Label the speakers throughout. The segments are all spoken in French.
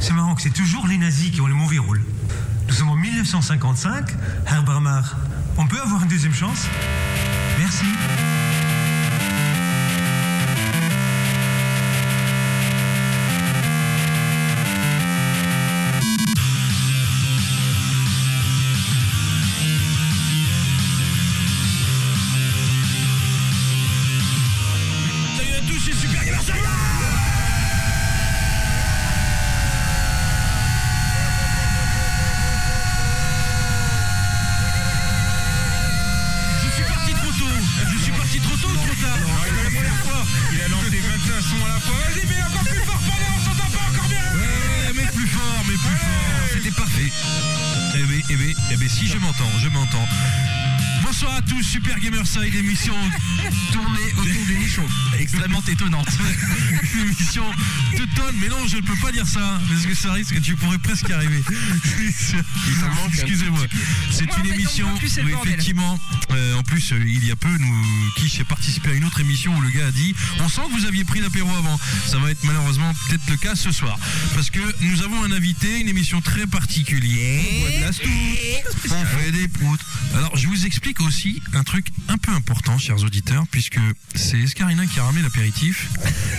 Speaker 1: C'est marrant que c'est toujours les nazis qui ont le mauvais rôle. Nous sommes en 1955, Herr Bramar. On peut avoir une deuxième chance Merci.
Speaker 2: Salut à tous, c'est Super Gamer Saga Je suis parti trop tôt Je suis parti trop tôt ou trop tard La première fois, il a lancé 25 sons à la fois. Vas-y, mais encore plus fort, pendant, on s'entend pas encore bien Ouais, mais plus fort, mais plus fort C'était parfait Eh ben, eh ben, eh ben, si je m'entends, je m'entends Bonsoir à tous, Super Gamer Side, l'émission tournée autour du nichon. Extrêmement étonnante. Une émission teutone, mais non, je ne peux pas dire ça, parce que ça risque, tu pourrais presque y arriver. Excusez-moi. C'est
Speaker 3: Moi, en
Speaker 2: une
Speaker 3: fait,
Speaker 2: émission
Speaker 3: en plus, c'est le
Speaker 2: où
Speaker 3: bordel.
Speaker 2: effectivement, euh, en plus, euh, il y a peu, nous, qui j'ai participé à une autre émission où le gars a dit On sent que vous aviez pris l'apéro avant. Ça va être malheureusement peut-être le cas ce soir. Parce que nous avons un invité, une émission très particulière. On boit de la stout. On fait des proutes. Alors, je vous explique aussi un truc un peu important, chers auditeurs, puisque c'est Escarina qui a ramené l'apéritif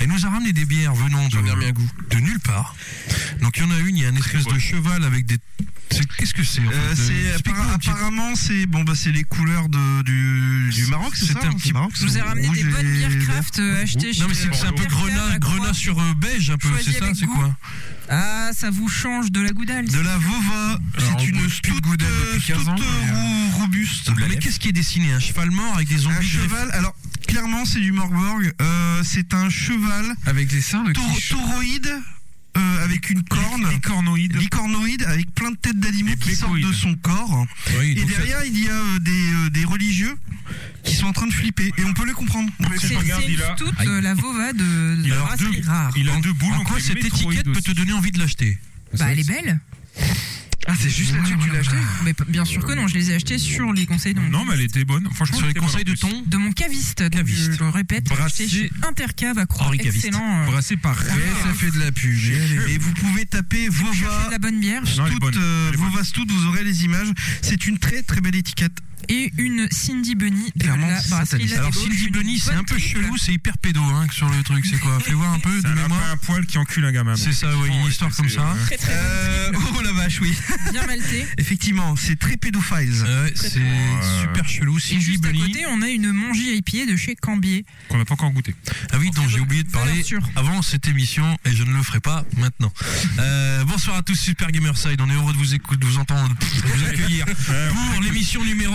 Speaker 2: et nous a ramené des bières venant de, de nulle part. Donc, il y en a une, il y a une espèce de cheval avec des. c'est- Qu'est-ce que c'est en fait
Speaker 4: Euh,
Speaker 2: Le-
Speaker 4: c'est
Speaker 2: explique-nous
Speaker 4: appara-
Speaker 2: un petit peu.
Speaker 4: apparemment c'est bon bah c'est les couleurs de, du, du Maroc c'est
Speaker 2: C'était
Speaker 4: ça
Speaker 2: un
Speaker 4: hein,
Speaker 2: petit-
Speaker 4: c'est Maroc,
Speaker 3: Je vous ai
Speaker 4: c'est
Speaker 3: ramené
Speaker 4: rouge
Speaker 3: des bonnes
Speaker 4: et
Speaker 3: bières
Speaker 4: vert.
Speaker 3: craft euh, achetées chez
Speaker 2: Non mais c'est c'est un peu
Speaker 3: Pierre Perrin,
Speaker 2: grenat,
Speaker 3: la Croix.
Speaker 2: grenat sur euh, beige un peu,
Speaker 3: Choisis
Speaker 2: c'est ça,
Speaker 3: avec
Speaker 2: c'est
Speaker 3: goût.
Speaker 2: quoi
Speaker 3: Ah, ça vous change de la goudale.
Speaker 4: de la Vova
Speaker 2: Alors,
Speaker 4: c'est
Speaker 2: on
Speaker 4: une
Speaker 2: goûte Euh, plus de
Speaker 4: stout
Speaker 2: Gouda
Speaker 4: euh,
Speaker 2: depuis 15
Speaker 4: stout,
Speaker 2: ans,
Speaker 4: euh, rou- robuste
Speaker 2: Mais qu'est-ce qui est dessiné Un cheval mort avec des zombies
Speaker 4: un
Speaker 2: greffés
Speaker 4: cheval alors clairement c'est du Morborg euh, c'est un cheval
Speaker 5: Avec les seins de
Speaker 4: taur- tauroïde euh, avec une corne licornoïde avec plein de têtes d'animaux qui sortent de son corps
Speaker 2: Oui,
Speaker 4: et
Speaker 2: donc ça-
Speaker 4: derrière il y a euh, des, euh, des religieux qui sont en train de flipper et on peut les comprendre
Speaker 3: C'est c'est
Speaker 6: regarde, il
Speaker 3: une
Speaker 6: a-
Speaker 3: toute euh, la Vova de, de
Speaker 6: Il a
Speaker 3: brasserie
Speaker 6: deux-
Speaker 3: rare.
Speaker 6: Il a deux boules.
Speaker 2: En
Speaker 6: donc
Speaker 2: quoi
Speaker 6: les
Speaker 2: cette
Speaker 6: métroïdes
Speaker 2: étiquette peut
Speaker 6: aussi.
Speaker 2: te donner envie de l'acheter
Speaker 3: Bah, elle est belle.
Speaker 5: Ah, c'est juste là-dessus que tu l'as acheté
Speaker 3: Mais p- bien sûr que non, je les ai achetées sur les conseils de mon,
Speaker 6: Non, mais elle était bonne. Franchement,
Speaker 2: Sur les
Speaker 6: elle était bonne en
Speaker 2: conseils de
Speaker 6: plus.
Speaker 2: ton
Speaker 3: de mon caviste. Donc,
Speaker 2: Caviste.
Speaker 3: Je le répète,
Speaker 2: Brassé-
Speaker 3: acheté chez Intercave à Croix.
Speaker 2: Henri Caviste.
Speaker 3: Excellent. euh,
Speaker 6: Brassé par
Speaker 2: Eh, ça fait de la pub.
Speaker 4: et vous pouvez taper
Speaker 3: c'est de
Speaker 4: Vova
Speaker 3: la bonne bière.
Speaker 6: Non, elle est
Speaker 4: Toutes,
Speaker 6: bonne.
Speaker 4: euh,
Speaker 6: Elle est
Speaker 4: vos
Speaker 6: bonne.
Speaker 4: vases toutes, vous aurez les images. C'est une très très belle étiquette.
Speaker 3: Et une Cindy Bunny de
Speaker 4: Clairement,
Speaker 3: la
Speaker 4: ça, t'as
Speaker 3: brasserie
Speaker 4: dit.
Speaker 3: La
Speaker 2: Alors
Speaker 3: Vélo.
Speaker 2: Cindy
Speaker 3: Une
Speaker 2: Bunny, c'est
Speaker 3: bonne
Speaker 2: un peu
Speaker 3: triple.
Speaker 2: chelou, c'est hyper pédo hein, sur le truc, c'est quoi Fais voir un peu
Speaker 6: C'est
Speaker 2: de
Speaker 6: un lapin
Speaker 2: mémoire.
Speaker 6: à poil qui encule un gamin.
Speaker 2: C'est ça, ouais, une histoire comme ça.
Speaker 3: Très très
Speaker 4: Euh, oh la vache, oui.
Speaker 3: bonne, bien maltée.
Speaker 4: Effectivement, c'est très pédophile.
Speaker 2: Ouais, c'est
Speaker 6: Ouais.
Speaker 2: super chelou.
Speaker 3: Et
Speaker 2: Cindy
Speaker 3: juste à
Speaker 2: Bunny.
Speaker 3: côté, on a une Mongie IPA de chez Cambier.
Speaker 6: Qu'on n'a pas encore goûté.
Speaker 2: Ah oui, dont j'ai oublié de
Speaker 3: Valeur
Speaker 2: parler
Speaker 3: sûre.
Speaker 2: avant cette émission et je ne le ferai pas maintenant. Euh, bonsoir à tous, Super Gamerside. On est heureux de vous écouter, de vous entendre, de vous accueillir pour l'émission numéro.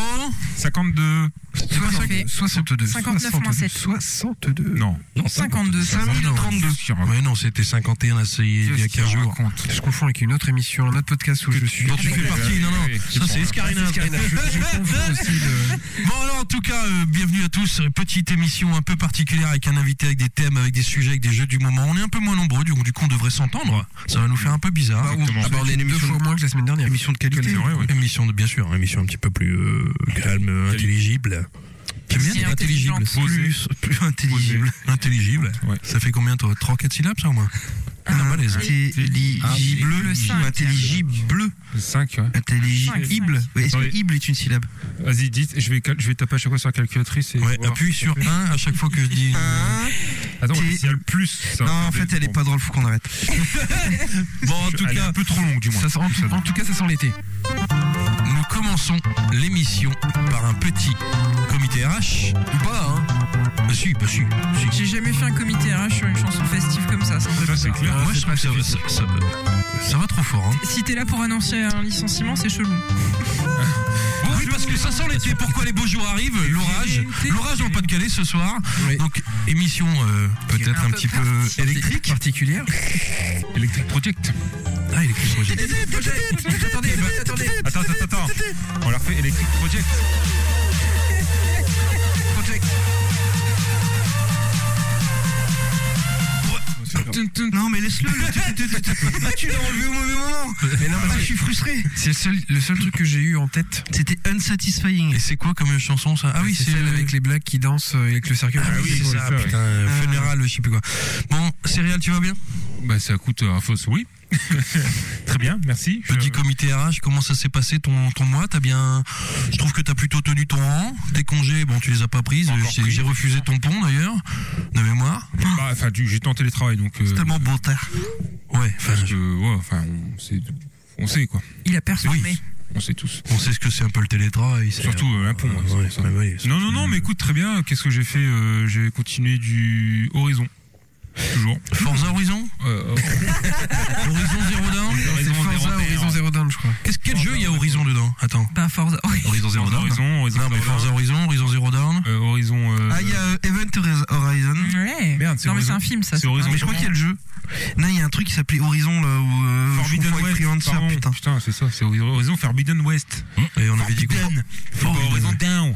Speaker 6: 52.
Speaker 3: Tout à fait.
Speaker 5: 62.
Speaker 3: 59 moins 7.
Speaker 5: 62.
Speaker 6: Non.
Speaker 2: Non,
Speaker 3: 52.
Speaker 2: 5032. Ouais, non, c'était 51 là, c'est il y a 15 jours.
Speaker 5: Je confonds avec une autre émission, un autre podcast où je suis.
Speaker 2: Dont tu
Speaker 3: Avec
Speaker 2: fais
Speaker 3: le-
Speaker 2: partie, non, non,
Speaker 6: Oui, qui
Speaker 2: ça
Speaker 6: prend
Speaker 2: c'est
Speaker 6: la
Speaker 2: Escarina.
Speaker 5: Je, je confonds aussi le.
Speaker 2: Bon alors en tout cas, euh, bienvenue à tous. Petite émission un peu particulière avec un invité, avec des thèmes, avec des sujets, avec des jeux du moment. On est un peu moins nombreux, du coup, du coup on devrait s'entendre. Ça va nous faire un peu bizarre.
Speaker 6: Exactement.
Speaker 5: Ah bah, on est deux fois moins que la semaine dernière.
Speaker 4: Émission de qualité.
Speaker 6: C'est vrai, ouais.
Speaker 2: Émission de bien sûr, émission un petit peu plus euh, calme, euh, intelligible. J'aime bien
Speaker 3: Aussi
Speaker 2: dire intelligible.
Speaker 3: intelligente.
Speaker 2: Plus, plus intelligible. Intelligible.
Speaker 6: Ouais.
Speaker 2: Ça fait combien toi 3 4 syllabes ça au moins Ah, balèze.
Speaker 6: Ah,
Speaker 4: Intelligible.
Speaker 3: Le cinq.
Speaker 4: ou Intelligible.
Speaker 6: 5, ouais.
Speaker 4: Intelligible. Oui, Est-ce
Speaker 6: Oui.
Speaker 4: que ible est une syllabe
Speaker 6: Vas-y, dites. Je vais, cal- je vais taper à chaque fois sur la calculatrice. Et
Speaker 2: Ouais,
Speaker 6: voir.
Speaker 2: appuie sur 1 à chaque fois que je dis.
Speaker 6: Attends,
Speaker 4: T'es-
Speaker 6: il y a le plus. ça
Speaker 4: Non,
Speaker 6: va
Speaker 4: en
Speaker 6: faire
Speaker 4: fait,
Speaker 6: des-
Speaker 4: elle est pas drôle, faut qu'on arrête.
Speaker 2: Bon, en
Speaker 6: Je-
Speaker 2: tout
Speaker 6: elle est
Speaker 2: cas,
Speaker 6: un peu trop longue, du moins.
Speaker 5: Ça sent- en, tout- en tout cas, ça sent l'été.
Speaker 2: Nous commençons l'émission par un petit comité RH. Ou pas, hein Bah si, bah si. si.
Speaker 3: J'ai jamais fait un comité RH sur une chanson festive comme ça. ça me
Speaker 6: Ça,
Speaker 3: fait
Speaker 6: c'est
Speaker 3: pas.
Speaker 6: clair.
Speaker 2: Moi, je trouve que ça, va- ça, ça va- ça va trop fort, hein.
Speaker 3: Si t'es là pour annoncer un licenciement, c'est chelou.
Speaker 2: oui, parce que ça sent l'été. Pourquoi les beaux jours arrivent L'orage. L'orage dans le Pas-de-Calais ce soir.
Speaker 5: Oui.
Speaker 2: Donc, émission euh, peut-être
Speaker 3: Un
Speaker 2: un,
Speaker 3: peu
Speaker 2: petit peu électrique.
Speaker 5: Particulière.
Speaker 6: Electric Project.
Speaker 2: Ah, électrique, moi, j'aime bien.
Speaker 5: attendez, attendez.
Speaker 6: Attends, attends, attends. On leur fait Electric Project.
Speaker 4: Non, mais laisse-le. le- Ah, tu l'as enlevé au mauvais moment.
Speaker 5: Mais non,
Speaker 4: Ah, je suis frustré.
Speaker 5: c'est le seul, le seul truc que j'ai eu en tête.
Speaker 4: C'était unsatisfying.
Speaker 2: Et c'est quoi comme chanson, ça Ah oui, c'est
Speaker 5: celle avec les blagues qui dansent euh, avec le cercueil.
Speaker 6: oui,
Speaker 2: c'est
Speaker 6: c'est
Speaker 2: Ah ça,
Speaker 6: ça, ouais.
Speaker 2: putain, euh, funéral, je sais plus quoi. Bon, Céréal, tu vas bien
Speaker 6: Bah, ça coûte un fausse oui. Très bien, merci. Je-
Speaker 2: Petit comité RH, comment ça s'est passé ton, ton mois T'as bien. Je trouve que t'as plutôt tenu ton rang. Tes congés, bon, tu les as pas prises.
Speaker 6: Encore
Speaker 2: J'ai
Speaker 6: pris.
Speaker 2: j'ai refusé ton pont d'ailleurs, de mémoire.
Speaker 6: bah, Enfin, du- j'étais en télétravail, donc. euh,
Speaker 2: tellement bon Ouais, enfin,
Speaker 6: parce que, ouais, enfin, on sait, on sait, quoi.
Speaker 3: Il a performé.
Speaker 6: On sait tous.
Speaker 2: on sait ce que c'est un peu le télétravail. c'est-
Speaker 6: Surtout euh, un pont. ouais, c'est
Speaker 2: Ouais,
Speaker 6: pour ça.
Speaker 2: ouais, ouais,
Speaker 6: Non, non, non, mais écoute, très bien. Qu'est-ce que j'ai fait Euh, J'ai continué du Horizon. Toujours.
Speaker 2: Forza Horizon
Speaker 6: Euh,
Speaker 2: Horizon Zero Dawn
Speaker 6: Horizon
Speaker 5: C'est Forza
Speaker 6: Zero Dawn.
Speaker 5: Horizon Zero Dawn, je crois.
Speaker 2: Qu'est-ce quel jeu il y a Horizon dedans Attends.
Speaker 3: Pas Forza. Oui.
Speaker 2: Horizon Zero
Speaker 6: Forza
Speaker 2: Dawn
Speaker 6: Horizon, Horizon.
Speaker 2: Non, mais
Speaker 6: Zero Dawn.
Speaker 2: Forza Horizon, Horizon Zero Dawn.
Speaker 6: Euh, Horizon. euh,
Speaker 4: Ah, il y a euh, Event Horiz- Horizon.
Speaker 3: Ouais.
Speaker 6: Merde, c'est
Speaker 3: non, mais c'est
Speaker 6: Horizon.
Speaker 3: un film, ça.
Speaker 6: C'est Horizon.
Speaker 4: Ah, Mais je crois qu'il y a le jeu. Non, il y a un truc qui s'appelait Horizon là où. Euh, je
Speaker 6: Forbidden
Speaker 4: confonds avec
Speaker 6: West.
Speaker 4: Freelancer,
Speaker 6: pardon.
Speaker 4: putain.
Speaker 6: c'est ça. C'est Horizon Forbidden West.
Speaker 2: Et on avait dit quoi
Speaker 6: Forbidden. Horizon Down.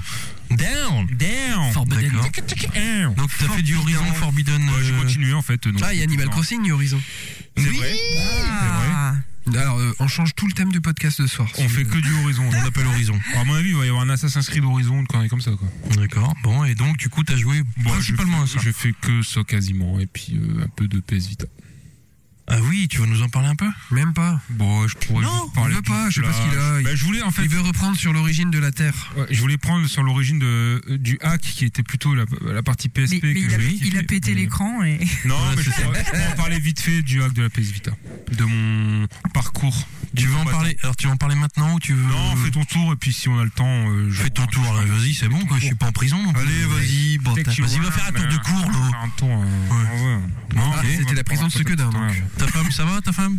Speaker 2: Down
Speaker 6: Down.
Speaker 2: Forbidden.
Speaker 6: D'accord.
Speaker 2: Donc t'as fait du Horizon Forbidden.
Speaker 6: Ouais, j'ai
Speaker 2: euh,
Speaker 6: continué en fait. donc-
Speaker 5: Ah, il y a Animal Crossing, Horizon.
Speaker 6: C'est vrai.
Speaker 3: Ah.
Speaker 5: Alors, euh, on change tout le thème du podcast ce soir.
Speaker 6: On fait que du Horizon. On appelle Horizon. À mon avis, il va y avoir un Assassin's Creed Horizon, une connerie comme ça, quoi.
Speaker 2: D'accord. Bon, et donc du coup t'as joué
Speaker 6: Bon,
Speaker 2: principalement à
Speaker 6: je,
Speaker 2: ça.
Speaker 6: je fais que ça quasiment, et puis euh, un peu de PS Vita.
Speaker 2: Ah oui, tu veux nous en parler un peu
Speaker 5: Même pas.
Speaker 6: Bon, je pourrais
Speaker 5: Non,
Speaker 6: juste parler
Speaker 5: il veut pas,
Speaker 6: de
Speaker 5: je sais pas
Speaker 6: cela.
Speaker 5: ce qu'il a.
Speaker 6: Bah, je voulais en fait,
Speaker 5: Il veut reprendre sur l'origine de la Terre.
Speaker 6: ouais, je voulais prendre sur l'origine de- euh, du hack qui était plutôt la, la partie
Speaker 3: Mais,
Speaker 6: PSP
Speaker 3: mais
Speaker 6: que
Speaker 3: il, a,
Speaker 6: j'ai
Speaker 3: il a
Speaker 6: kiffé.
Speaker 3: pété l'écran et.
Speaker 6: Non, mais je pourrais, je pourrais en parler vite fait du hack de la PS Vita, de mon parcours. Euh,
Speaker 2: Tu veux en
Speaker 6: combattant.
Speaker 2: parler Alors tu veux en parler maintenant ou tu veux
Speaker 6: Non, fais ton tour et puis si on a le temps, euh, je
Speaker 2: Fais ton tour. là, Vas-y, c'est bon quoi. Je suis pas en prison. non plus.
Speaker 6: Allez, vas-y,
Speaker 2: Bon,
Speaker 6: Take
Speaker 2: t'as-
Speaker 6: you
Speaker 2: vas-y, va
Speaker 6: around,
Speaker 2: faire un tour de
Speaker 6: euh,
Speaker 2: cours. là.
Speaker 6: faire un tour. euh, ouais. Non,
Speaker 2: Ah,
Speaker 6: ok.
Speaker 5: c'était la prison de Sequedin, donc.
Speaker 6: Ouais.
Speaker 2: Ta femme, ça va, ta femme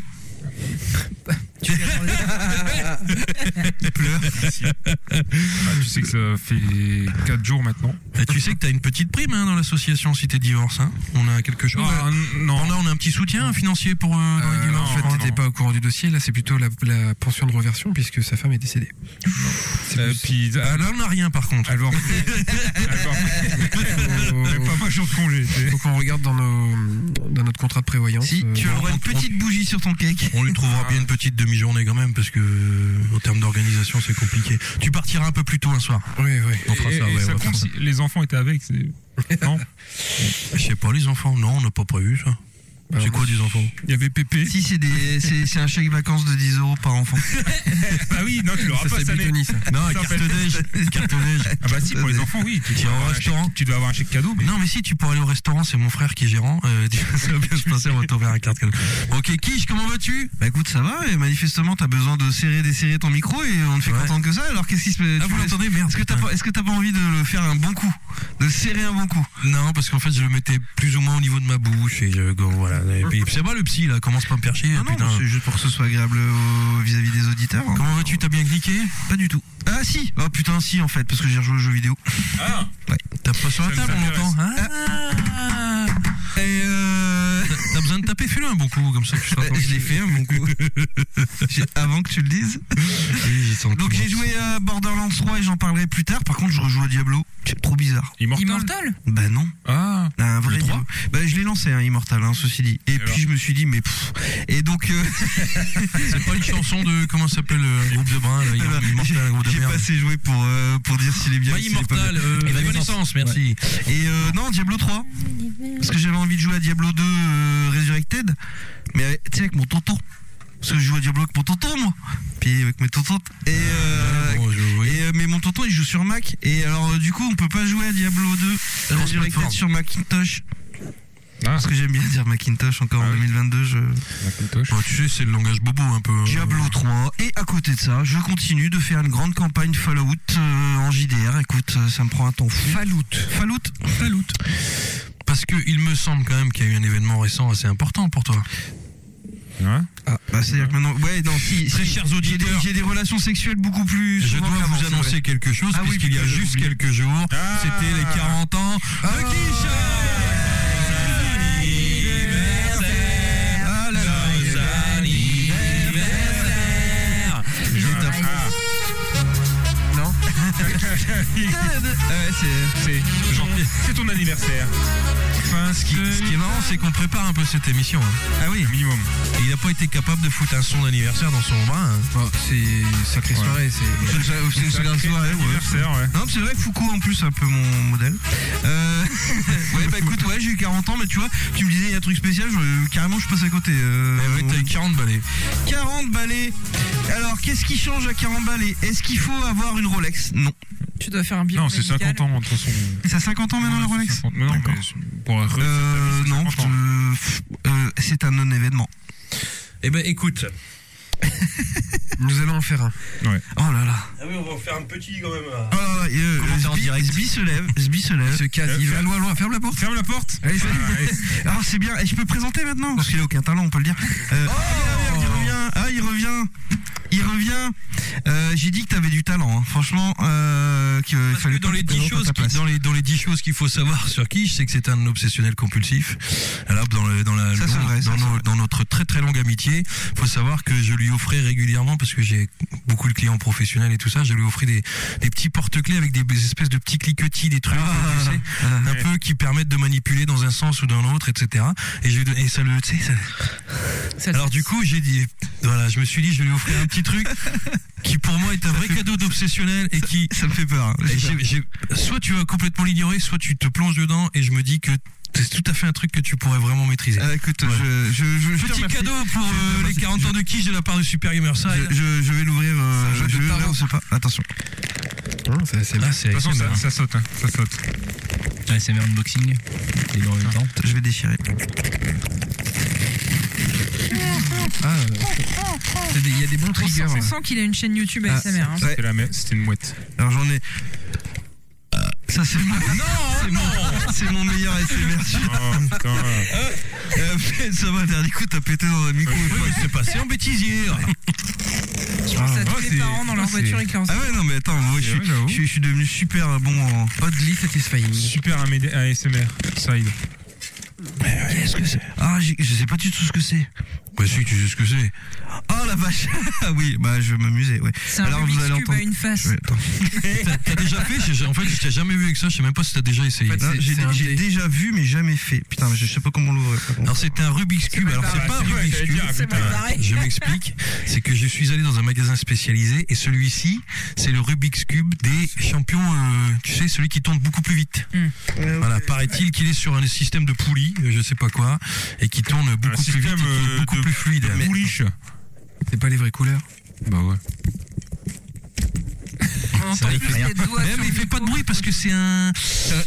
Speaker 6: Ah, tu sais que ça fait 4 jours maintenant.
Speaker 2: Et Bah, tu sais que t'as une petite prime hein, dans l'association si t'es divorce. Hein on a quelque chose.
Speaker 6: Ah, non,
Speaker 2: On a, on a un petit soutien financier pour euh, dans les
Speaker 5: Euh,
Speaker 2: divorces.
Speaker 5: en fait,
Speaker 2: Non,
Speaker 5: t'étais
Speaker 2: non.
Speaker 5: pas au courant du dossier. Là, c'est plutôt la, la pension de reversion puisque sa femme est décédée. C'est
Speaker 6: Euh,
Speaker 5: plus-
Speaker 6: puis,
Speaker 2: Ah, là, on n'a rien par contre.
Speaker 6: elle va
Speaker 5: faut,
Speaker 6: pas moi, je suis en congé. t'es-
Speaker 5: faut qu'on regarde dans, nos, dans notre contrat de prévoyance.
Speaker 4: Si,
Speaker 5: euh,
Speaker 4: tu
Speaker 2: non,
Speaker 4: auras
Speaker 2: Hmm. on-
Speaker 4: une petite bougie sur ton cake.
Speaker 2: On lui trouvera bien une petite demi-journée quand même parce que euh, en termes d'organisation c'est compliqué. Tu partiras un peu plus tôt un soir.
Speaker 5: Oui, oui.
Speaker 2: On fera
Speaker 6: Et-
Speaker 2: ça. ouais,
Speaker 6: et
Speaker 2: on va
Speaker 6: ça
Speaker 2: faire
Speaker 6: compte
Speaker 2: ça.
Speaker 6: si les enfants étaient avec. c'est- Non,
Speaker 2: Je sais pas les enfants. Non, on n'a pas prévu ça. C'est quoi des enfants
Speaker 6: il y avait Pépé.
Speaker 4: Si, c'est des- c'est c'est un chèque vacances de 10 euros par enfant.
Speaker 6: Ah oui, non, tu l'auras
Speaker 5: Ça,
Speaker 6: pas
Speaker 5: c'est
Speaker 6: cette année.
Speaker 5: Bidoni, ça.
Speaker 2: Non,
Speaker 6: Ça
Speaker 2: carte
Speaker 6: s'appelle-
Speaker 2: déj. Carte déj.
Speaker 6: Ah bah si, pour les enfants, oui. Tu
Speaker 2: Tiens,
Speaker 6: dois
Speaker 2: au
Speaker 6: avoir un
Speaker 2: restaurant.
Speaker 6: chèque- Tu dois avoir un chèque cadeau. mais-
Speaker 2: Non mais si tu pourras aller au restaurant, c'est mon frère qui est gérant. Euh, ça va bien se passer, on va t'ouvrir un carte. cadeau. Ok, Quiche, comment vas-tu
Speaker 4: Bah écoute, ça va, et manifestement, t'as besoin de serrer, desserrer ton micro et on ne fait
Speaker 2: Ouais.
Speaker 4: qu'entendre que ça. Alors qu'est-ce qui se passe
Speaker 2: Ah vous l'entendez merde.
Speaker 4: Est-ce que t'as pas, est-ce que t'as pas envie de le faire un bon coup De serrer un bon coup
Speaker 2: Non, parce qu'en fait, je le mettais plus ou moins au niveau de ma bouche et je, go, voilà. Et puis, c'est pas le psy là, commence pas à me percher.
Speaker 4: Ah
Speaker 2: putain.
Speaker 4: mais c'est juste pour que ce soit agréable au- vis-à-vis des auditeurs. hein.
Speaker 2: Comment vas-tu T'as bien cliqué
Speaker 4: Pas du tout. Ah si Oh putain, si en fait, parce que j'ai rejoué aux jeux vidéo.
Speaker 2: Ah. T'as pas sur la
Speaker 6: Ça me
Speaker 2: table, on
Speaker 6: s'intéresse.
Speaker 2: l'entend. Ah. Et euh, T'as besoin de taper, fais-le un bon coup, comme ça tu seras
Speaker 4: Euh, je l'ai fait un bon coup. J'ai- Avant que tu le dises. Donc j'ai joué à Borderlands 3 et j'en parlerai plus tard. Par contre, je rejoue à Diablo. C'est trop bizarre.
Speaker 3: Immortal
Speaker 4: Bah non.
Speaker 6: Ah,
Speaker 4: Un vrai
Speaker 2: Le 3?
Speaker 4: Diablo. Bah je l'ai lancé, hein, Immortal, hein, ceci dit. Et,
Speaker 6: alors
Speaker 4: puis je me suis dit, mais pfff. Et donc. euh,
Speaker 2: C'est pas une chanson de. Comment ça s'appelle le groupe de brun là,
Speaker 4: voilà,
Speaker 2: Immortal, un groupe de
Speaker 4: Eh ben, j'ai
Speaker 2: merde.
Speaker 4: pas assez joué pour, euh, pour dire s'il est bien
Speaker 2: Pas
Speaker 4: ou s'il est pas bien. Eh ben,
Speaker 2: Immortal, euh, Evanescence, merci.
Speaker 4: Et euh, non, Diablo 3. Parce que j'avais envie de jouer à Diablo 2 euh, Resurrected. Mais euh, tu sais, avec mon tonton. Parce que je joue à Diablo avec mon tonton, moi. Puis avec mes tontons. Et, euh,
Speaker 6: oh,
Speaker 2: Bon, je- oui.
Speaker 4: et, euh, mais mon tonton, il joue sur Mac. Et alors, euh, du coup, on peut pas jouer à Diablo 2 Resurrected
Speaker 2: plateforme.
Speaker 4: sur Macintosh.
Speaker 6: ah
Speaker 4: Parce que j'aime bien dire Macintosh encore
Speaker 6: Ah
Speaker 4: en
Speaker 6: oui.
Speaker 4: 2022. Je...
Speaker 2: Bah, tu sais, c'est le langage bobo un peu. hein.
Speaker 4: Diablo 3. Et à côté de ça, je continue de faire une grande campagne Fallout euh, en JDR. Écoute, euh, ça me prend un temps fou.
Speaker 5: Fallout.
Speaker 4: Fallout
Speaker 2: Parce que il me semble quand même qu'il y a eu un événement récent assez important pour toi.
Speaker 4: Bah, c'est-à-dire que maintenant. Ouais, non, si.
Speaker 2: Très
Speaker 4: si,
Speaker 2: chers
Speaker 4: j'ai des,
Speaker 2: auditeurs,
Speaker 4: j'ai des relations sexuelles beaucoup plus.
Speaker 2: je
Speaker 4: souvent
Speaker 2: dois
Speaker 4: qu'avant,
Speaker 2: vous
Speaker 4: c'est vrai.
Speaker 2: annoncer quelque chose
Speaker 4: Ah oui,
Speaker 2: puisqu'il y a
Speaker 4: putain, j'ai
Speaker 2: juste
Speaker 4: oublié.
Speaker 2: quelques jours,
Speaker 6: Ah.
Speaker 2: c'était les 40 ans de Kisha. Ah là là, nos anniversaires.
Speaker 6: Ah.
Speaker 5: Non
Speaker 4: ouais, c'est.
Speaker 6: C'est Jean-Pierre. C'est ton anniversaire. Enfin,
Speaker 2: Ce qui, ce qui est marrant, c'est qu'on prépare un peu cette émission. hein.
Speaker 4: Ah oui.
Speaker 6: minimum.
Speaker 2: Et il n'a pas été capable de foutre un son d'anniversaire dans son bras. hein.
Speaker 5: Bon, c'est sacrée soirée, c'est.
Speaker 4: C'est une- c'est une seconde
Speaker 6: Sacré
Speaker 4: soirée, ouais.
Speaker 6: anniversaire, ouais.
Speaker 4: Non, mais c'est vrai que Foucault en plus, c'est un peu mon modèle. Euh, ouais, bah écoute, ouais, j'ai eu 40 ans, mais tu vois, tu me disais il y a un truc spécial, je- carrément je passe à côté. euh,
Speaker 2: Eh ouais,
Speaker 4: on-
Speaker 2: t'as eu 40 balais.
Speaker 4: 40 balais. Alors, qu'est-ce qui change à 40 balais Est-ce qu'il faut avoir une Rolex Non.
Speaker 3: Tu dois faire un bilan.
Speaker 6: Non, c'est
Speaker 3: médical.
Speaker 6: 50 ans, de toute façon.
Speaker 4: C'est à 50 ans maintenant
Speaker 6: Ouais,
Speaker 4: le Rolex
Speaker 6: c'est 50. Mais non,
Speaker 4: D'accord.
Speaker 6: mais c'est- pour la retraite,
Speaker 4: Euh,
Speaker 6: c'est
Speaker 4: non,
Speaker 6: 50 ans.
Speaker 4: euh, pff, euh, c'est un non-événement.
Speaker 2: Eh ben écoute.
Speaker 5: Nous allons en faire un.
Speaker 4: Oh là là.
Speaker 2: Ah oui, on va faire un petit quand même.
Speaker 4: Oh là là, et, euh,
Speaker 2: Comment faire en
Speaker 4: Sbi-
Speaker 2: direct
Speaker 4: Sbi se lève, Sbi se lève. Euh,
Speaker 5: Il se casse, il va loin, loin, ferme la porte.
Speaker 6: Ferme la porte.
Speaker 5: Allez, salut.
Speaker 4: Ah, Alors c'est bien, et je peux présenter maintenant Parce qu'il a aucun talent, on peut le dire. Euh,
Speaker 2: Oh
Speaker 4: il revient, ah il revient, il revient. Euh, J'ai dit que t'avais du talent, hein. franchement. Euh, qu'il
Speaker 2: Parce que
Speaker 4: fallait
Speaker 2: dans
Speaker 4: pas
Speaker 2: les
Speaker 4: te
Speaker 2: 10
Speaker 4: présenter à
Speaker 2: choses
Speaker 4: ta
Speaker 2: qui-
Speaker 4: place.
Speaker 2: dans les dans les 10 choses qu'il faut savoir sur Quiche, c'est que c'est un obsessionnel compulsif. Alors dans le- dans la
Speaker 4: Ça, c'est
Speaker 2: dans-
Speaker 4: vrai, ça,
Speaker 2: dans
Speaker 4: c'est
Speaker 2: nos-
Speaker 4: vrai.
Speaker 2: dans notre très très longue amitié, faut savoir que je lui offrais régulièrement parce que j'ai beaucoup de clients professionnels et tout ça, je lui offrais des des petits porte-clés avec des espèces de petits cliquetis, des trucs
Speaker 4: Ah,
Speaker 2: tu sais, un peu qui permettent de manipuler dans un sens ou dans l'autre, etc. Et je lui don- et ça le tu sais, ça-
Speaker 3: Ça-
Speaker 2: alors du coup, j'ai dit, voilà, je me suis dit, je vais lui offrir un petit truc qui pour moi est un vrai cadeau d'obsessionnel et qui,
Speaker 4: Ça me fait peur. hein.
Speaker 2: et j'ai- j'ai- soit tu vas complètement l'ignorer, soit tu te plonges dedans et je me dis que c'est tout à fait un truc que tu pourrais vraiment maîtriser.
Speaker 4: Euh, écoute,
Speaker 2: Ouais.
Speaker 4: je, je, je, je te
Speaker 2: Petit
Speaker 4: remercie.
Speaker 2: cadeau pour
Speaker 4: Je te
Speaker 2: euh, les
Speaker 4: remercie.
Speaker 2: 40 ans de quiche de la part de Super Gamer Side.
Speaker 4: Je, je- je vais l'ouvrir. euh,
Speaker 5: C'est un jeu
Speaker 4: je
Speaker 5: de
Speaker 4: vais l'ouvrir,
Speaker 5: tarot.
Speaker 4: on sait pas. Attention.
Speaker 5: Hein, ça, c'est
Speaker 2: Ah, c'est
Speaker 6: De toute façon,
Speaker 2: ASMR,
Speaker 6: ça,
Speaker 2: hein.
Speaker 6: ça saute. hein. Ça saute.
Speaker 7: Ouais, c'est un unboxing. Et dans le temps.
Speaker 4: Je vais déchirer. Ah, euh,
Speaker 5: c'est des- Il y a des bons
Speaker 3: On sent,
Speaker 5: triggers.
Speaker 3: on
Speaker 5: là.
Speaker 3: sent qu'il a une chaîne YouTube avec sa mère. hein.
Speaker 4: Ouais.
Speaker 6: C'était la mer- C'était une mouette.
Speaker 4: Alors j'en ai. Euh, Ça c'est mon...
Speaker 2: oh
Speaker 4: c'est mon- c'est mon meilleur ASMR.
Speaker 6: Oh, putain.
Speaker 4: Euh, ça va, dernier coup t'as pété dans un micro.
Speaker 2: Oui, mais c'est passé en bêtisier.
Speaker 3: Je pense à
Speaker 6: ouais,
Speaker 3: tous les
Speaker 6: c'est-
Speaker 3: parents dans leur
Speaker 6: ouais,
Speaker 3: voiture
Speaker 6: c'est-
Speaker 3: et qui leur
Speaker 4: Ah ouais non mais attends, moi je
Speaker 6: C'est
Speaker 4: suis,
Speaker 6: vrai, j'avoue.
Speaker 4: je suis- je suis devenu super euh, bon en.
Speaker 5: Oddly satisfying.
Speaker 6: Super AMD ASMR. Side.
Speaker 4: Qu'est-ce que c'est Ah j'ai- je sais pas du tout ce que c'est.
Speaker 2: Bah si, tu sais ce que c'est.
Speaker 4: Oh la vache Ah oui, bah je vais m'amuser, ouais.
Speaker 3: C'est un
Speaker 4: Alors, vous
Speaker 3: Rubik's
Speaker 4: allez
Speaker 3: Cube
Speaker 4: entendre-
Speaker 3: à une face.
Speaker 4: Je vais- attends.
Speaker 2: T'as- T'as déjà fait J'ai- En fait, je t'ai jamais vu avec ça. Je sais même pas si t'as déjà essayé.
Speaker 5: En fait,
Speaker 4: Non,
Speaker 5: c'est-
Speaker 4: J'ai
Speaker 5: c'est un
Speaker 4: j'ai
Speaker 5: dé.
Speaker 4: déjà vu mais jamais fait. Putain, mais je sais pas comment l'ouvrir.
Speaker 2: Alors c'est un Rubik's Cube.
Speaker 3: pas
Speaker 2: Alors c'est
Speaker 3: pareil.
Speaker 2: pas un
Speaker 6: C'est vrai,
Speaker 2: Rubik's
Speaker 6: j'allais
Speaker 2: Cube. Euh,
Speaker 6: dire,
Speaker 3: C'est pas pareil.
Speaker 2: Je m'explique. C'est que je suis allé dans un magasin spécialisé et celui-ci, c'est le Rubik's Cube des champions. euh, tu sais, celui qui tourne beaucoup plus vite.
Speaker 3: Hmm.
Speaker 2: Voilà, paraît-il qu'il est sur un système de poulie, euh, je sais pas quoi, et qui tourne beaucoup plus vite,
Speaker 6: système,
Speaker 2: et qui est
Speaker 6: euh,
Speaker 2: beaucoup
Speaker 6: de-
Speaker 2: plus fluide. Mais-
Speaker 6: Pouliche.
Speaker 5: C'est pas les vraies couleurs.
Speaker 6: Bah ouais.
Speaker 3: On entend
Speaker 2: Ça, il
Speaker 3: plus
Speaker 2: fait rien. Eh,
Speaker 3: les doigts
Speaker 2: Mais,
Speaker 3: sur
Speaker 2: mais
Speaker 3: le
Speaker 2: il fait pas de
Speaker 3: micro.
Speaker 2: bruit parce que c'est un.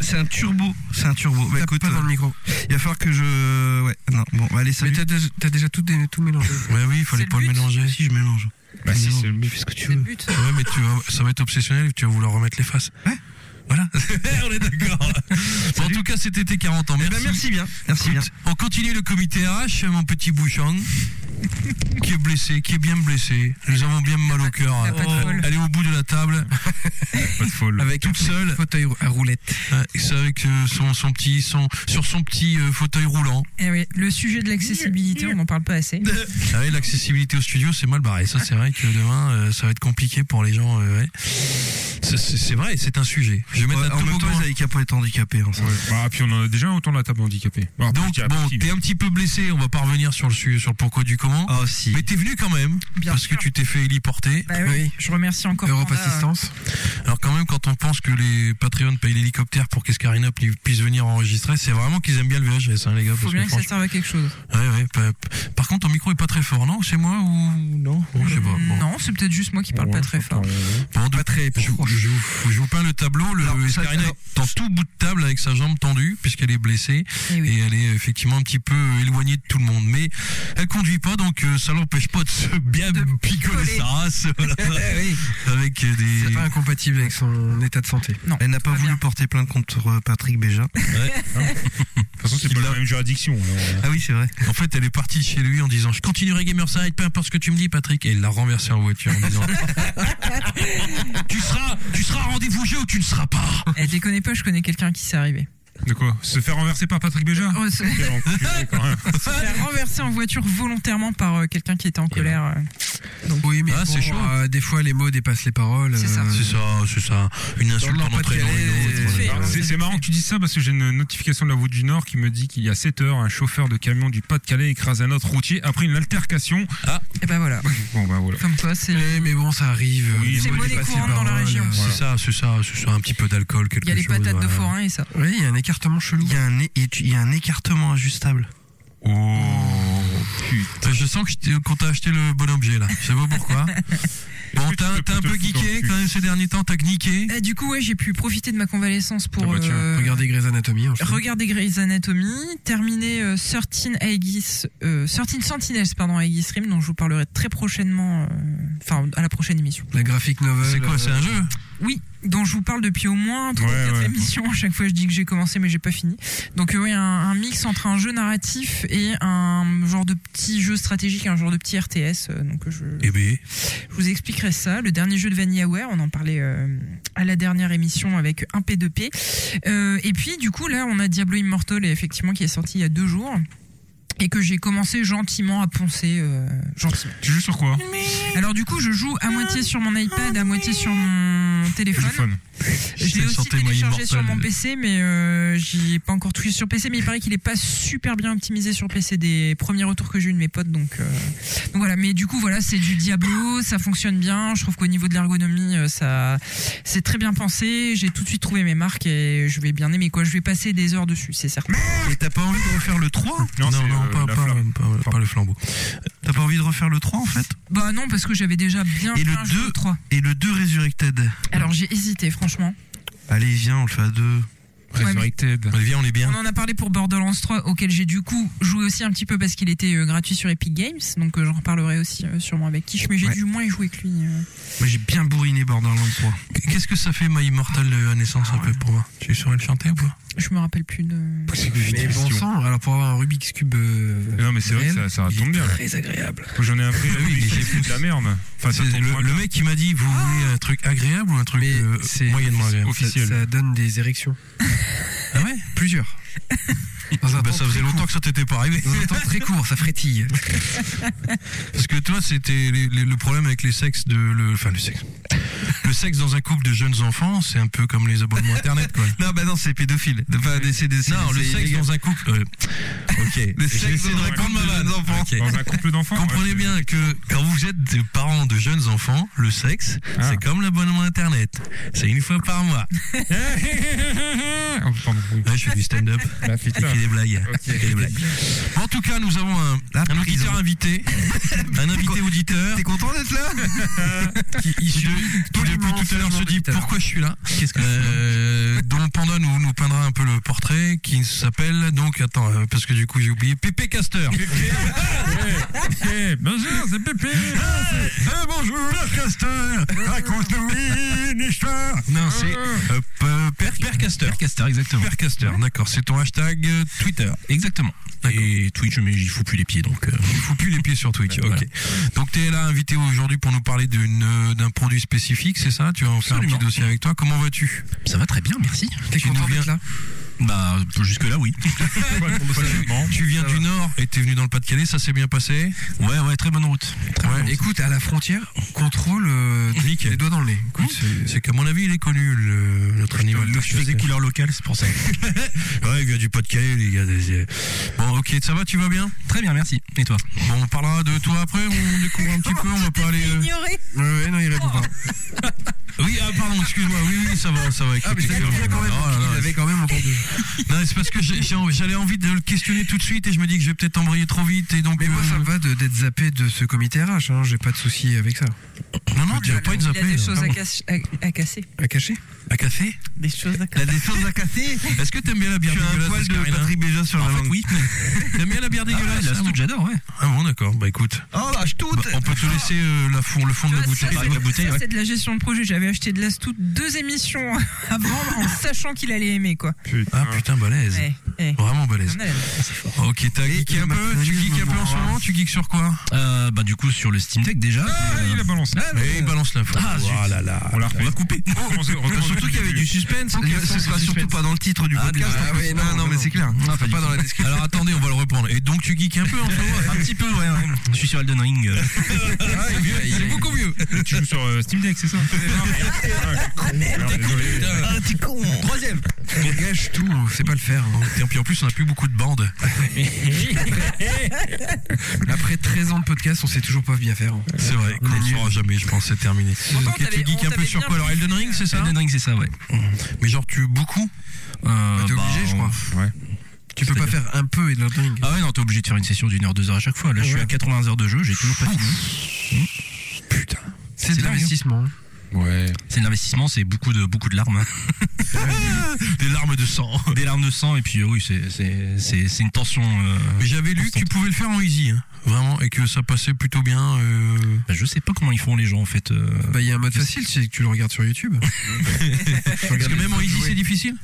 Speaker 4: C'est un turbo, c'est un turbo. Bah
Speaker 5: Tape
Speaker 4: écoute,
Speaker 5: pas dans le micro.
Speaker 4: euh, il va falloir que je ouais, non, bon, bah, allez
Speaker 5: Mais
Speaker 4: salut.
Speaker 5: t'as déjà- t'as déjà tout, dé- tout mélangé.
Speaker 2: Ouais, oui, il fallait
Speaker 3: C'est
Speaker 2: pas
Speaker 3: le
Speaker 2: le
Speaker 3: but.
Speaker 2: mélanger.
Speaker 4: Si je mélange.
Speaker 6: Bah si,
Speaker 2: non.
Speaker 6: c'est le mieux. Fais ce que tu
Speaker 3: C'est le but.
Speaker 2: Ouais, mais tu vas, ça va être obsessionnel, tu vas vouloir remettre les faces.
Speaker 4: Ouais.
Speaker 2: Voilà, on est d'accord. Bon, en tout cas, c'était tes 40 ans.
Speaker 4: Eh
Speaker 2: Merci.
Speaker 4: ben merci bien. Merci
Speaker 2: Écoute,
Speaker 4: bien.
Speaker 2: On continue le comité RH, mon petit bouchon, qui est blessé, qui est bien blessé. Nous avons bien mal au cœur.
Speaker 3: pas de folle.
Speaker 2: Elle est au bout de la table,
Speaker 6: Pas de folle.
Speaker 2: avec toute seule,
Speaker 5: Fauteuil rou- à roulette.
Speaker 2: euh, c'est avec euh, son, son petit, son, sur son petit euh, fauteuil roulant.
Speaker 3: Eh oui, le sujet de l'accessibilité, on n'en parle pas assez.
Speaker 2: Ah ouais, l'accessibilité au studio, c'est mal barré. Ça, c'est vrai que demain, euh, ça va être compliqué pour les gens. euh, ouais. C'est- C'est c'est vrai, c'est un sujet. Je vais mettre
Speaker 4: Ouais,
Speaker 2: un
Speaker 4: Euh, en même
Speaker 2: toboggan.
Speaker 4: temps, les handicapés être handicapés. hein, ça.
Speaker 6: Ouais. Bah, puis on en a déjà autour de la table handicapée. Bah,
Speaker 2: Donc
Speaker 6: handicapé,
Speaker 2: bon,
Speaker 6: qui-
Speaker 2: t'es un petit peu blessé, on va pas revenir sur le, su- sur le pourquoi du comment.
Speaker 4: Ah si.
Speaker 2: Mais t'es venu quand même,
Speaker 3: Bien
Speaker 2: parce
Speaker 3: sûr.
Speaker 2: que tu t'es fait héliporter.
Speaker 3: Bah oui,
Speaker 5: Oui.
Speaker 3: je remercie encore
Speaker 5: Europe
Speaker 3: Panda.
Speaker 5: Assistance.
Speaker 2: Alors quand même, quand on pense que les Patreons payent l'hélicoptère pour qu'Escarina pu- puisse venir enregistrer, c'est vraiment qu'ils aiment bien le VHS, hein, les gars.
Speaker 3: Faut
Speaker 2: parce
Speaker 3: bien que
Speaker 2: que
Speaker 3: ça serve à quelque chose.
Speaker 2: franchement- Ouais, ouais, pa- pa- Par contre, ton micro est pas très fort, non Chez moi ou non Bon, Je sais pas. Bon.
Speaker 3: Non, c'est peut-être juste moi qui parle
Speaker 6: Ouais,
Speaker 3: pas très
Speaker 6: attends,
Speaker 3: fort.
Speaker 6: ouais, ouais.
Speaker 2: Bon, de- je, vous- je vous- je vous peins le tableau. Le
Speaker 4: Alors, ça-
Speaker 2: Escarina
Speaker 4: alors-
Speaker 2: est dans tout bout de table avec sa jambe tendue puisqu'elle est blessée
Speaker 3: Eh oui.
Speaker 2: et elle est effectivement un petit peu euh, éloignée de tout le monde. Mais elle conduit pas donc euh, ça l'empêche pas de se bien
Speaker 3: De
Speaker 2: picoler
Speaker 3: picoler.
Speaker 2: sa race voilà.
Speaker 5: oui.
Speaker 2: avec euh,
Speaker 5: C'est
Speaker 2: des.
Speaker 5: pas incompatible avec son état de santé.
Speaker 4: Elle n'a pas
Speaker 3: Très
Speaker 4: voulu
Speaker 3: bien.
Speaker 4: porter plainte contre euh, Patrick Béja.
Speaker 6: De toute façon, c'est
Speaker 2: Qu'il
Speaker 6: pas
Speaker 2: a-
Speaker 6: la même juridiction. alors.
Speaker 4: Ah oui, c'est vrai.
Speaker 2: En fait, elle est partie de chez lui en disant Je continuerai Gamerside, peu importe ce que tu me dis, Patrick. Et il l'a renversée en voiture en disant Tu seras, tu seras à rendez-vous jeu ou tu ne seras pas.
Speaker 3: Eh, je les connais pas, je connais quelqu'un qui s'est arrivé.
Speaker 6: De quoi Se faire renverser par Patrick Béja
Speaker 3: Oh, se
Speaker 6: Quel enculé, quand même.
Speaker 3: se faire renverser en voiture volontairement par euh, quelqu'un qui était en colère. euh.
Speaker 5: oui, mais
Speaker 2: Ah, c'est
Speaker 5: bon,
Speaker 2: chaud.
Speaker 5: euh, des fois les mots dépassent les paroles. euh,
Speaker 3: C'est ça.
Speaker 2: C'est ça, c'est ça. Une insulte
Speaker 5: Dans le
Speaker 2: en entraînant
Speaker 5: Nord-Pas-de-Calais,
Speaker 2: une autre.
Speaker 5: c'est
Speaker 2: voilà.
Speaker 3: fait.
Speaker 6: C'est c'est marrant que tu dis ça parce que j'ai une notification de la route du Nord qui me dit qu'il y a 7 heures, un chauffeur de camion du Pas-de-Calais écrase un autre routier après une altercation.
Speaker 3: Et ben voilà.
Speaker 6: Bon, bah voilà.
Speaker 3: Comme quoi, c'est.
Speaker 5: Oui, mais bon, ça arrive.
Speaker 6: Oui,
Speaker 5: Les
Speaker 6: c'est
Speaker 5: mots
Speaker 6: monnaie
Speaker 5: dépassent les
Speaker 3: courante dans la
Speaker 5: paroles,
Speaker 3: région.
Speaker 5: euh,
Speaker 2: C'est ça, c'est ça, c'est ça. Un petit peu d'alcool, quelque
Speaker 3: Il y a les
Speaker 2: chose,
Speaker 3: patates de
Speaker 2: voilà.
Speaker 3: forain et ça.
Speaker 5: Oui, il y a un écartement chelou.
Speaker 4: Il y, a un é- et tu- il y a un écartement ajustable.
Speaker 6: Oh putain.
Speaker 2: Je sens que je t'ai- qu'on t'a acheté le bon objet là. Je sais pas pourquoi. Bon,
Speaker 6: que tu
Speaker 2: t'as t'as
Speaker 6: peux pas
Speaker 2: un
Speaker 6: te
Speaker 2: peu
Speaker 6: foutre dans
Speaker 2: geeké
Speaker 6: le cul
Speaker 2: quand même ces derniers temps, t'as geeké.
Speaker 3: Euh, du coup, ouais, j'ai pu profiter de ma convalescence pour
Speaker 6: Ah bah tiens,
Speaker 3: euh,
Speaker 5: Regardez Grey's Anatomy. en fait.
Speaker 3: regarder Grey's Anatomy, terminer euh, 13 Aegis, euh, 13 Sentinels, pardon, Aegis Rim, dont je vous parlerai très prochainement, euh, enfin à la prochaine émission.
Speaker 5: La graphic
Speaker 4: Ah
Speaker 5: novel.
Speaker 2: C'est quoi,
Speaker 4: bah,
Speaker 5: euh,
Speaker 2: c'est un jeu
Speaker 3: Oui, dont je vous parle depuis au moins 3
Speaker 6: Ouais,
Speaker 3: 4
Speaker 6: ouais.
Speaker 3: émissions. À chaque fois, je dis que j'ai commencé, mais j'ai pas fini. Donc, euh, oui, un, un mix entre un jeu narratif et un genre de petit jeu stratégique, un genre de petit RTS. euh, donc, euh, je,
Speaker 2: Eh ben,
Speaker 3: je vous expliquerai ça. Le dernier jeu de VanillaWare, on en parlait euh, à la dernière émission avec un P2P. Euh, et puis, du coup, là, on a Diablo Immortal, et effectivement, qui est sorti il y a deux jours. Et que j'ai commencé gentiment à poncer, euh, gentiment.
Speaker 6: Tu joues sur quoi
Speaker 3: Alors du coup, je joue à moitié sur mon iPad, à moitié sur mon téléphone.
Speaker 6: Téléphone.
Speaker 3: Je l'ai
Speaker 2: le
Speaker 3: aussi
Speaker 2: sentais, moi,
Speaker 3: téléchargé sur
Speaker 2: Immortal.
Speaker 3: mon PC, mais euh, j'y ai pas encore touché sur PC. Mais il paraît qu'il est pas super bien optimisé sur PC des premiers retours que j'ai eu de mes potes. Donc, euh, donc voilà. Mais du coup, voilà, c'est du Diablo, ça fonctionne bien. Je trouve qu'au niveau de l'ergonomie, euh, ça, c'est très bien pensé. J'ai tout de suite trouvé mes marques et je vais bien aimer quoi. Je vais passer des heures dessus, c'est certain.
Speaker 4: Et t'as pas envie de refaire le 3
Speaker 2: Non,
Speaker 6: Non, c'est,
Speaker 2: non,
Speaker 6: euh,
Speaker 2: pas,
Speaker 6: la
Speaker 2: pas-
Speaker 6: flamme.
Speaker 2: pas- pas le flambeau.
Speaker 4: T'as pas envie de refaire le 3 en fait
Speaker 3: Bah non, parce que j'avais déjà bien
Speaker 4: Et le
Speaker 3: plein joué au
Speaker 4: deux
Speaker 3: 3.
Speaker 4: Et le 2 Resurrected
Speaker 3: Alors j'ai hésité, franchement.
Speaker 4: Allez, viens, on le fait à deux.
Speaker 3: mais-
Speaker 6: Resurrected.
Speaker 2: Allez, viens, on est bien.
Speaker 3: On en a parlé pour Borderlands 3, auquel j'ai du coup joué aussi un petit peu parce qu'il était euh, gratuit sur Epic Games, donc euh, j'en reparlerai aussi euh, sûrement avec Kish, mais j'ai
Speaker 4: Ouais.
Speaker 3: du moins joué que lui. euh.
Speaker 4: Moi j'ai bien bourriné Borderlands 3.
Speaker 2: Qu'est-ce que ça fait, My Immortal euh, à
Speaker 4: Ah
Speaker 2: naissance, un peu pour moi Tu saurais le chanter ou pas
Speaker 3: Je me rappelle plus de.
Speaker 5: Mais bon sang, alors pour avoir un Rubik's Cube. euh,
Speaker 6: Non, mais c'est vrai que ça, ça tombe Ah, bien.
Speaker 5: Très agréable.
Speaker 6: Faut que J'en ai un prix.
Speaker 2: Oui, mais j'ai
Speaker 6: c'est de la merde. Enfin, ça
Speaker 2: C'est
Speaker 6: tombe
Speaker 2: le,
Speaker 6: moins
Speaker 2: le
Speaker 6: bien.
Speaker 2: mec qui m'a dit Vous voulez un truc agréable ou un truc
Speaker 5: Mais
Speaker 2: euh,
Speaker 5: c'est-
Speaker 2: moyennement agréable
Speaker 5: Ça,
Speaker 6: officiel.
Speaker 5: ça donne des érections.
Speaker 2: Ah ouais
Speaker 5: Plusieurs. Dans un
Speaker 2: Bah,
Speaker 5: temps
Speaker 2: Ça faisait
Speaker 5: très
Speaker 2: longtemps
Speaker 5: court.
Speaker 2: que ça t'était pas arrivé.
Speaker 5: Dans un temps très court, ça frétille.
Speaker 2: Parce que toi, c'était les- les- le problème avec les sexes de. Le, enfin, le sexe. Le sexe dans un couple de jeunes enfants, c'est un peu comme les abonnements internet, quoi.
Speaker 4: Non, bah non, c'est pédophile. Enfin, des- c'est des- c'est-
Speaker 2: Non, le
Speaker 4: c'est
Speaker 2: sexe
Speaker 4: illégal.
Speaker 2: dans un couple. euh, ok. Je
Speaker 4: Le
Speaker 2: vais
Speaker 4: sexe
Speaker 2: essayer de
Speaker 4: dans un
Speaker 2: répondre
Speaker 4: couple de
Speaker 2: ma vanne.
Speaker 4: jeunes enfants.
Speaker 2: Ok.
Speaker 6: Dans un couple d'enfants.
Speaker 2: Comprenez
Speaker 6: ouais,
Speaker 2: bien que quand vous êtes des parents de jeunes enfants, le sexe,
Speaker 6: Ah.
Speaker 2: c'est comme l'abonnement internet. C'est une fois par mois.
Speaker 6: c'est- Oh, pardon, oui.
Speaker 2: Là, je fais du stand-up.
Speaker 6: Bah,
Speaker 2: Il
Speaker 6: putain.
Speaker 2: fait des blagues. Il fait des blagues. Bon, en tout cas, nous avons un, un auditeur invité, un invité auditeur
Speaker 4: T'es content d'être là
Speaker 2: qui, qui de- qui depuis tout à l'heure se dit pourquoi je suis là. Euh, dont Panda nous, nous peindra un peu le portrait qui s'appelle donc attends euh, parce que du coup j'ai oublié Pépé Caster.
Speaker 6: Eh, Bonjour, c'est Pépé.
Speaker 2: Eh, bonjour Caster, raconte-nous une histoire. Non c'est euh, P- Père, Père Caster.
Speaker 7: Caster, exactement.
Speaker 2: Père Caster, d'accord, c'est ton hashtag euh, Twitter.
Speaker 7: Exactement. Et Twitch, mais j'y fous plus les pieds donc. euh,
Speaker 2: Il faut plus les pieds sur Twitch.
Speaker 7: Euh,
Speaker 2: Ok.
Speaker 7: voilà.
Speaker 2: Donc tu es là invité aujourd'hui pour nous parler d'une euh, d'un produit spécifique, c'est ça Tu vas en faire un
Speaker 7: Absolument.
Speaker 2: petit dossier avec toi. Comment vas-tu
Speaker 7: Ça va très bien, merci.
Speaker 5: T'es
Speaker 2: Tu nous
Speaker 5: content
Speaker 2: viens-
Speaker 5: d'être là
Speaker 7: Bah, jusque-là, oui.
Speaker 2: Tu viens du Nord et t'es venu dans le Pas-de-Calais, ça s'est bien passé
Speaker 7: Ouais, ouais, très bonne route.
Speaker 2: Ouais,
Speaker 5: Écoute, à la frontière, on contrôle euh,
Speaker 2: Nickel.
Speaker 5: les doigts dans le nez.
Speaker 2: Écoute, c'est- c'est qu'à mon avis, il est connu, le- notre animal.
Speaker 7: Je faisais couleur locale, c'est pour ça.
Speaker 2: Ouais, il y a du Pas-de-Calais, les gars. des- Bon, ok, ça va, tu vas bien
Speaker 7: Très bien, merci. Et toi
Speaker 2: Bon, on parlera de toi après, on découvre un petit peu, on va pas aller. euh,
Speaker 3: Ignoré
Speaker 5: Ouais, ouais, non, il répond pas.
Speaker 2: Oui, ah, pardon, excuse-moi, oui, oui, ça va, ça va.
Speaker 5: Ah, mais
Speaker 2: écoute,
Speaker 5: ça
Speaker 2: excuse-moi.
Speaker 5: quand même.
Speaker 2: Oh là là,
Speaker 5: il avait quand même entendu.
Speaker 2: Non, c'est parce que j'ai- j'ai envie- j'avais envie de le questionner tout de suite et je me dis que je vais peut-être embrayer trop vite et donc.
Speaker 5: Mais moi,
Speaker 2: euh,
Speaker 5: ça me va de- d'être zappé de ce comité RH. Hein, J'ai pas de souci avec ça.
Speaker 2: Non, non, tu vas pas hein. une
Speaker 3: Il a
Speaker 2: zapper. euh,
Speaker 3: des choses
Speaker 2: là.
Speaker 3: à, cache- à- à casser.
Speaker 5: À cacher
Speaker 2: À café
Speaker 3: Des choses à
Speaker 2: T'as des choses à casser Est-ce que t'aimes bien la bière
Speaker 4: Tu as un
Speaker 2: dégueulasse
Speaker 4: poil de
Speaker 2: Oscarina
Speaker 4: Patrick Béja sur la
Speaker 2: En fait,
Speaker 4: langue.
Speaker 2: oui. T'aimes bien la bière dégueulasse
Speaker 7: la
Speaker 2: ah, bon.
Speaker 7: stout, j'adore, ouais.
Speaker 2: Ah bon, d'accord, bah écoute.
Speaker 4: Oh lâche tout
Speaker 2: Bah, on peut te laisser euh, la fond, le fond de la bouteille.
Speaker 3: c'est
Speaker 2: la
Speaker 3: ça, c'est de la gestion de projet. J'avais acheté de la stout deux émissions avant en sachant qu'il allait aimer quoi. Eh,
Speaker 2: Ah putain, balèze.
Speaker 3: Ouais, ouais.
Speaker 2: Vraiment balèze.
Speaker 3: On a la-
Speaker 2: Ok, t'as geeké un
Speaker 4: le
Speaker 2: peu Tu geeks un peu en
Speaker 4: matérialisme
Speaker 2: ce moment Tu geeks sur quoi
Speaker 7: Euh, bah, du coup, sur le Steam Deck déjà.
Speaker 6: Ah, il a balancé.
Speaker 2: Eh Et il balance l'info.
Speaker 7: Ah, zut.
Speaker 2: Oh là là.
Speaker 6: On l'a
Speaker 7: On
Speaker 6: repris.
Speaker 7: va couper.
Speaker 6: Recommence- recommence
Speaker 4: Surtout
Speaker 6: depuis
Speaker 4: qu'il y avait
Speaker 6: le
Speaker 4: du
Speaker 6: début.
Speaker 4: suspense.
Speaker 7: Ok,
Speaker 4: Et
Speaker 7: sans
Speaker 4: Ce sera
Speaker 7: suspense.
Speaker 4: surtout pas dans le titre du
Speaker 7: Ah,
Speaker 4: podcast.
Speaker 7: d'accord.
Speaker 4: en plus.
Speaker 7: Ah ouais, non,
Speaker 4: Ah non, mais
Speaker 7: non.
Speaker 4: c'est clair.
Speaker 7: Ah,
Speaker 4: Ça
Speaker 7: pas
Speaker 4: sera
Speaker 7: du
Speaker 4: pas
Speaker 7: tout.
Speaker 4: dans la description.
Speaker 7: Alors attendez, on va le reprendre. Et donc tu geeks un peu, en fait Un petit peu, ouais. ouais. Je suis sur Elden Ring. euh.
Speaker 2: Il est beaucoup mieux.
Speaker 6: Tu joues sur euh, Steam Deck, c'est ça
Speaker 7: Ah, t'es con. Troisième.
Speaker 5: Dégage tout, on sait pas le faire. hein.
Speaker 2: Et puis en plus, on a plus beaucoup de bandes.
Speaker 5: Après 13 ans de podcast, on sait toujours pas bien faire. hein.
Speaker 2: C'est vrai, qu'on ne saura jamais, je pense, c'est terminé.
Speaker 3: Pourtant,
Speaker 2: Ok,
Speaker 3: t'avais-
Speaker 2: tu geeks
Speaker 3: on
Speaker 2: un peu
Speaker 3: t'avait
Speaker 2: sur
Speaker 3: bien
Speaker 2: quoi Alors Elden Ring, c'est ça
Speaker 7: Elden Ring, c'est ça, Mm. ouais.
Speaker 2: Mais genre, tu beaucoup
Speaker 7: Euh,
Speaker 5: T'es
Speaker 7: bah,
Speaker 5: obligé, je crois.
Speaker 6: ouais.
Speaker 5: Tu peux pas
Speaker 7: C'est-à-dire-
Speaker 5: faire un peu et de l'autre ring.
Speaker 7: Ah ouais, non, t'es obligé de faire une session d'une heure, deux heures à chaque fois. Là, je suis à 80 heures de jeu, j'ai toujours pas fini.
Speaker 5: C'est
Speaker 7: c'est
Speaker 5: de
Speaker 7: dingue.
Speaker 5: l'investissement. hein.
Speaker 6: Ouais.
Speaker 7: C'est de l'investissement, c'est beaucoup de, beaucoup de larmes.
Speaker 2: Des larmes de sang.
Speaker 7: Des larmes de sang, et puis euh, oui, c'est- c'est c'est- c'est une tension. euh,
Speaker 2: Mais j'avais lu que tu pouvais le faire en easy, hein. vraiment, et que ça passait plutôt bien. euh.
Speaker 7: bah, je sais pas comment ils font les gens, en fait. euh.
Speaker 5: Bah, il y a un mode facile, c'est que tu le regardes sur YouTube.
Speaker 2: Parce que
Speaker 5: euh,
Speaker 2: même en easy, c'est difficile.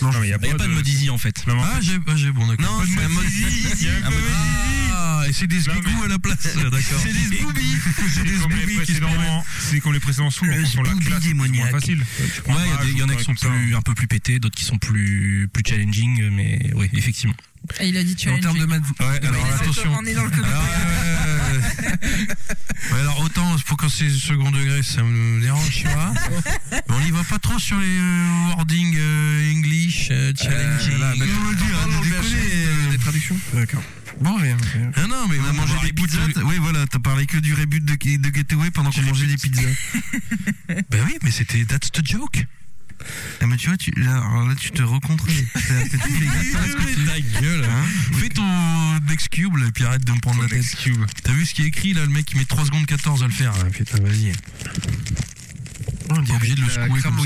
Speaker 6: Non, mais il n'y a
Speaker 7: Bah, y a pas de mode easy, en fait.
Speaker 6: Non, non.
Speaker 2: Ah, j'ai, ah, j'ai bon, d'accord.
Speaker 7: Non,
Speaker 2: Pas de
Speaker 7: c'est un
Speaker 2: mode
Speaker 7: mode
Speaker 2: easy.
Speaker 7: easy.
Speaker 2: Ah,
Speaker 7: Un mode
Speaker 2: Ah, et c'est des
Speaker 6: Non, mais-
Speaker 2: sgougous à la place.
Speaker 7: d'accord.
Speaker 2: C'est des sboobies. C'est des
Speaker 6: C'est comme les
Speaker 2: sboobies qui se promènent.
Speaker 6: précédents, c'est comme les précédents sous,
Speaker 7: Le
Speaker 6: sur la
Speaker 7: Sbooby
Speaker 6: classe, c'est moins
Speaker 7: démoniaque.
Speaker 6: facile.
Speaker 7: Ouais, il y, a des- y en a qui sont
Speaker 6: Comme ça.
Speaker 7: plus, un peu plus pétés, d'autres qui sont plus, plus challenging, mais oui, effectivement.
Speaker 3: Et il a dit tu
Speaker 5: En termes de mode.
Speaker 2: Ouais, alors
Speaker 3: Il est
Speaker 2: attention.
Speaker 3: On est dans le commun.
Speaker 2: Alors, euh, ouais, alors autant pour quand c'est second degré, ça me dérange, tu vois. Mais on y va pas trop sur les euh, wordings euh, English, euh, challenging.
Speaker 5: là, mais
Speaker 2: Comment dire,
Speaker 5: Parlons
Speaker 2: de
Speaker 5: de
Speaker 2: déconner,
Speaker 5: VHS,
Speaker 2: euh,
Speaker 5: euh, des traductions. D'accord. Bon, rien. rien.
Speaker 2: Ah non, mais
Speaker 4: On a mangé des pizzas. t- Oui, voilà, t'as parlé que du reboot de, de Getaway pendant qu'on mangeait des pizzas.
Speaker 2: Ben oui, mais c'était that's the joke.
Speaker 4: Ah, mais tu vois, tu, là, alors là, tu te recontrôles. C'est- c'est- c'est exactement ce que tu-
Speaker 2: Ta gueule.
Speaker 4: Hein
Speaker 2: Fais ton Next Cube là, et puis arrête de me prendre la tête. T'as vu ce qui est écrit là, le mec qui met 3 secondes 14 à le faire. hein, Putain, vas-y.
Speaker 5: On est
Speaker 2: obligé de le secouer comme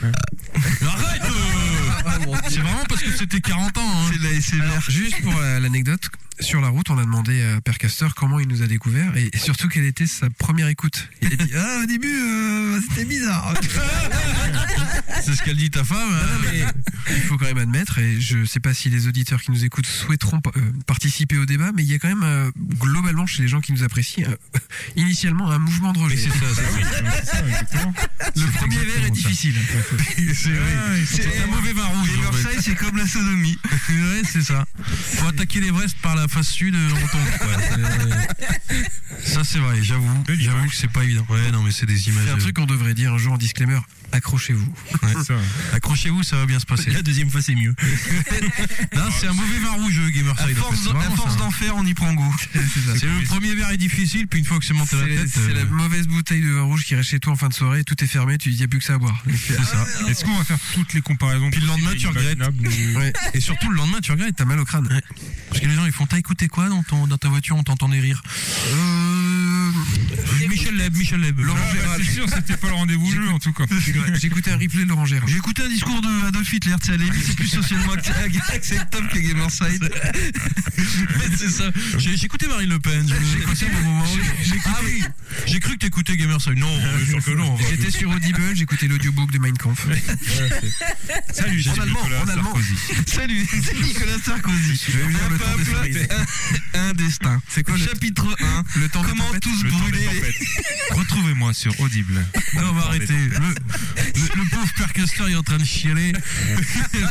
Speaker 2: ça. Arrête euh C'est vraiment parce que c'était 40 ans. Hein.
Speaker 4: C'est de la SMR.
Speaker 5: Juste pour la- l'anecdote, sur la route, on a demandé à Père Caster comment il nous a découvert et et surtout quelle était sa première écoute. Il a dit Ah, au début, euh, c'était bizarre.
Speaker 2: C'est ce qu'elle dit ta femme. hein.
Speaker 5: il faut quand même admettre, et je sais pas si les auditeurs qui nous écoutent souhaiteront euh, participer au débat, mais il y a quand même, euh, globalement, chez les gens qui nous apprécient, euh, initialement un mouvement de rejet.
Speaker 6: C'est ça, exactement.
Speaker 5: Le premier verre est difficile.
Speaker 2: C'est vrai. Ah, C'est un mauvais vin rouge. en fait.
Speaker 4: Versailles, c'est comme la sodomie.
Speaker 2: Ouais, c'est ça. Faut attaquer l'Everest par la face sud, euh, on tombe. quoi. C'est- Ça, c'est vrai, j'avoue. J'avoue que c'est pas évident. Ouais, non, mais c'est des images.
Speaker 5: C'est un
Speaker 2: euh,
Speaker 5: truc qu'on devrait dire un jour en disclaimer. Accrochez-vous.
Speaker 6: C'est ça.
Speaker 2: Accrochez-vous, ça va bien se passer.
Speaker 7: La deuxième fois, c'est mieux.
Speaker 2: Non, c'est un mauvais vin rouge, euh,
Speaker 4: À
Speaker 2: Gamerside. en fait.
Speaker 4: force,
Speaker 2: C'est
Speaker 4: d'en- à
Speaker 2: vraiment
Speaker 4: force
Speaker 2: ça.
Speaker 4: d'en faire, on y prend goût.
Speaker 2: C'est le premier verre est difficile, puis une fois que c'est monté à la
Speaker 5: C'est
Speaker 2: tête.
Speaker 5: c'est la
Speaker 2: euh,
Speaker 5: mauvaise bouteille de vin rouge qui reste chez toi en fin de soirée, tout est fermé, tu dis, y a plus que ça à boire.
Speaker 2: C'est ça.
Speaker 6: Est-ce qu'on va faire toutes les comparaisons
Speaker 2: Puis le lendemain, tu regrettes.
Speaker 6: imaginables ou-
Speaker 5: euh, Ouais.
Speaker 2: Et surtout, le lendemain, tu regrettes.
Speaker 5: T'as mal au crâne.
Speaker 2: Parce que les gens, ils font T'as écouté quoi dans, ton, dans ta voiture On t'entendait rire. Euh... Michel Leb, Michel Leb.
Speaker 6: Ah, bah, C'est sûr, c'était pas le rendez-vous jeu en tout cas.
Speaker 5: J'ai écouté un replay de Laurent Gérard.
Speaker 4: J'ai écouté un discours de Adolf Hitler, tu sais, à Lévis, c'est plus socialement ac- acceptable que Gamerside.
Speaker 2: c'est ça. J'ai j'ai écouté Marine Le Pen. J'ai écouté mon moment. Ah oui. J'ai cru que t'écoutais Gamerside. Non, euh, bien sûr que non. on va-
Speaker 5: J'étais sur Audible, j'écoutais l'audiobook de Mein Kampf.
Speaker 6: Salut, j'ai
Speaker 5: En allemand,
Speaker 6: Nicolas
Speaker 5: en allemand.
Speaker 6: Sarkozy.
Speaker 4: Salut, c'est Nicolas Sarkozy.
Speaker 5: Je vais lire le
Speaker 4: Un
Speaker 5: temps des
Speaker 4: peuple,
Speaker 5: cerises.
Speaker 4: un, un destin.
Speaker 5: C'est quoi le,
Speaker 4: Chapitre 1.
Speaker 5: le temps des
Speaker 4: Comment
Speaker 5: tempêtes
Speaker 4: tous
Speaker 6: Le temps des
Speaker 4: brûler les-
Speaker 6: tempêtes. Retrouvez-moi sur Audible.
Speaker 2: Non, on va arrêter. Le, le- le pauvre père Castor il est en train de chialer.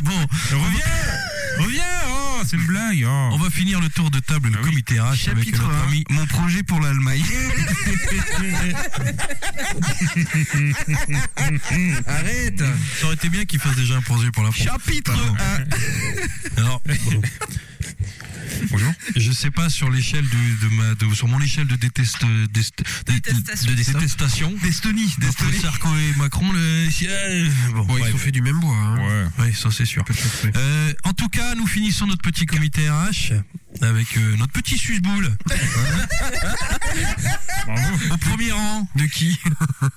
Speaker 2: bon,
Speaker 6: Reviens Reviens Oh, c'est une blague oh.
Speaker 2: on va finir le tour de table, le
Speaker 6: Ah oui.
Speaker 2: comité RH avec
Speaker 4: Chapitre
Speaker 2: notre
Speaker 4: 1.
Speaker 2: ami.
Speaker 4: Mon projet pour l'Allemagne.
Speaker 5: Arrête
Speaker 2: Ça aurait été bien qu'il fasse déjà un projet pour la France.
Speaker 4: Chapitre
Speaker 2: Pardon.
Speaker 4: 1.
Speaker 2: Alors,
Speaker 6: Bonjour.
Speaker 2: je sais pas sur l'échelle de, de ma, de- sur mon échelle de déteste, dest- de- de-
Speaker 3: Détestation.
Speaker 2: de détestation.
Speaker 4: D'Estonie,
Speaker 2: Entre
Speaker 4: d'Estonie.
Speaker 2: Sarko et Macron, le, euh, bon,
Speaker 5: Bon,
Speaker 2: bref.
Speaker 5: ils sont faits du même bois. Hein.
Speaker 6: Ouais.
Speaker 2: Oui, ça c'est sûr. Euh, en tout cas, nous finissons notre petit comité RH avec euh, notre petit susboule
Speaker 6: Bravo.
Speaker 2: au premier rang,
Speaker 5: De qui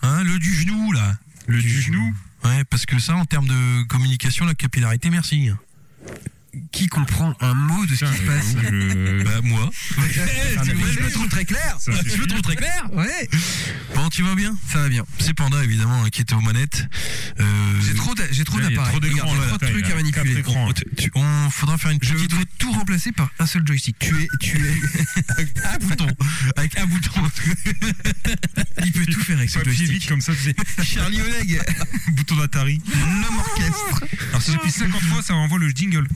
Speaker 2: hein, le du genou là.
Speaker 6: Le du genou.
Speaker 2: Ouais, parce que ça, en termes de communication, la capillarité, merci.
Speaker 5: Qui comprend un mot de ce
Speaker 6: Tiens,
Speaker 5: qui se
Speaker 6: j'avoue
Speaker 5: passe
Speaker 6: que je-
Speaker 2: Bah moi.
Speaker 5: Eh, Je me trouve très clair
Speaker 6: ça, c'est-
Speaker 2: trouve très clair.
Speaker 5: Ouais
Speaker 2: Bon, Laurent, tu vas bien
Speaker 5: Ça va bien.
Speaker 2: C'est Panda évidemment hein, qui était aux manettes. Euh,
Speaker 5: J'ai trop d'a- j'ai trop
Speaker 6: Il y a
Speaker 5: d'appareils.
Speaker 6: trop d'écrans,
Speaker 5: Regarde,
Speaker 6: là,
Speaker 5: J'ai trop de
Speaker 6: là,
Speaker 5: trucs
Speaker 6: il y a
Speaker 5: à
Speaker 6: quatre
Speaker 5: manipuler.
Speaker 6: écrans.
Speaker 2: on- Oh, tu- on faudra faire une
Speaker 5: Je
Speaker 2: petite
Speaker 5: voudrais tout remplacer par un seul joystick.
Speaker 2: tu es tu es avec un bouton avec un bouton
Speaker 5: Il peut tout faire avec ce
Speaker 6: Papier
Speaker 5: joystick.
Speaker 6: vite comme ça, tu sais.
Speaker 2: Charlie Oleg
Speaker 6: Bouton d'Atari.
Speaker 2: l'homme orchestre
Speaker 6: Alors si j'appuie 50 fois, ça envoie le jingle.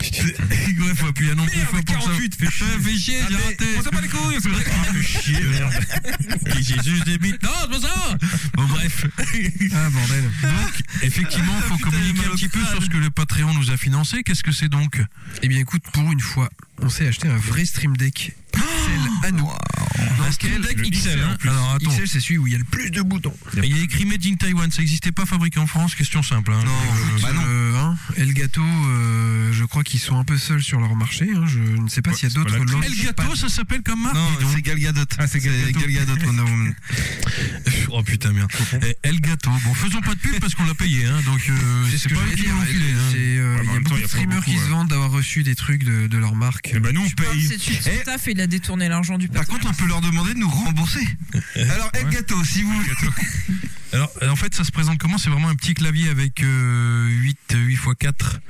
Speaker 2: ouais faut appuyer un nombre de
Speaker 6: Merde,
Speaker 2: fois pour ça
Speaker 6: 48, fais chier.
Speaker 2: Ouais, fais chier j'ai raté
Speaker 6: On s'en bat les couilles, on s'en bat les couilles.
Speaker 2: Ah, fais chier merde Et j'ai juste des bites non c'est pas ça bon bref
Speaker 5: Ah bordel.
Speaker 2: donc effectivement faut communiquer un petit peu sur ce que le Patreon nous a financé qu'est-ce que c'est donc
Speaker 5: Eh bien écoute, pour une fois, on s'est acheté un vrai stream deck. XL à nous. Dans lequel
Speaker 2: Deck
Speaker 5: le
Speaker 2: XL hein.
Speaker 5: en plus.
Speaker 2: alors attends
Speaker 5: XL, c'est celui où il y a le plus de boutons.
Speaker 2: il y a écrit Made in Taiwan ça existait pas fabriqué en France question simple hein. Euh,
Speaker 5: Écoute, euh, hein, Elgato, euh, je crois qu'ils sont un peu seuls sur leur marché. hein. Je ne sais pas
Speaker 6: Ouais,
Speaker 5: s'il y a
Speaker 6: c'est pas
Speaker 5: d'autres
Speaker 6: la clé.
Speaker 5: langues.
Speaker 2: Elgato ça s'appelle comme marque
Speaker 4: Non,
Speaker 2: dis donc.
Speaker 4: c'est Gal Gadot.
Speaker 6: Ah, c'est Gal Gadot.
Speaker 4: Gal Gadot, Wonder Woman.
Speaker 2: Oh putain merde. Eh, El gâteau. Bon, faisons pas de pub parce qu'on l'a payé, hein. Donc euh,
Speaker 5: C'est ce
Speaker 2: c'est
Speaker 5: que
Speaker 2: pas
Speaker 5: j'allais
Speaker 2: lui qui
Speaker 5: dire. euh,
Speaker 2: l'a
Speaker 5: Il
Speaker 2: enculé, hein.
Speaker 6: Ouais, mais en
Speaker 5: y a
Speaker 6: même temps,
Speaker 5: beaucoup
Speaker 6: il y a
Speaker 5: de
Speaker 6: pas
Speaker 5: streamers
Speaker 6: beaucoup,
Speaker 5: qui
Speaker 6: ouais.
Speaker 5: se vendent d'avoir reçu des trucs de, de leur marque.
Speaker 6: Eh
Speaker 2: Bah,
Speaker 6: ben nous on
Speaker 3: Parle,
Speaker 6: paye.
Speaker 3: C'est dessus
Speaker 4: Eh.
Speaker 3: staff et il a détourné l'argent du
Speaker 4: Par
Speaker 3: patron.
Speaker 4: contre, on peut leur demander de nous rembourser. Alors, El Gato, si vous voulez.
Speaker 2: Alors euh, en fait, ça se présente comment C'est vraiment un petit clavier avec euh, 8 8 x 4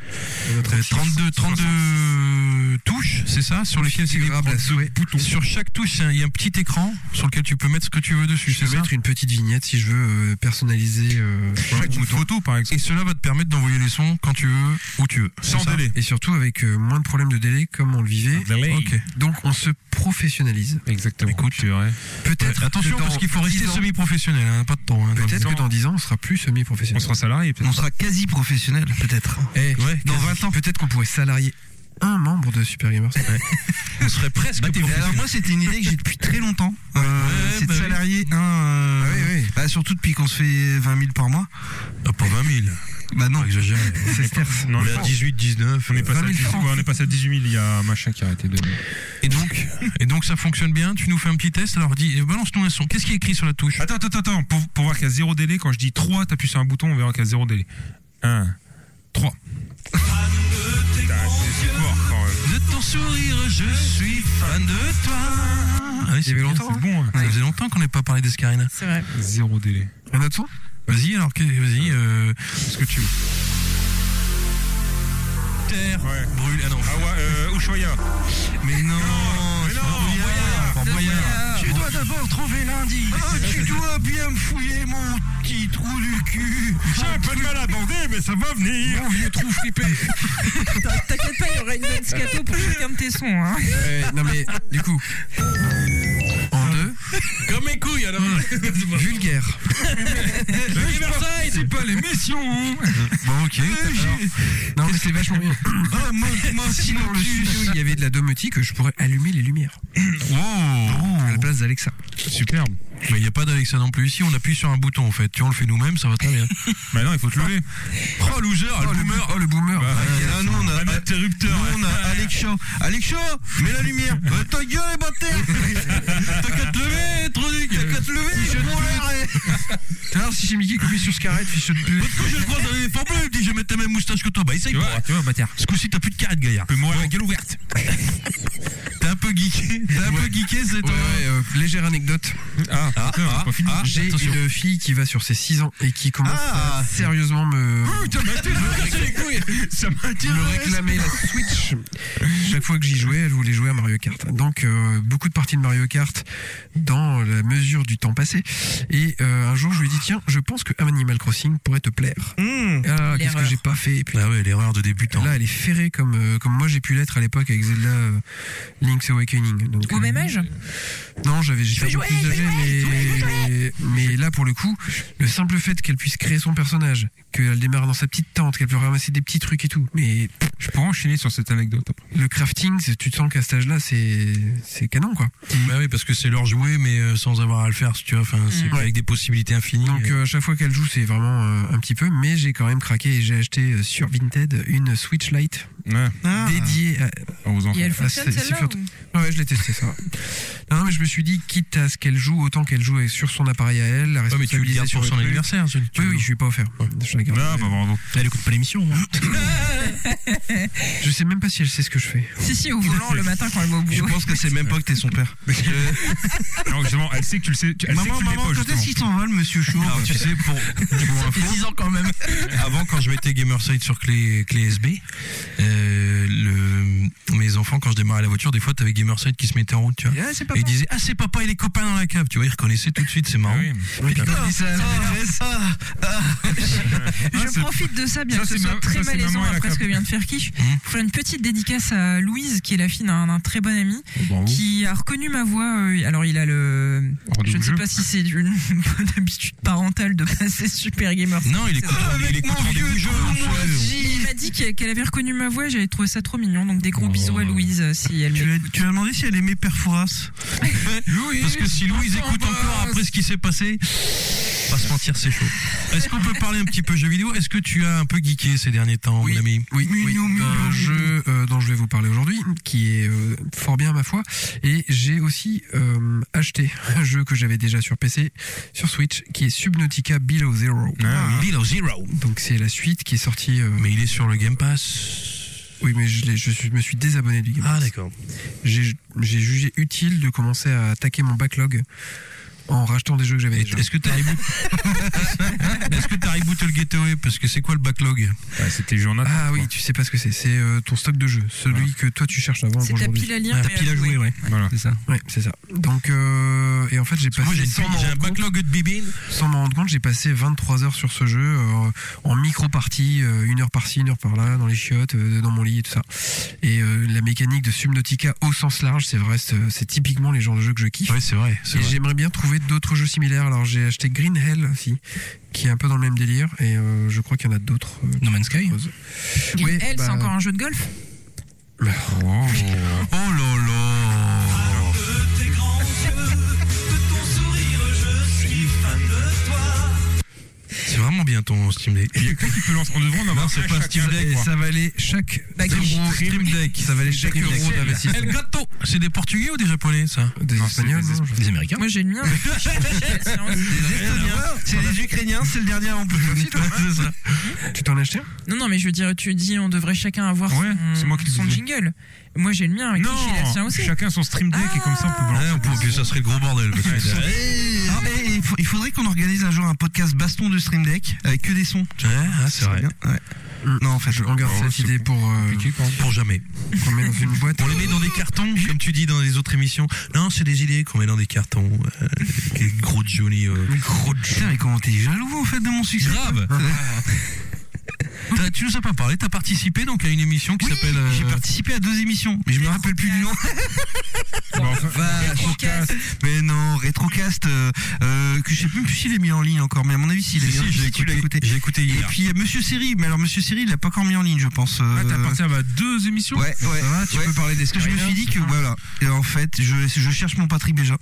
Speaker 2: 32 32 euh, touches, c'est ça Sur lesquelles c'est des
Speaker 5: Configurable à souhait.
Speaker 2: sur chaque touche, c'est un- il y a un petit écran sur lequel tu peux mettre ce que tu veux dessus,
Speaker 5: Je
Speaker 2: c'est
Speaker 5: vais
Speaker 2: ça
Speaker 5: mettre une petite vignette si je veux euh, personnaliser euh, chaque
Speaker 6: Ou une
Speaker 5: bouton.
Speaker 6: photo par exemple.
Speaker 2: Et cela va te permettre d'envoyer les sons quand tu veux, où tu veux.
Speaker 6: Sans
Speaker 2: C'est ça
Speaker 6: délai.
Speaker 5: Et surtout avec euh, moins de problèmes de délai comme on le vivait.
Speaker 2: Ok.
Speaker 5: Donc on se professionnalise.
Speaker 6: Exactement. Écoute, c'est vrai.
Speaker 5: Peut-être
Speaker 2: Ouais, attention
Speaker 5: que dans
Speaker 2: parce qu'il faut rester
Speaker 5: 10 ans-
Speaker 2: semi-professionnel, hein, pas de temps. hein, dans
Speaker 5: Peut-être
Speaker 2: le-
Speaker 5: que dans 10 ans on sera plus
Speaker 6: On
Speaker 5: semi-professionnel.
Speaker 6: sera salarié
Speaker 4: On
Speaker 6: peut-être.
Speaker 4: sera quasi professionnel, peut-être.
Speaker 5: Eh,
Speaker 2: Ouais,
Speaker 5: dans
Speaker 2: quasi.
Speaker 5: 20 ans peut-être qu'on pourrait salarier un membre de Super Gamers.
Speaker 2: on serait presque.
Speaker 4: Et
Speaker 2: professionnel.
Speaker 4: Alors moi c'était une idée que j'ai depuis très longtemps.
Speaker 2: Bah,
Speaker 4: Euh,
Speaker 2: Ouais,
Speaker 4: c'est
Speaker 2: bah
Speaker 4: de
Speaker 2: oui.
Speaker 4: salarié un. euh,
Speaker 5: Ah oui, oui.
Speaker 4: bah, surtout depuis qu'on se fait 20 000 par mois.
Speaker 2: Ah, pas 20 000.
Speaker 4: Bah non.
Speaker 2: Pas exagéré.
Speaker 5: C'est
Speaker 6: Non,
Speaker 2: On est à 18, 19.
Speaker 6: on est, passé à
Speaker 5: 20 000
Speaker 6: 18,
Speaker 5: francs.
Speaker 6: ouais, on est passé à 18 000, il y a machin qui a arrêté de.
Speaker 2: Et donc, et donc ça fonctionne bien. Tu nous fais un petit test. Alors dis, balance-nous un son. Qu'est-ce qui est écrit sur la touche
Speaker 6: Attends, attends, attends, pour, pour voir qu'il y a zéro délai, quand je dis 3, t'appuies sur un bouton, on verra qu'il y a zéro délai. 1, 3. C'est fort quand même.
Speaker 2: De ton sourire, je suis fan de toi. Ah oui, c'est
Speaker 5: Il y avait
Speaker 2: bien,
Speaker 5: longtemps,
Speaker 2: c'est bon. hein. Ça faisait longtemps qu'on n'ait pas parlé d'Escarina.
Speaker 3: C'est vrai.
Speaker 6: hein. Zéro délai.
Speaker 5: Un autre son
Speaker 2: Vas-y, alors, que- vas-y. euh,
Speaker 6: Ce que tu veux.
Speaker 2: terre
Speaker 6: Ouais.
Speaker 2: brûle. Ah non.
Speaker 6: Ah ouais, euh, Ushuaïa.
Speaker 2: Mais non.
Speaker 6: Mais non, Ushuaïa.
Speaker 2: Enfin, moyen.
Speaker 4: Tu dois d'abord trouver lundi. Ah, tu dois bien me fouiller mon petit trou du cul.
Speaker 6: J'ai un peu de mal à bander, mais ça va venir.
Speaker 5: Mon vieux trou flippé
Speaker 3: T'inquiète pas, il y aura une bonne scato pour chacun de tes sons. Hein.
Speaker 5: Euh, Non mais du coup. En deux,
Speaker 2: Comme mes couilles, alors.
Speaker 5: vulgaire.
Speaker 2: Riverside.
Speaker 6: C'est pas Euh, l'émission.
Speaker 2: Bon, ok.
Speaker 5: Non mais c'est vachement bien.
Speaker 4: Ah, moi, moi aussi,
Speaker 5: Dans le studio, il y avait de la domotique, je pourrais allumer les lumières.
Speaker 2: Wow.
Speaker 5: À la place d'Alexa.
Speaker 6: Superbe.
Speaker 2: Mais il n'y Bah, a pas d'Alexa non plus. Ici, on appuie sur un bouton, en fait. Tu vois, on le fait nous-mêmes, ça va très bien.
Speaker 6: Mais non, il faut te lever.
Speaker 2: Oh, Bah, loser,
Speaker 5: Oh le boomer, oh le boomer.
Speaker 4: Ah, nous, on a,
Speaker 6: Un interrupteur.
Speaker 4: nous, on a Alexia. Alexia, mets la lumière. Euh, ta gueule, bâtard. T'as qu'à te lever, trou du cul. T'as qu'à te lever. Mon l'arrêt.
Speaker 5: Alors si j'ai Mickey qui sur Scarlett, fiche de pute.
Speaker 2: L'autre coup, je le croise dans les formes bleues, il me dit, je vais mettre la même moustache que toi. Bah, essaye
Speaker 6: Tu vois,
Speaker 2: pas.
Speaker 6: tu vois, bâtard.
Speaker 2: Ce coup-ci, t'as plus de carré de gaillard.
Speaker 6: Tu peux mourir la gueule ouverte.
Speaker 2: T'es un peu geeké. T'es un peu geeké, c'est
Speaker 5: Ouais,
Speaker 2: toi.
Speaker 5: ouais, euh, légère anecdote.
Speaker 6: Ah, putain,
Speaker 2: ah,
Speaker 6: c'est pas fini.
Speaker 2: ah.
Speaker 5: J'ai
Speaker 2: attention.
Speaker 5: une fille qui va sur ses 6 ans et qui commence
Speaker 4: Ah.
Speaker 5: à sérieusement me,
Speaker 6: Putain, mais attends, je me casse les couilles. Ça
Speaker 5: me
Speaker 6: m'intéresse.
Speaker 5: réclamer la Switch. Chaque fois que j'y jouais, elle voulait jouer à Mario Kart. Donc euh, beaucoup de parties de Mario Kart dans la mesure du temps passé. Et euh, un jour, je lui ai dit tiens, je pense que Animal Crossing pourrait te plaire. Ah, qu'est-ce que
Speaker 3: Mmh. L'erreur.
Speaker 5: j'ai pas fait Et puis
Speaker 2: Ah ouais, l'erreur de débutant.
Speaker 5: là, elle est ferrée comme euh, comme moi j'ai pu l'être à l'époque avec Zelda euh, Link's Awakening. Donc,
Speaker 3: Au
Speaker 5: euh,
Speaker 3: même âge
Speaker 5: Non, j'avais
Speaker 3: vais
Speaker 5: j'étais un peu
Speaker 3: jouer,
Speaker 5: plus
Speaker 3: je vais
Speaker 5: âgé, mais, mais là, pour le coup, le simple fait qu'elle puisse créer son personnage, qu'elle démarre dans sa petite tente, qu'elle peut ramasser des petits trucs et tout, mais
Speaker 6: Je pourrais enchaîner sur cette anecdote.
Speaker 5: le crafting, c'est- tu te sens qu'à cet âge-là, c'est c'est canon, quoi.
Speaker 2: Bah oui, parce que c'est leur jouet, mais euh, sans avoir à le faire, si tu vois. Enfin, c'est
Speaker 3: Mm.
Speaker 2: pas avec des possibilités infinies.
Speaker 5: Donc, euh, à chaque fois qu'elle joue, c'est vraiment euh, un petit peu, mais j'ai quand même craqué et j'ai acheté euh, sur Vinted une Switch Lite
Speaker 6: Ouais,
Speaker 4: Ah.
Speaker 5: dédiée à,
Speaker 6: aux enfants.
Speaker 3: Et elle
Speaker 5: à
Speaker 3: fonctionne
Speaker 5: ces- ces
Speaker 3: celle-là
Speaker 5: futurs- Ouais, je l'ai testé ça. Non, mais je me suis dit, quitte à ce qu'elle joue, autant qu'elle joue sur son appareil à elle, la
Speaker 2: Ouais, mais tu le
Speaker 5: responsabilité
Speaker 2: gardes
Speaker 5: sur
Speaker 2: pour
Speaker 5: le
Speaker 2: son
Speaker 5: truc.
Speaker 2: anniversaire. tu- tu-
Speaker 5: Oui, oui, je lui ai pas offert. Je, la garde.
Speaker 6: Ah, bah bravo.
Speaker 7: Elle écoute pas l'émission. hein.
Speaker 5: Je sais même pas si elle sait ce que je fais.
Speaker 3: Si, si, au volant le matin quand elle va au
Speaker 2: Je
Speaker 3: boulot.
Speaker 2: pense que c'est même pas que t'es son père.
Speaker 6: Non, justement, elle sait que tu le sais. tu- Elle sait que
Speaker 4: Maman,
Speaker 6: tu l'es
Speaker 4: maman,
Speaker 6: pas,
Speaker 4: quand est-ce qu'il
Speaker 6: justement.
Speaker 4: s'envole, monsieur Chou
Speaker 2: Alors, tu sais, pour, pour info,
Speaker 7: quand même.
Speaker 2: avant, quand je mettais Gamerside sur clé, clé SB, euh, le- mes enfants, quand je démarrais la voiture, des fois, t'avais Gamerside qui se mettait en route, tu vois.
Speaker 5: Ah, c'est pas
Speaker 2: Et ils disaient, ah, c'est papa et les copains dans la cave. Tu vois, ils reconnaissaient tout de suite, c'est marrant.
Speaker 6: Ah oui. Ah,
Speaker 3: Je profite de ça, bien
Speaker 6: ça,
Speaker 3: que ce
Speaker 6: c'est
Speaker 3: soit
Speaker 6: ma-
Speaker 3: très
Speaker 6: ça, c'est
Speaker 3: malaisant
Speaker 6: maman et la
Speaker 3: après ce que
Speaker 6: clope.
Speaker 3: vient de faire Kish, pour faire une petite dédicace à Louise, qui est la fille d'un d'un très bon ami,
Speaker 6: Mmh.
Speaker 3: qui a reconnu ma voix. euh, alors, il a le. Je ne sais pas si c'est une bonne habitude parentale de passer Super Gamer.
Speaker 2: Non, il écoute,
Speaker 4: Ah,
Speaker 2: il écoute hein, rendez-vous jeu.
Speaker 3: Il m'a dit qu'elle qu'elle avait reconnu ma voix et j'avais trouvé ça trop mignon. Donc, des gros bisous à Louise euh, si elle
Speaker 4: Tu
Speaker 3: m'écoute.
Speaker 4: lui as- tu lui as demandé si elle aimait Perforas
Speaker 2: Parce que si Louise bah, écoute encore après ce qui s'est passé, pas se mentir, c'est chaud. Est-ce qu'on peut parler un petit peu jeux vidéo Est-ce que tu as un peu geeké ces derniers temps, mon ami
Speaker 5: Oui, oui, d'un jeu euh, dont je vais vous parler aujourd'hui, qui est euh, fort bien ma foi. Et j'ai aussi euh, acheté un jeu que j'avais déjà sur PC, sur Switch, qui est Subnautica Below Zero. Ah.
Speaker 2: Below Zero.
Speaker 5: Donc c'est la suite qui est sortie. euh,
Speaker 2: Ah Mais il est sur le Game Pass.
Speaker 5: Oui, mais je, l'ai- je suis- me suis désabonné du game.
Speaker 2: Ah, d'accord.
Speaker 5: J'ai j'ai jugé utile de commencer à attaquer mon backlog en rachetant des jeux que j'avais
Speaker 2: Et
Speaker 5: déjà.
Speaker 2: Est-ce que t'as reboot... Est-ce que t'as rebooté le Gateway Parce que c'est quoi le backlog
Speaker 6: Ah, C'était Jonathan.
Speaker 5: Ah oui, tu sais pas ce que c'est. C'est euh, ton stock de jeux, celui que toi tu cherches avant
Speaker 3: C'est ta
Speaker 5: aujourd'hui.
Speaker 3: pile à lire. mais à jouer.
Speaker 2: ouais.
Speaker 6: Voilà.
Speaker 2: C'est ça.
Speaker 5: Ouais, c'est ça. Donc euh, et en fait j'ai passé
Speaker 2: Moi j'ai une-
Speaker 5: sans m'en
Speaker 2: j'ai un
Speaker 5: rendre compte-
Speaker 2: backlog de bibine.
Speaker 5: Sans m'en rendre compte, j'ai passé 23 heures sur ce jeu euh, en micro-partie, euh, une heure par-ci, une heure par-là, dans les chiottes, euh, dans mon lit et tout ça. Et euh, la mécanique de Subnautica au sens large, c'est vrai, c'est c'est typiquement les genres de jeux que je kiffe.
Speaker 2: Ouais, c'est vrai. c'est
Speaker 5: Et
Speaker 2: vrai.
Speaker 5: j'aimerais bien trouver d'autres jeux similaires. Alors j'ai acheté Green Hell aussi, qui est un peu dans le même délire, et euh, je crois qu'il y en a d'autres. euh,
Speaker 2: No Man's Sky
Speaker 3: Et
Speaker 5: Oui,
Speaker 3: elle, c'est
Speaker 5: bah-
Speaker 3: encore un jeu de golf.
Speaker 2: Oh là là C'est vraiment bien ton Steam Deck.
Speaker 6: Qui peut lancer- On devrait en avoir
Speaker 2: Non,
Speaker 6: un
Speaker 2: c'est pas
Speaker 6: chacun,
Speaker 2: Steam Deck.
Speaker 6: je crois.
Speaker 5: Ça valait chaque
Speaker 3: Bah,
Speaker 5: euro,
Speaker 2: Steam Deck.
Speaker 5: ça valait chaque
Speaker 2: Steam
Speaker 5: euro
Speaker 2: Deck.
Speaker 5: d'investissement.
Speaker 2: El Gato C'est des Portugais ou des Japonais, ça
Speaker 5: Des
Speaker 6: Non, c'est
Speaker 5: Espagnols,
Speaker 6: des
Speaker 5: non, je-
Speaker 7: Des Américains.
Speaker 3: Moi, j'ai le mien.
Speaker 4: C'est les Ukrainiens, c'est le dernier en plus.
Speaker 2: C'est ça.
Speaker 5: Tu t'en as acheté un
Speaker 3: Non, non, mais je veux dire, tu dis, on devrait chacun avoir
Speaker 6: Ouais,
Speaker 3: son,
Speaker 6: c'est moi qui le
Speaker 3: son
Speaker 6: disais.
Speaker 3: jingle. Moi, j'ai le mien. Kish, il a le sien
Speaker 6: Non,
Speaker 3: aussi.
Speaker 6: chacun son stream deck et comme ça on peut balancer.
Speaker 2: Ouais, pour que ça serait le gros bordel. parce que c'est- Ouais,
Speaker 4: Ah, et il, faut- il faudrait qu'on organise un jour un podcast baston de Stream Deck avec que des sons.
Speaker 2: ah, c'est vrai.
Speaker 4: Bien, ouais. Non, en fait, je
Speaker 5: On garde cette idée pour euh,
Speaker 2: Pour jamais.
Speaker 5: qu'on met dans une boîte.
Speaker 2: On les met dans des cartons, comme tu dis dans les autres émissions. Non, c'est des idées qu'on met dans des cartons. Euh, quel gros Johnny. euh, gros Johnny.
Speaker 4: Putain, mais comment t'es jaloux en fait de mon succès
Speaker 2: Grave T'as- Tu nous as pas parlé, t'as participé donc à une émission qui
Speaker 4: Oui,
Speaker 2: s'appelle. euh,
Speaker 4: J'ai participé à deux émissions, mais je me rappelle plus du nom.
Speaker 6: Bah, enfin,
Speaker 3: Podcast.
Speaker 4: Mais non, Retrocast, euh, euh, que je sais même plus s'il est mis en ligne encore, mais à mon avis, s'il est
Speaker 2: Si,
Speaker 4: mis en
Speaker 2: si,
Speaker 4: ligne,
Speaker 2: j'ai
Speaker 4: si tu l'as
Speaker 2: écouté,
Speaker 4: écouté.
Speaker 2: j'ai écouté
Speaker 4: Et
Speaker 2: hier.
Speaker 4: puis il y a Monsieur Seri, mais alors Monsieur Seri, il l'a pas encore mis en ligne, je pense.
Speaker 6: Ah, t'as
Speaker 4: euh,
Speaker 6: parti à deux émissions
Speaker 4: Ouais, ouais.
Speaker 6: va, tu
Speaker 4: ouais.
Speaker 6: peux parler des
Speaker 4: Parce que je me
Speaker 6: Skyrim.
Speaker 4: suis dit que voilà, Et en fait, je, je cherche mon patrie déjà.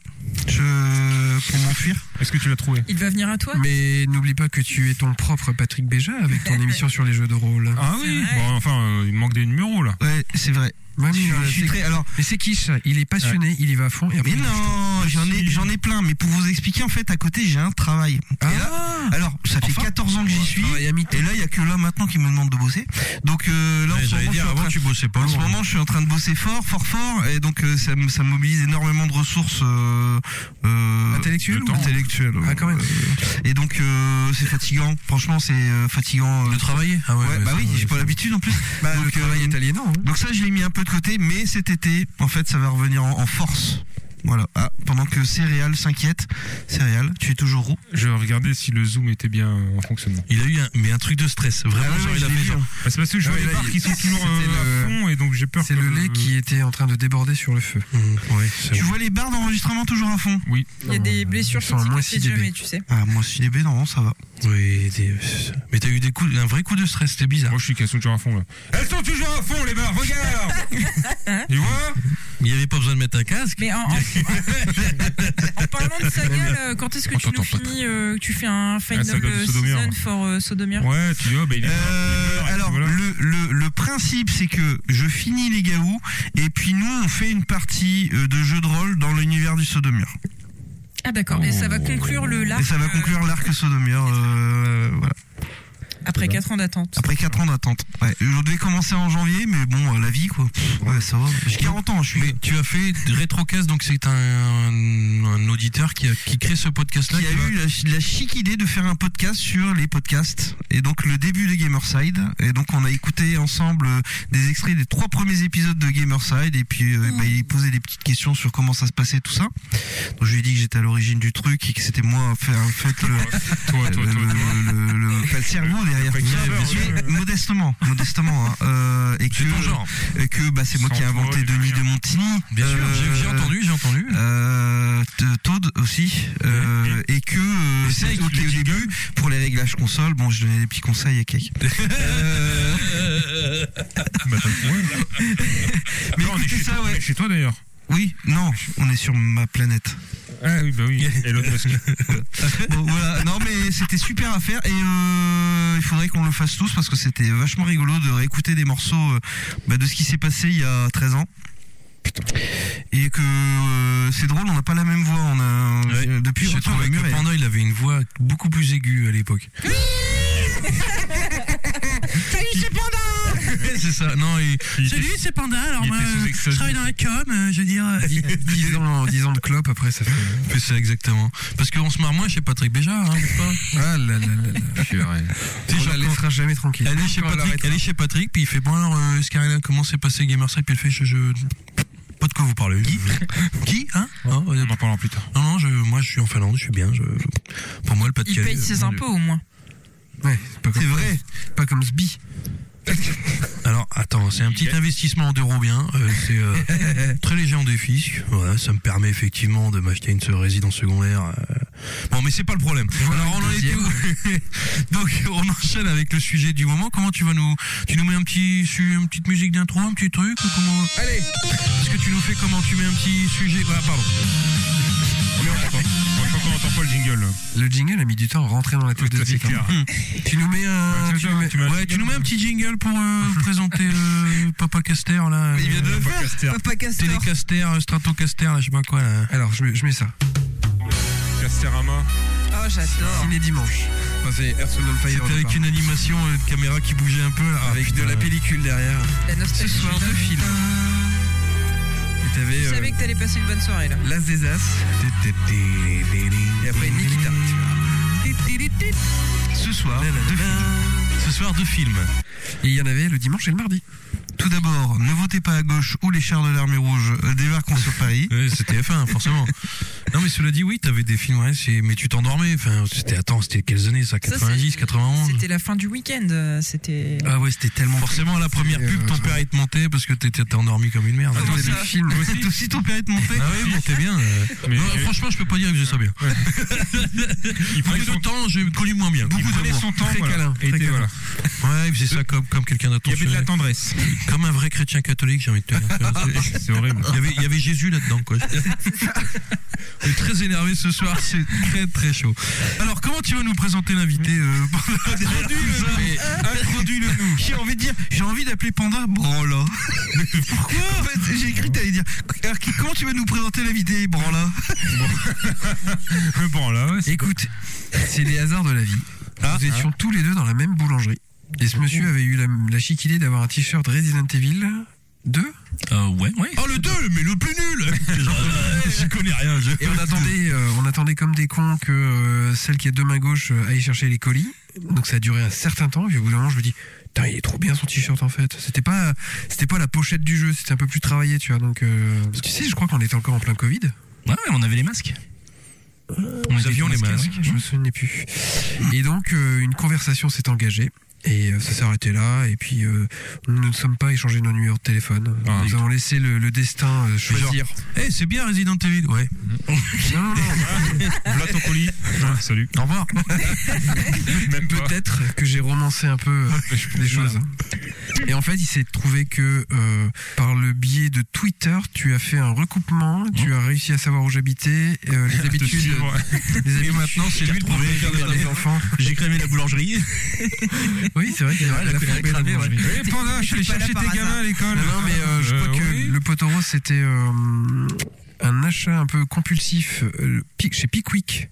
Speaker 4: Je, pour m'enfuir.
Speaker 6: Est-ce que tu l'as trouvé
Speaker 3: Ah, Il va venir à toi.
Speaker 5: Mais n'oublie pas que tu es ton propre Patrick Béja avec ton émission sur les jeux de rôle.
Speaker 6: Ah
Speaker 3: C'est
Speaker 6: oui
Speaker 3: vrai.
Speaker 6: Bon, enfin, euh, il manque des numéros là.
Speaker 4: Ouais, c'est vrai.
Speaker 5: Ouais, mais,
Speaker 4: Je,
Speaker 5: euh,
Speaker 4: je suis
Speaker 5: c'est-
Speaker 4: très. Alors,
Speaker 5: mais c'est qui ça Il est passionné, il y va à fond. Et après,
Speaker 4: mais Eh non, j'en ai, j'en ai plein. Mais pour vous expliquer, en fait, à côté, j'ai un travail. Et là, alors, ça fait 14 ans que j'y suis. Et là, il y a que là maintenant qui me demande de bosser. Donc euh, là, en
Speaker 2: Ouais,
Speaker 4: ce
Speaker 2: J'allais
Speaker 4: moment, je
Speaker 2: dire,
Speaker 4: suis en
Speaker 2: avant
Speaker 4: train-
Speaker 2: tu bossais pas hein.
Speaker 4: En ce
Speaker 2: lourd.
Speaker 4: moment, je suis en train de bosser fort, fort, fort, et donc euh, ça, me- ça me mobilise énormément de ressources euh, euh,
Speaker 5: Intellectuelles
Speaker 4: de
Speaker 5: ou-
Speaker 4: temps. Intellectuelles,
Speaker 5: Ah, quand même.
Speaker 4: euh, Et donc euh, c'est fatigant. Franchement, c'est euh, fatigant. euh,
Speaker 2: De travailler Ah ouais,
Speaker 4: ouais,
Speaker 2: ouais,
Speaker 4: bah
Speaker 2: ça,
Speaker 4: oui,
Speaker 2: ouais,
Speaker 4: j'ai pas
Speaker 2: ça.
Speaker 4: l'habitude en plus.
Speaker 5: Bah,
Speaker 4: donc,
Speaker 5: le travail
Speaker 4: euh,
Speaker 5: est aliénant. hein.
Speaker 4: Donc ça, je l'ai mis un peu de côté, mais cet été, en fait, ça va revenir en, en force. Voilà. Ah, pendant que Céréales s'inquiète, Céréales, tu es toujours roux.
Speaker 6: Je regardais si le zoom était bien euh, en fonctionnement.
Speaker 2: Il a eu un, mais un truc de stress, vraiment,
Speaker 4: Ah ouais,
Speaker 2: genre, il a
Speaker 4: je l'ai
Speaker 2: fait
Speaker 4: vu,
Speaker 2: genre,
Speaker 4: hein.
Speaker 6: Bah, c'est parce que je
Speaker 5: Ah
Speaker 6: vois les
Speaker 5: ouais, là,
Speaker 6: barres
Speaker 5: il-
Speaker 6: qui sont toujours
Speaker 5: c'était
Speaker 6: euh, à
Speaker 5: le-
Speaker 6: fond et donc j'ai peur.
Speaker 5: C'est
Speaker 6: que
Speaker 5: le lait qui était en train de déborder sur le feu.
Speaker 2: Mmh, ouais, c'est
Speaker 4: hein. Tu
Speaker 2: vrai.
Speaker 4: vois les barres d'enregistrement toujours à fond.
Speaker 3: Il y a des blessures
Speaker 5: Ils
Speaker 3: qui
Speaker 5: sont à moins
Speaker 3: ne
Speaker 5: 6 dB.
Speaker 3: jamais, tu sais.
Speaker 4: Ah, moi, si les non, ça va.
Speaker 2: Oui, t'es- mais t'as eu des coups, un vrai coup de stress, c'était bizarre.
Speaker 6: Moi je suis qu'elles sont toujours à fond là. Elles sont toujours à fond les barres, regarde Tu vois
Speaker 2: Il n'y avait pas besoin de mettre un casque.
Speaker 3: Mais en, en- en parlant de saga, là, quand est-ce que
Speaker 6: On
Speaker 3: tu nous
Speaker 6: t'entend pas.
Speaker 3: finis, euh, que tu fais un final
Speaker 6: saga de
Speaker 3: euh,
Speaker 6: Sodomir.
Speaker 3: season for euh, Sodomir
Speaker 6: Ouais, tu dis, oh, bah, il est.
Speaker 4: Euh, alors,
Speaker 6: Voilà.
Speaker 4: le, le, le principe, c'est que je finis les gaous, et puis nous, on fait une partie euh, de jeu de rôle dans l'univers du Sodomur.
Speaker 3: Ah d'accord, et
Speaker 6: Oh.
Speaker 3: ça va conclure le
Speaker 4: Et
Speaker 3: large euh,
Speaker 4: ça va conclure l'arc Sodomur, euh, voilà.
Speaker 3: après 4 ans
Speaker 6: Ah,
Speaker 3: d'attente.
Speaker 4: Après 4 ans d'attente. Ouais, je devais commencer en janvier, mais bon, euh, la vie, quoi. Pff, ouais, ça va. J'ai 40 ans, je suis.
Speaker 2: Mais tu as fait Rétrocast, donc c'est un, un auditeur qui, a- qui crée ce podcast-là.
Speaker 4: qui a
Speaker 2: qui va-
Speaker 4: eu la, la chic idée de faire un podcast sur les podcasts et donc le début de Gamerside et donc on a écouté ensemble euh, des extraits des trois premiers épisodes de Gamerside et puis euh, bah, il posait des petites questions sur comment ça se passait tout ça donc je lui ai dit que j'étais à l'origine du truc et que c'était moi en fait, en fait euh, le,
Speaker 6: Toi,
Speaker 4: le,
Speaker 6: toi, toi,
Speaker 4: le-
Speaker 6: toi.
Speaker 4: le- le- le- pas le cerveau derrière
Speaker 6: Le facteur,
Speaker 4: Mais modestement modestement hein, euh, et que
Speaker 2: C'est ton genre.
Speaker 4: et que bah, c'est moi
Speaker 6: Sans
Speaker 4: qui ai
Speaker 6: toi,
Speaker 4: inventé
Speaker 6: il y a
Speaker 4: Denis
Speaker 6: rien.
Speaker 4: de Montigny
Speaker 2: Bien sûr, j'ai- j'ai
Speaker 4: Euh,
Speaker 2: entendu, j'ai entendu.
Speaker 4: euh, t- Toad aussi euh, et que euh,
Speaker 2: Et Snake,
Speaker 4: c'est ok
Speaker 2: les
Speaker 4: au début pour les réglages console bon je donnais des petits conseils à Cake
Speaker 6: Bah,
Speaker 4: mais
Speaker 6: Non, Bah, on est
Speaker 4: écoutez
Speaker 6: chez
Speaker 4: ça
Speaker 6: toi- on
Speaker 4: ouais
Speaker 6: est chez toi d'ailleurs.
Speaker 4: oui non on est sur ma planète
Speaker 6: Ah oui, bah oui. Elon Musk.
Speaker 4: bon voilà non mais c'était super à faire et euh, il faudrait qu'on le fasse tous parce que c'était vachement rigolo de réécouter des morceaux euh, bah, de ce qui s'est passé il y a 13 ans et que euh, c'est drôle on n'a pas la même voix on a
Speaker 2: Ouais.
Speaker 4: depuis
Speaker 2: J'ai
Speaker 4: Retour à
Speaker 2: trouvé
Speaker 4: la
Speaker 2: que
Speaker 4: Mur, elle-
Speaker 2: Panda, il avait une voix beaucoup plus aiguë à l'époque. Salut, c'est Panda C'est ça, non, il... Salut, c'est Panda, alors
Speaker 6: il
Speaker 2: moi,
Speaker 6: était sous
Speaker 2: euh, je
Speaker 6: extase.
Speaker 2: travaille dans la com, euh, je veux dire... euh,
Speaker 5: 10 ans, 10 ans de clope après, ça fait.
Speaker 2: C'est ça, exactement. Parce qu'on se marre moins chez Patrick Béja, hein, n'est-ce pas
Speaker 5: Ah là là là là.
Speaker 2: Tu sais,
Speaker 5: On la
Speaker 2: genre,
Speaker 5: laissera jamais tranquille.
Speaker 2: Elle est, chez
Speaker 5: Quand on
Speaker 2: Patrick,
Speaker 5: l'arrêtera.
Speaker 2: elle est chez Patrick, puis il fait Bon, alors, euh, Scarina, comment s'est passé Gamerside Puis elle fait Je. je- Pas de quoi vous parlez. Qui Qui Hein Hein, euh,
Speaker 6: On en parlera plus tard.
Speaker 2: Non, non, je, moi je suis en Finlande, je suis bien. je- je- Pour moi, le pas de
Speaker 3: Il paye ses impôts au moins.
Speaker 5: Ouais, c'est pas comme-
Speaker 4: c'est vrai
Speaker 5: pas comme Sbi.
Speaker 2: Alors, attends, c'est un petit investissement en euros bien. euh, c'est euh, très léger en défi. Voilà, ça me permet effectivement de m'acheter une résidence secondaire. euh. Bon, mais c'est pas le problème. Alors, on en est où Donc, on enchaîne avec le sujet du moment. Comment tu vas nous. Tu nous mets un petit, su- une petite musique d'intro, un petit truc ou comment... Allez Est-ce que tu nous fais comment Tu mets un petit sujet. Voilà, pardon.
Speaker 6: Mais on entend. Moi, je crois qu'on n'entend pas le jingle.
Speaker 5: Le jingle a mis du temps à rentrer dans la tête de
Speaker 6: C'est
Speaker 5: Zeka.
Speaker 6: clair.
Speaker 5: Tu nous mets un.
Speaker 6: Ouais,
Speaker 5: tu
Speaker 6: c'est
Speaker 5: nous
Speaker 6: ça,
Speaker 5: mets-
Speaker 6: tu m'as-
Speaker 2: Ouais, Euh, tu nous mets un petit jingle pour euh, présenter euh, Papa Caster là. euh,
Speaker 4: il vient de le
Speaker 6: Pas
Speaker 4: faire
Speaker 6: Caster.
Speaker 3: Papa Castor.
Speaker 2: Télécaster, euh, Stratocaster, là, je sais pas quoi. Là.
Speaker 5: Alors, je mets, je mets ça.
Speaker 6: Casterama.
Speaker 3: Oh j'adore.
Speaker 5: Ciné dimanche. Enfin, c'est Earth, Wind and Fire.
Speaker 2: C'était
Speaker 5: de
Speaker 2: avec
Speaker 5: Parma.
Speaker 2: une animation euh, de caméra qui bougeait un peu là. Ah,
Speaker 5: Avec de
Speaker 2: putain,
Speaker 5: la
Speaker 2: ouais.
Speaker 5: pellicule derrière.
Speaker 3: La nostalgie.
Speaker 5: Ce soir de film. Et t'avais.
Speaker 3: Je
Speaker 5: euh,
Speaker 3: savais que t'allais passer une bonne soirée là.
Speaker 5: L'As des As. Et après Nikita.
Speaker 4: ce soir
Speaker 2: Ce soir de film.
Speaker 5: Et il y en avait le dimanche et le mardi.
Speaker 4: Tout d'abord, ne votez pas à gauche ou les chars de l'armée rouge euh, débarqueront sur Paris.
Speaker 2: Ouais, c'était F1 forcément. non mais cela dit oui, t'avais des films ouais, c'est- mais tu t'endormais. Enfin, c'était attends, c'était quelles années ça
Speaker 3: Ça,
Speaker 2: 90,
Speaker 3: c'est-
Speaker 2: 91.
Speaker 3: C'était la fin du week-end. euh, C'était.
Speaker 2: Ah ouais, c'était tellement forcément à la première
Speaker 5: C'était,
Speaker 2: pub, ton
Speaker 5: euh,
Speaker 2: père il te montait parce que t'étais t'es endormi comme une merde.
Speaker 5: C'était
Speaker 2: Toi
Speaker 5: des films.
Speaker 2: aussi, ton père il te montait. Ah ouais, bon, t'es bien. euh.
Speaker 6: Mais-
Speaker 2: Non, franchement, je peux pas dire que j'ai ça bien.
Speaker 6: Il
Speaker 2: Beaucoup
Speaker 6: prenait son
Speaker 2: de temps, j'ai connu moins bien.
Speaker 6: Il
Speaker 2: Beaucoup
Speaker 6: prenait
Speaker 2: d'amour.
Speaker 6: son temps.
Speaker 2: Très
Speaker 6: voilà.
Speaker 2: câlin. très
Speaker 6: Et était-
Speaker 2: câlin.
Speaker 6: voilà.
Speaker 2: Ouais, il faisait ça comme comme quelqu'un
Speaker 6: Il y avait de la
Speaker 2: d'attentionné.
Speaker 6: tendresse.
Speaker 2: Comme un vrai chrétien catholique, j'ai envie de te dire.
Speaker 6: C'est horrible.
Speaker 2: Il y avait, il y avait Jésus là-dedans, quoi. On est très énervé ce soir, c'est très très chaud. Alors, comment tu vas nous présenter l'invité euh, pour la dernière tout ça
Speaker 4: Introduis-le nous. J'ai envie de dire, j'ai envie d'appeler Panda Branla. Pourquoi En fait, j'ai écrit que t'allais dire. Alors, qui- comment tu veux nous présenter l'invité Branla
Speaker 6: Mais bon, là, ouais. c'est-
Speaker 5: Écoute, c'est les hasards de la vie.
Speaker 2: Ah,
Speaker 5: Nous étions tous les deux dans la même boulangerie. Et ce monsieur
Speaker 2: Oh.
Speaker 5: avait eu la, la chic idée d'avoir un t-shirt Resident Evil 2.
Speaker 2: Euh, ouais, ouais. Oh, le 2, mais le plus nul Genre, euh, Je connais rien. je-
Speaker 5: Et on attendait, euh, on attendait comme des cons que euh, celle qui a deux mains gauches euh, aille chercher les colis. Donc ça a duré un certain temps. Et puis au bout d'un moment, je me dis, putain, il est trop bien son t-shirt en fait. C'était pas, c'était pas la pochette du jeu. C'était un peu plus travaillé, tu vois. Donc euh, tu sais, je crois qu'on était encore en plein Covid.
Speaker 7: Ouais, on avait les masques. On était
Speaker 5: avions
Speaker 7: tous masqués, ouais.
Speaker 5: Je me souvenais plus. Et donc, euh, une conversation s'est engagée. Et euh, ça s'est arrêté là. Et puis, euh, nous ne sommes pas échangés nos numéros de téléphone.
Speaker 6: Ah,
Speaker 5: nous
Speaker 6: oui.
Speaker 5: avons laissé le, le destin euh, choisir.
Speaker 2: Eh, c'est bien Resident Evil, ouais.
Speaker 5: Non, non, non.
Speaker 6: Voilà ton colis. Ah, Salut.
Speaker 5: Au revoir.
Speaker 6: Même pas.
Speaker 5: Peut-être que j'ai romancé un peu euh, les choses. Et en fait, il s'est trouvé que euh, par le biais de Twitter, tu as fait un recoupement, tu as réussi à savoir où j'habitais, euh, les habitudes,
Speaker 6: suivre.
Speaker 5: les
Speaker 2: Oh. Et
Speaker 5: habitudes
Speaker 2: maintenant, c'est lui le propriétaire de la
Speaker 5: des
Speaker 2: maison.
Speaker 5: enfants.
Speaker 2: J'ai cramé la boulangerie.
Speaker 5: Oui, c'est vrai qu'il y a
Speaker 2: la
Speaker 5: la
Speaker 2: couleur
Speaker 5: forêt de
Speaker 2: cramée,
Speaker 5: la
Speaker 2: ouais.
Speaker 5: boulangerie.
Speaker 6: Eh, Panda, je suis allé
Speaker 3: pas là
Speaker 6: chercher
Speaker 3: par
Speaker 6: tes
Speaker 3: hasard.
Speaker 6: gamins à l'école.
Speaker 5: Non, non, mais euh, je crois
Speaker 6: Euh,
Speaker 5: que
Speaker 6: oui.
Speaker 5: le pot rose, c'était euh, un achat un peu compulsif euh, Pic- chez Pickwick.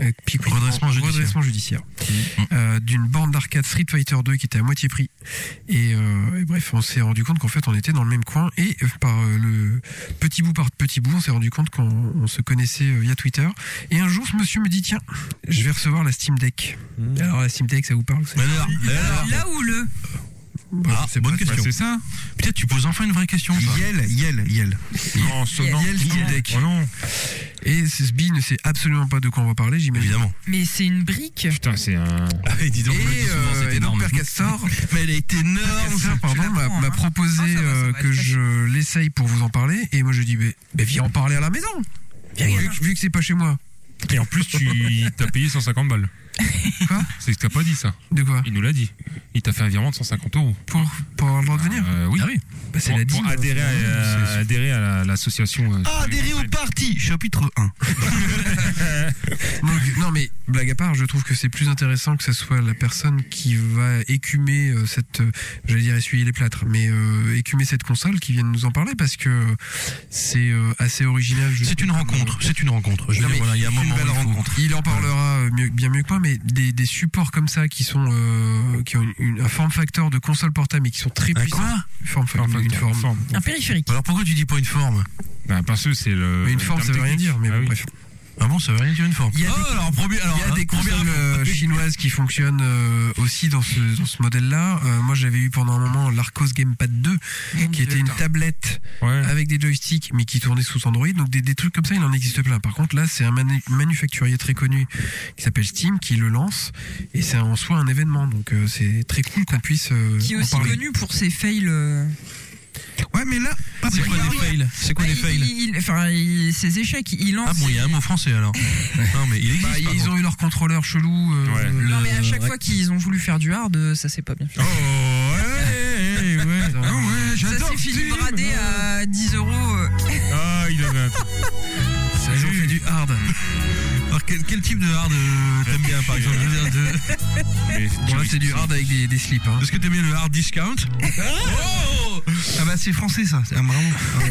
Speaker 5: Euh, Pickwick,
Speaker 4: Redressement
Speaker 5: en-
Speaker 4: judiciaire.
Speaker 5: redressement judiciaire.
Speaker 2: Mm,
Speaker 5: Euh, D'une borne d'arcade Street Fighter 2 qui était à moitié prix. Et, euh, et bref, on s'est rendu compte qu'en fait, on était dans le même coin. Et euh, par euh, le petit bout par petit bout, on s'est rendu compte qu'on on se connaissait euh, via Twitter. Et un jour, ce monsieur me dit Tiens, je vais recevoir la Steam Deck.
Speaker 3: Mmh.
Speaker 5: Alors, la Steam Deck, ça vous parle ça
Speaker 2: Mais alors, mais alors.
Speaker 3: Là où le.
Speaker 5: Bref,
Speaker 2: Ah,
Speaker 5: c'est
Speaker 2: bonne
Speaker 5: pas-
Speaker 6: Bah,
Speaker 2: question.
Speaker 6: c'est ça
Speaker 2: Peut-être tu poses enfin une vraie question. ça.
Speaker 4: Yel, Yel, Yel.
Speaker 6: Non, non.
Speaker 5: Yel Steam Deck.
Speaker 6: Oh non.
Speaker 5: Et ce sbi ne sait absolument pas de quoi on va parler, j'imagine.
Speaker 2: Évidemment.
Speaker 3: Mais c'est une brique.
Speaker 6: Putain, c'est un.
Speaker 2: Ah, et dis donc, on le dit
Speaker 5: Et,
Speaker 2: souvent,
Speaker 5: euh,
Speaker 2: c'est
Speaker 5: et donc
Speaker 2: énorme.
Speaker 5: Père Castor,
Speaker 2: Mais elle est énorme.
Speaker 5: Castor, pardon, m'a
Speaker 3: l'apprends,
Speaker 5: m'a
Speaker 3: hein.
Speaker 5: proposé
Speaker 3: Ah, ça va, ça va,
Speaker 5: euh,
Speaker 3: c'est
Speaker 5: que
Speaker 3: facile.
Speaker 5: je l'essaye pour vous en parler. Et moi, je dis, mais, mais viens en parler à la maison. Viens, vu, que- vu que c'est pas chez moi.
Speaker 6: Et en plus, tu t'as payé 150 balles.
Speaker 5: Quoi
Speaker 6: C'est ce que t'as pas dit, ça.
Speaker 5: De quoi
Speaker 6: Il nous l'a dit. Il t'a fait un virement de 150 euros.
Speaker 5: pour, pour avoir le droit de venir
Speaker 6: Euh, oui.
Speaker 5: Bah, C'est Ah,
Speaker 6: pour,
Speaker 5: la
Speaker 6: pour
Speaker 5: dîme.
Speaker 6: adhérer à, à- adhérer à la- l'association. euh,
Speaker 4: Adhérer au parti, chapitre 1.
Speaker 5: Donc, non, mais blague à part, je trouve que c'est plus intéressant que ce soit la personne qui va écumer euh, cette. euh, J'allais dire essuyer les plâtres, mais euh, écumer cette console qui vienne nous en parler parce que c'est euh, assez original. je
Speaker 2: C'est
Speaker 5: trouve,
Speaker 2: une
Speaker 5: comme,
Speaker 2: rencontre. C'est une rencontre. Je veux
Speaker 5: Non,
Speaker 2: dire,
Speaker 5: mais
Speaker 2: voilà, il y a un moment. où il faut-
Speaker 5: Il en parlera euh, mieux- bien mieux que moi, mais des, des supports comme ça qui sont euh, qui ont une, une- un form factor de console portable mais qui sont très
Speaker 2: Un
Speaker 5: puissants.
Speaker 2: quoi
Speaker 5: form factor,
Speaker 6: Enfin,
Speaker 5: une forme.
Speaker 6: forme.
Speaker 3: Un périphérique.
Speaker 2: Ah, Alors pourquoi tu dis pas une forme
Speaker 6: Bah, parce que c'est le.
Speaker 5: Mais une
Speaker 6: le
Speaker 5: forme,
Speaker 6: terme
Speaker 5: ça veut rien
Speaker 6: technique.
Speaker 5: dire. Mais
Speaker 6: Ah
Speaker 5: bon,
Speaker 6: oui.
Speaker 5: bref.
Speaker 2: Ah bon, ça veut rien dire une forme.
Speaker 5: Il y a
Speaker 2: Ah, alors, premier, alors,
Speaker 5: Il y a des
Speaker 2: première-
Speaker 5: consoles euh, chinoises qui fonctionnent euh, aussi dans ce, dans ce modèle-là. Euh, moi, j'avais eu pendant un moment l'Arcos Gamepad 2,
Speaker 4: Ah,
Speaker 5: qui était une tablette
Speaker 6: Ouais.
Speaker 5: avec des joysticks, mais qui tournait sous Android. Donc, des, des trucs comme ça, il en existe plein. Par contre, là, c'est un manu- manufacturier très connu qui s'appelle Steam qui le lance, et c'est en soi un événement. Donc, euh, c'est très cool qu'on puisse euh,
Speaker 3: Qui est
Speaker 5: en
Speaker 3: aussi
Speaker 5: parler.
Speaker 3: connu pour ses fails. euh,
Speaker 4: Ouais, mais là,
Speaker 2: C'est quoi des fails C'est quoi
Speaker 3: bah,
Speaker 2: des
Speaker 3: il-
Speaker 2: fails
Speaker 3: il- Enfin, il- ses échecs. Il lance.
Speaker 2: Ah bon, il y a un mot français alors. Non, mais il existe.
Speaker 5: Bah,
Speaker 2: pardon.
Speaker 5: ils ont eu leur contrôleur chelou. euh,
Speaker 6: Ouais.
Speaker 5: euh,
Speaker 3: Non, mais à chaque
Speaker 2: ouais.
Speaker 3: fois qu'ils ont voulu faire du hard, euh, ça s'est pas bien fini.
Speaker 2: Oh, ouais, ouais, ouais. Ah
Speaker 5: hein.
Speaker 2: ouais,
Speaker 3: Ça
Speaker 2: j'adore.
Speaker 3: s'est fini
Speaker 2: Tim.
Speaker 3: bradé à 10 euros. euh,
Speaker 6: Ah, il avait un truc.
Speaker 5: ils ont fait du hard.
Speaker 2: Alors, quel, quel type de hard euh, t'aimes bien par exemple Je veux dire, de-
Speaker 6: Mais-
Speaker 5: Bon, là, c'est du hard avec des, des slips. hein.
Speaker 2: Est-ce que t'aimes bien le hard discount Oh
Speaker 4: ah bah c'est français ça, c'est- ah, vraiment. Ah ouais, ouais,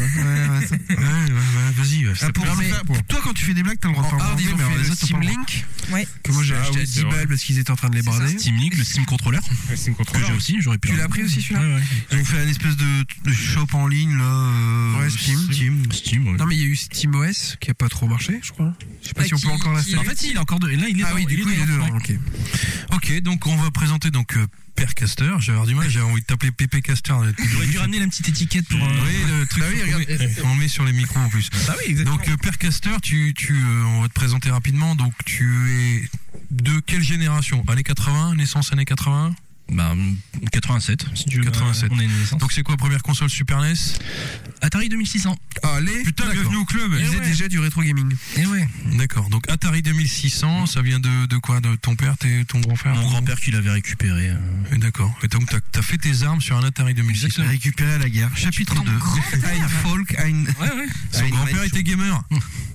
Speaker 4: ouais, ça-
Speaker 2: Ouais, ouais, ouais, vas-y. ouais,
Speaker 4: Ah,
Speaker 2: c'est
Speaker 4: pour-
Speaker 2: pas-
Speaker 4: mais toi quand tu fais des blagues, t'as le droit de
Speaker 5: En
Speaker 4: faire
Speaker 5: hard,
Speaker 4: un
Speaker 5: ils ont
Speaker 4: mais alors
Speaker 5: fait
Speaker 4: les
Speaker 5: le
Speaker 4: autres, t'as pas
Speaker 5: Steam
Speaker 4: le droit.
Speaker 5: Link,
Speaker 3: Ouais.
Speaker 5: que moi j'ai
Speaker 6: Ah
Speaker 5: acheté
Speaker 6: oui,
Speaker 5: à
Speaker 6: c'est
Speaker 5: 10
Speaker 6: vrai.
Speaker 5: balles parce qu'ils étaient en train de les brader.
Speaker 2: Steam Link, le Steam Controller,
Speaker 6: C'est une
Speaker 2: que j'ai
Speaker 6: contrôleur.
Speaker 2: aussi, j'aurais pu.
Speaker 5: Tu l'as pris aussi celui-là
Speaker 4: Ils ont fait un espèce de, de shop en ligne là. euh,
Speaker 5: Ouais, Steam.
Speaker 4: Steam.
Speaker 2: Steam, ouais.
Speaker 5: Non mais il y a eu SteamOS qui a pas trop marché, je crois. Je sais pas
Speaker 3: Bah,
Speaker 5: si on
Speaker 3: qui-
Speaker 5: peut encore la
Speaker 3: qui-
Speaker 5: faire.
Speaker 2: En fait, si, il est encore de. Là, il est
Speaker 5: Ah
Speaker 2: dans-
Speaker 5: oui, du coup il est
Speaker 2: dans-
Speaker 5: dedans. Ok.
Speaker 2: Ok, donc on va présenter donc euh, Père Caster. J'ai avoir du mal, j'ai envie de t'appeler Pépé Caster.
Speaker 7: J'aurais dû ramener la petite étiquette pour. euh,
Speaker 2: Oui, le
Speaker 5: Bah
Speaker 2: truc. qu'on met- on le met sur les micros en plus.
Speaker 7: Ah oui, exactement.
Speaker 2: Donc, euh, Père Caster, tu, tu, euh, on va te présenter rapidement. Donc, tu es de quelle génération Années 80, naissance années 80
Speaker 7: Bah, 87, si tu veux.
Speaker 2: 87.
Speaker 7: On a une naissance.
Speaker 2: Donc, c'est quoi première console Super E NES
Speaker 7: Atari 2600.
Speaker 5: Allez,
Speaker 2: Putain, bienvenue au club
Speaker 5: ils faisaient déjà du rétro gaming.
Speaker 7: Eh ouais.
Speaker 2: D'accord, donc Atari 2600, ça vient de, de quoi De ton père, t'es, ton grand-frère
Speaker 7: Mon grand-père qui l'avait récupéré. euh,
Speaker 2: Et D'accord, et donc t'as, t'as fait tes armes sur un Atari 2600
Speaker 4: Récupérer à la guerre. Chapitre 2. Ein Folk, ein.
Speaker 7: Ouais, ouais.
Speaker 2: Son
Speaker 4: Ein
Speaker 2: grand-père
Speaker 4: Mansion.
Speaker 2: était gamer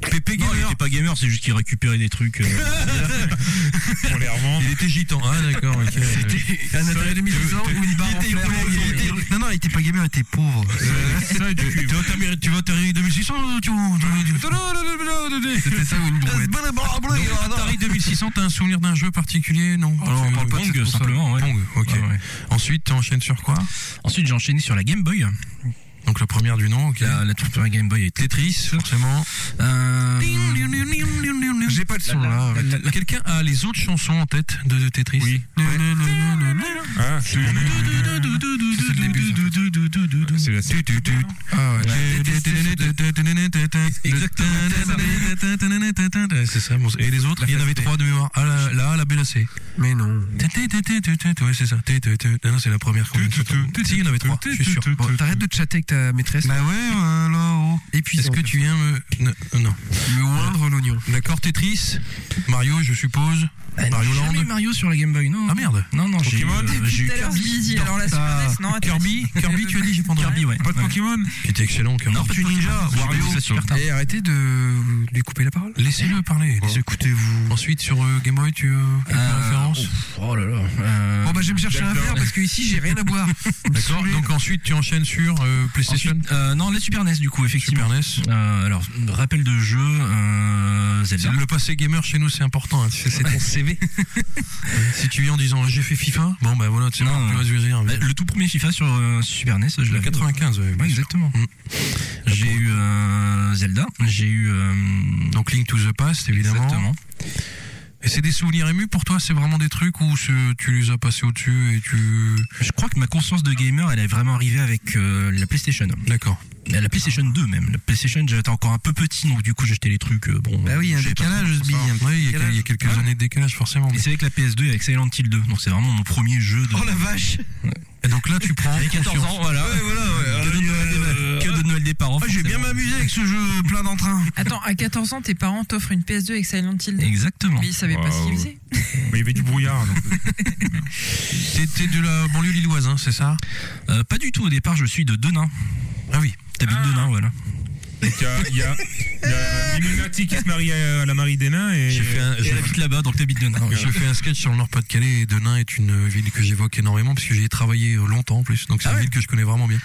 Speaker 2: Pépé
Speaker 7: Non, il
Speaker 2: gamer
Speaker 7: était pas gamer, c'est juste qu'il récupérait des trucs. euh,
Speaker 6: Pour les revendre.
Speaker 2: Il était gitan, ah d'accord, ok.
Speaker 4: Un Atari 2600 ou une barre en
Speaker 2: était
Speaker 4: fer.
Speaker 2: roulé, il était-
Speaker 4: Non, non, il était pas gamer, il était pauvre.
Speaker 6: Ça, et du
Speaker 2: Tu vas Atari- tu vas Atari 2600 tu vois, tu vois, tu vois.
Speaker 5: C'était ça ou une brouette.
Speaker 2: Donc, Atari 2600, t'as un souvenir d'un jeu particulier Non
Speaker 7: Alors, on parle pas de cette console.
Speaker 2: Pong, ok.
Speaker 7: ouais, ouais.
Speaker 2: Ensuite, t'enchaînes sur quoi
Speaker 7: Ensuite, j'ai enchaîné sur la Game Boy.
Speaker 2: Donc la première du nom, ok.
Speaker 7: La, la toute première Game Boy est
Speaker 2: Tetris, forcément.
Speaker 7: Euh,
Speaker 5: J'ai pas le son là. arrête.
Speaker 2: La- la- Quelqu'un a les autres chansons en tête de, de Tetris
Speaker 6: Oui. Ah, c'est
Speaker 5: C'est le début, ça.
Speaker 6: c'est la suite.
Speaker 5: Ah ouais.
Speaker 2: Exactement. C'est ça. bon, Et les autres, il y en avait trois de mémoire. Ah, la, la A, la B, la C.
Speaker 5: Mais non.
Speaker 2: Ouais, c'est ça. Non, non, c'est la première. qu'on a faite. Si, il y en avait trois, je suis sûr.
Speaker 5: Bon, t'arrêtes de chatter avec ta maîtresse.
Speaker 2: Bah ouais, alors.
Speaker 5: Et puis
Speaker 2: Est-ce que tu viens me. Ne- euh, Non.
Speaker 5: me oindre l'oignon
Speaker 2: D'accord, Tetris. Mario, je suppose.
Speaker 7: Mario
Speaker 2: Mario
Speaker 7: Land.
Speaker 2: Land.
Speaker 7: Ah, Mario sur la Game Boy, non.
Speaker 2: Ah merde.
Speaker 7: Non, non, j'ai eu,
Speaker 2: Pokémon
Speaker 7: euh, j'ai eu
Speaker 3: Tout à l'heure,
Speaker 7: Kirby
Speaker 3: je dis,
Speaker 7: dans
Speaker 3: alors la Super
Speaker 7: ta-
Speaker 3: NES, non, à tête.
Speaker 4: Kirby, Kirby, tu as dit, j'ai pas
Speaker 3: Kirby,
Speaker 4: ouais.
Speaker 6: Pas de Pokémon
Speaker 4: Qui était excellent, Kirby.
Speaker 2: Non, pas de Pokémon,
Speaker 4: Ninja,
Speaker 2: je suis
Speaker 4: Wario,
Speaker 2: pas sûr.
Speaker 4: Super
Speaker 8: Et arrêtez de lui couper la parole.
Speaker 4: Laissez-le parler.
Speaker 9: Les Écoutez-vous.
Speaker 4: Ensuite, sur euh, Game Boy, tu euh, quelques
Speaker 2: Euh,
Speaker 4: références
Speaker 2: ouf, Oh là là. euh,
Speaker 8: Bon bah je vais me chercher un verre parce que ici j'ai rien à boire.
Speaker 4: D'accord. Donc ensuite, tu enchaînes sur euh, PlayStation,
Speaker 2: ensuite, euh, non, la Super NES du coup, effectivement.
Speaker 4: Super E NES.
Speaker 2: Euh, alors, rappel de jeu, euh, Zelda.
Speaker 4: Le passé gamer chez nous, c'est important. hein. Tu sais, C'est ton CV. si tu viens en disant j'ai fait FIFA, bon ben voilà, tu sais,
Speaker 2: Non,
Speaker 4: on peut
Speaker 2: non.
Speaker 4: résumer, hein.
Speaker 2: Bah, Le tout premier FIFA sur euh, Super NES, je
Speaker 4: Le
Speaker 2: l'avais.
Speaker 4: 95, ouais,
Speaker 2: Ouais,
Speaker 4: bien sûr.
Speaker 2: exactement. J'ai eu euh, Zelda, j'ai eu euh,
Speaker 4: Donc Link to the Past, évidemment.
Speaker 2: exactement.
Speaker 4: Et c'est des souvenirs émus pour toi C'est vraiment des trucs où ce- tu les as passés au-dessus et tu...
Speaker 2: Je crois que ma conscience de gamer, elle est vraiment arrivée avec euh, la PlayStation.
Speaker 4: D'accord.
Speaker 2: La la PlayStation 2 même. La PlayStation, j'étais encore un peu petit, donc du coup j'achetais les trucs. euh, Bon,
Speaker 9: Bah oui, il y a un
Speaker 2: j'avais pas
Speaker 9: décalage, ce billet.
Speaker 4: Ouais, il y a, quel- il y a quelques années de décalage forcément.
Speaker 2: Et c'est avec la PS2 et avec Silent Hill 2. Donc c'est vraiment mon premier jeu de.
Speaker 9: Oh la vache
Speaker 4: Et Oh, donc là, tu prends...
Speaker 2: J'avais 14 ans, voilà. Que
Speaker 4: Ah,
Speaker 2: de Noël des- Que de Noël des parents.
Speaker 9: Ah, J'ai bien
Speaker 2: forcément.
Speaker 9: m'amusé avec ce jeu plein d'entrain.
Speaker 3: Attends, à 14 ans, tes parents t'offrent une PS2 avec Silent Hill. Mais
Speaker 2: Exactement.
Speaker 3: ils savaient pas ce qu'ils
Speaker 6: Waouh.
Speaker 3: faisaient.
Speaker 6: Mais Il y avait du brouillard. donc.
Speaker 4: C'était de la banlieue lilloise, hein, c'est ça
Speaker 2: Euh, pas du tout au départ, je suis de Denain.
Speaker 4: Ah oui.
Speaker 2: T'habites Denain, voilà.
Speaker 6: Donc, Il y a- il y a il y a Illuminati qui se marie à à la Marie des nains et.
Speaker 4: J'ai fait un,
Speaker 2: Et
Speaker 4: j'ai-
Speaker 2: elle habite là-bas, donc t'habites Denain.
Speaker 4: Alors, je fais un sketch sur le Nord-Pas-de-Calais et Denain est une ville que j'évoque énormément parce que j'y ai travaillé euh, longtemps en plus.
Speaker 2: Ah
Speaker 4: Donc c'est une ville que je connais vraiment bien.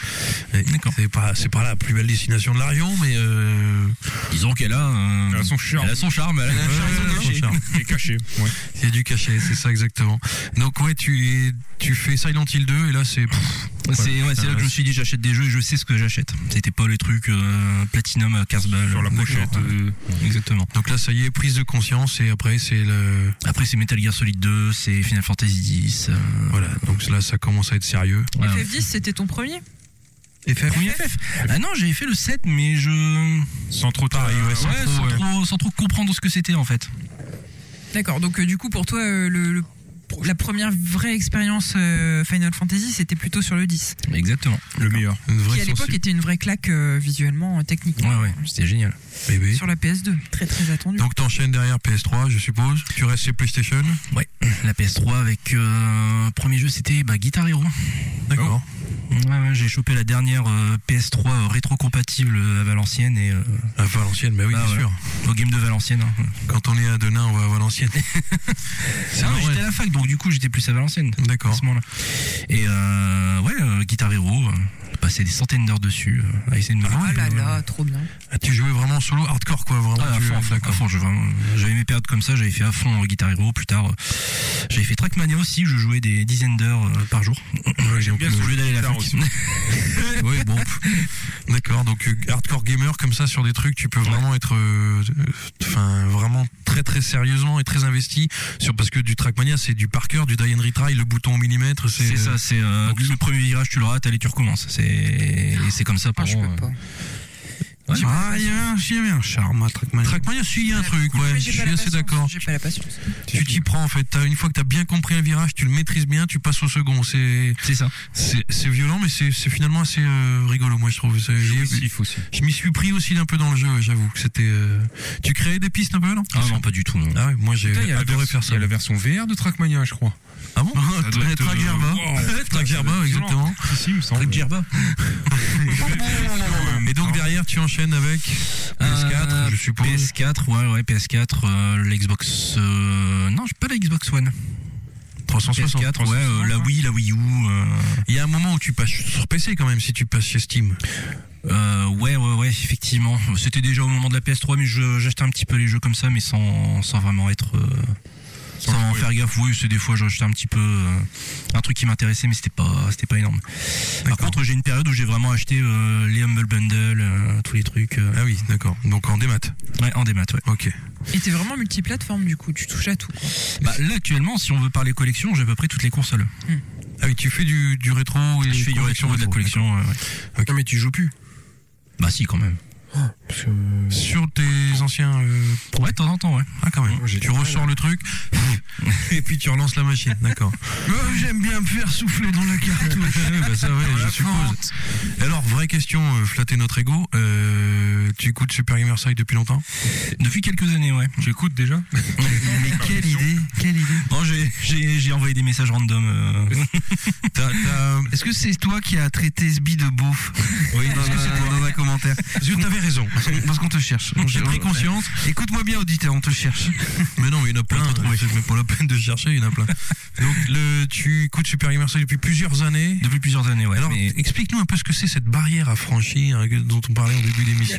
Speaker 4: Et C'est pas, c'est pas la plus belle destination de l'Arion, mais euh,
Speaker 2: Disons qu'elle a. euh,
Speaker 6: Elle a son charme.
Speaker 2: Elle a son charme. Elle a
Speaker 4: Ouais,
Speaker 2: son
Speaker 4: elle a son
Speaker 2: cachet.
Speaker 4: charme.
Speaker 6: Il est caché. ouais.
Speaker 4: il y a du cachet, c'est ça exactement. Donc ouais, tu, tu fais Silent Hill 2 et là c'est. pff,
Speaker 2: C'est ouais, c'est là que je me suis dit j'achète des jeux et je sais ce que j'achète. C'était pas les trucs euh, platinum à 15 balles
Speaker 6: Sur la
Speaker 2: D'accord.
Speaker 6: pochette, euh,
Speaker 2: Exactement.
Speaker 4: donc là ça y est, prise de conscience et après c'est le.
Speaker 2: Après c'est Metal Gear Solid 2, c'est Final Fantasy X. euh,
Speaker 4: Voilà, donc là ça commence à être sérieux.
Speaker 2: voilà.
Speaker 3: FF10, c'était ton premier
Speaker 2: Premier FF. Ah non, j'avais fait le 7 mais je
Speaker 6: Sans trop tard.
Speaker 2: ouais, sans, trop,
Speaker 6: ouais.
Speaker 2: sans trop comprendre ce que c'était en fait.
Speaker 3: D'accord, donc euh, du coup, pour toi, euh, le- le- la première vraie expérience euh, Final Fantasy, c'était plutôt sur le 10.
Speaker 2: Exactement.
Speaker 6: Le meilleur.
Speaker 4: Une vraie
Speaker 3: Qui à l'époque
Speaker 4: sensi-
Speaker 3: était une vraie claque euh, visuellement, euh, techniquement.
Speaker 2: Ouais ouais, c'était génial.
Speaker 4: bébé.
Speaker 3: Sur la PS2, très très attendu.
Speaker 4: Eh Donc t'enchaînes derrière PS3, je suppose. Tu restes chez PlayStation.
Speaker 2: La PS3 avec euh, premier jeu c'était bah, Guitar Hero.
Speaker 4: D'accord.
Speaker 2: Ouais, ouais, j'ai chopé la dernière euh, PS3 euh, rétrocompatible euh, à Valenciennes et euh,
Speaker 4: À Valenciennes, mais oui,
Speaker 2: Ah,
Speaker 4: bien
Speaker 2: ouais.
Speaker 4: sûr.
Speaker 2: au game de Valenciennes. hein.
Speaker 4: Quand on est à Denain, on va à Valenciennes.
Speaker 2: Ah non,
Speaker 4: normal.
Speaker 2: j'étais à la fac, donc du coup j'étais plus à Valenciennes à
Speaker 4: D'accord.
Speaker 2: ce moment-là. Et euh, ouais, euh, Guitar Hero, euh, j'ai passé des centaines d'heures dessus euh, à essayer de me
Speaker 3: Ah
Speaker 2: rendre
Speaker 3: là là, trop bien.
Speaker 4: Ah, tu jouais vraiment en solo hardcore, quoi, vraiment.
Speaker 2: à
Speaker 4: tu-
Speaker 2: fond, à fond, à
Speaker 4: d'accord.
Speaker 2: fond, je- vraiment, j'avais mes périodes comme ça, j'avais fait à fond euh, Guitar Hero, plus tard euh, j'avais fait Trackmania aussi, je jouais des dizaines d'heures euh, par jour.
Speaker 4: j'ai
Speaker 2: Donc, au lieu d'aller à la
Speaker 6: Guitar
Speaker 2: fac.
Speaker 6: aussi.
Speaker 4: oui, bon. D'accord. Donc, euh, hardcore gamer, comme ça, sur des trucs, tu peux vraiment être, euh, euh, enfin, vraiment très, très sérieusement et très investi sur, parce que du Trackmania, c'est du par cœur, du die and retry, le bouton au millimètre, c'est.
Speaker 2: C'est ça, c'est euh,
Speaker 4: donc,
Speaker 2: le premier virage tu le rates, allez tu recommences. C'est et c'est comme ça
Speaker 3: Ah,
Speaker 2: pour
Speaker 3: je
Speaker 2: moi,
Speaker 3: peux
Speaker 2: euh.
Speaker 3: pas.
Speaker 9: Ah, il y avait un- il y avait un charme à Trackmania.
Speaker 4: Trackmania, si, il y a un truc, ouais.
Speaker 3: Mais
Speaker 4: Je
Speaker 3: j'ai pas
Speaker 4: suis
Speaker 3: la
Speaker 4: assez
Speaker 3: patience,
Speaker 4: d'accord.
Speaker 3: J'ai pas la patience.
Speaker 4: Tu t'y prends, en fait. T'as- une fois que t'as bien compris un virage, tu le maîtrises bien, tu passes au second. C'est,
Speaker 2: C'est ça.
Speaker 4: c'est, c'est violent, mais c'est, c'est finalement assez euh, rigolo, moi, je trouve. C'est-
Speaker 6: euh, aussi.
Speaker 4: Je m'y suis pris aussi un peu dans le jeu, ouais, j'avoue. que C'était. euh, Tu créais des pistes un peu, non
Speaker 2: Ah non, pas du tout. non.
Speaker 4: Ah ouais, moi j'ai
Speaker 6: Putain, il y a la
Speaker 4: adoré
Speaker 6: version-
Speaker 4: faire ça.
Speaker 6: il y a la version VR de Trackmania, je crois.
Speaker 4: Ah bon
Speaker 6: Ça doit être,
Speaker 4: Track
Speaker 6: euh,
Speaker 4: Gerba.
Speaker 6: wow.
Speaker 4: Track Gerba,
Speaker 6: être
Speaker 4: exactement.
Speaker 6: Si, si, il me semble.
Speaker 4: Et donc derrière, tu enchaînes avec PS4,
Speaker 2: Euh,
Speaker 4: je suppose.
Speaker 2: PS4, ouais, ouais, PS4, euh, l'Xbox. euh, non, j'ai pas la Xbox One.
Speaker 4: 360.
Speaker 2: PS4, ouais, euh, la Wii, la Wii U. euh,
Speaker 4: Il y a un moment où tu passes sur PC quand même, si tu passes chez Steam.
Speaker 2: euh, ouais, ouais, ouais, effectivement. C'était déjà au moment de la PS3, mais je- j'achetais un petit peu les jeux comme ça, mais sans, sans vraiment être. euh, sans en faire gaffe, oui, c'est des fois j'achetais un petit peu euh, un truc qui m'intéressait, mais c'était pas, c'était pas énorme. Par contre, j'ai une période où j'ai vraiment acheté euh, les Humble Bundle, euh, tous les trucs. euh,
Speaker 4: Ah oui, d'accord. Donc en démat.
Speaker 2: ouais, en démat, ouais.
Speaker 4: Ok.
Speaker 3: Et t'es vraiment multiplateforme du coup, tu touches à tout. quoi.
Speaker 2: Bah, là, actuellement, si on veut parler collection, j'ai à peu près toutes les consoles.
Speaker 4: Ah oui, tu fais du, du rétro et
Speaker 2: Je fais du rétro et de
Speaker 4: collection
Speaker 2: la
Speaker 4: rétro,
Speaker 2: collection. ouais, ouais.
Speaker 8: Non mais tu joues plus.
Speaker 2: Bah si quand même.
Speaker 4: d'accord. Sur tes anciens. euh,
Speaker 2: euh, Ouais, de temps en temps, ouais.
Speaker 4: Ah quand même.
Speaker 8: Moi, j'ai
Speaker 4: tu
Speaker 8: du mal,
Speaker 4: ressors le truc.
Speaker 2: Et puis tu relances la machine, d'accord. J'aime bien me faire souffler dans la cartouche. ça, ouais, je suppose. Alors, vraie question, euh, flatter notre ego. euh, tu écoutes Super Gamer Side depuis longtemps
Speaker 7: Depuis quelques années, ouais.
Speaker 6: J'écoute déjà.
Speaker 4: Mais quelle idée, quelle idée.
Speaker 7: Non, j'ai- j'ai j'ai envoyé des messages random. euh.
Speaker 2: T'as- t'as-
Speaker 4: Est-ce que c'est toi qui as traité Sbi de beauf
Speaker 2: Oui, non,
Speaker 4: Est-ce que c'est toi dans un commentaire
Speaker 2: parce que t'avais raison.
Speaker 4: Parce qu'on te cherche.
Speaker 2: J'ai pris conscience.
Speaker 4: Écoute-moi bien, auditeur, on te cherche.
Speaker 2: Mais non, mais il y en a plein. C'est même pas la peine de chercher, il y en a plein. Ah, Donc, le, tu écoutes Super Gamer Side depuis plusieurs années.
Speaker 7: Depuis plusieurs années, ouais.
Speaker 2: Alors,
Speaker 7: Mais-
Speaker 2: explique-nous un peu ce que c'est cette barrière à franchir hein, que- dont on parlait au début d'émission.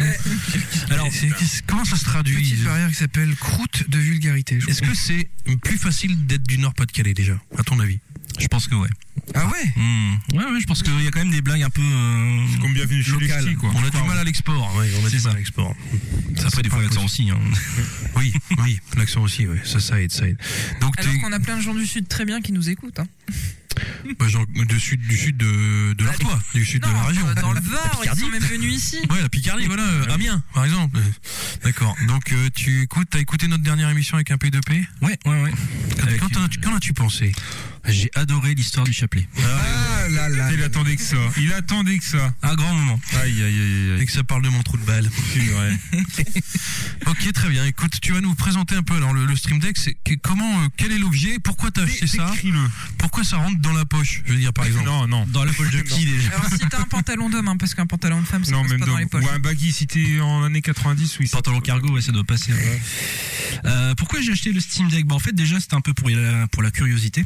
Speaker 2: Alors, c'est- qu'est-ce- comment ça se traduit
Speaker 5: Petite barrière qui s'appelle croûte de vulgarité. je
Speaker 2: Est-ce que c'est plus facile d'être du Nord-Pas-de-Calais déjà, à ton avis
Speaker 7: Je pense que ouais.
Speaker 5: crois. Ah ouais
Speaker 7: Hmm. Ouais, ouais, je pense qu'il y a quand même des blagues un peu. euh,
Speaker 6: Comme bienvenue chez les
Speaker 7: Local.
Speaker 6: ch'tis, quoi.
Speaker 2: On a du mal à l'export, ouais, on a
Speaker 7: C'est
Speaker 2: du
Speaker 7: ça.
Speaker 2: mal à l'export.
Speaker 7: Après, des fois, l'accent aussi. hein.
Speaker 2: Oui, oui, l'accent aussi, ouais. ça, ça aide, ça aide. Donc,
Speaker 3: Alors
Speaker 2: t'es-
Speaker 3: qu'on a plein de gens du Sud très bien qui nous écoutent. hein.
Speaker 2: bah, genre, de sud, du sud de,
Speaker 7: Bah,
Speaker 2: de l'Artois, du sud de la
Speaker 3: Non,
Speaker 2: région.
Speaker 3: euh, dans le
Speaker 2: La
Speaker 3: Var, ils
Speaker 2: Picardie.
Speaker 3: sont même venus ici.
Speaker 2: Ouais, la Picardie, voilà, euh, Amiens, par exemple. Euh, D'accord. Donc, euh, tu écoutes, t'as écouté notre dernière émission avec un P2P
Speaker 7: Ouais, ouais, ouais. Avec-
Speaker 2: Quand t'en as- Qu'en as-tu pensé
Speaker 7: J'ai adoré l'histoire du chapelet.
Speaker 5: Ah là là.
Speaker 6: Il attendait que ça. Il attendait que ça.
Speaker 7: Un grand moment.
Speaker 6: Aïe, aïe, aïe,
Speaker 2: Et que ça parle de mon trou de balle.
Speaker 6: Ouais.
Speaker 2: Ok, très bien. Écoute, tu vas nous présenter un peu alors le, le Stream Deck. C'est que- comment, euh, quel est l'objet Pourquoi t'as acheté ça
Speaker 6: Écris-le.
Speaker 2: Pourquoi ça rentre dans la poche Je veux dire, par exemple.
Speaker 6: Non, non.
Speaker 2: Dans la poche de qui déjà
Speaker 3: Alors si t'as un pantalon d'homme, hein, parce qu'un pantalon de femme, ça
Speaker 6: Non,
Speaker 3: passe
Speaker 6: même
Speaker 3: pas dans les
Speaker 6: dans.
Speaker 3: poches.
Speaker 6: Ou un baggy cité en années 90, oui.
Speaker 7: Pantalon cargo, ouais, ça doit passer. Euh, pourquoi j'ai acheté le Steam Deck Bah, En fait, déjà, c'était un peu pour la, pour la curiosité.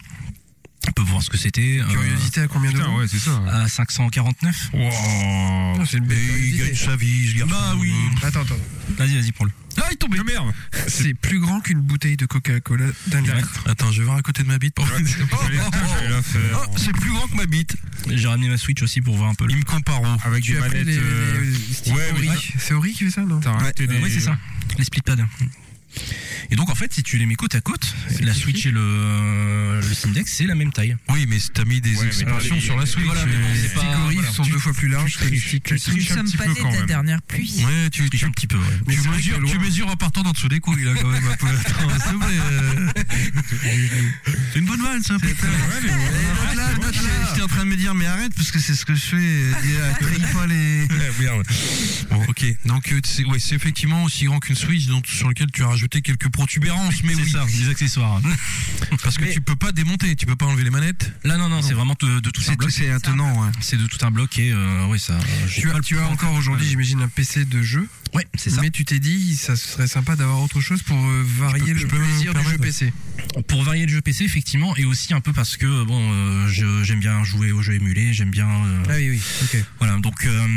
Speaker 7: On peut voir ce que c'était. euh,
Speaker 5: Curiosité à combien
Speaker 6: Putain,
Speaker 5: d'euros
Speaker 6: ouais, c'est ça.
Speaker 7: à 549.
Speaker 6: Wow.
Speaker 5: Non, C'est une belle
Speaker 2: Il
Speaker 5: curiosité.
Speaker 2: gagne sa vie, ce garçon.
Speaker 7: Bah oui.
Speaker 5: Attends, attends.
Speaker 7: Vas-y, vas-y, prends-le.
Speaker 6: Ah, il est tombé. Merde.
Speaker 5: C'est plus grand qu'une bouteille de Coca-Cola d'un litre.
Speaker 2: Attends, je vais voir à côté de ma bite. pour-
Speaker 6: J'allais- j'allais la faire.
Speaker 2: Oh, c'est plus grand que ma bite.
Speaker 7: J'ai ramené ma Switch aussi pour voir un peu le.
Speaker 2: Il me compare au.
Speaker 6: Avec
Speaker 5: Tu
Speaker 6: des
Speaker 5: as pris
Speaker 6: manettes.
Speaker 5: les,
Speaker 6: euh,
Speaker 5: les- les sticks
Speaker 6: ouais, mais-
Speaker 5: Ori. C'est Ori qui fait ça, non
Speaker 6: T'as racheté
Speaker 7: Euh,
Speaker 6: des.
Speaker 7: ouais, c'est ça, les split pads. Et donc en fait, si tu les mets côte à côte, la Switch et le, euh, le Steam Deck, c'est la même taille.
Speaker 2: Oui, mais t'as mis des
Speaker 6: Ouais, mais
Speaker 2: expansions
Speaker 6: alors,
Speaker 2: sur la
Speaker 6: il-
Speaker 2: Switch.
Speaker 7: voilà, mais bon,
Speaker 2: euh,
Speaker 7: c'est
Speaker 5: Les
Speaker 7: pas-
Speaker 5: sticks Ori
Speaker 7: voilà.
Speaker 5: sont deux fois plus larges que les sticks.
Speaker 6: Tu
Speaker 3: Nous
Speaker 6: triches un
Speaker 3: sommes
Speaker 6: petit
Speaker 3: pas
Speaker 6: peu
Speaker 3: nés
Speaker 6: quand
Speaker 3: de la
Speaker 6: même.
Speaker 3: dernière pluie.
Speaker 2: Ouais, tu, tu,
Speaker 7: Un petit peu. ouais.
Speaker 2: tu mesures, tu mesures en partant d'en dessous des couilles, là, quand même, un peu. Attends, s'il te plaît, euh. C'est une bonne balle, ça. putain.
Speaker 4: Note-la, note-la. J'étais en train de me dire, mais arrête, parce que c'est ce que je fais. euh, dis, ah, trahis pas les.
Speaker 2: Eh, merde. Bon, ok. Donc, euh, c'est ouais, c'est effectivement aussi grand qu'une Switch dont- sur lequel tu as rajouté quelques protubérances, mais
Speaker 7: C'est
Speaker 2: oui.
Speaker 7: ça, les accessoires.
Speaker 4: hein.
Speaker 2: Parce que tu peux pas démonter, tu peux pas enlever les manettes.
Speaker 7: Là, non, non, c'est vraiment de, de tout un
Speaker 4: C'est
Speaker 7: bloc.
Speaker 4: c'est attenant. hein.
Speaker 7: C'est de tout un bloc et euh, ouais, ça. j'ai
Speaker 5: Tu
Speaker 7: pas
Speaker 5: as,
Speaker 7: le
Speaker 5: tu as
Speaker 7: pouvoir.
Speaker 5: encore aujourd'hui, j'imagine, un PC de jeu,
Speaker 7: Ouais, c'est ça.
Speaker 5: mais tu t'es dit, ça serait sympa d'avoir autre chose pour euh, varier
Speaker 2: je peux
Speaker 5: le
Speaker 2: me
Speaker 5: plaisir du jeu
Speaker 2: permettre.
Speaker 5: PC.
Speaker 7: Pour varier le jeu PC, effectivement, et aussi un peu parce que bon, euh, je- j'aime bien jouer aux jeux émulés, j'aime bien. euh,
Speaker 5: Ah oui, oui, ok.
Speaker 7: Voilà, donc euh,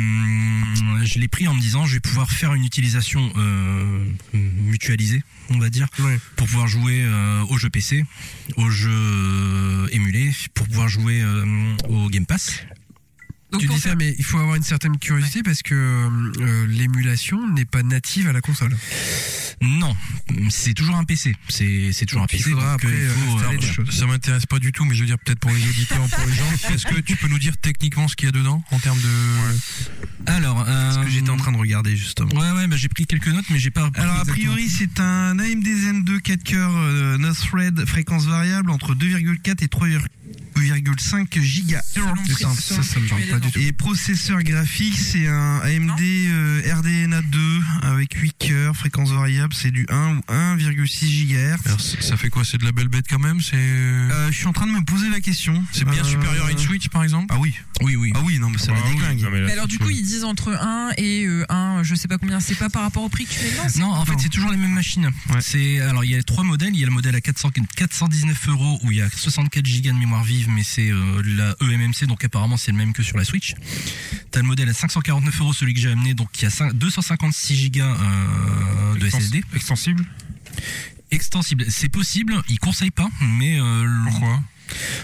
Speaker 7: je l'ai pris en me disant je vais pouvoir faire une utilisation euh, mutualisée, on va dire,
Speaker 5: Ouais.
Speaker 7: pour pouvoir jouer euh, aux jeux PC, aux jeux euh, émulés, pour pouvoir jouer euh, au Game Pass.
Speaker 3: Donc
Speaker 5: tu
Speaker 3: pour
Speaker 5: dis
Speaker 3: faire-
Speaker 5: ça, mais il faut avoir une certaine curiosité parce que euh, l'émulation n'est pas native à la console.
Speaker 7: Non, c'est toujours un PC. C'est c'est toujours
Speaker 5: Donc,
Speaker 7: un
Speaker 5: il
Speaker 7: PC.
Speaker 5: faudra
Speaker 7: donc, euh,
Speaker 5: après,
Speaker 7: il faut,
Speaker 5: euh, installer
Speaker 7: alors,
Speaker 5: des
Speaker 7: je-
Speaker 5: choses.
Speaker 2: Ça m'intéresse pas du tout, mais je veux dire peut-être pour les auditeurs, pour les gens. Est-ce que tu peux nous dire techniquement ce qu'il y a dedans en termes de
Speaker 7: alors, euh,
Speaker 4: Ce que j'étais en train de regarder, justement.
Speaker 7: Ouais, ouais, bah, j'ai pris quelques notes, mais j'ai pas.
Speaker 4: Alors, a
Speaker 7: exactement-
Speaker 4: priori, c'est un AMD Zen 2 4 cœurs euh, no thread fréquence variable entre 2,4 et 3,5 gigas.
Speaker 3: Selon-
Speaker 5: ça, ça me
Speaker 3: selon-
Speaker 5: parle pas du tout.
Speaker 4: Et processeur graphique, c'est un AMD euh, RDNA 2 avec 8 cœurs, fréquence variable, c'est du 1 ou 1,6 GHz.
Speaker 2: Alors, c'est- ça fait quoi C'est de la belle bête quand même. C'est
Speaker 4: Euh, je suis en train de me poser la question.
Speaker 2: c'est bien
Speaker 4: Euh,
Speaker 2: supérieur à une Switch, par exemple.
Speaker 4: Ah oui,
Speaker 7: Oui, oui.
Speaker 4: ah oui, non mais ça
Speaker 6: Bah
Speaker 4: va
Speaker 6: oui,
Speaker 4: déglingue.
Speaker 6: non, mais là,
Speaker 3: Mais alors du
Speaker 6: c'est-
Speaker 3: coup ils disent entre 1 et 1, je sais pas combien, c'est pas par rapport au prix que tu mets dedans c'est-
Speaker 7: Non, en fait, c'est toujours les mêmes machines. C'est alors il y a trois modèles. Il y a le modèle à 400 419 euros où il y a 64 gigas de mémoire vive, mais c'est euh, la eMMC, donc apparemment c'est le même que sur la Switch. T'as le modèle à 549 euros, celui que j'ai amené, donc qui a cinq- 256 gigas euh, de
Speaker 6: Extens-
Speaker 7: SSD
Speaker 6: Extensible
Speaker 7: extensible. C'est possible, ils conseillent pas, mais euh, le-
Speaker 6: Pourquoi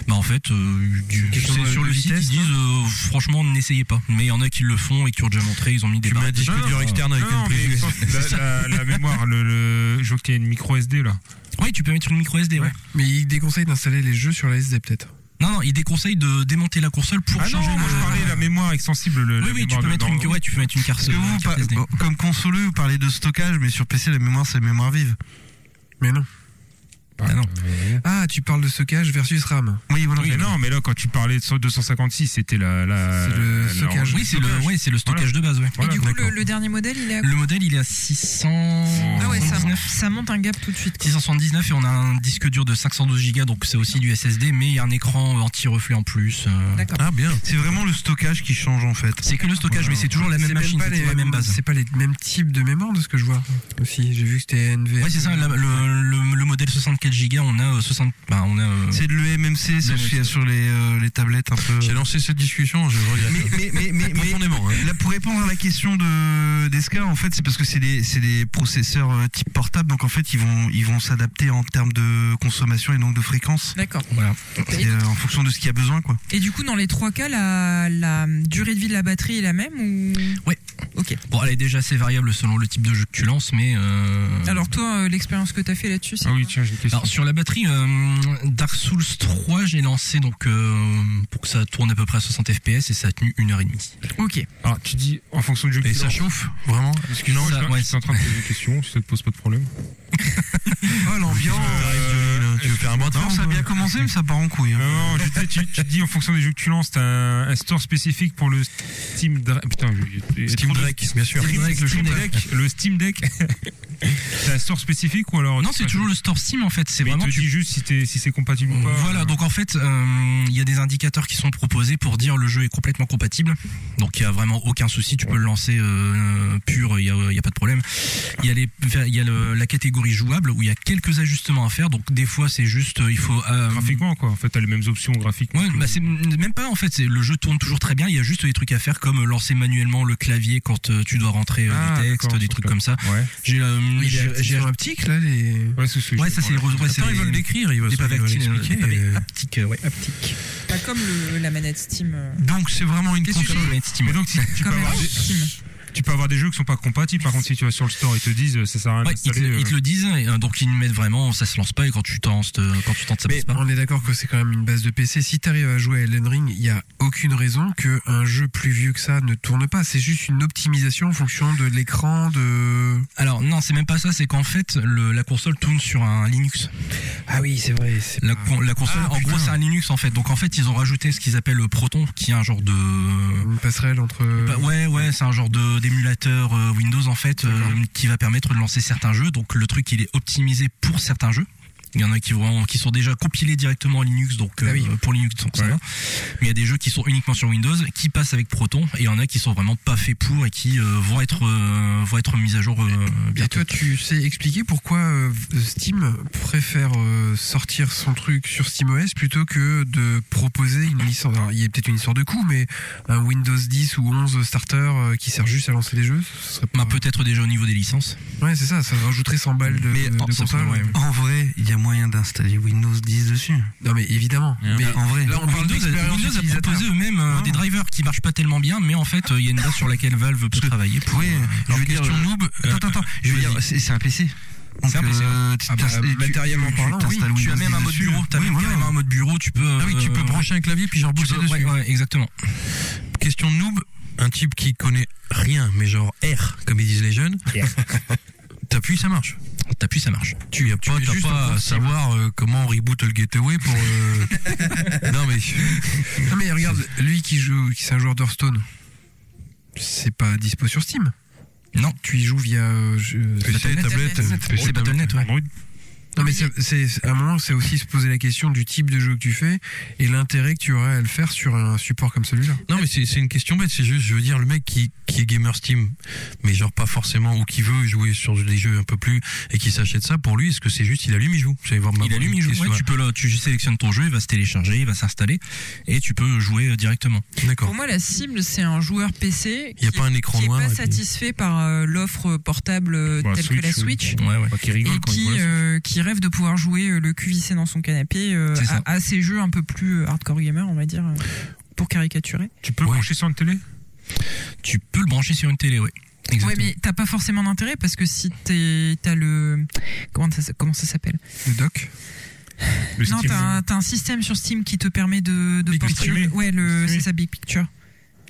Speaker 7: bah en fait, euh, du-
Speaker 5: Question
Speaker 7: c'est
Speaker 5: de-
Speaker 7: sur
Speaker 5: de
Speaker 7: le site
Speaker 5: vitesse,
Speaker 7: ils disent euh, franchement n'essayez pas. Mais il y en a qui le font et qui ont déjà montré, ils ont mis des
Speaker 2: Tu mets
Speaker 7: barres.
Speaker 2: un disque dur externe avec
Speaker 6: Non, non,
Speaker 2: une
Speaker 6: mais
Speaker 2: prise USB.
Speaker 6: extensible, la, la- la mémoire, le, le- je vois qu'il y a une micro SD là.
Speaker 7: Oui, tu peux mettre une micro SD. Ouais.
Speaker 5: Mais il déconseille d'installer les jeux sur la SD peut-être.
Speaker 7: Non, non, ils déconseillent de démonter la console pour
Speaker 6: Ah non,
Speaker 7: changer.
Speaker 6: moi
Speaker 7: le-
Speaker 6: je parlais de la mémoire extensible. Le,
Speaker 7: Oui,
Speaker 6: la
Speaker 7: oui, tu
Speaker 6: mémoire
Speaker 7: peux
Speaker 6: de-
Speaker 7: mettre
Speaker 6: dans-
Speaker 7: une, ouais, tu peux mettre une carte,
Speaker 4: Parce que vous,
Speaker 7: une carte
Speaker 4: par-
Speaker 7: SD.
Speaker 4: bon, comme consoleux, vous parlez de stockage, mais sur PC, la mémoire, c'est mémoire vive.
Speaker 5: Mais non.
Speaker 6: Bah,
Speaker 5: non. Ah, tu parles de stockage versus RAM.
Speaker 4: Oui, voilà.
Speaker 6: Ah Oui, mais non, mais là, quand tu parlais de 256, c'était la, la.
Speaker 5: C'est le
Speaker 6: la-
Speaker 5: stockage.
Speaker 2: Oui, c'est le, oui, c'est le stockage de base, ouais.
Speaker 3: Et
Speaker 10: Ah,
Speaker 6: Voilà,
Speaker 3: du coup, le,
Speaker 6: d'accord.
Speaker 3: le dernier modèle, il est à
Speaker 2: Le modèle, il est à 600.
Speaker 3: Ah ouais, ça, ça monte un gap tout de suite. quoi.
Speaker 2: 679 et on a un disque dur de 512 Go donc c'est aussi du SSD mais il y a un écran anti-reflet en plus. euh.
Speaker 3: D'accord.
Speaker 10: Ah bien.
Speaker 4: C'est vraiment le stockage qui change en fait.
Speaker 2: C'est que le stockage mais c'est toujours la
Speaker 5: C'est
Speaker 2: même
Speaker 5: même
Speaker 2: machine,
Speaker 5: pas
Speaker 2: c'est
Speaker 5: les
Speaker 2: toujours la même base.
Speaker 5: C'est pas les mêmes types de mémoire de ce que je vois aussi. J'ai vu que c'était NVMe.
Speaker 2: Ouais c'est ça, la- le, le- le modèle 64 Go on a euh, 60 bah, on a euh,
Speaker 4: C'est de l'EMMC, c'est ce qu'il y a sur les, euh, les tablettes un peu.
Speaker 10: J'ai lancé cette discussion, je regrette.
Speaker 4: Mais, mais, mais, mais, mais-
Speaker 10: Profondément, hein.
Speaker 4: là pour répondre à la question de d'Esca, en fait c'est parce que c'est des c'est des processeurs euh, type portable, donc en fait ils vont ils vont s'adapter en termes de consommation et donc de fréquence,
Speaker 3: D'accord.
Speaker 4: et, euh, en fonction de ce qu'il y a besoin quoi.
Speaker 3: Et du coup, dans les trois cas, la, la durée de vie de la batterie est la même ou
Speaker 2: bon elle est déjà assez variable selon le type de jeu que tu lances mais euh,
Speaker 3: Alors toi, euh, l'expérience que t'as fait là-dessus, c'est
Speaker 6: Ah oui, tiens, j'ai une question.
Speaker 2: Alors sur la batterie, euh, Dark Souls 3, j'ai lancé donc euh, pour que ça tourne à peu près à 60 fps et ça a tenu une heure et demie.
Speaker 3: ok.
Speaker 6: Alors, tu dis en fonction du jeu que
Speaker 10: Et
Speaker 6: tu
Speaker 10: ça
Speaker 6: lances.
Speaker 10: chauffe, vraiment.
Speaker 6: Excuse-moi,
Speaker 2: Ça,
Speaker 6: je
Speaker 2: ouais.
Speaker 6: je suis en train de poser une question, si ça te pose pas de problème.
Speaker 4: Oh l'ambiance.
Speaker 10: Tu veux faire un bras de fer,
Speaker 4: ça a
Speaker 2: hein.
Speaker 10: toi
Speaker 4: bien commencé mais ça part en couille. hein.
Speaker 6: Non, non, je disais, tu, tu dis en fonction des jeux que tu lances, t'as un, un store spécifique pour le Steam Deck. Putain, je- je-
Speaker 10: Steam
Speaker 6: trop de-
Speaker 10: Deck, bien sûr.
Speaker 6: Steam Deck, le
Speaker 2: Steam
Speaker 6: Steam Deck. Le Steam Deck. T'as un store spécifique ou alors
Speaker 2: Non, c'est toujours le store Steam en fait, c'est
Speaker 6: Mais il
Speaker 2: vraiment
Speaker 6: te
Speaker 2: tu-
Speaker 6: dit juste si, t'es- si c'est compatible ou pas.
Speaker 2: Voilà, donc en fait, euh, il y a des indicateurs qui sont proposés pour dire le jeu est complètement compatible. Donc il y a vraiment aucun souci, tu peux le lancer euh, pur, il y a, il y a pas de problème. Il y a, les, il y a le- la catégorie jouable où il y a quelques ajustements à faire. Donc des fois c'est juste, euh, il faut euh,
Speaker 6: graphiquement quoi. En fait, t'as les mêmes options graphiquement.
Speaker 2: Ouais, bah c'est même pas en fait. c'est- Le jeu tourne toujours très bien. Il y a juste des trucs à faire comme lancer manuellement le clavier quand euh, tu dois rentrer euh,
Speaker 6: Ah,
Speaker 2: des textes,
Speaker 6: d'accord,
Speaker 2: des
Speaker 6: ok.
Speaker 2: trucs comme ça.
Speaker 6: Ouais.
Speaker 2: J'ai, euh,
Speaker 5: Il
Speaker 2: j'ai-
Speaker 5: est
Speaker 2: j'ai-
Speaker 5: sur optique là les.
Speaker 6: Ouais, c'est ce que
Speaker 2: ouais,
Speaker 6: je
Speaker 2: ça c'est les
Speaker 6: demandais.
Speaker 2: ouais, c'est
Speaker 10: Attends,
Speaker 2: les-
Speaker 10: ils veulent décrire, ils veulent
Speaker 2: des
Speaker 10: ils
Speaker 2: pavés
Speaker 10: veulent
Speaker 2: actiles, euh,
Speaker 10: expliquer.
Speaker 2: des pavés
Speaker 10: euh,
Speaker 2: haptiques, euh, ouais, haptiques.
Speaker 3: Pas comme le- la manette Steam. euh,
Speaker 4: Donc c'est vraiment une
Speaker 3: Qu'est-ce que
Speaker 4: console.
Speaker 2: Console et Steam.
Speaker 6: Mais donc, si- tu, peux
Speaker 3: Comme
Speaker 6: avoir
Speaker 3: la
Speaker 6: des,
Speaker 3: Steam.
Speaker 6: tu peux avoir des jeux qui sont pas compatibles. Par contre, si tu vas sur le store, ils te disent euh, ça sert à rien
Speaker 2: Ouais, ils, te,
Speaker 6: d'installer,
Speaker 2: ils te
Speaker 6: euh.
Speaker 2: le disent, et, euh, donc ils mettent vraiment, ça se lance pas, et quand tu tentes, euh, quand tu tentes, ça
Speaker 5: Mais
Speaker 2: passe pas.
Speaker 5: on est d'accord que c'est quand même une base de PC. Si t'arrives à jouer à Elden Ring, il n'y a aucune raison que un jeu plus vieux que ça ne tourne pas. C'est juste une optimisation en fonction de l'écran, de.
Speaker 2: Alors non, c'est même pas ça, c'est qu'en fait, le- la console tourne sur un Linux.
Speaker 5: Ah oui, c'est Ah, vrai.
Speaker 2: La, con- la console, en gros, c'est un Linux en fait. Donc en fait, ils ont rajouté ce qu'ils appellent le Proton, qui est un genre de euh,
Speaker 5: euh, Une passerelle entre.
Speaker 2: Bah ouais, ouais, c'est un genre de d'émulateur euh, Windows en fait euh, qui va permettre de lancer certains jeux. Donc le truc il est optimisé pour certains jeux. Il y en a qui vont qui sont déjà compilés directement en Linux, donc euh,
Speaker 5: Ah oui.
Speaker 2: pour Linux donc ça va. Mais il y a des jeux qui sont uniquement sur Windows, qui passent avec Proton, et il y en a qui sont vraiment pas faits pour et qui euh, vont être euh, vont être mis à jour euh,
Speaker 5: Et
Speaker 2: bientôt.
Speaker 5: toi, tu sais expliquer pourquoi euh, Steam préfère euh, sortir son truc sur SteamOS plutôt que de proposer une licence. Alors, il y a peut-être une histoire de coût, mais un Windows 10 ou 11 starter euh, qui sert juste à lancer des jeux, ce serait pas.
Speaker 2: Bah, peut-être déjà au niveau des licences.
Speaker 5: Ouais, c'est ça, ça rajouterait 100 balles de,
Speaker 4: Mais-
Speaker 5: de
Speaker 2: Oh, ça
Speaker 5: console.
Speaker 2: pourrait, ouais.
Speaker 4: En vrai, il y a moyen d'installer Windows 10 dessus.
Speaker 5: Non, mais évidemment. Mais
Speaker 4: en vrai.
Speaker 5: là, on parle
Speaker 2: Windows, a-
Speaker 5: d'expérience
Speaker 2: Windows a
Speaker 5: utilisateur. Ah.
Speaker 2: proposé eux-mêmes euh, des drivers qui marchent pas tellement bien, mais en fait euh, il y a une base sur laquelle Valve peut travailler. Pour,
Speaker 4: Oui, je veux dire,
Speaker 5: euh,
Speaker 2: question euh,
Speaker 4: noob. Attends, attends, attends. Je veux
Speaker 2: vas-y.
Speaker 4: dire, c'est c'est un PC. Donc,
Speaker 2: C'est un PC, ouais.
Speaker 4: euh, tu
Speaker 2: Ah bah,
Speaker 4: t'installes- tu-
Speaker 2: matériellement
Speaker 4: tu
Speaker 2: parlant, oui,
Speaker 4: t'installes
Speaker 2: tu as
Speaker 4: Windows
Speaker 2: même un
Speaker 4: 10
Speaker 2: mode
Speaker 4: dessus.
Speaker 2: bureau, tu as
Speaker 4: Oui,
Speaker 2: même
Speaker 4: voilà.
Speaker 2: carrément un mode bureau, tu peux.
Speaker 10: Ah oui, tu peux
Speaker 2: euh,
Speaker 10: brancher un clavier puis genre
Speaker 2: tu
Speaker 10: bosser
Speaker 2: peux-
Speaker 10: dessus.
Speaker 2: ouais, ouais, exactement.
Speaker 10: Question de noob, un type qui connaît rien, mais genre R, comme ils disent les jeunes. T'appuies, ça marche.
Speaker 2: T'appuies, ça marche.
Speaker 10: Tu n'as pas, t'as
Speaker 2: juste
Speaker 10: pas à savoir euh, comment on reboot le gateway pour. euh, non mais
Speaker 5: Non, mais regarde, lui qui joue, qui c'est un joueur d'Hearthstone, c'est pas dispo sur Steam.
Speaker 2: Non.
Speaker 5: Tu y joues via. euh, je-
Speaker 10: PC,
Speaker 3: tablette.
Speaker 10: tablette,
Speaker 5: euh,
Speaker 2: C'est
Speaker 10: PC,
Speaker 2: Battle.net, ouais.
Speaker 6: Android.
Speaker 5: Non mais c'est- c'est c'est- à un moment c'est aussi se poser la question du type de jeu que tu fais et l'intérêt que tu aurais à le faire sur un support comme celui-là.
Speaker 10: Non, mais c'est c'est une question bête. C'est juste, je veux dire, le mec qui, qui est gamer Steam, mais genre pas forcément, ou qui veut jouer sur des jeux un peu plus, et qui s'achète ça, pour lui, est-ce que c'est juste, il allume, il joue C'est vraiment
Speaker 2: Il allume, il joue.
Speaker 10: question,
Speaker 2: Ouais, tu peux là, tu sélectionnes ton jeu, il va se télécharger, il va s'installer, et tu peux jouer euh, directement.
Speaker 10: D'accord.
Speaker 3: Pour moi, la cible, c'est un joueur PC
Speaker 10: Il n'y
Speaker 3: qui
Speaker 10: a pas un écran
Speaker 3: n'est
Speaker 10: noir.
Speaker 3: pas
Speaker 10: et puis-
Speaker 3: satisfait par euh, l'offre portable euh,
Speaker 6: Bah,
Speaker 3: telle que la
Speaker 6: Switch, oui.
Speaker 3: Switch.
Speaker 2: Ouais, ouais.
Speaker 6: Enfin, qui rigole
Speaker 3: et
Speaker 6: quand il
Speaker 3: qui,
Speaker 6: voit la-
Speaker 3: euh, qui rêve de pouvoir jouer euh, le cul vissé dans son canapé euh,
Speaker 2: C'est ça.
Speaker 3: à, à ces jeux un peu plus euh, hardcore gamer, on va dire, euh, pour caricaturer.
Speaker 6: Tu peux brancher sur une télé
Speaker 2: Tu peux le brancher sur une télé, ouais.
Speaker 3: Ouais,
Speaker 2: Exactement.
Speaker 3: mais t'as pas forcément d'intérêt parce que si t'es- t'as le. Comment ça, comment ça s'appelle
Speaker 5: Le doc.
Speaker 6: Le
Speaker 3: Non,
Speaker 6: Steam,
Speaker 3: t'as un, t'as un système sur Steam qui te permet de, de
Speaker 6: Big
Speaker 3: porter.
Speaker 6: Picture.
Speaker 3: Ouais, le,
Speaker 6: Streamer.
Speaker 3: c'est ça, Big Picture.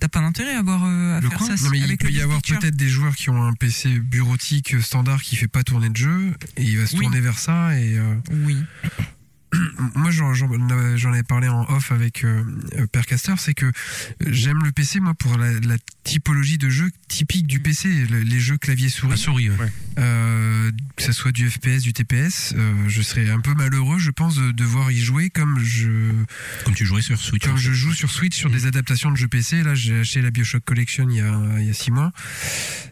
Speaker 3: t'as pas d'intérêt à, avoir, euh, à
Speaker 5: Le
Speaker 3: faire
Speaker 5: coin
Speaker 3: ça
Speaker 5: Non, mais il
Speaker 3: avec
Speaker 5: peut
Speaker 3: le
Speaker 5: y avoir
Speaker 3: Picture.
Speaker 5: peut-être des joueurs qui ont un PC bureautique standard qui fait pas tourner de jeu et il va se
Speaker 3: Oui.
Speaker 5: tourner vers ça et euh,
Speaker 3: Oui.
Speaker 5: moi j'en j'en- j'en avais parlé en off avec euh, euh, Percaster, c'est que j'aime le PC moi pour la, la typologie de jeu typique du PC, le- les jeux clavier
Speaker 1: La
Speaker 5: souris,
Speaker 1: souris, ouais.
Speaker 5: euh, que ça soit du FPS, du TPS, euh, je serais un peu malheureux je pense de devoir y jouer comme je
Speaker 2: Comme tu jouais sur Switch.
Speaker 5: comme je joue sur Switch sur des adaptations de jeux PC, là j'ai acheté la Bioshock Collection il y a, il y a six mois.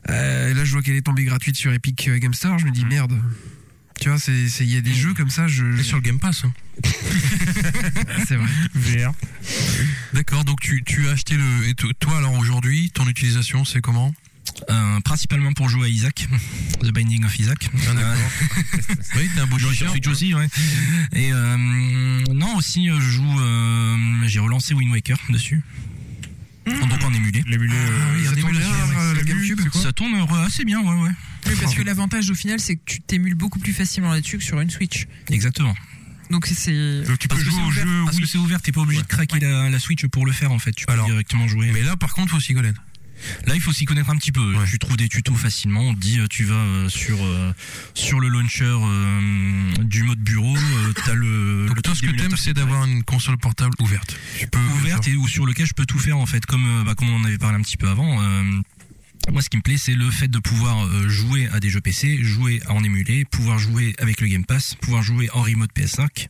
Speaker 5: Euh, et là je vois qu'elle est tombée gratuite sur Epic euh, Game Store, je me dis merde. Tu vois, c'est c'est- il y a des jeux comme ça, je,
Speaker 1: Mm. Et sur le Game Pass. hein.
Speaker 5: c'est vrai.
Speaker 6: VR.
Speaker 1: D'accord, donc tu, tu as acheté le. Et to- toi, alors aujourd'hui, ton utilisation, c'est comment
Speaker 2: Euh, principalement pour jouer à Isaac, The Binding of Isaac.
Speaker 5: Ah,
Speaker 2: Euh,
Speaker 1: Oui, t'es un beau
Speaker 2: sur
Speaker 1: chien.
Speaker 2: Switch aussi, ouais. Et euh, non, aussi, euh, je joue. euh, J'ai relancé Wind Waker dessus.
Speaker 5: Mmh.
Speaker 2: Donc en émulé.
Speaker 6: L'émulé,
Speaker 2: Ah,
Speaker 6: euh,
Speaker 5: Ça tombe bien, euh, la GameCube.
Speaker 2: Ça tourne euh, assez bien, ouais, ouais.
Speaker 3: Oui, parce que l'avantage au final, c'est que tu t'émules beaucoup plus facilement là-dessus que sur une Switch.
Speaker 2: Exactement.
Speaker 3: Donc c'est.
Speaker 6: Donc tu peux
Speaker 2: Parce que
Speaker 6: jouer
Speaker 2: c'est
Speaker 6: au
Speaker 2: ouvert,
Speaker 6: jeu
Speaker 2: parce
Speaker 6: Wii.
Speaker 2: que c'est ouvert, t'es pas obligé de craquer la, la Switch pour le faire en fait. Tu peux
Speaker 1: Alors,
Speaker 2: directement jouer.
Speaker 1: Mais là, par contre, faut s'y connaître.
Speaker 2: Là, il faut s'y connaître un petit peu.
Speaker 1: Ouais.
Speaker 2: Tu trouves des tutos facilement. On te dit, euh, tu vas euh, sur euh, sur le launcher euh, du mode bureau. euh, T'as le.
Speaker 1: Donc
Speaker 2: le
Speaker 1: toi, ce que
Speaker 2: d'émulateur
Speaker 1: t'aimes, c'est d'avoir une console portable ouverte. Tu peux.
Speaker 2: ouverte et où- sur lequel je peux tout faire en fait comme euh, bah, comme on en avait parlé un petit peu avant euh, moi ce qui me plaît c'est le fait de pouvoir euh, jouer à des jeux PC jouer à en émulé pouvoir jouer avec le Game Pass pouvoir jouer en remote PS5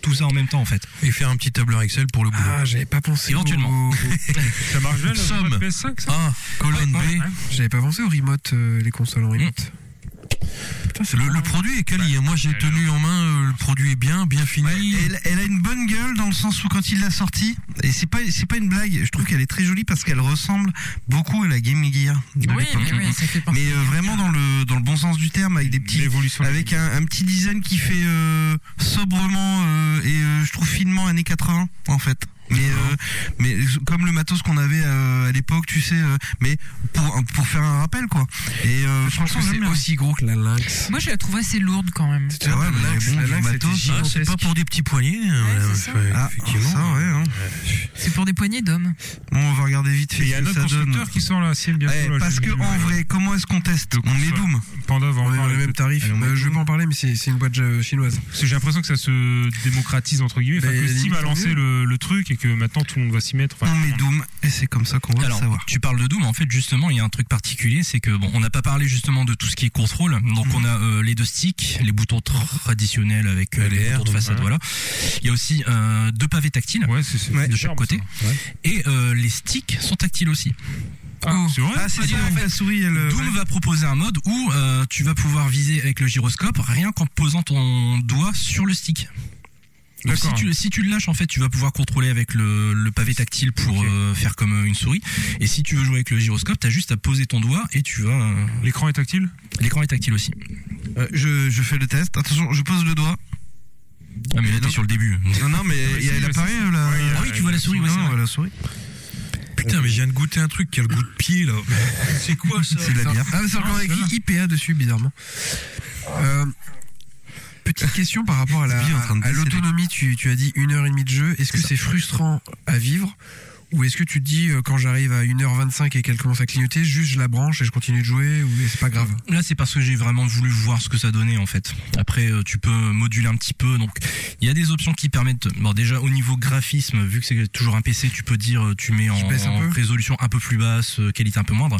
Speaker 2: tout ça en même temps en fait
Speaker 1: Et faire un petit tableur Excel pour le boulot.
Speaker 5: Ah, j'avais pas pensé.
Speaker 2: Éventuellement.
Speaker 5: Au, au-
Speaker 6: Ça
Speaker 4: Ah,
Speaker 6: marche bien, le
Speaker 1: Somme.
Speaker 6: mode PS5, ça
Speaker 1: Ah, colonne
Speaker 6: Ouais,
Speaker 1: B.
Speaker 6: ouais.
Speaker 5: j'avais pas pensé au remote, euh, les consoles en remote.
Speaker 1: Le, le produit est quali. hein. Moi, j'ai tenu en main. euh, le produit est bien, bien fini.
Speaker 4: Elle, elle a une bonne gueule dans le sens où quand il l'a sortie, et c'est pas c'est pas une blague, je trouve qu'elle est très jolie parce qu'elle ressemble beaucoup à la Game Gear. de
Speaker 3: Oui,
Speaker 4: l'époque.
Speaker 3: mais oui, ça fait
Speaker 1: Bah,
Speaker 3: partie.
Speaker 4: Mais euh, vraiment dans le dans le bon sens du terme avec des petits
Speaker 6: euh, L'évolution.
Speaker 4: avec un, un petit design qui fait euh, sobrement euh, et euh, je trouve finement années 80 en fait. Mais euh, mais comme le matos qu'on avait euh, à l'époque, tu sais, euh, mais pour pour faire un rappel quoi. Et euh, franchement,
Speaker 5: c'est
Speaker 4: j'aime bien.
Speaker 5: aussi gros que la Lynx.
Speaker 3: Moi, je la trouve assez lourde quand même.
Speaker 4: Ah ouais, mais
Speaker 5: Lynx,
Speaker 4: bon,
Speaker 5: la
Speaker 4: du
Speaker 5: Lynx,
Speaker 4: matos,
Speaker 5: c'était
Speaker 1: Ah, c'est pas pour des petits poignets. euh,
Speaker 3: c'est ça.
Speaker 1: ouais,
Speaker 4: Ah,
Speaker 1: effectivement.
Speaker 4: ça, ouais, hein.
Speaker 3: C'est pour des poignées d'hommes.
Speaker 4: Bon, on va regarder vite
Speaker 6: Et
Speaker 4: fait
Speaker 6: il y a
Speaker 4: ce
Speaker 6: un
Speaker 4: que
Speaker 6: autre
Speaker 4: ça donne.
Speaker 6: constructeur qui sort là, c'est bien.
Speaker 4: Eh,
Speaker 6: sûr, là,
Speaker 4: parce
Speaker 6: j'ai
Speaker 4: que
Speaker 6: vu,
Speaker 4: en
Speaker 6: ouais.
Speaker 4: vrai, comment est-ce qu'on teste
Speaker 6: Le
Speaker 4: On met
Speaker 6: console.
Speaker 4: Doom.
Speaker 6: Panda va euh, en
Speaker 5: On est dans
Speaker 6: parler
Speaker 5: le même
Speaker 6: peut-être.
Speaker 5: tarif.
Speaker 6: Allez, on
Speaker 5: Euh,
Speaker 6: met
Speaker 5: je vais
Speaker 6: tout.
Speaker 5: pas en parler, mais c'est c'est une boîte euh, chinoise.
Speaker 6: Parce que j'ai l'impression que ça se démocratise entre guillemets. Enfin,
Speaker 5: Mais
Speaker 6: que Steam a
Speaker 5: tant
Speaker 6: lancé
Speaker 5: mieux.
Speaker 6: le, le truc et que maintenant tout le monde va s'y mettre. Enfin,
Speaker 4: On met Doom et c'est comme ça qu'on va le
Speaker 2: Alors,
Speaker 4: savoir.
Speaker 2: tu parles de Doom, en fait, justement, il y a un truc particulier, c'est que bon, on n'a pas parlé justement de tout ce qui est contrôle. Donc, on a euh, les deux sticks, les boutons traditionnels avec euh, les
Speaker 1: LR,
Speaker 2: boutons de façade,
Speaker 6: ouais.
Speaker 2: voilà. Il y a aussi euh, deux pavés tactiles
Speaker 6: ouais, c'est c'est
Speaker 2: de chaque
Speaker 6: superbe,
Speaker 2: côté.
Speaker 6: ça. Ouais.
Speaker 2: et euh, les sticks sont tactiles aussi. Oh.
Speaker 6: Ah, c'est vrai
Speaker 4: Ah, c'est
Speaker 2: Vas-y,
Speaker 4: ça,
Speaker 2: en
Speaker 4: en fait,
Speaker 2: fait.
Speaker 4: la souris, elle.
Speaker 2: Doom va proposer un mode où euh, tu vas pouvoir viser avec le gyroscope rien qu'en posant ton doigt sur le stick. Donc si
Speaker 6: D'accord.
Speaker 2: tu, si tu le lâches en fait tu vas pouvoir contrôler avec le, le pavé tactile pour
Speaker 6: Ok.
Speaker 2: euh, faire comme euh, une souris et si tu veux jouer avec le gyroscope t'as juste à poser ton doigt et tu vas euh,
Speaker 6: L'écran est tactile
Speaker 2: l'écran est tactile aussi
Speaker 4: Euh, je, je fais le test. Attention, je pose le doigt.
Speaker 2: ah mais là
Speaker 4: non.
Speaker 2: t'es sur le début
Speaker 4: Non, non, mais
Speaker 6: Ouais,
Speaker 4: il y a-
Speaker 6: si,
Speaker 4: elle
Speaker 6: mais
Speaker 4: apparaît, euh, la.
Speaker 6: Ouais, il y a-
Speaker 2: ah oui tu vois la souris ouais,
Speaker 4: Non,
Speaker 2: c'est vrai.
Speaker 4: ouais, la souris.
Speaker 1: Putain, mais je viens de goûter un truc qui a le goût de pied là. C'est quoi ça
Speaker 4: C'est de la bière.
Speaker 5: Ah, mais c'est encore écrit IPA dessus, bizarrement. Euh, petite question par rapport à la-
Speaker 4: Bien en train de
Speaker 5: à
Speaker 4: passer,
Speaker 5: l'autonomie. Tu, tu as dit une heure et demie de jeu. Est-ce que c'est frustrant à vivre ou est-ce que tu te dis euh, quand j'arrive à 1h25 et qu'elle commence à clignoter, juste je la branche et je continue de jouer ou c'est pas grave
Speaker 2: Là, c'est parce que j'ai vraiment voulu voir ce que ça donnait en fait. Après, euh, tu peux moduler un petit peu. Donc, il y a des options qui permettent. Bon, déjà au niveau graphisme, vu que c'est toujours un PC, tu peux dire euh, tu mets en,
Speaker 5: baisses un
Speaker 2: en
Speaker 5: peu
Speaker 2: résolution un peu plus basse, euh, qualité un peu moindre.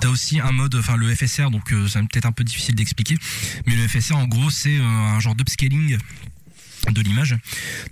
Speaker 2: T'as aussi un mode, enfin le FSR, donc euh, c'est peut-être un peu difficile d'expliquer, mais le FSR en gros c'est euh, un genre d'upscaling de l'image.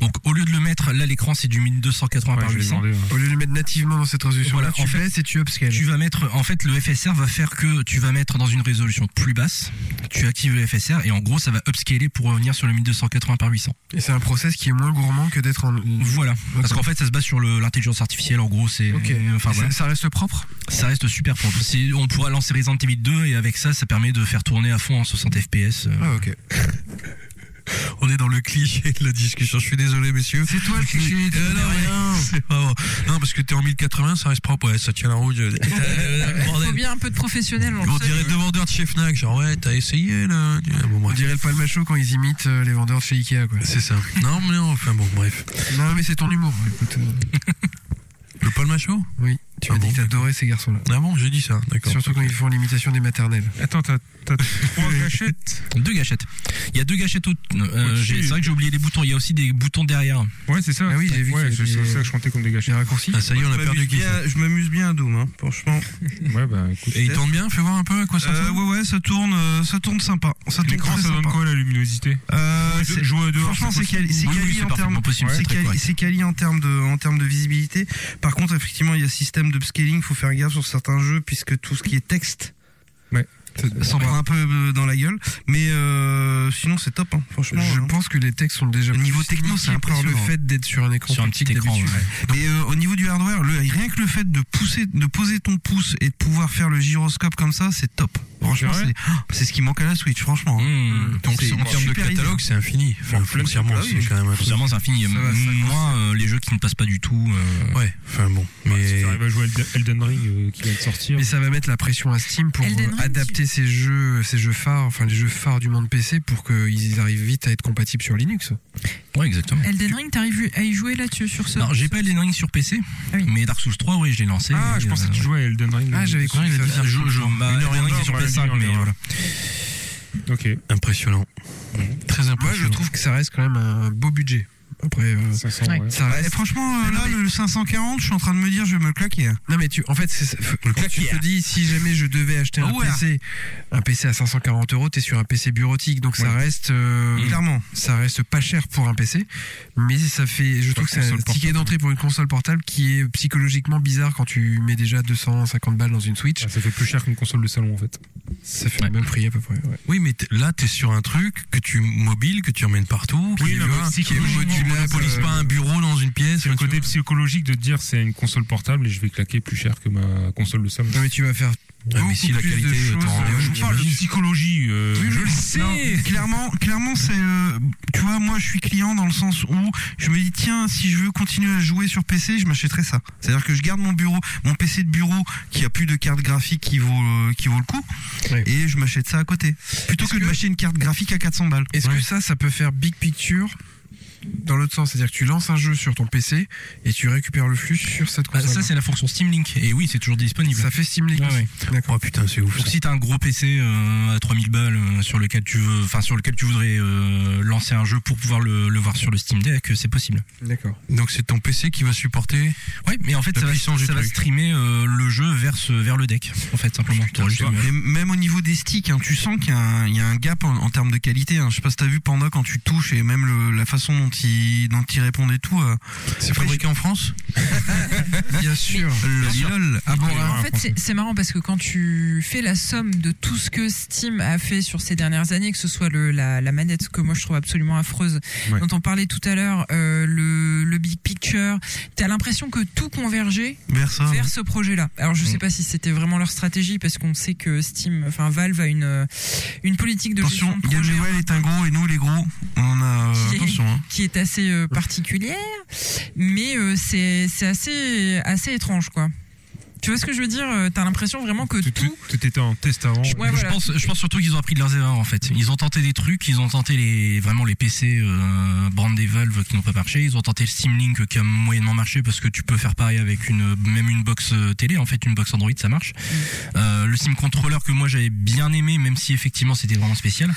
Speaker 2: Donc au lieu de le mettre là, l'écran c'est du 1280
Speaker 6: Ouais,
Speaker 2: par
Speaker 6: je vais
Speaker 2: 800.
Speaker 6: demander, ouais.
Speaker 5: Au lieu de le mettre nativement dans cette résolution,
Speaker 2: Voilà,
Speaker 5: là, tu
Speaker 2: en fait,
Speaker 5: baisses et tu upscales.
Speaker 2: Tu vas mettre, en fait, le FSR va faire que tu vas mettre dans une résolution plus basse, tu actives le FSR et en gros, ça va upscaler pour revenir sur le 1280 par 800.
Speaker 5: Et c'est un process qui est moins gourmand que d'être en.
Speaker 2: Voilà. Parce
Speaker 5: Ok.
Speaker 2: qu'en fait, ça se base sur le- l'intelligence artificielle, en gros, c'est.
Speaker 5: Ok.
Speaker 2: Enfin,
Speaker 5: Et
Speaker 2: voilà.
Speaker 5: ça, ça reste propre.
Speaker 2: Ça reste super propre. C'est- On pourra lancer Resident Evil 2 et avec ça, ça permet de faire tourner à fond en 60 FPS. euh.
Speaker 5: Ah ok.
Speaker 1: On est dans le cliché de la discussion. Je suis désolé, messieurs.
Speaker 5: C'est toi le cliché.
Speaker 1: Euh, non, mais c'est pas vrai. Non, parce que t'es en 1080, ça reste propre. Ouais, ça tient la route. Euh,
Speaker 3: Faut
Speaker 1: bordel.
Speaker 3: bien un peu de professionnel. on le
Speaker 1: On
Speaker 3: sait.
Speaker 1: dirait demandeur de chez Fnac. Genre, ouais, t'as essayé là. Bon,
Speaker 5: On
Speaker 1: bref.
Speaker 5: dirait le palmacho quand ils imitent euh, les vendeurs de chez Ikea quoi.
Speaker 1: C'est ça. Non, mais non, enfin bon, bref.
Speaker 5: Non mais c'est ton humour. Écoute, euh,
Speaker 1: Le palmachot
Speaker 5: Oui.
Speaker 2: Ah
Speaker 5: Tu as dit que t'adorais ces garçons-là.
Speaker 11: Ah bon, j'ai dit ça, d'accord.
Speaker 5: Surtout quand ils font l'imitation des maternelles.
Speaker 6: Attends, t'as t'as trois gâchettes
Speaker 2: Deux gâchettes. Il y a deux gâchettes au. euh,
Speaker 6: Au-dessus.
Speaker 2: j'ai- c'est vrai que j'ai oublié les boutons. Il y a aussi des boutons derrière.
Speaker 6: Ouais, c'est ça.
Speaker 5: Ah oui, j'ai vu
Speaker 6: Ouais,
Speaker 5: qu'il y
Speaker 6: c'est
Speaker 5: avait
Speaker 6: c'est
Speaker 5: des-
Speaker 6: ça que je comptais comme des
Speaker 5: J'ai
Speaker 6: gâchettes.
Speaker 5: raccourci.
Speaker 11: Ah, ça y est, on a
Speaker 4: Je m'amuse
Speaker 11: perdu qui
Speaker 4: bien- Je m'amuse bien à Doom, hein, franchement.
Speaker 6: Ouais, bah écoute.
Speaker 11: Et il tourne bien, fais voir un peu à quoi ça
Speaker 4: Euh,
Speaker 11: ressemble.
Speaker 4: ouais, ouais, ça tourne, euh, ça tourne sympa. Ça tourne
Speaker 6: L'écran,
Speaker 4: très
Speaker 6: ça donne
Speaker 4: sympa.
Speaker 6: quoi la luminosité
Speaker 4: Euh,
Speaker 6: Deux-
Speaker 4: c'est-
Speaker 6: Jouer à deux.
Speaker 4: Franchement, c'est quali, c'est
Speaker 2: Oui, oui,
Speaker 4: quali
Speaker 2: c'est
Speaker 4: en termes.
Speaker 2: parfaitement possible.
Speaker 4: c'est
Speaker 2: c'est très
Speaker 4: quali-
Speaker 2: correct.
Speaker 4: c'est quali en termes de en termes de visibilité. Par contre, effectivement, il y a système d'upscaling, faut faire gaffe sur certains jeux puisque tout ce qui est texte s'en prend un peu euh, dans la gueule. Mais euh, sinon, c'est top, hein, franchement.
Speaker 5: Je
Speaker 4: hein.
Speaker 5: pense que les textes sont déjà.
Speaker 4: Le niveau
Speaker 5: plus
Speaker 4: techno, c'est
Speaker 5: niqués par le
Speaker 4: impressionnant.
Speaker 5: fait d'être sur un écran.
Speaker 2: Sur un
Speaker 5: petit
Speaker 2: petit écran.
Speaker 5: d'habitude.
Speaker 2: ouais.
Speaker 4: Mais euh, au niveau du hardware, le, rien que le fait de pousser, de poser ton pouce et de pouvoir faire le gyroscope comme ça, c'est top. Franchement,
Speaker 6: C'est
Speaker 4: c'est ah, c'est ce qui manque à la Switch, franchement. hein.
Speaker 2: Mmh.
Speaker 11: Donc
Speaker 4: C'est
Speaker 11: en termes de
Speaker 4: super
Speaker 11: catalogue,
Speaker 4: idée.
Speaker 11: c'est infini.
Speaker 5: Ah,
Speaker 11: Enfin, foncièrement,
Speaker 4: bah oui.
Speaker 11: c'est quand même infini.
Speaker 2: Bizarrement, c'est infini.
Speaker 5: Ça va, ça
Speaker 2: Moi, euh, les jeux qui ne passent pas du tout. euh,
Speaker 11: Ouais, enfin bon.
Speaker 6: Si
Speaker 11: Mais
Speaker 6: t'arrives à jouer à Elden- Elden Ring euh, qui vient de sortir.
Speaker 5: Mais ça va mettre la pression à Steam pour
Speaker 3: Elden
Speaker 5: euh,
Speaker 3: Ring,
Speaker 5: adapter ces jeux, ces jeux phares, enfin les jeux phares du monde PC pour qu'ils arrivent vite à être compatibles sur Linux.
Speaker 2: Ouais, exactement.
Speaker 3: Elden Ring, t'arrives à y jouer là-dessus sur ce
Speaker 2: Non, j'ai pas Elden Ring sur PC,
Speaker 3: Ah oui.
Speaker 2: mais Dark Souls 3, oui, je l'ai lancé.
Speaker 6: Ah,
Speaker 2: Et,
Speaker 6: je pensais
Speaker 2: euh,
Speaker 6: que tu jouais à Elden Ring.
Speaker 5: Ah, j'avais compris ça.
Speaker 2: Ah, je- je- bah,
Speaker 6: Une
Speaker 2: Elden
Speaker 6: heure et
Speaker 2: Ring,
Speaker 6: demie,
Speaker 2: c'est sur
Speaker 6: on l'a
Speaker 2: PS5,
Speaker 6: dit, on
Speaker 2: mais
Speaker 6: l'a dit.
Speaker 2: voilà.
Speaker 6: Ok.
Speaker 11: impressionnant. Très
Speaker 5: Moi, je
Speaker 11: impressionnant.
Speaker 5: trouve que ça reste quand même un beau budget. Après, euh,
Speaker 6: 500,
Speaker 3: Ouais.
Speaker 6: ouais.
Speaker 5: ça
Speaker 4: Ouais,
Speaker 5: reste.
Speaker 4: franchement, euh,
Speaker 5: Non,
Speaker 4: là, le 540, je suis en train de me dire, je vais me le claquer. hein.
Speaker 5: Non mais tu, en fait, c'est ça- quand tu te dis si jamais je devais acheter un
Speaker 4: Ah ouais.
Speaker 5: PC, un PC à 540 euros, t'es sur un PC bureautique, donc ça reste, euh,
Speaker 4: Clairement.
Speaker 5: ça reste pas cher pour un PC, mais ça fait, je trouve que c'est un
Speaker 6: console
Speaker 5: ticket d'entrée pour une console portable qui est psychologiquement bizarre quand tu mets déjà 250 balles dans une Switch.
Speaker 6: Ah, Ça fait plus cher qu'une console de salon en fait.
Speaker 5: Ça fait
Speaker 2: Ouais.
Speaker 5: le même prix à peu près. ouais.
Speaker 11: Oui, mais t- là, t'es sur un truc que tu mobile, que tu emmènes partout, qui
Speaker 6: Oui,
Speaker 11: est
Speaker 6: non, mais
Speaker 11: loin, qui
Speaker 6: si,
Speaker 11: est
Speaker 6: qui est
Speaker 11: modulable,
Speaker 6: logiquement,
Speaker 11: monopolise
Speaker 6: euh,
Speaker 11: pas un bureau dans une pièce.
Speaker 6: C'est le
Speaker 11: tu
Speaker 6: côté
Speaker 11: vois.
Speaker 6: psychologique de dire c'est une console portable et je vais claquer plus cher que ma console de salon.
Speaker 5: Non mais tu vas faire
Speaker 11: Ah, mais si la
Speaker 5: beaucoup plus de
Speaker 11: qualité,
Speaker 5: choses,
Speaker 11: t'en-
Speaker 5: euh,
Speaker 6: Je parle de psychologie. euh, je le sais.
Speaker 4: Non, clairement, clairement, c'est. euh, tu vois, moi, je suis client dans le sens où je me dis, tiens, si je veux continuer à jouer sur PC, je m'achèterai ça. C'est-à-dire que je garde mon bureau, mon PC de bureau qui a plus de carte graphique qui vaut, euh, qui vaut le coup,
Speaker 5: Ouais.
Speaker 4: et je m'achète ça à côté. Plutôt que, de m'acheter une carte graphique à 400 balles.
Speaker 5: Est-ce que ça, ça peut faire big picture dans l'autre sens C'est-à-dire que tu lances un jeu sur ton PC et tu récupères le flux sur cette
Speaker 11: Ah,
Speaker 2: Bah, ça,
Speaker 5: console.
Speaker 2: c'est la fonction Steam Link. Et oui, c'est toujours disponible.
Speaker 5: Ça fait Steam Link.
Speaker 2: Ah ouais.
Speaker 5: D'accord.
Speaker 11: Oh putain, c'est ouf.
Speaker 2: Donc
Speaker 11: ça.
Speaker 2: si t'as un gros PC euh, à 3000 balles euh, sur lequel tu veux, enfin sur lequel tu voudrais euh, lancer un jeu pour pouvoir le, le voir sur le Steam Deck, euh, c'est possible.
Speaker 5: D'accord.
Speaker 11: Donc c'est ton PC qui va supporter.
Speaker 2: Ouais, mais en fait
Speaker 11: La
Speaker 2: ça va,
Speaker 11: puissance du
Speaker 2: ça va
Speaker 11: truc.
Speaker 2: streamer euh, le jeu vers ce- vers le deck, en fait simplement. T'auras juste le-
Speaker 4: Et même au niveau des sticks, hein, tu sens qu'il y, a un- il y a un gap en, en termes de qualité. Hein. Je sais pas si t'as vu Panda quand tu touches et même le- la façon dont il dont il répond et tout. euh,
Speaker 11: C'est fabriqué en France
Speaker 5: Bien sûr.
Speaker 4: le lol. Ah bon, hein.
Speaker 3: En fait, c'est- c'est marrant parce que quand tu fais la somme de tout ce que Steam a fait sur ces dernières années, que ce soit le, la, la manette que moi je trouve absolument affreuse,
Speaker 6: Ouais.
Speaker 3: dont on parlait tout à l'heure, euh, le, le Big Picture, t'as l'impression que tout convergeait
Speaker 4: vers ça.
Speaker 3: vers ce projet-là. Alors je sais pas si c'était vraiment leur stratégie parce qu'on sait que Steam, enfin Valve a une euh, une politique de
Speaker 4: Attention,
Speaker 3: gestion de projet
Speaker 4: Gamewell est un gros et nous les gros, on en a euh,
Speaker 3: Qui est-
Speaker 4: attention. hein.
Speaker 3: qui est assez euh, particulière, mais euh, c'est c'est assez assez étrange quoi. Tu vois ce que je veux dire Euh, T'as l'impression vraiment que
Speaker 6: Tout,
Speaker 3: tout
Speaker 6: tout- tout était en test avant.
Speaker 3: Je- ouais,
Speaker 2: je,
Speaker 3: voilà.
Speaker 2: pense, je pense surtout qu'ils ont appris de leurs erreurs en fait. Ils ont tenté des trucs, ils ont tenté les vraiment les PC euh, brandés Valve qui n'ont pas marché. Ils ont tenté le Steam Link qui a moyennement marché parce que tu peux faire pareil avec une même une box euh, télé en fait une box Android ça marche. Euh, le Steam Controller que moi j'avais bien aimé même si effectivement c'était vraiment spécial.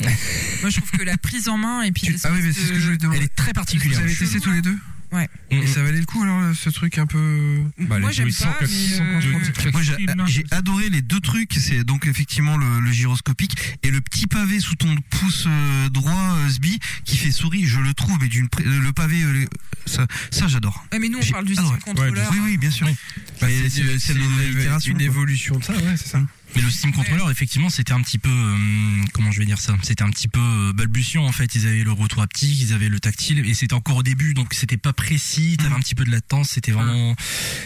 Speaker 3: Moi, je trouve que la prise en main et puis
Speaker 5: Tu- Ah oui, mais c'est ce que je voulais te demander.
Speaker 2: Elle est très particulière.
Speaker 5: Vous avez
Speaker 3: chelou,
Speaker 5: testé tous
Speaker 3: là.
Speaker 5: les deux
Speaker 3: Ouais.
Speaker 5: Et ça valait le coup alors ce truc un peu.
Speaker 6: Bah,
Speaker 3: moi
Speaker 6: les
Speaker 3: j'aime
Speaker 6: jouets
Speaker 3: pas. Mais
Speaker 6: 100,
Speaker 3: euh,
Speaker 6: 400,
Speaker 4: Moi j'ai
Speaker 6: Flexible, hein.
Speaker 4: j'ai adoré les deux trucs, c'est donc effectivement le, le gyroscopique et le petit pavé sous ton pouce euh, droit euh, SBI qui fait souris, je le trouve mais d'une pré- le pavé euh, le- ça, ça j'adore.
Speaker 3: ouais, Eh, mais nous on
Speaker 4: J'ai-
Speaker 3: parle du
Speaker 4: Ah
Speaker 3: Steam
Speaker 4: ouais.
Speaker 3: Controller.
Speaker 4: Oui oui, bien sûr. Mais c'est c'est la nouvelle itération,
Speaker 5: une
Speaker 4: quoi.
Speaker 5: évolution de ça, ouais, c'est ça.
Speaker 2: Mais le Steam Controller, effectivement, c'était un petit peu, euh, comment je vais dire ça, c'était un petit peu euh, balbutiant en fait. Ils avaient le retour haptique, ils avaient le tactile, et c'était encore au début, donc c'était pas précis.
Speaker 5: Mm.
Speaker 2: T'avais un petit peu de latence, c'était vraiment.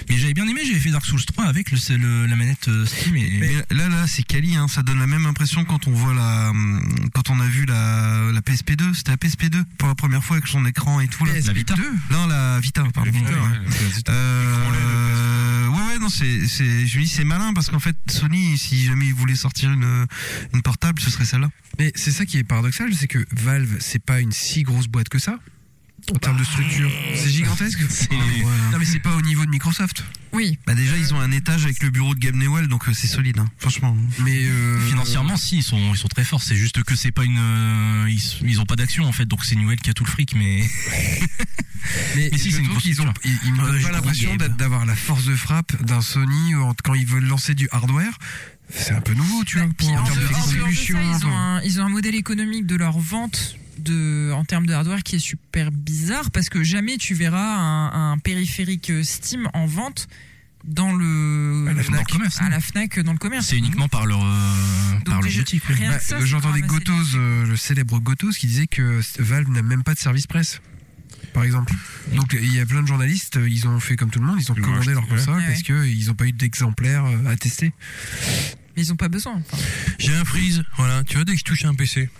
Speaker 2: Mais j'avais bien aimé. J'avais fait Dark Souls 3 avec le, le- la manette euh, Steam. Et...
Speaker 4: Mais là, là, c'est Cali, hein, ça donne la même impression quand on voit la, hum, quand on a vu la, la PSP2. C'était la PSP2 pour la première fois avec son écran et tout là.
Speaker 2: La Vita.
Speaker 4: Non, la Vita,
Speaker 5: Mmh.
Speaker 4: pardon.
Speaker 6: Vita,
Speaker 4: Ouais.
Speaker 6: ouais, vas-y.
Speaker 4: Euh, ouais, ouais, non, c'est, c'est, je me dis, c'est malin parce qu'en fait, Sony, si jamais il voulait sortir une, une portable, ce serait celle-là.
Speaker 5: Mais c'est ça qui est paradoxal, c'est que Valve, c'est pas une si grosse boîte que ça. en termes de structure. C'est gigantesque. Non mais c'est pas au niveau de Microsoft.
Speaker 3: Oui.
Speaker 4: Bah déjà ils ont un étage avec le bureau de Gabe Newell donc euh, c'est solide hein, franchement.
Speaker 5: Mais euh,
Speaker 7: Financièrement, si, ils sont, ils sont très forts. C'est juste que c'est pas une. euh, ils, ils ont pas d'action en fait, donc c'est Newell qui a tout le fric, mais.
Speaker 5: mais,
Speaker 7: Mais si,
Speaker 5: je
Speaker 7: c'est une
Speaker 5: trouve
Speaker 7: grosse
Speaker 5: qu'ils ont,
Speaker 7: structure.
Speaker 5: ils, ils me
Speaker 2: Euh,
Speaker 7: Ouais,
Speaker 5: donnent
Speaker 7: je
Speaker 5: pas
Speaker 7: comprends
Speaker 5: l'impression
Speaker 7: Gabe.
Speaker 5: d'a- d'avoir la force de frappe d'un Sony en- quand ils veulent lancer du hardware. C'est un peu nouveau, tu vois,
Speaker 3: Bah, Puis
Speaker 5: pour, Bah, en
Speaker 3: en
Speaker 5: termes de
Speaker 3: dehors de ça,
Speaker 5: distribution.
Speaker 3: ils, ont
Speaker 5: enfin.
Speaker 3: un, ils ont un modèle économique de leur vente de, en termes de hardware qui est super bizarre parce que jamais tu verras un, un périphérique euh, Steam en vente dans le,
Speaker 5: À la
Speaker 3: dans le
Speaker 5: Fnac.
Speaker 3: commerce, à la Fnac dans le commerce.
Speaker 7: C'est uniquement par leur. euh, par leur
Speaker 3: déjà,
Speaker 7: boutique. oui.
Speaker 3: rien
Speaker 5: Bah,
Speaker 3: que ça,
Speaker 5: euh,
Speaker 3: ça
Speaker 5: J'entendais
Speaker 3: peut ramasser
Speaker 5: Gotos, euh, le célèbre Gotos, qui disait que Valve n'a même pas de service presse, par exemple. Donc il y a plein de journalistes, euh, ils ont fait comme tout le monde, ils ont
Speaker 6: Ils l'ont
Speaker 5: commandé
Speaker 6: acheté,
Speaker 5: leur
Speaker 6: ouais.
Speaker 5: console
Speaker 3: Ouais,
Speaker 5: parce
Speaker 3: ouais.
Speaker 5: qu'ils n'ont pas eu d'exemplaires euh, à tester.
Speaker 3: Mais ils ont pas besoin. enfin.
Speaker 2: J'ai un freeze, voilà. Tu vois, dès que je touche un PC.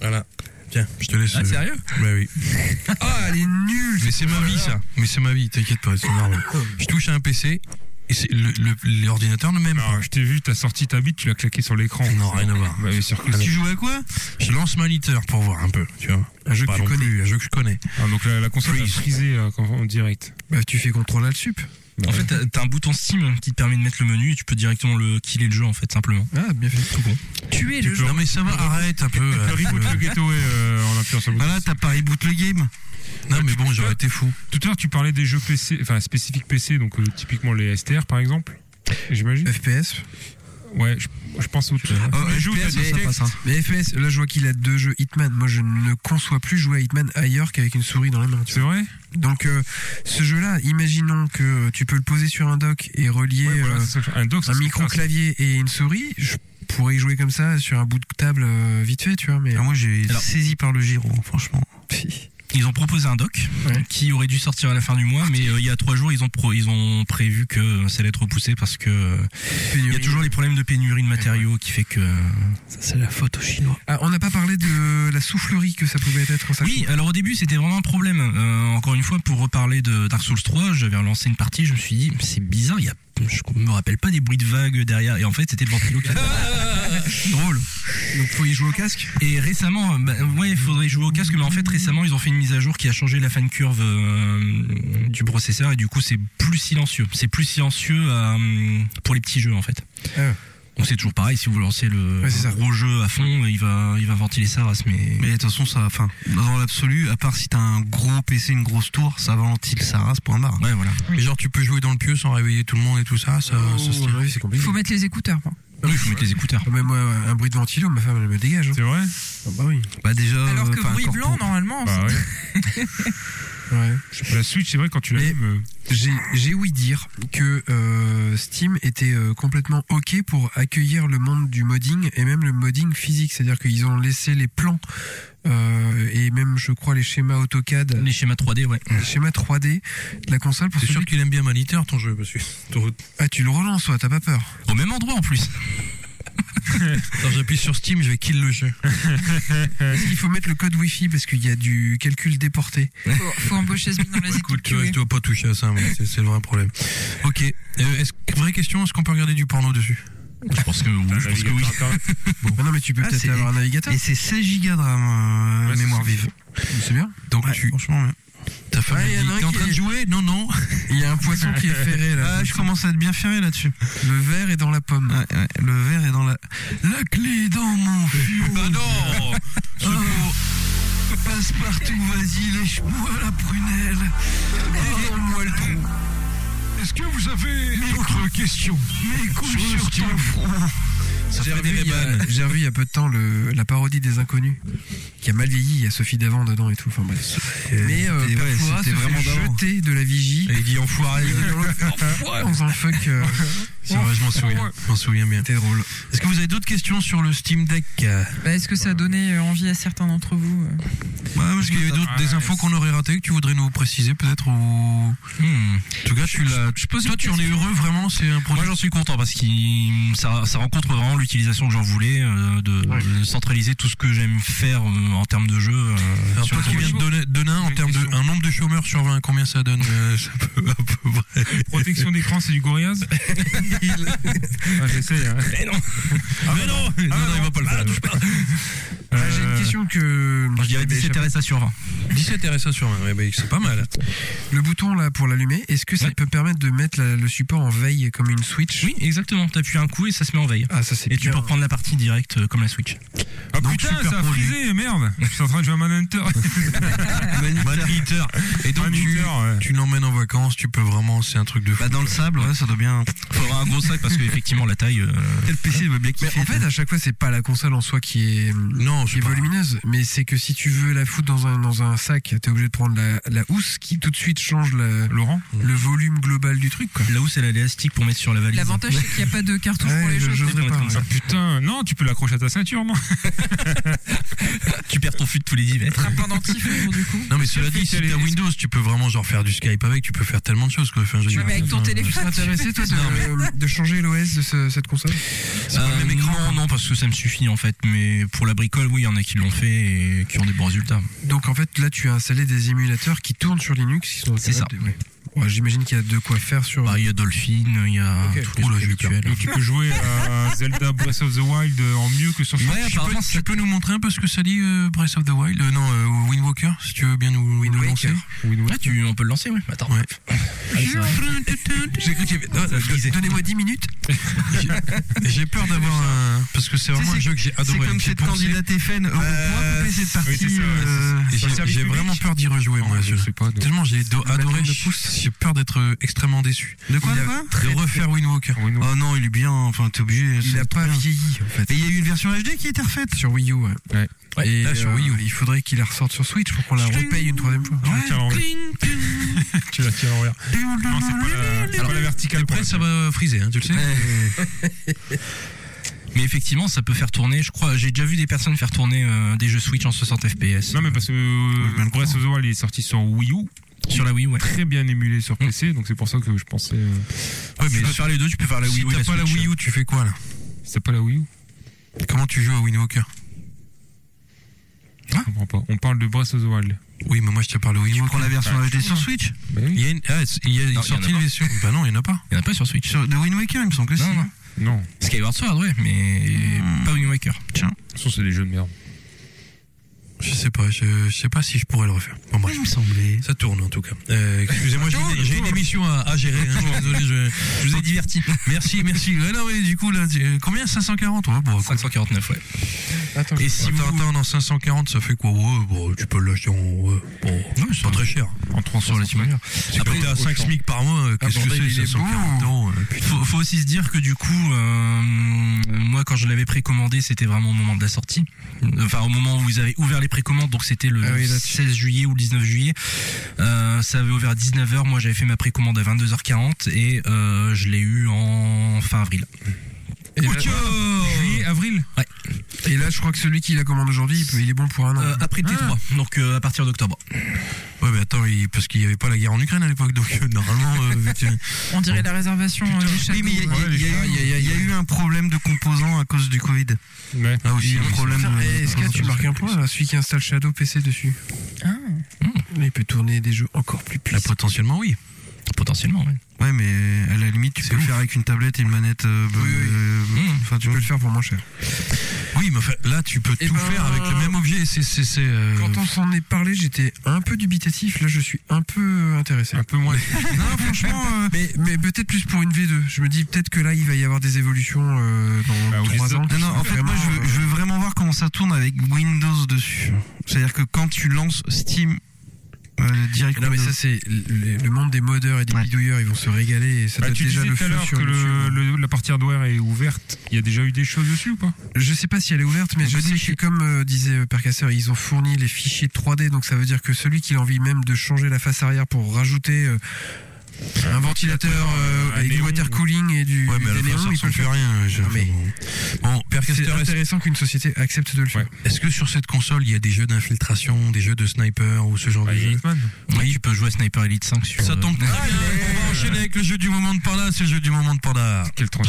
Speaker 2: Voilà. Tiens, je te laisse. euh,
Speaker 7: sérieux
Speaker 2: Bah oui. Ah, elle est nulle Mais c'est ma vie, ça. Mais c'est ma vie, t'inquiète pas, c'est normal. Je touche à un PC et c'est le- le- l'ordinateur ne
Speaker 5: Ah,
Speaker 2: m'aime pas.
Speaker 6: Non, je t'ai vu, t'as sorti ta bite, tu l'as claqué sur l'écran.
Speaker 2: Non, rien à voir.
Speaker 6: Bah, bien sûr
Speaker 5: Ah,
Speaker 6: que
Speaker 2: Tu
Speaker 6: si.
Speaker 2: joues à quoi Je lance ma litter pour voir un peu, tu vois.
Speaker 5: Un jeu que
Speaker 2: Pas
Speaker 5: tu
Speaker 2: non
Speaker 5: connais.
Speaker 2: plus, un jeu que je connais.
Speaker 6: Ah, donc la, la console est
Speaker 2: Freeze.
Speaker 6: frisée euh, quand- en direct.
Speaker 5: Bah, tu fais contrôle à sup.
Speaker 2: Bah
Speaker 7: En fait, t'as- t'as un bouton Steam qui te permet de mettre le menu et tu peux directement le killer le jeu en fait, simplement.
Speaker 5: Ah, bien fait. Tout bon.
Speaker 3: Tuer le jeu.
Speaker 2: Non, mais ça va, arrête un peu.
Speaker 6: Le reboot le gateway euh, en appuyant sur le
Speaker 5: Ah,
Speaker 6: bouton.
Speaker 4: Voilà Ah t'as pas reboot le game.
Speaker 2: Non, mais bon, j'aurais été fou.
Speaker 6: Tout à l'heure, tu parlais des jeux PC, enfin spécifiques PC, donc euh, typiquement les STR par exemple. J'imagine.
Speaker 5: FPS.
Speaker 6: Ouais, je, je pense au
Speaker 5: Oh,
Speaker 4: Euh,
Speaker 6: Les jeux où t'as
Speaker 5: FPS,
Speaker 6: des
Speaker 5: ça
Speaker 6: textes.
Speaker 5: passe, hein. Mais FPS, là je vois qu'il a deux jeux Hitman. Moi je ne conçois plus jouer à Hitman ailleurs qu'avec une souris dans la main. tu
Speaker 6: Ah, C'est vrai
Speaker 5: vois. Donc euh, ce jeu-là, imaginons que tu peux le poser sur un dock et relier
Speaker 6: Ouais, voilà,
Speaker 5: euh,
Speaker 6: c'est ça que je- Un doc, ça
Speaker 5: un
Speaker 6: se
Speaker 5: micro
Speaker 6: passe.
Speaker 5: clavier et une souris, je pourrais y jouer comme ça sur un bout de table euh, vite fait, tu vois. Mais
Speaker 4: Ah, moi j'ai
Speaker 7: Alors-
Speaker 4: saisi par le gyro franchement.
Speaker 7: Ils ont proposé un doc
Speaker 5: Ouais.
Speaker 7: qui aurait dû sortir à la fin du mois, mais euh, il y a trois jours, ils ont, pro- ils ont prévu que euh, ça allait être repoussé parce que euh, il y a toujours les problèmes de pénurie de matériaux qui fait que. euh,
Speaker 4: C'est la faute aux Chinois.
Speaker 5: Ah, on n'a pas parlé de la soufflerie que ça pouvait être. Ça
Speaker 7: Oui, alors au début c'était vraiment un problème. Euh, encore une fois, pour reparler de Dark Souls 3, j'avais relancé une partie, je me suis dit, c'est bizarre, il y a, je me rappelle pas des bruits de vagues derrière. Et en fait, c'était le ventilo qui Drôle.
Speaker 5: Donc faut y jouer au casque.
Speaker 7: Et récemment, euh, bah, ouais, il faudrait jouer au casque, mais en fait, récemment, ils ont fait une mise à jour qui a changé la fan curve euh, du processeur, et du coup, c'est plus silencieux. C'est plus silencieux euh, pour les petits jeux, en fait.
Speaker 5: Ah ouais.
Speaker 7: Donc c'est toujours pareil, si vous lancez le
Speaker 5: Ouais, c'est ça.
Speaker 7: gros jeu à fond, il va, il va ventiler ça, Ras, mais...
Speaker 4: Mais de toute façon ça enfin dans l'absolu à part si t'as un gros PC une grosse tour ça ventile sa race point barre.
Speaker 7: Ouais, voilà.
Speaker 2: Mais genre, tu peux jouer dans le pieu sans réveiller tout le monde et tout ça, ça, ça se tient.
Speaker 5: oui, Oh, c'est compliqué.
Speaker 3: Faut mettre les écouteurs. hein. quoi.
Speaker 7: Oui, il faut mettre les écouteurs.
Speaker 5: Ah, mais moi, un bruit de ventilo, ma femme elle me dégage. hein.
Speaker 6: C'est vrai
Speaker 5: Ah bah oui.
Speaker 4: Bah déjà
Speaker 3: Alors que
Speaker 4: enfin,
Speaker 3: bruit
Speaker 4: encore
Speaker 3: blanc,
Speaker 4: pour-
Speaker 3: normalement,
Speaker 6: Bah ouais.
Speaker 5: Ouais.
Speaker 6: La Switch, c'est vrai, quand tu
Speaker 5: Mais-
Speaker 6: l'allumes. euh,
Speaker 5: J'ai j'ai ouï dire que euh, Steam était euh, complètement OK pour accueillir le monde du modding et même le modding physique. C'est-à-dire qu'ils ont laissé les plans euh, et même, je crois, les schémas AutoCAD,
Speaker 7: Les schémas 3D, ouais.
Speaker 5: les schémas 3D de la console pour
Speaker 2: T'es sûr
Speaker 5: celui...
Speaker 2: qu'il aime bien Maniteur, ton jeu, parce que ton-
Speaker 5: Ah, tu le relances, toi, t'as pas peur.
Speaker 7: Au même endroit en plus.
Speaker 2: quand j'appuie sur Steam, je vais kill le jeu.
Speaker 5: Est-ce qu'il faut mettre le code Wi-Fi parce qu'il y a du calcul déporté
Speaker 3: faut, faut embaucher ce mec dans les
Speaker 2: Écoute, tu vois,
Speaker 3: écouteurs.
Speaker 2: tu dois pas toucher à ça, moi, c'est c'est le vrai problème. Ok, euh, est-ce, vraie question, est-ce qu'on peut regarder du porno dessus bah,
Speaker 7: Je pense que, oui, je pense que oui.
Speaker 6: navigateur Internet.
Speaker 5: Ah Non, mais tu peux
Speaker 4: Ah,
Speaker 5: peut-être
Speaker 4: c'est-
Speaker 5: avoir un navigateur.
Speaker 4: Et c'est 16 gigas de RAM euh,
Speaker 6: Ouais, c'est
Speaker 4: mémoire
Speaker 6: ça.
Speaker 4: vive.
Speaker 5: C'est bien.
Speaker 2: Donc
Speaker 4: Ouais,
Speaker 2: tu,
Speaker 4: Franchement ouais.
Speaker 2: ta femme
Speaker 5: Ouais,
Speaker 2: elle
Speaker 5: y en
Speaker 2: dit,
Speaker 5: a un
Speaker 2: t'es en
Speaker 5: qui
Speaker 2: train de
Speaker 5: est-
Speaker 2: jouer Non, non.
Speaker 5: Il y a un poisson qui est ferré là.
Speaker 4: Ah, je commence à être bien ferré là-dessus.
Speaker 5: Le verre est dans la pomme.
Speaker 4: Ouais, ouais, le verre est dans la. La clé est dans mon fût.
Speaker 2: Bah non
Speaker 4: Passe partout, vas-y, lèche-moi la prunelle. moi le trou.
Speaker 2: Est-ce que vous avez d'autres questions
Speaker 4: Mes couilles sur ton front.
Speaker 2: Ça
Speaker 5: J'ai
Speaker 2: fait
Speaker 5: revu,
Speaker 2: des
Speaker 5: il y
Speaker 2: rébanes.
Speaker 5: a- j'ai revu il y a peu de temps le- Euh, la parodie des inconnus qui a mal vieilli, il y a Sophie Davant dedans et tout. Enfin bref. Mais euh,
Speaker 4: c'était- ouais,
Speaker 5: Perfora se
Speaker 4: c'était vraiment
Speaker 5: fait
Speaker 4: d'avant.
Speaker 5: jeter de la vigie
Speaker 2: Et il dit enfoiré.
Speaker 5: dans un fuck. euh,
Speaker 2: C'est vrai, je m'en souviens. Je m'en souviens bien.
Speaker 5: C'était drôle.
Speaker 2: Est-ce que vous avez d'autres questions sur le Steam Deck euh
Speaker 3: Bah, Est-ce que ça a donné euh, envie à certains d'entre vous euh
Speaker 5: Bah,
Speaker 2: Ouais, parce qu'il y a d'autres, des infos qu'on aurait ratées que tu voudrais nous préciser peut-être ou...
Speaker 7: Hmm.
Speaker 2: En tout cas, tu l'as. tu- Toi, tu en es heureux vraiment. C'est un
Speaker 7: Moi
Speaker 2: produit.
Speaker 7: j'en suis content parce que ça, ça rencontre vraiment l'utilisation que j'en voulais, euh, de, de centraliser tout ce que j'aime faire euh, en termes de jeu. euh,
Speaker 2: Alors,
Speaker 7: sur
Speaker 2: toi
Speaker 7: le
Speaker 2: qui viens de donner, donner un, en termes de un nombre de chômeurs sur 20, combien ça donne euh, ça peut- à peu près
Speaker 6: Protection d'écran, c'est du Gorillaz
Speaker 5: il-
Speaker 6: Ah, J'essaye. hein.
Speaker 2: mais non, non, non, il va pas
Speaker 7: bah,
Speaker 2: le faire.
Speaker 5: Ah, J'ai une question que.
Speaker 7: Moi, je dirais
Speaker 5: Eh ben,
Speaker 7: 17 RSA sur 20.
Speaker 2: 17 RSA sur 20, eh ben, c'est pas mal.
Speaker 5: Le bouton là pour l'allumer, est-ce que ça
Speaker 7: Ouais.
Speaker 5: peut permettre de mettre la- le support en veille comme une Switch
Speaker 7: Oui, exactement. T'appuies un coup et ça se met en veille.
Speaker 5: Ah, ça c'est
Speaker 7: Et tu
Speaker 5: bien.
Speaker 7: peux reprendre la partie directe euh, comme la Switch.
Speaker 6: Ah
Speaker 5: Donc,
Speaker 6: putain,
Speaker 5: super
Speaker 6: ça a
Speaker 5: produit.
Speaker 6: frisé, merde. Je suis en train de jouer à Manhunter.
Speaker 2: Manhunter. Et donc, tu,
Speaker 6: Manhunter,
Speaker 2: tu l'emmènes en vacances, tu peux vraiment, c'est un truc de fou.
Speaker 4: Bah dans le sable, ouais, ça doit bien.
Speaker 7: Faut avoir un gros sac parce qu'effectivement la taille. euh,
Speaker 4: Quel PC va bien
Speaker 5: Mais
Speaker 4: kiffer
Speaker 5: en fait, à chaque fois, c'est pas la console en soi qui est,
Speaker 2: Non,
Speaker 5: qui est
Speaker 2: c'est pas.
Speaker 5: volumineuse, mais c'est que si tu veux la foutre dans un, dans un sac, t'es obligé de prendre la, la housse qui tout de suite change la-
Speaker 6: Laurent
Speaker 5: le volume global du truc. Quoi.
Speaker 7: Là où c'est l'élastique pour mettre sur la valise.
Speaker 3: L'avantage, c'est qu'il n'y a pas de cartouche
Speaker 5: Ouais,
Speaker 3: pour les
Speaker 5: je-
Speaker 3: jeux.
Speaker 5: je- j'oserais pas.
Speaker 6: Ah putain, non, tu peux l'accrocher à ta ceinture, moi.
Speaker 7: Tu perds ton fût de tous les 10 mètres.
Speaker 3: Un pendentif, autour du coup.
Speaker 2: Non, mais cela dit, si
Speaker 6: les-
Speaker 2: t'as Windows, tu peux vraiment genre faire du Skype avec, tu peux faire tellement de choses quoi. Enfin, je veux
Speaker 3: Ouais,
Speaker 2: dire,
Speaker 3: mais avec ton
Speaker 2: enfin,
Speaker 5: Tu
Speaker 3: téléphone.
Speaker 5: serais
Speaker 3: tu
Speaker 5: intéressé, toi,
Speaker 3: fais ça.
Speaker 5: de, de changer l'OS de ce- cette console
Speaker 2: C'est pas le même écran.
Speaker 7: Euh, non, non, parce que ça me suffit en fait. Mais pour la bricole, oui, il y en a qui l'ont fait et qui ont des bons résultats.
Speaker 5: Donc en fait, là, tu as installé des émulateurs qui tournent sur Linux. qui sont
Speaker 7: C'est ça.
Speaker 5: capables de- ouais, J'imagine qu'il y a de quoi faire sur.
Speaker 7: Bah, il y a Dolphin, il y a
Speaker 5: Ok.
Speaker 7: tous les
Speaker 5: Ouh là,
Speaker 7: trucs
Speaker 5: j'ai eu
Speaker 7: habituels.
Speaker 6: Donc tu peux jouer à Zelda Breath of the Wild euh, en mieux que sur
Speaker 2: Ouais,
Speaker 6: Switch.
Speaker 2: apparemment, tu peux nous montrer un peu ce que ça dit euh, Breath of the Wild Euh, Non, euh, Wind Walker, si tu veux bien nous, nous
Speaker 5: Waker.
Speaker 2: lancer.
Speaker 7: Ah, tu, on peut le lancer, oui. Attends.
Speaker 2: Ouais.
Speaker 7: Allez, ça va.
Speaker 2: J'ai cru qu'il y avait- Ah,
Speaker 7: Ça glissait.
Speaker 5: Euh, Donnez-moi 10 minutes.
Speaker 2: J'ai peur d'avoir un. Parce que c'est vraiment
Speaker 4: c'est-
Speaker 2: un jeu que j'ai
Speaker 4: C'est
Speaker 2: adoré.
Speaker 4: comme
Speaker 2: J'ai
Speaker 4: cette
Speaker 2: pensé-
Speaker 4: candidate FN. On pourra
Speaker 5: Euh,
Speaker 4: couper cette
Speaker 6: oui, c'est
Speaker 4: partie.
Speaker 6: ça, ouais, c'est
Speaker 4: euh,
Speaker 2: Et
Speaker 6: Sur le
Speaker 2: J'ai
Speaker 6: service
Speaker 2: j'ai
Speaker 6: public
Speaker 2: vraiment peur d'y rejouer, moi. je-
Speaker 6: pas. donc.
Speaker 2: Tellement j'ai do- adoré.
Speaker 5: de
Speaker 2: J'ai peur d'être euh, extrêmement déçu.
Speaker 4: De quoi,
Speaker 2: Il
Speaker 4: de
Speaker 2: a-
Speaker 4: quoi
Speaker 2: De refaire Wind Walker.
Speaker 6: Wind Walker.
Speaker 4: Oh non, il est bien. Enfin, t'es obligé.
Speaker 5: Il
Speaker 4: c'est
Speaker 5: a pas
Speaker 4: bien.
Speaker 5: vieilli, en fait.
Speaker 4: Et il y a eu une version HD qui a été refaite.
Speaker 5: Sur Wii U, ouais.
Speaker 7: Ouais.
Speaker 5: Et
Speaker 7: Là, sur
Speaker 5: euh,
Speaker 7: Wii U.
Speaker 5: il faudrait qu'il la ressorte sur Switch pour qu'on la repaye une troisième fois.
Speaker 6: Tu la tires à l'envers. Ah, Tu la tires à l'envers. Non, c'est pas la- c'est pas la verticale.
Speaker 2: Après, ça va friser, hein, tu le sais.
Speaker 7: Mais effectivement, ça peut faire tourner. Je crois, j'ai déjà vu des personnes faire tourner euh, des jeux Switch en 60 FPS.
Speaker 6: Non, mais parce que euh,
Speaker 4: je viens de
Speaker 6: Breath of the Wild est sorti sur Wii U,
Speaker 7: Sur la Wii, ouais.
Speaker 6: très bien émulé sur PC, donc c'est pour ça que je pensais. euh,
Speaker 2: Ouais, mais
Speaker 7: tu peux faire les deux, tu peux faire la Wii
Speaker 2: si
Speaker 7: U. et
Speaker 2: t'as pas la
Speaker 7: Switch.
Speaker 2: Wii U, tu fais quoi là
Speaker 6: C'est pas la Wii U
Speaker 2: Comment tu joues à Wind Walker
Speaker 6: Je comprends pas. On parle de Breath of the Wild.
Speaker 2: Oui, mais moi je te parle Wii
Speaker 4: Tu
Speaker 2: U.
Speaker 4: prends la version HD sur Switch
Speaker 6: Bah
Speaker 2: Il y a une, ah, il y a une
Speaker 7: Non, il y en a
Speaker 2: sortie de
Speaker 7: pas.
Speaker 2: version. Bah non, il n'y en a pas.
Speaker 7: Il y en a pas sur Switch.
Speaker 4: Sur- De Wind Waker, il me semble que
Speaker 7: Non,
Speaker 4: si.
Speaker 7: non.
Speaker 6: Non.
Speaker 7: Skyward Sword, ouais, mais pas Wind Waker.
Speaker 6: De toute façon, c'est des jeux de merde.
Speaker 2: Je sais pas, je, je sais pas si je pourrais le refaire. Bon, bref.
Speaker 4: Il me semblait. Ah,
Speaker 2: Ça tourne en tout cas. Euh, Excusez-moi, j'ai une- j'ai une émission à, à gérer. hein, je suis désolé, je, je vous ai diverti. Merci, merci. Ouais, non, mais du coup, là, tu- combien 540 ouais, bon, écoute.
Speaker 7: 549, ouais.
Speaker 5: Attends,
Speaker 2: Et si attends, attends, non, 540, ça fait quoi Ouais, bon, tu peux l'acheter en. Ouais, bon, c'est pas très cher.
Speaker 7: En transfert la semaine.
Speaker 2: Après, t'es à 5 SMIC par mois, euh,
Speaker 7: Ah,
Speaker 2: qu'est-ce
Speaker 5: bordel,
Speaker 2: que
Speaker 5: il est
Speaker 2: c'est 540 euros euh, putain.
Speaker 7: hein. Faut, faut aussi se dire que du coup, euh, moi quand je l'avais précommandé, c'était vraiment au moment de la sortie. Enfin, au moment où vous avez ouvert les précommandes, donc c'était le
Speaker 5: Ah oui, là-dessus.
Speaker 7: 16 juillet ou le 19 juillet. Euh, ça avait ouvert à 19h, moi j'avais fait ma précommande à 22h40 et euh, je l'ai eu en fin avril.
Speaker 5: Et là,
Speaker 6: Juillet, avril
Speaker 5: et là, je crois que celui qui la commande aujourd'hui, il, peut- il est bon
Speaker 2: Ah
Speaker 5: pour un an.
Speaker 7: Euh, après le T3, donc euh, à partir d'octobre.
Speaker 2: Ouais, mais attends, il- parce qu'il n'y avait pas la guerre en Ukraine à l'époque, donc euh, normalement. euh, vu que-
Speaker 3: On dirait la réservation euh, du château.
Speaker 4: Oui, mais il y a-
Speaker 6: Ouais,
Speaker 4: il y a-
Speaker 6: les
Speaker 4: il y a eu- il y a eu un problème de composants à cause du Covid.
Speaker 6: Ouais.
Speaker 2: Ah, aussi,
Speaker 4: Il y a
Speaker 2: oui,
Speaker 4: un problème
Speaker 5: Tiens,
Speaker 4: de.
Speaker 5: eh, Est-ce que tu marques un point là, Celui qui installe Shadow PC dessus.
Speaker 3: Hein
Speaker 5: Mais Il peut tourner des jeux encore plus
Speaker 2: Là,
Speaker 5: puissants.
Speaker 2: potentiellement, oui.
Speaker 7: Potentiellement, oui.
Speaker 4: Ouais, mais à la limite, tu peux le faire avec une tablette et une manette. euh,
Speaker 5: Oui, oui.
Speaker 4: euh, Enfin, tu
Speaker 5: Tu peux
Speaker 4: vois.
Speaker 5: le faire pour moins cher.
Speaker 2: Oui, mais enfin, là, tu peux
Speaker 5: Eh
Speaker 2: tout
Speaker 5: ben,
Speaker 2: faire avec le même objet. C'est. c'est- c'est, euh,
Speaker 5: Quand on s'en est parlé, j'étais un peu dubitatif. Là, je suis un peu euh, intéressé.
Speaker 6: Un peu moins.
Speaker 5: Non, franchement, euh, mais, mais peut-être plus pour une V2. Je me dis peut-être que là, il va y avoir des évolutions euh,
Speaker 6: Ah,
Speaker 5: dans
Speaker 6: oui,
Speaker 5: trois
Speaker 6: c'est-
Speaker 5: ans.
Speaker 4: Non,
Speaker 5: qui
Speaker 4: non,
Speaker 5: seront
Speaker 4: en fait, moi, je
Speaker 5: vraiment,
Speaker 4: veux, je
Speaker 5: euh,
Speaker 4: veux vraiment voir comment ça tourne avec Windows dessus. C'est-à-dire que quand tu lances Steam euh, direct.
Speaker 5: Non, mais
Speaker 4: Windows.
Speaker 5: ça, c'est le, le monde des modeurs et des
Speaker 4: Ouais.
Speaker 5: bidouilleurs. Ils vont se régaler. Et ça
Speaker 6: Ah,
Speaker 5: doit
Speaker 6: tu
Speaker 5: déjà
Speaker 6: disais
Speaker 5: le
Speaker 6: tout à
Speaker 5: feu
Speaker 6: l'heure
Speaker 5: sur
Speaker 6: que le,
Speaker 5: YouTube.
Speaker 6: le- la partie hardware est ouverte. Il y a déjà eu des choses dessus ou pas
Speaker 5: Je sais pas si elle est ouverte, mais
Speaker 4: On
Speaker 5: je
Speaker 4: peut
Speaker 5: sais que,
Speaker 4: vérifier.
Speaker 5: comme euh, disait euh, Percasseur, ils ont fourni les fichiers 3D. Donc, ça veut dire que celui qui a envie même de changer la face arrière pour rajouter. euh, un ventilateur euh,
Speaker 6: un
Speaker 5: avec du
Speaker 6: néon,
Speaker 5: water cooling et du,
Speaker 2: Ouais,
Speaker 5: des
Speaker 2: mais à la fin,
Speaker 5: néons,
Speaker 2: ça
Speaker 5: il
Speaker 2: ressemble
Speaker 5: peut le
Speaker 2: plus
Speaker 5: faire.
Speaker 2: à rien. je-
Speaker 5: Non, mais-
Speaker 2: Bon, Père
Speaker 5: C'est
Speaker 2: Caster, est-ce-
Speaker 5: intéressant qu'une société accepte de le faire.
Speaker 6: Ouais.
Speaker 2: est-ce que sur cette console, il y a des jeux d'infiltration, des jeux de sniper ou ce
Speaker 6: Bah,
Speaker 2: genre de jeu
Speaker 7: Oui, tu peux jouer à Sniper Elite 5 sur.
Speaker 2: Ça
Speaker 7: euh,
Speaker 2: tombe très bien. On va enchaîner avec le jeu du moment de Panda. C'est le jeu du moment de Panda.
Speaker 6: Quelle tranche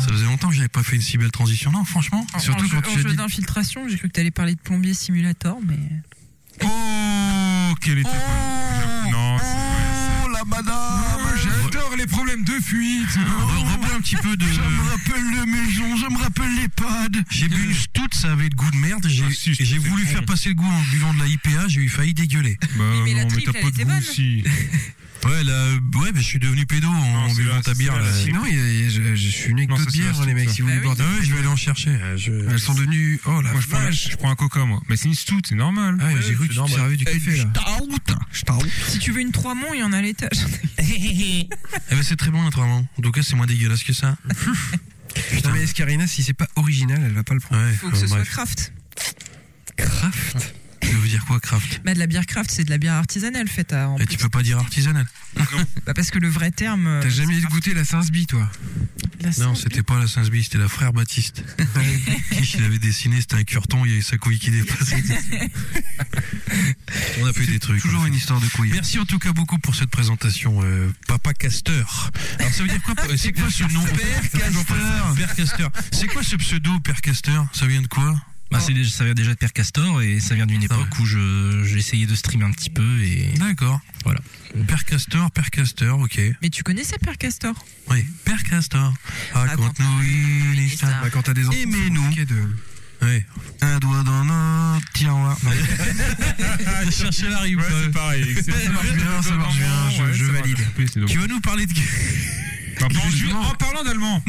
Speaker 2: Ça faisait longtemps que j'avais pas fait une si belle transition, non, franchement.
Speaker 4: Ah,
Speaker 3: En-
Speaker 5: surtout
Speaker 3: en jeu-
Speaker 5: quand tu
Speaker 3: en
Speaker 5: as
Speaker 3: jeu
Speaker 5: dit-
Speaker 3: d'infiltration, j'ai cru que t'allais parler de plombier simulator, mais.
Speaker 6: Oh, quelle était
Speaker 2: Oh,
Speaker 4: madame,
Speaker 6: J'adore les problèmes de fuite.
Speaker 2: Ah, Reprends un petit peu de.
Speaker 4: je me rappelle la maison, je me rappelle l'EHPAD.
Speaker 2: J'ai bu une stout, ça avait le goût de merde. J'ai
Speaker 6: Ah, si, je te
Speaker 2: j'ai
Speaker 6: fais
Speaker 2: voulu
Speaker 6: con.
Speaker 2: faire passer le goût en buvant de la IPA, j'ai eu failli dégueuler.
Speaker 6: Bah,
Speaker 3: mais la
Speaker 6: non, mais
Speaker 3: triple,
Speaker 6: t'as
Speaker 3: elle
Speaker 6: pas de
Speaker 3: était
Speaker 6: goût
Speaker 3: bonne.
Speaker 6: si.
Speaker 2: Ouais, là, euh, ouais, mais je suis devenu pédo en
Speaker 6: Non, c'est
Speaker 2: buvant
Speaker 6: la-
Speaker 2: ta
Speaker 6: c'est
Speaker 2: bière.
Speaker 6: la-
Speaker 2: là.
Speaker 6: c'est
Speaker 5: Sinon, il y a- il y a- je, je suis né que
Speaker 6: Non,
Speaker 5: de
Speaker 6: ça, c'est
Speaker 5: bière,
Speaker 6: la
Speaker 5: les mecs. Si vous
Speaker 3: Bah
Speaker 5: voulez
Speaker 3: oui.
Speaker 5: boire des
Speaker 2: Ah ouais, je vais aller en chercher. euh, Je...
Speaker 5: Elles sont devenues. Oh la
Speaker 6: Moi, je prends, la-
Speaker 5: vache.
Speaker 6: je prends un coca, moi. Mais c'est une stout, c'est normal.
Speaker 5: Ah, j'ai cru que tu te servais du café là.
Speaker 3: Si tu veux une Trois-Monts, il y en a à l'étage.
Speaker 2: Eh ben, c'est très bon, naturellement. En tout cas, c'est moins dégueulasse que ça.
Speaker 5: Putain, mais Escarina, si c'est pas original, elle va pas le prendre.
Speaker 2: Ouais,
Speaker 3: Faut que ce
Speaker 2: euh,
Speaker 3: soit
Speaker 2: bref.
Speaker 3: craft.
Speaker 2: Ça veut dire quoi, craft
Speaker 3: Bah, de la bière craft, c'est de la bière artisanale faite à. en
Speaker 2: Eh,
Speaker 3: plus.
Speaker 2: Tu peux pas dire artisanal.
Speaker 3: Bah, parce que le vrai terme. euh,
Speaker 5: T'as jamais goûté la Sainsby, toi
Speaker 3: la
Speaker 2: Non,
Speaker 3: sang-
Speaker 2: c'était pas la Sainsby, c'était la frère Baptiste. Qui il avait dessiné, c'était un curton, il y avait sa couille qui dépassait. On a fait des trucs.
Speaker 4: Toujours
Speaker 2: on a fait
Speaker 4: une histoire de couille.
Speaker 2: Merci en tout cas beaucoup pour cette présentation, euh, Papa Caster. Alors ça veut dire quoi euh, C'est quoi ce nom Père Caster Père Caster. C'est quoi ce pseudo Père Caster Ça vient de quoi
Speaker 7: Bah, c'est déjà- ça vient déjà de Père Castor et ça vient d'une
Speaker 2: Ah ouais.
Speaker 7: époque où je- j'ai essayé de streamer un petit peu et
Speaker 2: D'accord.
Speaker 7: Voilà.
Speaker 2: Père Castor, Père Caster, ok.
Speaker 3: Mais tu connaissais Père Castor
Speaker 2: Oui, Père Castor, raconte-nous une histoire.
Speaker 5: Bah, Quand t'as des enfants.
Speaker 2: Aimez-nous.
Speaker 5: c'est compliqué de-
Speaker 2: Ouais.
Speaker 4: Un doigt dans notre tiroir. Non,
Speaker 2: Ah, chercher la rime.
Speaker 6: Ouais, c'est pareil. Ça marche bien, ça marche bien. Je, valide.
Speaker 2: Tu vas nous parler de.
Speaker 6: Bah, en parlant d'allemand,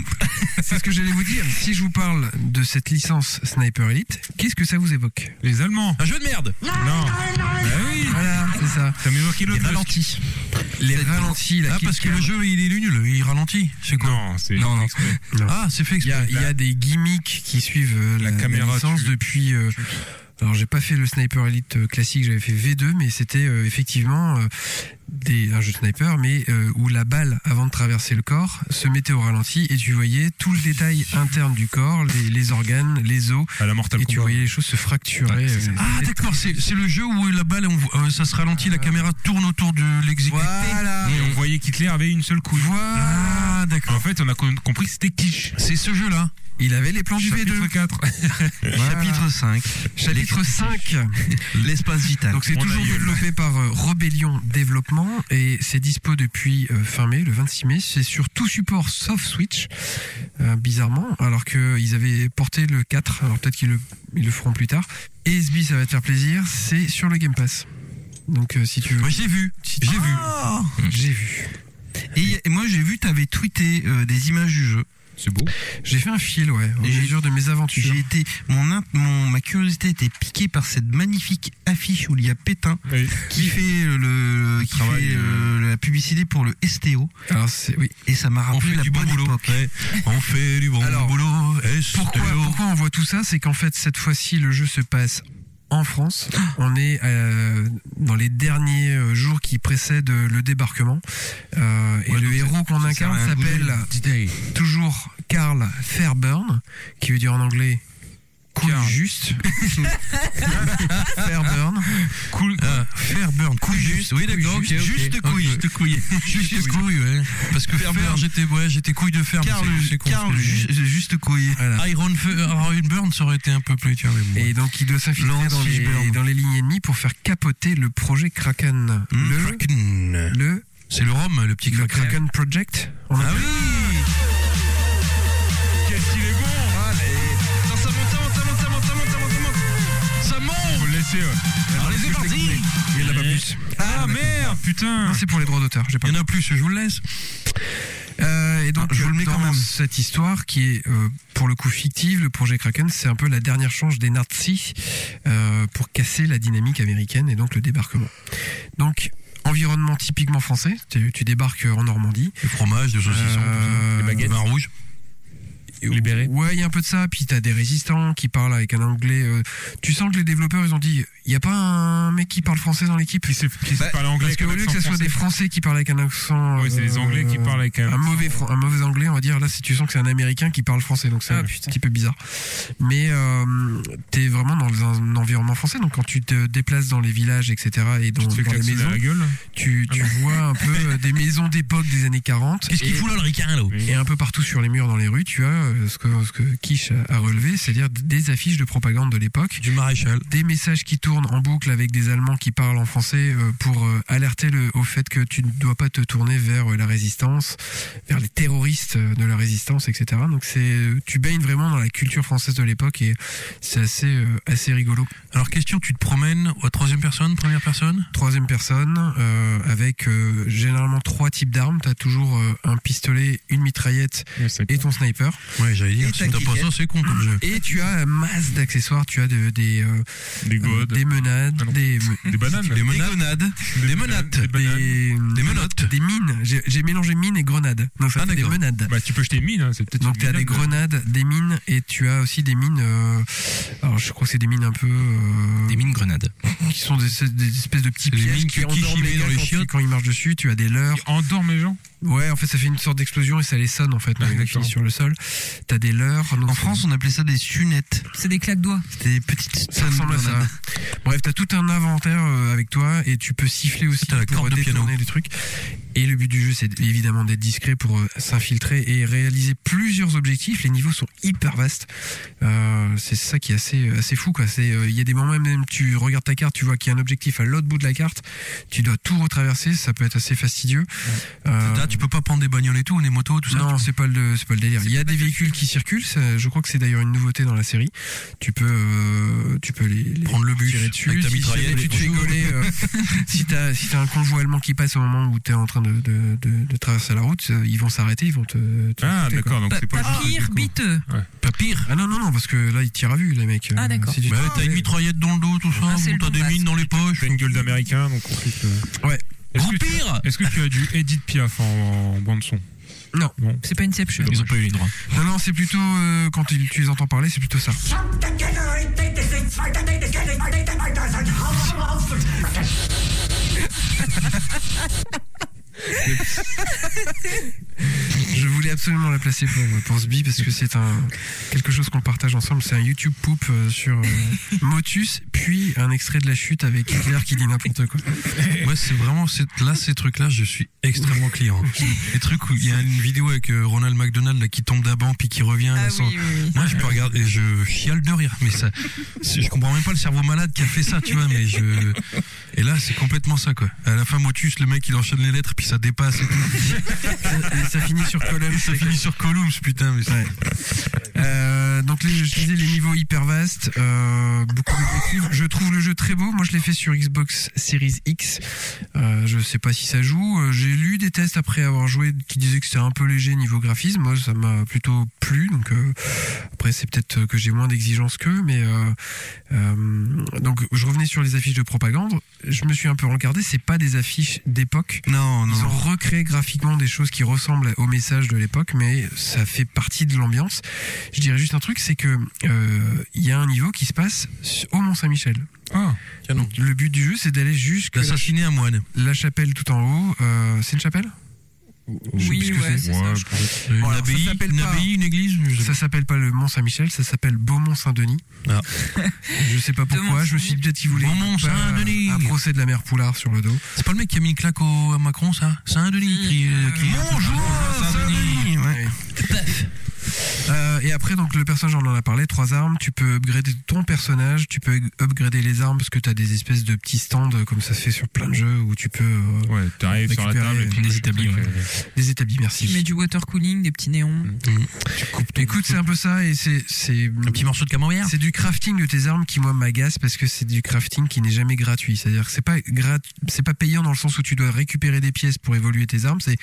Speaker 5: C'est ce que j'allais vous dire. Si je vous parle de cette licence Sniper Elite, qu'est-ce que ça vous évoque
Speaker 6: les Allemands.
Speaker 2: Un jeu de merde
Speaker 6: Non. Bah oui.
Speaker 5: Voilà, c'est ça.
Speaker 6: Ça m'évoquait le ralenti.
Speaker 5: Les ralentis, la
Speaker 2: Ah, parce que
Speaker 5: Kit Kat.
Speaker 2: le jeu, il est nul, il ralentit. C'est quoi
Speaker 6: Non, c'est.
Speaker 7: non non
Speaker 2: Ah, c'est fait
Speaker 5: Il y, a,
Speaker 2: exprès.
Speaker 5: il y a des gimmicks qui suivent euh, la,
Speaker 6: La
Speaker 5: la
Speaker 6: caméra,
Speaker 5: licence
Speaker 6: tu-
Speaker 5: depuis. euh, alors j'ai pas fait le sniper elite euh, classique, j'avais fait V2, mais c'était euh, effectivement euh, des, un jeu de sniper, mais euh, où la balle, avant de traverser le corps, se mettait au ralenti et tu voyais tout le détail interne du corps, les, les organes, les os,
Speaker 6: À la Mortal
Speaker 5: et tu
Speaker 6: Kombat.
Speaker 5: voyais les choses se fracturer.
Speaker 6: Ouais, c'est
Speaker 5: euh,
Speaker 6: ça.
Speaker 2: Ah d'accord, c'est c'est le jeu où la balle, on voit- euh, ça se ralentit, la caméra tourne autour de l'exécuté.
Speaker 5: Voilà.
Speaker 6: Et on voyait qu'Hitler avait une seule couille.
Speaker 2: Ah
Speaker 6: En
Speaker 2: d'accord.
Speaker 6: fait, on a con- compris que c'était quiche.
Speaker 2: C'est ce jeu-là.
Speaker 5: Il avait les plans du
Speaker 6: Chapitre
Speaker 5: V2.
Speaker 6: 4.
Speaker 5: Voilà.
Speaker 4: Chapitre 5.
Speaker 5: euh, Chapitre 5.
Speaker 4: L'espace vital.
Speaker 5: Donc c'est
Speaker 6: Mon
Speaker 5: toujours
Speaker 6: aïeul.
Speaker 5: développé par euh, Rebellion Développement et c'est dispo depuis euh, fin mai, le 26 mai. C'est sur tout support sauf Switch, euh, bizarrement, alors qu'ils avaient porté le 4, alors peut-être qu'ils le, ils le feront plus tard. Et SB, ça va te faire plaisir, c'est sur le Game Pass. Donc euh, si tu veux,
Speaker 2: Moi j'ai vu. J'ai vu.
Speaker 5: j'ai vu.
Speaker 4: Et, y a- et moi j'ai vu, t'avais tweeté euh, des images du jeu.
Speaker 6: C'est beau.
Speaker 5: J'ai fait un fil, ouais, au
Speaker 4: Et j'ai-
Speaker 5: mesure de mes aventures.
Speaker 4: J'ai été, mon, int- mon- ma curiosité était piquée par cette magnifique affiche où il y a Pétain qui fait euh, le, qui
Speaker 6: travail,
Speaker 4: fait euh, la publicité pour le STO
Speaker 5: Alors c'est oui.
Speaker 4: et ça m'a
Speaker 2: On
Speaker 4: rappelé
Speaker 2: fait
Speaker 4: la
Speaker 2: du bon
Speaker 4: bonne
Speaker 2: boulot.
Speaker 4: époque.
Speaker 2: Ouais. On fait du bon
Speaker 5: Alors,
Speaker 2: boulot.
Speaker 5: Pourquoi, pourquoi on voit tout ça C'est qu'en fait, cette fois-ci, le jeu se passe en France. On est euh, dans les derniers euh, jours qui précèdent euh, le débarquement. Euh, et
Speaker 2: Ouais,
Speaker 5: le
Speaker 2: donc
Speaker 5: héros qu'on
Speaker 2: sert
Speaker 5: incarne
Speaker 2: à rien de
Speaker 5: s'appelle toujours Carl Fairburn, qui veut dire en anglais cool
Speaker 2: Carl.
Speaker 5: juste. Fairburn.
Speaker 2: Cool. Faire burn. Couille juste. Oui d'accord.
Speaker 5: Juste-
Speaker 2: ok, ok.
Speaker 4: juste
Speaker 2: Ok.
Speaker 4: couille.
Speaker 2: Juste couille. Juste couille. Ouais. Parce que faire burn, j'étais ouais, j'étais couille de ferme.
Speaker 4: Carl,
Speaker 2: c'est- c'est con,
Speaker 4: Carl
Speaker 2: ce que j'ai
Speaker 4: ju-
Speaker 2: dit.
Speaker 4: juste couille.
Speaker 5: Voilà.
Speaker 2: Iron, Fe- Iron Burn, ça aurait été un peu plus. Tu vois, mais bon.
Speaker 5: Et donc, il doit s'infiltrer
Speaker 2: Lance
Speaker 5: dans les,
Speaker 2: Fishburne.
Speaker 5: dans les lignes ennemies pour faire capoter le projet Kraken.
Speaker 2: Hmm,
Speaker 5: Le-
Speaker 2: Kraken.
Speaker 5: le
Speaker 2: C'est le rhum, le petit
Speaker 5: Le
Speaker 2: Kraken. Ah
Speaker 5: Kraken Project on a-
Speaker 6: Qu'est-ce qu'il est bon Allez Ça monte, ça monte, ça monte, ça monte, ça monte, ça monte, ça monte Ça monte Faut le laisser,
Speaker 2: euh.
Speaker 6: ouais. Allez, c'est parti
Speaker 5: Il y en a pas plus.
Speaker 6: Ah merde,
Speaker 5: Non,
Speaker 6: putain
Speaker 5: c'est pour les droits d'auteur, j'ai pas
Speaker 2: Il y en a plus, je vous le laisse.
Speaker 5: Euh, et donc,
Speaker 4: Ah, je vous le mets
Speaker 5: dans
Speaker 4: quand même.
Speaker 5: cette histoire qui est euh, pour le coup fictive, le projet Kraken, c'est un peu la dernière chance des nazis euh, pour casser la dynamique américaine et donc le débarquement. Donc, environnement typiquement français, tu, tu débarques en Normandie.
Speaker 2: Du fromage, du saucisson,
Speaker 5: Euh,
Speaker 2: tout ça.
Speaker 5: des baguettes.
Speaker 2: du vin rouge.
Speaker 6: Libéré.
Speaker 5: Ouais, il y a un peu de ça, puis t'as des résistants qui parlent avec un anglais. euh, tu sens que les développeurs, ils ont dit, il n'y a pas un mec qui parle français dans l'équipe
Speaker 6: Qui sait, qui sait
Speaker 5: Bah,
Speaker 6: parler anglais
Speaker 5: Parce qu'au lieu que ce soit des Français qui parlent avec un accent.
Speaker 6: Ah Oui, c'est les
Speaker 5: euh,
Speaker 6: Anglais qui parlent avec un
Speaker 5: un mauvais, fran- un mauvais anglais, on va dire. Là, si tu sens que c'est un américain qui parle français, donc c'est
Speaker 3: Ah,
Speaker 5: un
Speaker 3: putain.
Speaker 5: petit peu bizarre. Mais euh, t'es vraiment dans un environnement français, donc quand tu te déplaces dans les villages, etc., et dans,
Speaker 6: Tu te fais Ah.
Speaker 5: dans les
Speaker 6: klaxonner à
Speaker 5: maisons,
Speaker 6: la gueule
Speaker 5: tu, tu vois un peu euh, des maisons d'époque des années 40.
Speaker 2: Qu'est-ce qu'il
Speaker 5: Et-
Speaker 2: fout là, le ricain, là
Speaker 5: et un peu partout sur les murs dans les rues, tu as euh, ce que, ce que Quiche a- a relevé, c'est-à-dire des affiches de propagande de l'époque,
Speaker 2: Du maréchal.
Speaker 5: des messages qui tournent en boucle avec des Allemands qui parlent en français euh, pour euh, alerter le, au fait que tu ne dois pas te tourner vers euh, la résistance, vers les terroristes euh, de la résistance, etc. Donc c'est, euh, tu baignes vraiment dans la culture française de l'époque et c'est assez, euh, assez rigolo.
Speaker 2: Alors, question, tu te promènes à troisième personne, première personne
Speaker 5: Troisième personne, euh, avec euh, généralement trois types d'armes. T'as toujours euh, un pistolet, une mitraillette et ton sniper.
Speaker 2: Ouais, j'allais
Speaker 5: Et
Speaker 2: dire, si
Speaker 5: ta
Speaker 2: t'as pas ça,
Speaker 5: guillette.
Speaker 2: c'est con comme jeu.
Speaker 5: Et tu as masse d'accessoires. Tu as de- des, euh,
Speaker 6: Des godes,
Speaker 5: des menades,
Speaker 6: Ah non.
Speaker 5: des,
Speaker 6: des bananes.
Speaker 2: Des
Speaker 5: des
Speaker 2: menaces.
Speaker 5: grenades,
Speaker 2: Des menaces.
Speaker 6: Des bananes.
Speaker 5: des,
Speaker 2: Des menottes.
Speaker 5: des mines. J'ai j'ai mélangé mines et grenades. Donc ça
Speaker 2: Ah,
Speaker 5: fait des
Speaker 2: d'accord.
Speaker 5: menades.
Speaker 6: Bah, tu peux jeter une mine, hein, c'est peut-être
Speaker 5: Donc
Speaker 6: une
Speaker 5: tu as des
Speaker 6: minade.
Speaker 5: grenades, des mines et tu as aussi des mines. euh, alors je crois que c'est des mines un peu euh,
Speaker 7: Des mines grenades.
Speaker 5: qui sont des, des espèces de petits
Speaker 2: C'est des
Speaker 5: pièges
Speaker 2: mines
Speaker 5: qui
Speaker 2: que Kishi
Speaker 5: endorment
Speaker 2: met
Speaker 5: les
Speaker 2: dans
Speaker 5: gars
Speaker 2: les
Speaker 5: quand ils-
Speaker 2: chiottes.
Speaker 5: quand ils marchent dessus. Tu as des leurres.
Speaker 6: Qui endorment les gens.
Speaker 5: Ouais, en fait, ça fait une sorte d'explosion et ça les sonne en fait.
Speaker 6: Ah,
Speaker 5: Donc, ils
Speaker 6: d'accord.
Speaker 5: finissent sur le sol. T'as des leurres. donc
Speaker 4: En
Speaker 5: c'est-
Speaker 4: France, on appelait ça des sunettes.
Speaker 3: C'est des claques doigts.
Speaker 4: C'était des petites
Speaker 5: ça ressemble à ça.
Speaker 4: grenades.
Speaker 5: Bref, t'as tout un inventaire euh, avec toi et tu peux siffler aussi
Speaker 2: T'as la
Speaker 5: pour
Speaker 2: corde de
Speaker 5: détourner
Speaker 2: piano.
Speaker 5: les trucs. Et le but du jeu, c'est évidemment d'être discret pour euh, s'infiltrer et réaliser plusieurs objectifs. Les niveaux sont hyper vastes. Euh, c'est ça qui est assez assez fou quoi. C'est euh, il y a des moments même tu regardes ta carte, tu vois qu'il y a un objectif à l'autre bout de la carte. Tu dois tout retraverser. Ça peut être assez fastidieux. Euh,
Speaker 2: Là, tu peux pas prendre des bagnoles et tout, ou des motos, tout ça.
Speaker 5: non, c'est pas le c'est pas le délire.
Speaker 3: C'est
Speaker 5: Il y a
Speaker 3: pas
Speaker 5: des
Speaker 3: Battlefield.
Speaker 5: véhicules qui circulent. ça- je crois que c'est d'ailleurs une nouveauté dans la série. Tu peux euh, tu peux les, les
Speaker 2: Prendre le bus
Speaker 5: tirer dessus.
Speaker 2: avec ta
Speaker 5: Si
Speaker 2: mitraillette.
Speaker 5: jamais tu te fais gauler, euh, si t'as si t'as un convoi allemand qui passe au moment où t'es en train de, de, de, de traverser la route, euh, ils vont s'arrêter, ils vont te. te
Speaker 2: Hein
Speaker 6: Ah,
Speaker 5: shooter, quoi.
Speaker 6: d'accord, donc c'est pas juste
Speaker 3: Papir
Speaker 6: des coups.
Speaker 3: biteux.
Speaker 2: Pas pire.
Speaker 5: Ah non non non parce que là ils tirent à vue les mecs.
Speaker 3: Ah,
Speaker 5: Euh,
Speaker 3: d'accord.
Speaker 5: c'est du-
Speaker 2: Bah, t'as une mitraillette dans le dos, tout ça.
Speaker 3: Ah, c'est
Speaker 2: bon,
Speaker 3: le
Speaker 2: t'as des
Speaker 3: Donbass.
Speaker 2: mines dans les poches.
Speaker 6: Tu as une gueule d'américain, donc on sait que.
Speaker 5: Ouais.
Speaker 6: Est-ce que, tu-
Speaker 7: Vampire
Speaker 6: est-ce que tu as du Edith Piaf en, bande-son
Speaker 3: C'est pas une Inception.
Speaker 7: Ils ont pas eu les droits.
Speaker 5: Non non c'est plutôt euh, quand ils- tu les entends parler c'est plutôt ça. Je voulais absolument la placer pour, pour ce bi parce que c'est un quelque chose qu'on partage ensemble. C'est un YouTube poop euh, sur euh, Motus, puis un extrait de la chute avec Hitler qui dit n'importe quoi.
Speaker 2: Ouais, c'est vraiment c'est- là ces trucs-là, je suis extrêmement client. Les trucs où il y a une vidéo avec euh, Ronald McDonald là, qui tombe d'un banc puis qui revient. là,
Speaker 3: Ah
Speaker 2: sans-
Speaker 3: oui, oui, oui.
Speaker 2: Moi, je peux regarder, et je chiale de rire, mais ça, c'est- je comprends même pas le cerveau malade qui a fait ça, tu vois. Mais je, et là, c'est complètement ça, quoi. À la fin, Motus, le mec, il enchaîne les lettres, puis ça dépasse. Et, tout.
Speaker 5: Et ça finit sur Column.
Speaker 2: ça finit sur Columns, putain. Mais c'est-
Speaker 5: Euh, donc les, je disais les niveaux hyper vastes, euh, beaucoup d'objectifs. Je trouve le jeu très beau. Moi, je l'ai fait sur Xbox Series X. Euh, je sais pas si ça joue. Euh, J'ai lu des tests après avoir joué qui disaient que c'était un peu léger niveau graphisme. Moi, ça m'a plutôt plu. Donc euh, après, c'est peut-être que j'ai moins d'exigences qu'eux, mais euh, euh, donc je revenais sur les affiches de propagande. Je me suis un peu rencardé. C'est pas des affiches d'époque.
Speaker 2: Non, non.
Speaker 5: Ils ont recréé graphiquement des choses qui ressemblent au message de l'époque, mais ça fait partie de l'ambiance. Je dirais juste un truc, c'est que euh, il y a un niveau qui se passe su- au Mont Saint-Michel.
Speaker 6: Ah,
Speaker 5: Donc, Le but du jeu, c'est d'aller jusqu'à
Speaker 2: D'assassiner un moine.
Speaker 5: la chapelle tout en haut. Euh, c'est une chapelle
Speaker 3: Oui, ouais, c'est ça. je crois.
Speaker 2: Une
Speaker 5: alors, ça
Speaker 2: abbaye,
Speaker 5: s'appelle
Speaker 2: une,
Speaker 5: pas-
Speaker 2: abbaye, une église. je sais
Speaker 5: Ça s'appelle pas le Mont Saint-Michel, ça s'appelle Beaumont Saint-Denis.
Speaker 2: Ah.
Speaker 5: je sais pas pourquoi. Je me suis dit peut-être qu'ils voulaient
Speaker 2: Beaumont
Speaker 5: pas
Speaker 2: Saint-Denis.
Speaker 5: un procès de la mère Poulard sur le dos.
Speaker 2: pas. C'est pas le mec qui a mis une claque au, à Macron, ça Saint-Denis, crie, euh, crie-
Speaker 4: Bonjour, Saint-Denis. Ouais.
Speaker 5: Euh, et après, donc le personnage, on en a parlé, trois armes. Tu peux upgrader ton personnage, tu peux upgrader les armes parce que tu as des espèces de petits stands euh, comme ça se fait sur plein de jeux où tu peux. euh,
Speaker 6: ouais, t'arrives sur la
Speaker 5: Récupérer
Speaker 6: table et puis
Speaker 7: des établis, ouais.
Speaker 6: euh.
Speaker 5: les établis,
Speaker 3: Tu mets
Speaker 5: merci.
Speaker 3: du water cooling, des petits néons.
Speaker 5: Écoute, c'est un peu ça et c'est. c'est-
Speaker 2: Un petit morceau de camembert
Speaker 5: C'est du crafting de tes armes qui moi m'agace parce que c'est du crafting qui n'est jamais gratuit. C'est-à-dire que c'est pas grat- c'est pas payant dans le sens où tu dois récupérer des pièces pour évoluer tes armes. C'est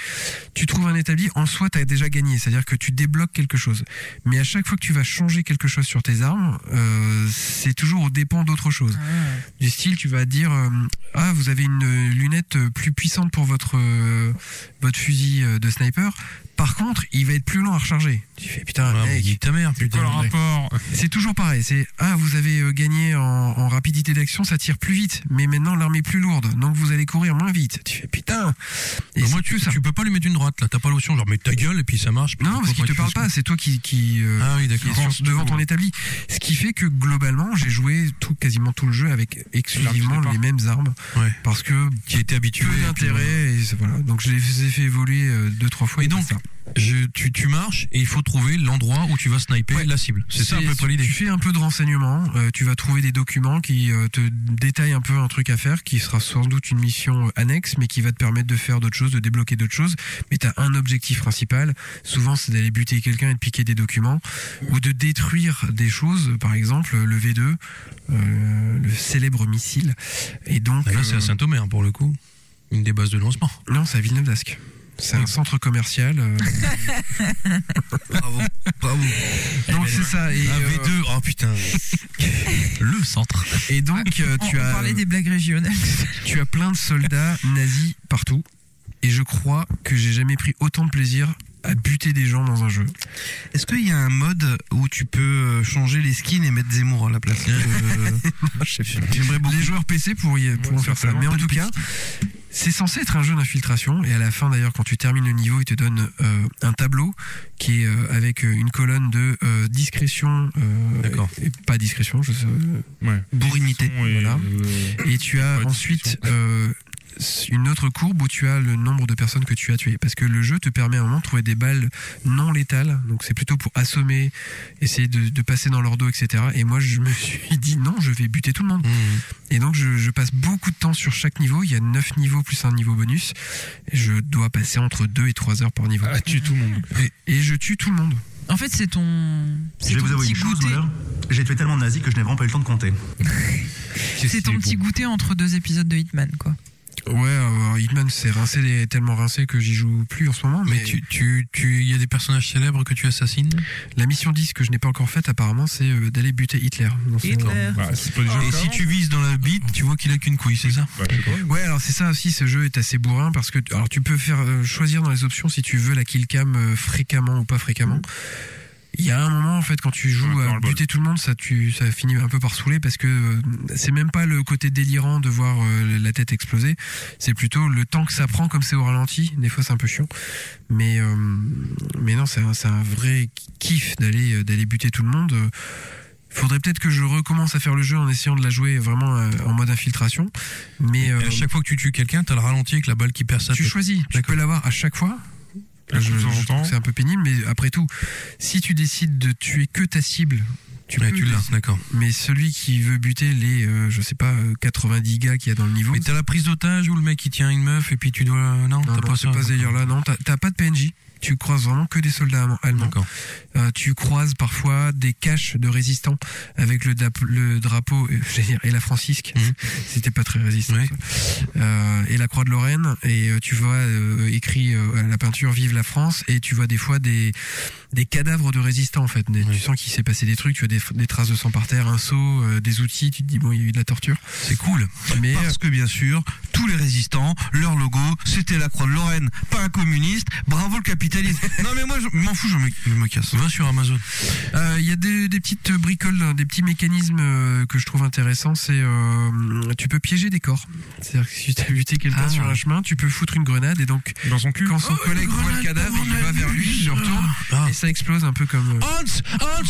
Speaker 5: tu trouves un établi en soi t'as déjà gagné. C'est-à-dire que tu débloques quelque chose. Mais à chaque fois que tu vas changer quelque chose sur tes armes, euh, c'est toujours au dépend d'autre chose.
Speaker 3: Ah.
Speaker 5: Du style tu vas dire euh, ah vous avez une euh, lunette euh, plus puissante pour votre euh, votre fusil euh, de sniper. Par contre il va être plus lent à recharger. Tu fais putain
Speaker 2: Ah, mais
Speaker 5: mec,
Speaker 2: nique ta mère,
Speaker 6: C'est quoi
Speaker 2: putain.
Speaker 6: le rapport
Speaker 5: c'est toujours pareil, c'est ah vous avez euh, gagné en, en rapidité d'action, ça tire plus vite, mais maintenant l'arme est plus lourde, donc vous allez courir moins vite. Tu fais putain. Et
Speaker 2: Bah,
Speaker 5: c'est
Speaker 2: moi,
Speaker 5: que
Speaker 2: tu,
Speaker 5: ça.
Speaker 2: tu peux pas lui mettre une droite, là. T'as pas l'option, genre, mais ta gueule, et puis ça marche. puis
Speaker 5: Non parce
Speaker 2: pourquoi
Speaker 5: qu'il te
Speaker 2: tu
Speaker 5: parle
Speaker 2: fais
Speaker 5: pas,
Speaker 2: ça
Speaker 5: c'est toi qui qui, euh,
Speaker 2: Ah oui,
Speaker 5: qui est
Speaker 2: d'accord.
Speaker 5: sur-
Speaker 2: Pense-
Speaker 5: devant ton établi. Ce qui fait que globalement j'ai joué tout quasiment tout le jeu avec exclusivement
Speaker 6: départ.
Speaker 5: les mêmes armes
Speaker 2: Ouais.
Speaker 5: parce que
Speaker 2: Qui était habitué.
Speaker 5: peu
Speaker 2: et puis
Speaker 5: d'intérêt et c'est- voilà. Donc je les ai fait évoluer euh, deux trois fois.
Speaker 2: Et
Speaker 5: il
Speaker 2: donc,
Speaker 5: passe ça.
Speaker 2: je- tu, tu marches et il faut trouver l'endroit où tu vas sniper la cible. C'est ça à peu près l'idée.
Speaker 5: Tu fais un peu de renseignement, euh, tu vas trouver des documents qui euh, te détaillent un peu un truc à faire, qui sera sans doute une mission euh, annexe, mais qui va te permettre de faire d'autres choses, de débloquer d'autres choses. Mais tu as un objectif principal, souvent c'est d'aller buter quelqu'un et de piquer des documents, ou de détruire des choses, par exemple le V2, euh, le célèbre missile. Et donc...
Speaker 2: Ah, Là, c'est
Speaker 5: euh,
Speaker 2: à Saint-Omer hein, pour le coup. Une des bases de lancement.
Speaker 5: non, c'est à Villeneuve d'Ascq. C'est un centre commercial. euh,
Speaker 2: Bravo, bravo.
Speaker 5: donc c'est ça. Et,
Speaker 2: Un
Speaker 5: euh,
Speaker 2: V2, oh putain. le centre.
Speaker 5: et donc euh,
Speaker 3: On,
Speaker 5: tu
Speaker 3: on
Speaker 5: as...
Speaker 3: parlait des blagues régionales.
Speaker 5: Tu as plein de soldats nazis partout. Et je crois que j'ai jamais pris autant de plaisir à buter des gens dans un jeu.
Speaker 4: Est-ce qu'il y a un mode où tu peux euh, changer les skins et mettre Zemmour à la place
Speaker 5: J'aimerais beaucoup. Les joueurs PC pour y- pourront faire ça. Mais en tout cas, c'est censé être un jeu d'infiltration. Et à la fin, d'ailleurs, quand tu termines le niveau, il te donne euh, un tableau qui est euh, avec euh, une colonne de euh, discrétion. euh,
Speaker 2: D'accord.
Speaker 5: et- et pas discrétion, je sais. euh,
Speaker 6: euh, Ouais.
Speaker 5: Bourrinité.
Speaker 6: Et,
Speaker 5: Voilà.
Speaker 6: euh,
Speaker 5: Et tu as
Speaker 6: Ouais,
Speaker 5: ensuite euh, une autre courbe où tu as le nombre de personnes que tu as tuées. Parce que le jeu te permet à un moment de trouver des balles non létales. Donc c'est plutôt pour assommer, essayer de, de passer dans leur dos, etc. Et moi je me suis dit non, je vais buter tout le monde. Et donc je, je passe beaucoup de temps sur chaque niveau. Il y a 9 niveaux plus un niveau bonus. Et je dois passer entre 2 et 3 heures par niveau.
Speaker 6: Ah, tu tout le monde.
Speaker 5: Et, et je tue tout le monde.
Speaker 3: En fait, c'est ton. c'est
Speaker 12: Je vais
Speaker 3: ton
Speaker 12: vous avouer une
Speaker 3: petit
Speaker 12: chose,
Speaker 3: goûter.
Speaker 12: Muller. J'ai tué tellement de nazis que je n'ai vraiment pas eu le temps de compter.
Speaker 3: C'est ton petit goûter entre deux épisodes de Hitman, quoi.
Speaker 5: Ouais, euh, Hitman c'est rincé, les- tellement rincé que j'y joue plus en ce moment.
Speaker 2: Mais
Speaker 5: Mais,
Speaker 2: tu, tu, tu, il y a des personnages célèbres que tu assassines.
Speaker 5: la mission 10 que je n'ai pas encore faite apparemment c'est euh, d'aller buter Hitler. dans son-
Speaker 6: Bah, c'est pas déjà
Speaker 2: Et si tu vises dans la bite, tu vois qu'il a qu'une couille, c'est ça
Speaker 6: Ouais, d'accord.
Speaker 5: Ouais, alors c'est ça aussi, ce jeu est assez bourrin parce que alors tu peux faire euh, choisir dans les options si tu veux la killcam euh, fréquemment ou pas fréquemment. Il y a un moment en fait quand tu joues
Speaker 6: Ouais,
Speaker 5: à
Speaker 6: Mm. dans le bol.
Speaker 5: buter tout le monde, ça tu ça finit un peu par saouler parce que euh, c'est même pas le côté délirant de voir euh, la tête exploser, c'est plutôt le temps que ça prend comme c'est au ralenti, des fois c'est un peu chiant. Mais euh, mais non, c'est un, c'est un vrai kiff d'aller euh, d'aller buter tout le monde. Euh, Faudrait peut-être que je recommence à faire le jeu en essayant de la jouer vraiment euh, en mode infiltration, mais
Speaker 2: Et
Speaker 5: euh,
Speaker 2: à chaque fois que tu tues quelqu'un, t'as le ralenti avec la balle qui perce sa
Speaker 5: tu
Speaker 2: tête.
Speaker 5: choisis, tu peux l'avoir à chaque fois.
Speaker 6: Un
Speaker 5: Je,
Speaker 6: coup de temps en
Speaker 5: je trouve
Speaker 6: temps.
Speaker 5: que c'est un peu pénible, mais après tout, si tu décides de tuer que ta cible, tu
Speaker 2: Ouais,
Speaker 5: peux,
Speaker 2: tu l'as, d'accord.
Speaker 5: Mais celui qui veut buter les, euh, je sais pas, euh, 90 gars qu'il y a dans le niveau.
Speaker 2: Mais t'as la prise d'otage où le mec il tient une meuf et puis tu dois. Non,
Speaker 5: non,
Speaker 2: t'as
Speaker 5: non,
Speaker 2: pas
Speaker 5: c'est
Speaker 2: ça.
Speaker 5: pas ce délire-là. Non, t'as- t'as pas de PNJ. Tu croises vraiment que des soldats am- allemands.
Speaker 2: D'accord.
Speaker 5: Euh, tu croises parfois des caches de résistants avec le, dap- le drapeau euh, j'allais dire, et la francisque.
Speaker 2: Mhm.
Speaker 5: C'était pas très résistant.
Speaker 2: Ouais.
Speaker 5: ça. Euh, et la croix de Lorraine. Et euh, tu vois euh, écrit euh, à la peinture Vive la France. Et tu vois des fois des, des cadavres de résistants en fait. Des-
Speaker 2: Ouais.
Speaker 5: Tu sens qu'il s'est passé des trucs. Tu vois des, des traces de sang par terre, un seau, euh, des outils. Tu te dis bon, il y a eu de la torture.
Speaker 2: C'est cool.
Speaker 5: Mais
Speaker 2: euh,
Speaker 4: Parce que bien sûr, tous les résistants, leur logo, c'était la croix de Lorraine, pas un communiste. Bravo le capitalisme. non mais moi, je m'en fous, je me, je me casse.
Speaker 2: Va sur Amazon.
Speaker 5: Euh, Il y a des, des petites bricoles, hein, des petits mécanismes euh, que je trouve intéressants. C'est euh, tu peux piéger des corps. C'est-à-dire que si tu as buté quelqu'un
Speaker 2: Ah. Oh,
Speaker 5: sur un chemin, tu peux foutre une grenade et donc
Speaker 6: Dans son cul.
Speaker 5: quand son collègue voit le cadavre, il va vers lui, il le retourne
Speaker 2: Ah.
Speaker 5: et ça explose un peu comme. euh,
Speaker 2: Hans Hans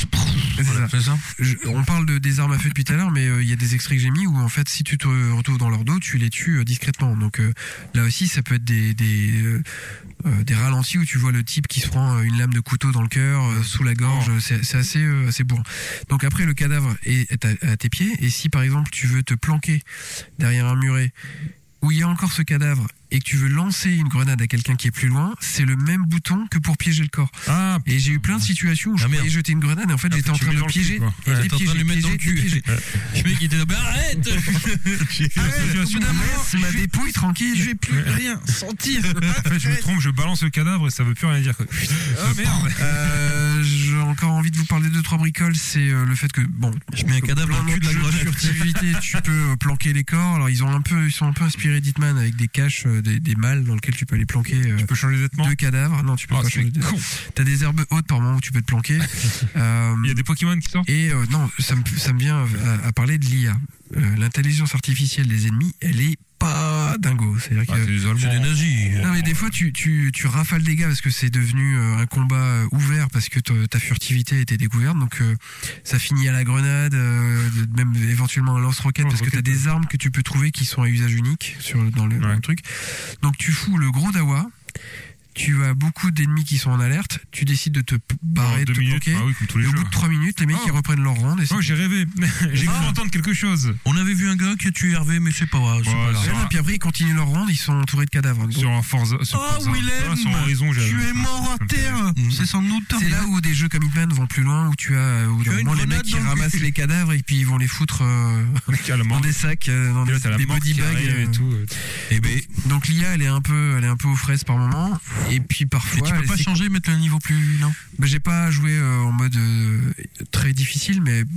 Speaker 5: c'est
Speaker 2: Voilà,
Speaker 5: ça.
Speaker 2: C'est ça
Speaker 5: Je- on parle de, des armes à feu depuis tout à l'heure, mais euh, il y a des extraits que j'ai mis où en fait, si tu te retrouves dans leur dos, tu les tues euh, discrètement. Donc euh, là aussi, ça peut être des des, euh, euh, des ralentis où tu vois le type qui se prend euh, une lame de couteau dans le cœur, euh, sous la gorge.
Speaker 2: Oh.
Speaker 5: C'est c'est assez euh, assez bourrin. Donc après, le cadavre est, est à, à tes pieds, et si par exemple tu veux te planquer derrière un muret où il y a encore ce cadavre et que tu veux lancer une grenade à quelqu'un qui est plus loin, c'est le même bouton que pour piéger le corps.
Speaker 6: Ah,
Speaker 5: Et j'ai eu plein de situations où je
Speaker 2: Ah, merde. Ah,
Speaker 5: voulais jeter une grenade et en fait j'étais en
Speaker 6: tu
Speaker 5: train
Speaker 6: mets
Speaker 5: de
Speaker 6: dans le cul,
Speaker 5: piéger.
Speaker 6: quoi.
Speaker 5: et
Speaker 2: Ouais,
Speaker 5: de les
Speaker 2: t'es en train de
Speaker 5: piéger,
Speaker 2: lui mettre dans le
Speaker 5: piéger,
Speaker 2: cul.
Speaker 5: piéger.
Speaker 2: Le mec il était là, bah arrête
Speaker 5: Arrête, au bout d'un moment,
Speaker 2: Laisse
Speaker 5: ma dépouille tranquille. Je vais plus rien sentir.
Speaker 6: en fait, je me trompe, je balance le cadavre et ça veut plus rien dire. quoi.
Speaker 5: Oh merde. Euh, J'ai encore envie de vous parler de deux trois bricoles. C'est euh, le fait que bon,
Speaker 2: Je mets un cadavre dans le cul de la
Speaker 5: Jeu
Speaker 2: grosse
Speaker 5: furtivité, tu peux euh, planquer les corps. Alors ils ont un peu, ils sont un peu inspirés d'Hitman avec des caches, euh, des, des malles dans lesquelles tu peux aller planquer. euh,
Speaker 6: Tu peux changer de vêtements.
Speaker 5: deux cadavres, non, tu peux
Speaker 6: Ah,
Speaker 5: pas
Speaker 6: c'est
Speaker 5: changer de-
Speaker 6: con.
Speaker 5: T'as des herbes hautes par moment où tu peux te planquer. Euh,
Speaker 6: Il y a des Pokémon qui sortent.
Speaker 5: Et euh, non, ça me, ça me vient à, à parler de l'IA. Euh, L'intelligence artificielle des ennemis, elle est pas dingo. C'est-à-dire que.
Speaker 2: C'est des nazis.
Speaker 5: non mais des fois tu, tu, tu rafales des gars parce que c'est devenu euh, un combat euh, ouvert parce que te- ta furtivité a été découverte donc euh, ça finit à la grenade euh, de- même éventuellement un lance-roquette parce que t'as des armes que tu peux trouver qui sont à usage unique sur dans le, dans le
Speaker 6: Ouais.
Speaker 5: truc donc tu fous le gros dawa tu as beaucoup d'ennemis qui sont en alerte, tu décides de te p- barrer, de
Speaker 6: deux
Speaker 5: te
Speaker 6: minutes,
Speaker 5: bloquer.
Speaker 6: bah oui, comme tous
Speaker 5: Et
Speaker 6: les
Speaker 5: au
Speaker 6: jeux.
Speaker 5: bout de 3 minutes, les mecs
Speaker 6: Oh.
Speaker 5: ils reprennent leur ronde et c'est
Speaker 6: Oh, j'ai rêvé. j'ai cru
Speaker 5: Ah.
Speaker 6: entendre quelque chose.
Speaker 2: On avait vu un gars qui a tué Hervé, mais c'est pas grave. c'est
Speaker 6: Ouais,
Speaker 2: pas grave.
Speaker 6: sur,
Speaker 5: Et
Speaker 6: un-
Speaker 5: puis après, ils continuent leur ronde, ils sont entourés de cadavres. Donc,
Speaker 6: sur un Forza. Sur
Speaker 2: Oh,
Speaker 6: Forza.
Speaker 2: Willem,
Speaker 6: Ah, sur Horizon, j'ai-
Speaker 2: tu es mort à terre. C'est son auteur.
Speaker 5: C'est là où des jeux comme Hitman vont plus loin, où tu as euh, au bout d'un
Speaker 2: as une
Speaker 5: moment, les
Speaker 2: grenade
Speaker 5: mecs qui
Speaker 2: dans le cul.
Speaker 5: ramassent les cadavres et puis ils vont les foutre euh,
Speaker 6: Mec, à la
Speaker 5: dans
Speaker 6: mort.
Speaker 5: des sacs, euh, dans
Speaker 6: Et Ah, là,
Speaker 5: des,
Speaker 6: t'as la
Speaker 5: des
Speaker 6: mort
Speaker 5: body
Speaker 6: qui
Speaker 5: bags.
Speaker 6: arrive
Speaker 5: euh,
Speaker 6: et tout.
Speaker 2: Eh ben,
Speaker 5: Donc l'IA elle est un peu, elle est un peu aux fraises par moment. Et puis
Speaker 2: et
Speaker 5: parfois,
Speaker 2: tu peux
Speaker 5: elle
Speaker 2: pas
Speaker 5: s'éc-
Speaker 2: changer, mettre le niveau plus. Non.
Speaker 5: bah, j'ai pas joué euh, en mode euh, très difficile, mais mm,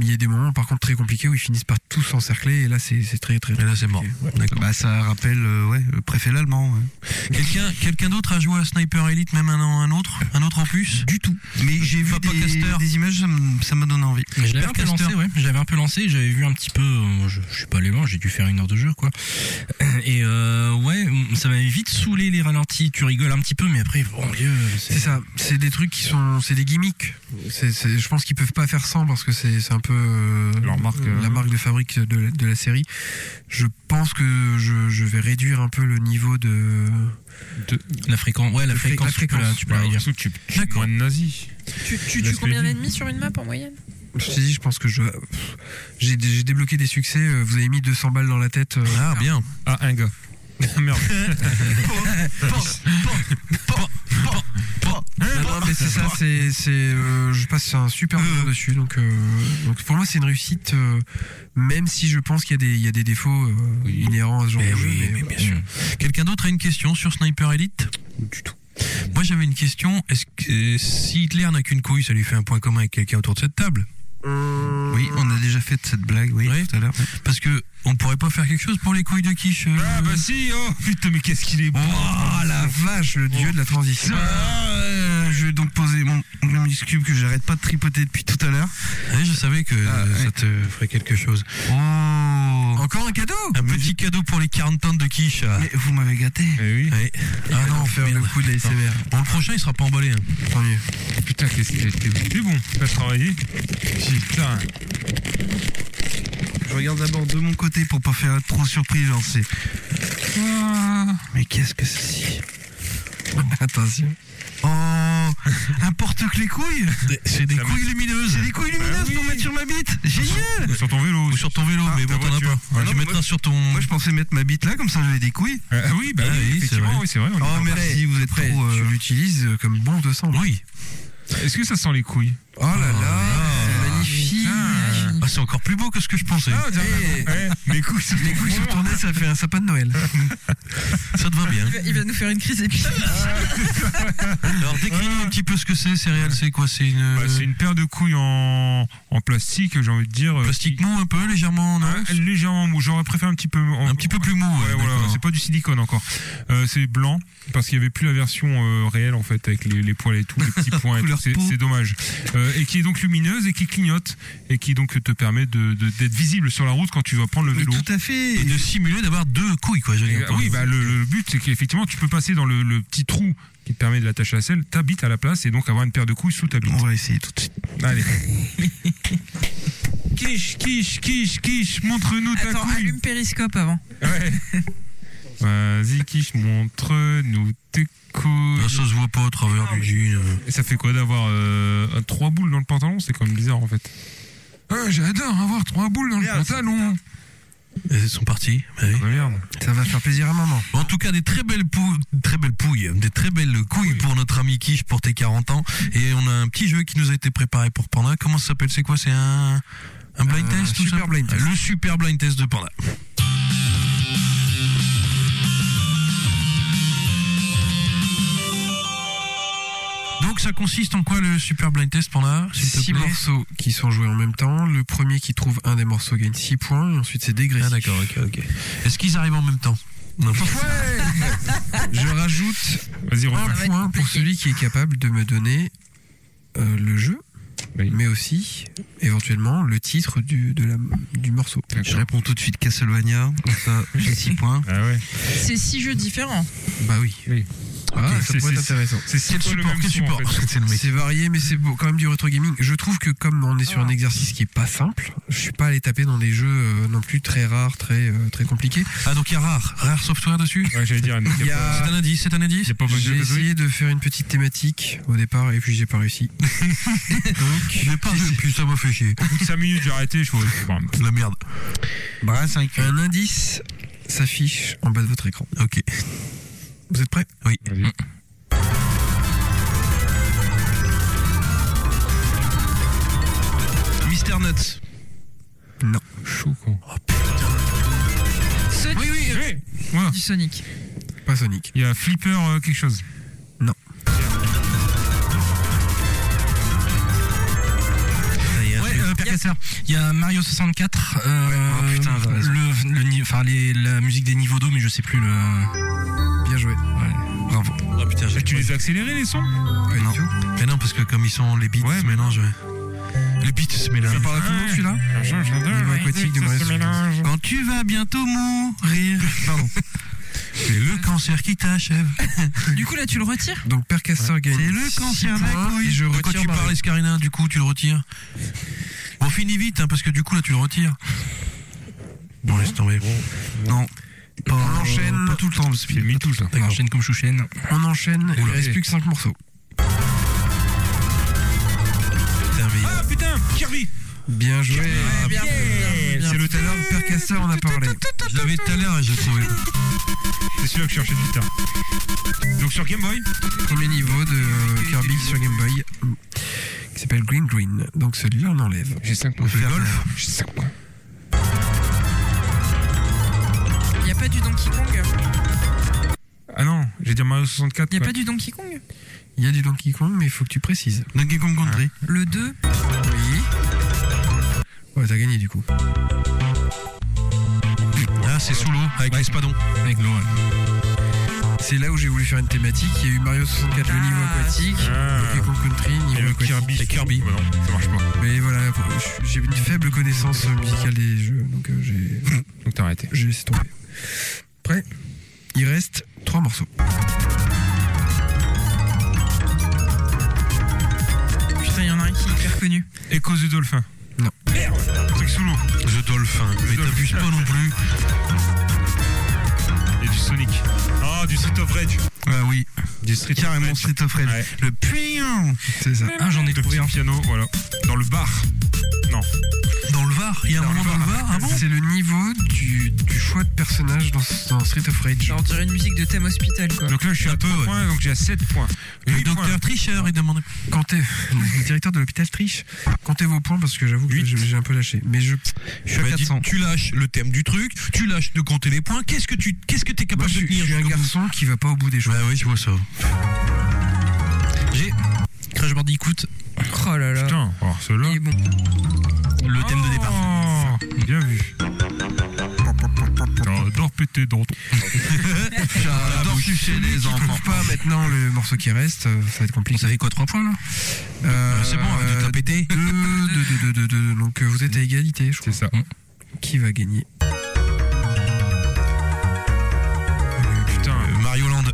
Speaker 5: il y a des moments par contre très compliqués où ils finissent par tous s'encercler. Et là c'est c'est très très.
Speaker 2: Et
Speaker 5: très
Speaker 2: là, c'est mort.
Speaker 4: Bah, ça rappelle euh, ouais, le préfet l'allemand. ouais.
Speaker 2: Quelqu'un quelqu'un d'autre a joué à Sniper Elite, même un, un autre Un autre en plus
Speaker 4: Du tout. Mais j'ai vu
Speaker 2: Papa
Speaker 4: des,
Speaker 2: Caster.
Speaker 4: des images, ça me- ça m'a donné envie.
Speaker 2: Mais je l'avais un peu
Speaker 4: Caster.
Speaker 2: lancé, ouais. Je l'avais un peu lancé, j'avais vu un petit peu. euh, je, je suis pas allé loin, j'ai dû faire une heure de jeu, quoi. Et euh, ouais, ça m'avait vite saoulé les ralentis. Tu rigoles un petit peu, mais après, bon Dieu,
Speaker 5: C'est
Speaker 2: c'est
Speaker 5: ça, c'est des trucs qui sont, c'est des gimmicks. C'est- c'est- je pense qu'ils peuvent pas faire sans parce que c'est c'est un peu euh,
Speaker 6: Leur marque, euh,
Speaker 5: la marque de fabrique de, la- de la série. Je pense que je, je vais réduire un peu le niveau de.
Speaker 2: la fréquence. Ouais, la
Speaker 5: Le fré-
Speaker 2: fréquence,
Speaker 5: la
Speaker 2: tu peux la-
Speaker 5: fréquence.
Speaker 2: tu peux la
Speaker 6: Bah, en
Speaker 2: réduire.
Speaker 6: dessous, tu tu es
Speaker 2: D'accord.
Speaker 6: moins de nazi.
Speaker 3: Tu, tu tues
Speaker 6: Laisse-les
Speaker 3: combien
Speaker 6: vivre.
Speaker 3: d'ennemis sur une map en moyenne
Speaker 5: Je te dis, je pense que je. pff, J'ai dé- j'ai débloqué des succès. euh, Vous avez mis 200 balles dans la tête. euh,
Speaker 2: Ah, bien.
Speaker 6: Ah, un gars. Merde.
Speaker 5: Non, non, Ah, mais c'est ça, c'est, c'est, euh, je passe un super moment dessus. Donc, euh, donc pour moi, c'est une réussite, euh, même si je pense qu'il y a des, il y a des défauts euh, inhérents à ce genre
Speaker 2: Eh
Speaker 5: de jeu.
Speaker 2: oui,
Speaker 5: mais-
Speaker 2: mais bien sûr. Quelqu'un d'autre a une question sur Sniper Elite Du tout. Moi j'avais une question, est-ce que euh, si Hitler n'a qu'une couille, ça lui fait un point commun avec quelqu'un autour de cette table
Speaker 4: Oui, on a déjà fait de cette blague, oui,
Speaker 2: Ouais.
Speaker 4: tout à l'heure.
Speaker 2: Parce que on pourrait pas faire quelque chose pour les couilles de quiche euh,
Speaker 6: Ah, bah si, oh Putain, mais qu'est-ce qu'il est bon
Speaker 4: Oh la vache, le dieu de la transition.
Speaker 5: Ah,
Speaker 4: je vais donc poser mon Glorious Cube que j'arrête pas de tripoter depuis tout à l'heure.
Speaker 2: ouais, Je savais que
Speaker 4: Ah,
Speaker 2: euh,
Speaker 4: ouais.
Speaker 2: ça te ferait quelque chose.
Speaker 4: Oh
Speaker 5: Encore un cadeau
Speaker 2: Un petit cadeau pour les 40 ans de quiche. ah.
Speaker 4: Mais vous m'avez gâté.
Speaker 6: Eh oui.
Speaker 2: Ouais. Ah non,
Speaker 5: Faire le
Speaker 2: merde.
Speaker 5: coup de la SMR.
Speaker 2: Bon, le prochain il sera pas emballé. hein.
Speaker 5: Tant mieux.
Speaker 6: Ah, Putain, qu'est-ce qu'il était bon. C'est bon, t'as travaillé Putain.
Speaker 4: Je regarde d'abord de mon côté pour pas faire trop surprise, genre c'est. Mais qu'est-ce que c'est si
Speaker 5: Attention.
Speaker 4: Oh Un porte-clés couilles
Speaker 2: C'est des
Speaker 6: Ça
Speaker 2: couilles lumineuses.
Speaker 4: J'ai des couilles lumineuses pour mettre sur ma bite Génial
Speaker 6: Ou sur ton vélo.
Speaker 2: Ou sur ton vélo, mais
Speaker 6: ta
Speaker 2: bon, t'en as
Speaker 6: voiture.
Speaker 2: pas.
Speaker 6: Ouais.
Speaker 2: tu
Speaker 4: Non, mais
Speaker 2: mets ça sur ton.
Speaker 4: Moi je pensais mettre ma bite là, comme ça j'avais des couilles.
Speaker 6: Ah oui, bah
Speaker 2: Ah oui,
Speaker 6: oui,
Speaker 2: c'est
Speaker 6: effectivement,
Speaker 2: vrai.
Speaker 6: oui, c'est vrai. on est
Speaker 4: Oh
Speaker 6: pas-
Speaker 4: merci, vous êtes
Speaker 5: Après,
Speaker 4: trop. euh,
Speaker 5: tu l'utilises euh, comme bon te semble.
Speaker 2: Oui.
Speaker 6: Est-ce que ça sent les couilles
Speaker 5: Oh là là, c'est magnifique.
Speaker 2: Ah, c'est encore plus beau que ce que je pensais. Eh.
Speaker 6: Ah, tiens, ouais, Mes couilles, ça
Speaker 5: Les couilles sont tournées, ça fait un sapin de Noël.
Speaker 2: Ça te va bien.
Speaker 3: il va, il va nous faire une crise épique.
Speaker 2: Alors déclinons un petit peu ce que c'est, céréales, c'est quoi C'est une.
Speaker 6: Bah, c'est une paire de couilles en, en plastique, j'ai envie de dire. euh,
Speaker 2: Plastique mou un peu, légèrement, non
Speaker 6: Ah, légèrement mou. J'aurais préféré un petit peu. en-
Speaker 2: Un petit peu plus mou.
Speaker 6: Ouais,
Speaker 2: ouais,
Speaker 6: voilà,
Speaker 2: d'accord.
Speaker 6: c'est pas du silicone encore. Euh, c'est blanc parce qu'il y avait plus la version euh, réelle en fait avec les, les poils et tout, les petits points. et tout.
Speaker 4: Couleur
Speaker 6: C'est
Speaker 4: peau.
Speaker 6: c'est dommage. Euh, et qui est donc lumineuse et qui clignote et qui donc te permet de de- d'être visible sur la route quand tu vas prendre le
Speaker 4: mais
Speaker 6: vélo.
Speaker 4: tout à fait Ah
Speaker 2: Et de simuler d'avoir deux couilles, quoi. j'allais
Speaker 6: Et,
Speaker 2: dire.
Speaker 6: euh, oui, bah le, le but c'est qu'effectivement tu peux passer dans le, le petit trou qui te permet de l'attacher à la selle, ta bite à la place et donc avoir une paire de couilles sous ta bite.
Speaker 4: On va essayer tout de suite.
Speaker 6: Allez. quiche, quiche, quiche, quiche, montre-nous ta
Speaker 3: Attends,
Speaker 6: couille.
Speaker 3: allume Périscope avant.
Speaker 6: Ouais. Vas-y, quiche, montre-nous tes couilles.
Speaker 2: Ah, ça se voit pas à travers les jeans. euh.
Speaker 6: Et ça fait quoi d'avoir euh, trois boules dans le pantalon C'est quand même bizarre en fait. Ah, J'adore avoir trois boules dans le pantalon.
Speaker 2: Et Elles sont parties. bah oui.
Speaker 6: merde.
Speaker 5: Ah Ça va faire plaisir à maman.
Speaker 2: Bon, en tout cas, des très belles, pou- très belles pouilles, hein. des très belles couilles pour notre ami Quiche pour tes 40 ans. Et on a un petit jeu qui nous a été préparé pour Panda. Comment ça s'appelle C'est quoi C'est un, un blind
Speaker 5: Euh,
Speaker 2: test tout
Speaker 5: super
Speaker 2: ça
Speaker 5: blind test.
Speaker 2: Le super blind test de Panda. Donc ça consiste en quoi le super blind test Panda s'il te
Speaker 5: Six
Speaker 2: plaît
Speaker 5: morceaux qui sont joués en même temps. Le premier qui trouve un des morceaux gagne 6 points. Et ensuite, c'est
Speaker 2: Ah
Speaker 5: dégressif.
Speaker 2: d'accord, ok, ok. Est-ce qu'ils arrivent en même temps Non.
Speaker 5: Je rajoute
Speaker 6: Vas-y,
Speaker 5: un
Speaker 6: reprends.
Speaker 3: va être
Speaker 5: point pour
Speaker 3: compliqué.
Speaker 5: celui qui est capable de me donner euh, le jeu,
Speaker 6: Oui.
Speaker 5: mais aussi éventuellement le titre du, de la, du morceau.
Speaker 4: Je réponds tout de suite Castlevania, comme ça j'ai 6 points.
Speaker 6: Ah ouais.
Speaker 3: C'est six jeux différents.
Speaker 5: Bah oui. Ah,
Speaker 6: Ok,
Speaker 5: ça
Speaker 6: c'est-
Speaker 5: pourrait être
Speaker 6: c'est-
Speaker 5: intéressant.
Speaker 6: C'est c'est
Speaker 2: Quel
Speaker 6: quoi le
Speaker 2: support,
Speaker 6: même
Speaker 2: quel
Speaker 6: son, en
Speaker 2: support
Speaker 6: fait
Speaker 2: C'est le mec.
Speaker 5: C'est varié, mais c'est beau- quand même du rétro gaming. Je trouve que comme on est sur un exercice qui est pas simple, je suis pas allé taper dans des jeux euh, non plus très rares, très euh, très compliqués.
Speaker 2: Ah, donc il y a rare, rare software dessus
Speaker 6: Ouais, j'allais dire. Il y a pas-
Speaker 2: C'est un indice, c'est un
Speaker 6: il y
Speaker 2: indice
Speaker 6: a pas besoin
Speaker 5: J'ai
Speaker 6: de jouer.
Speaker 5: essayé de faire une petite thématique au départ et puis j'ai pas réussi. Donc,
Speaker 2: Je l'ai pas vu, puis ça m'a fait chier.
Speaker 6: Au bout de 5 minutes, j'ai arrêté. Je fais, bon,
Speaker 2: La merde.
Speaker 4: Bah, c'est un cul.
Speaker 5: un indice s'affiche en bas de votre écran.
Speaker 2: Ok.
Speaker 5: Vous êtes prêts
Speaker 6: vas-y.
Speaker 2: Mister Nuts.
Speaker 6: Chou, quoi.
Speaker 3: Sonic
Speaker 2: Oui, oui.
Speaker 6: Ouais,
Speaker 3: du Sonic.
Speaker 5: Pas Sonic.
Speaker 6: Il y a Flipper euh, quelque chose.
Speaker 7: Ouais, euh, Pierre Casseur. Il y a Mario 64. euh,
Speaker 5: oh, putain, t'as raison.
Speaker 7: le, le ni- enfin, les- la musique des niveaux d'eau, mais je sais plus le.
Speaker 5: Bien joué.
Speaker 7: Bravo.
Speaker 2: Ah putain, j'ai
Speaker 6: Et tu les as accélérés, les sons
Speaker 5: Pas du
Speaker 2: Non.
Speaker 5: tout.
Speaker 2: Mais non, parce que comme ils sont les beats,
Speaker 6: Ouais,
Speaker 2: se mélangent. ouais. Les beats se mélangent.
Speaker 5: Parle à tout le monde, celui-là
Speaker 6: Un jeu, je l'adore.
Speaker 5: Niveau aquatique de Mario 64.
Speaker 2: Quand tu vas bientôt mourir. Pardon. C'est le cancer qui t'achève.
Speaker 3: Du coup, là, tu le retires
Speaker 5: Donc Percaster gagne.
Speaker 2: C'est le
Speaker 5: six
Speaker 2: cancer de la
Speaker 5: points,
Speaker 2: couille.
Speaker 5: et je
Speaker 2: de quoi
Speaker 5: retire
Speaker 2: tu
Speaker 5: ma
Speaker 2: parles, Escarina Du coup, tu le retires. On finit vite, hein, parce que du coup, là, tu le retires. Bon, laisse tomber. Non. Pas,
Speaker 5: On enchaîne.
Speaker 2: Pas tout le temps. parce que-
Speaker 6: C'est mis tout, ça.
Speaker 7: On enchaîne comme Chouchen.
Speaker 5: On enchaîne, il reste plus que 5 morceaux.
Speaker 2: Putain, mais-
Speaker 6: Ah putain, Kirby
Speaker 5: Bien joué.
Speaker 2: Ah,
Speaker 3: Bien, bien, bien.
Speaker 5: C'est le talent de Percaster, on a parlé.
Speaker 2: Je l'avais tout à l'heure et je le trouvais. pas.
Speaker 6: C'est celui-là que je cherchais plus tard. Donc sur Game Boy
Speaker 5: Premier niveau de euh, Kirby sur Game Boy mm, qui s'appelle Green Green. Donc celui-là, on enlève.
Speaker 6: J'ai 5
Speaker 2: On fait golf.
Speaker 6: J'ai 5 points.
Speaker 3: Il n'y a pas du Donkey Kong
Speaker 6: Ah non, j'ai dit Mario 64.
Speaker 3: Il n'y a
Speaker 6: quoi.
Speaker 3: pas du Donkey Kong
Speaker 5: Il y a du Donkey Kong, mais il faut que tu précises.
Speaker 2: Donkey Kong Country.
Speaker 3: Le 2
Speaker 5: Oui. Ouais, t'as gagné du coup.
Speaker 2: Là, Ah, c'est sous l'eau avec l'espadon.
Speaker 7: Avec l'eau.
Speaker 5: C'est là où j'ai voulu faire une thématique. Il y a eu Mario 64, le niveau
Speaker 3: Ah,
Speaker 5: aquatique. Donkey Kong Country,
Speaker 6: Et
Speaker 5: niveau
Speaker 6: le
Speaker 5: aquatique.
Speaker 6: Kirby.
Speaker 2: Et Kirby.
Speaker 6: Bah non, ça marche pas.
Speaker 5: Mais voilà, pour- j'ai une faible connaissance musicale des jeux, donc euh, j'ai-
Speaker 6: Donc t'as arrêté.
Speaker 5: j'ai laissé tomber. Prêt Il reste 3 morceaux.
Speaker 3: Putain, il y en a un qui est hyper connu.
Speaker 6: Echoes du Dolphin.
Speaker 5: Non.
Speaker 6: Merde Truc sous l'eau.
Speaker 2: The Dolphin. Mais t'abuses pas non plus.
Speaker 6: Et du Sonic. Ah, du Street of Rage.
Speaker 2: Ah oui.
Speaker 6: Du Street
Speaker 2: Carrément
Speaker 6: of Rage.
Speaker 2: Street of Rage.
Speaker 6: Ouais.
Speaker 2: Le puyon.
Speaker 5: C'est ça.
Speaker 7: Ah, j'en ai
Speaker 6: Le
Speaker 7: trouvé
Speaker 6: petit
Speaker 7: un.
Speaker 6: piano, voilà. Dans le bar.
Speaker 2: Dans le Var. Il y a un moment dans le Var. Ah bon
Speaker 5: C'est le niveau du, du choix de personnage dans, dans Street of Rage.
Speaker 3: Genre, on dirait une musique de thème hospital, quoi.
Speaker 6: Donc là, je suis à 3
Speaker 2: ouais.
Speaker 6: points, donc j'ai à 7 points.
Speaker 2: Le
Speaker 6: Huit points.
Speaker 2: docteur Tricheur, il demande.
Speaker 5: Comptez, le directeur de l'hôpital triche. Comptez vos points parce que j'avoue que j'ai j'ai un peu lâché. Mais je, je suis à
Speaker 2: Bah, dis-
Speaker 5: 400.
Speaker 2: tu lâches le thème du truc, tu lâches de compter les points. Qu'est-ce que tu qu'est-ce que t'es
Speaker 5: Moi,
Speaker 2: capable
Speaker 5: je,
Speaker 2: de
Speaker 5: suis-
Speaker 2: tenir
Speaker 5: je suis un
Speaker 2: jusqu'au bout
Speaker 5: garçon qui va pas au bout des choses.
Speaker 2: Bah oui, je vois ça.
Speaker 7: J'ai Crash Bandicoot,
Speaker 3: Oh là là.
Speaker 6: Putain, alors ceux-là.
Speaker 3: Il est bon.
Speaker 7: le thème de départ.
Speaker 6: Oh, Bien vu. J'adore péter dans ton.
Speaker 2: J'adore sucer les
Speaker 5: Je trouve pas maintenant le morceau qui reste, euh, ça va être compliqué.
Speaker 7: Ça fait quoi 3 points là
Speaker 5: Euh,
Speaker 2: C'est bon, arrête de taper.
Speaker 5: deux, deux, deux, deux, deux, deux. Donc euh, vous êtes à égalité, je crois.
Speaker 6: C'est ça.
Speaker 5: Qui va gagner
Speaker 6: Putain.
Speaker 2: Euh, Mario Land.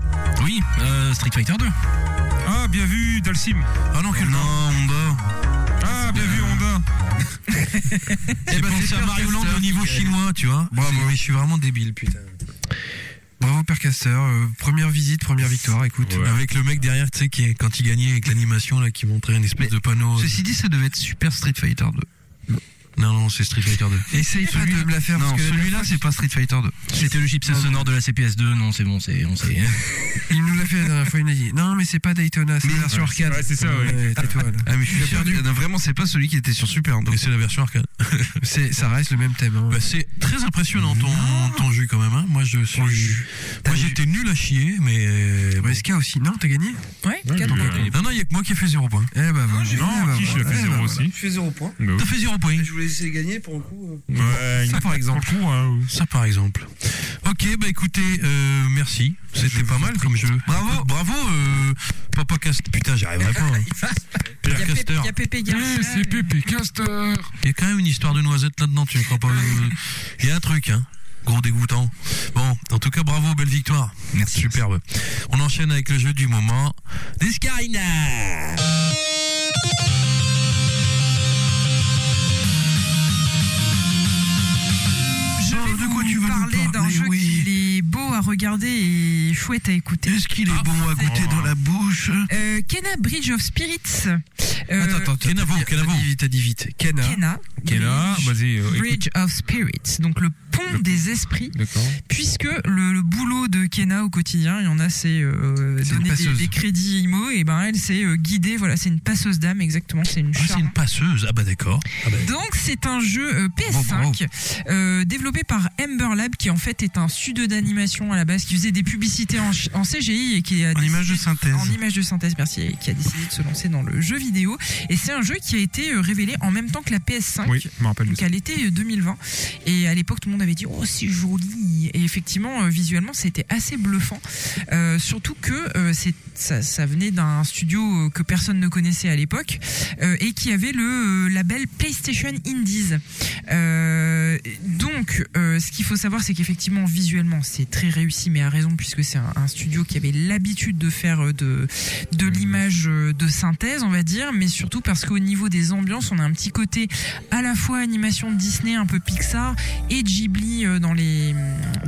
Speaker 7: Oui, euh, Street Fighter 2.
Speaker 6: Ah, bien vu, Dalsim.
Speaker 2: Ah non, quel non, Honda.
Speaker 6: Ah, bien vu, Honda.
Speaker 2: Eh ben c'est à Mario Land au niveau chinois, tu vois.
Speaker 5: Bravo.
Speaker 2: C'est- Mais je suis vraiment débile, putain.
Speaker 5: Bravo Père Caster, euh, première visite, première victoire, écoute.
Speaker 6: Ouais.
Speaker 2: Avec le mec derrière, tu sais, qui est- quand il gagnait avec l'animation là, qui montrait une espèce de panneau. euh,
Speaker 4: Ceci dit, ça devait être Super Street Fighter 2.
Speaker 2: Non, non, c'est Street Fighter 2.
Speaker 5: Essaye pas de me la faire
Speaker 4: Non,
Speaker 5: parce que
Speaker 4: celui-là, c'est pas Street Fighter 2.
Speaker 7: C'était le chipset sonore de la CPS2. Non, c'est bon, c'est, on sait.
Speaker 5: il nous l'a fait la dernière fois, il nous a dit non mais c'est pas Daytona, c'est la version arcade.
Speaker 6: Ouais, c'est ça, ouais.
Speaker 5: tais-toi, là.
Speaker 4: Ah, mais je suis sûr
Speaker 5: perdu.
Speaker 4: que- non, vraiment, c'est pas celui qui était sur Super. donc.
Speaker 2: Et c'est la version arcade.
Speaker 5: C'est- ça reste le même thème. hein.
Speaker 2: Bah, c'est très impressionnant ton, ton jus quand même. hein. Moi, je suis. Moi, j'étais nul à chier, mais. euh, bon.
Speaker 5: Ouais, SK aussi. Non, t'as gagné
Speaker 3: Ouais,
Speaker 6: Ouais,
Speaker 3: quatre.
Speaker 6: mais, euh,
Speaker 2: Non, non, il y a que moi qui ai fait 0 point.
Speaker 5: Eh bah voilà. Eh bah,
Speaker 6: Non,
Speaker 5: voilà.
Speaker 6: Kish, il a
Speaker 5: Eh
Speaker 6: fait
Speaker 5: bah,
Speaker 6: 0
Speaker 5: voilà.
Speaker 6: aussi.
Speaker 13: Je fais 0 points.
Speaker 6: Bah oui.
Speaker 2: T'as fait 0 point.
Speaker 13: Je vous laissais gagner pour le coup. euh.
Speaker 6: Ouais,
Speaker 5: Ça, par exemple.
Speaker 6: Pour le coup, hein, oui.
Speaker 2: Ça, par exemple. Ok, bah écoutez, euh, merci. C'était pas mal comme jeu. Bravo, bravo, euh, Papa Cast. Putain, j'arriverai pas. hein.
Speaker 3: Il y
Speaker 2: Pierre
Speaker 3: a Pépé-
Speaker 2: Caster.
Speaker 3: il y a Pépé Garcia. et-
Speaker 2: Il y a quand même une histoire de noisette là-dedans, tu ne crois pas euh, Il y a un truc, hein. Gros dégoûtant. Bon, En tout cas, bravo, belle victoire.
Speaker 7: Merci.
Speaker 2: Superbe. On enchaîne avec le jeu du moment. Des Skynet
Speaker 3: Je vais
Speaker 4: de
Speaker 3: vous
Speaker 4: quoi tu vas nous
Speaker 3: parler d'un
Speaker 4: parler,
Speaker 3: jeu
Speaker 4: oui.
Speaker 3: qui est beau à regarder et chouette à écouter.
Speaker 4: Est-ce qu'il est bon
Speaker 3: Ah,
Speaker 4: à goûter dans la bouche
Speaker 3: Euh, Kena Bridge of Spirits. Euh,
Speaker 2: Attends, attends, Kenavo, Kenavo. Ah,
Speaker 5: T'as dit vite, t'as dit vite. Ken, hein.
Speaker 3: Kena.
Speaker 6: Qui est là
Speaker 3: Bridge,
Speaker 6: Vas-y, euh, écoute.
Speaker 3: Bridge of Spirits, donc le pont des esprits.
Speaker 6: D'accord.
Speaker 3: Puisque le, le boulot de Kena au quotidien, il y en a, c'est euh,
Speaker 5: C'est une
Speaker 3: donner des,
Speaker 5: passeuse.
Speaker 3: des crédits IMO, et ben elle, c'est euh, guidée, voilà, c'est une passeuse d'âme, exactement, c'est une
Speaker 2: Ah, c'est
Speaker 3: charme.
Speaker 2: une passeuse. Ah bah d'accord. Ah bah-
Speaker 3: Donc c'est un jeu euh, PS5 euh, développé par Ember Lab qui en fait est un studio d'animation à la base qui faisait des publicités en, ch- en CGI et qui a
Speaker 4: En
Speaker 3: décidé-
Speaker 4: image de synthèse.
Speaker 3: en image de synthèse merci et qui a décidé de se lancer dans le jeu vidéo et c'est un jeu qui a été euh, révélé en même temps que la PS5
Speaker 6: Oui, je me rappelle de
Speaker 3: donc
Speaker 6: ça.
Speaker 3: à l'été 2020. Et à l'époque, tout le monde avait dit Oh, c'est joli. Et effectivement, euh, visuellement, c'était assez bluffant. Euh, surtout que euh, c'est- ça, ça venait d'un studio euh, que personne ne connaissait à l'époque euh, et qui avait le euh, label PlayStation Indies. Euh, donc, euh, ce qu'il faut savoir, c'est qu'effectivement, visuellement, c'est très réussi, mais à raison, puisque c'est un, un studio qui avait l'habitude de faire euh, de, de l'image euh, de synthèse, on va dire, mais surtout parce qu'au niveau des ambiances, on a un petit côté à la fois animation de Disney, un peu Pixar, et Ghibli euh, dans les,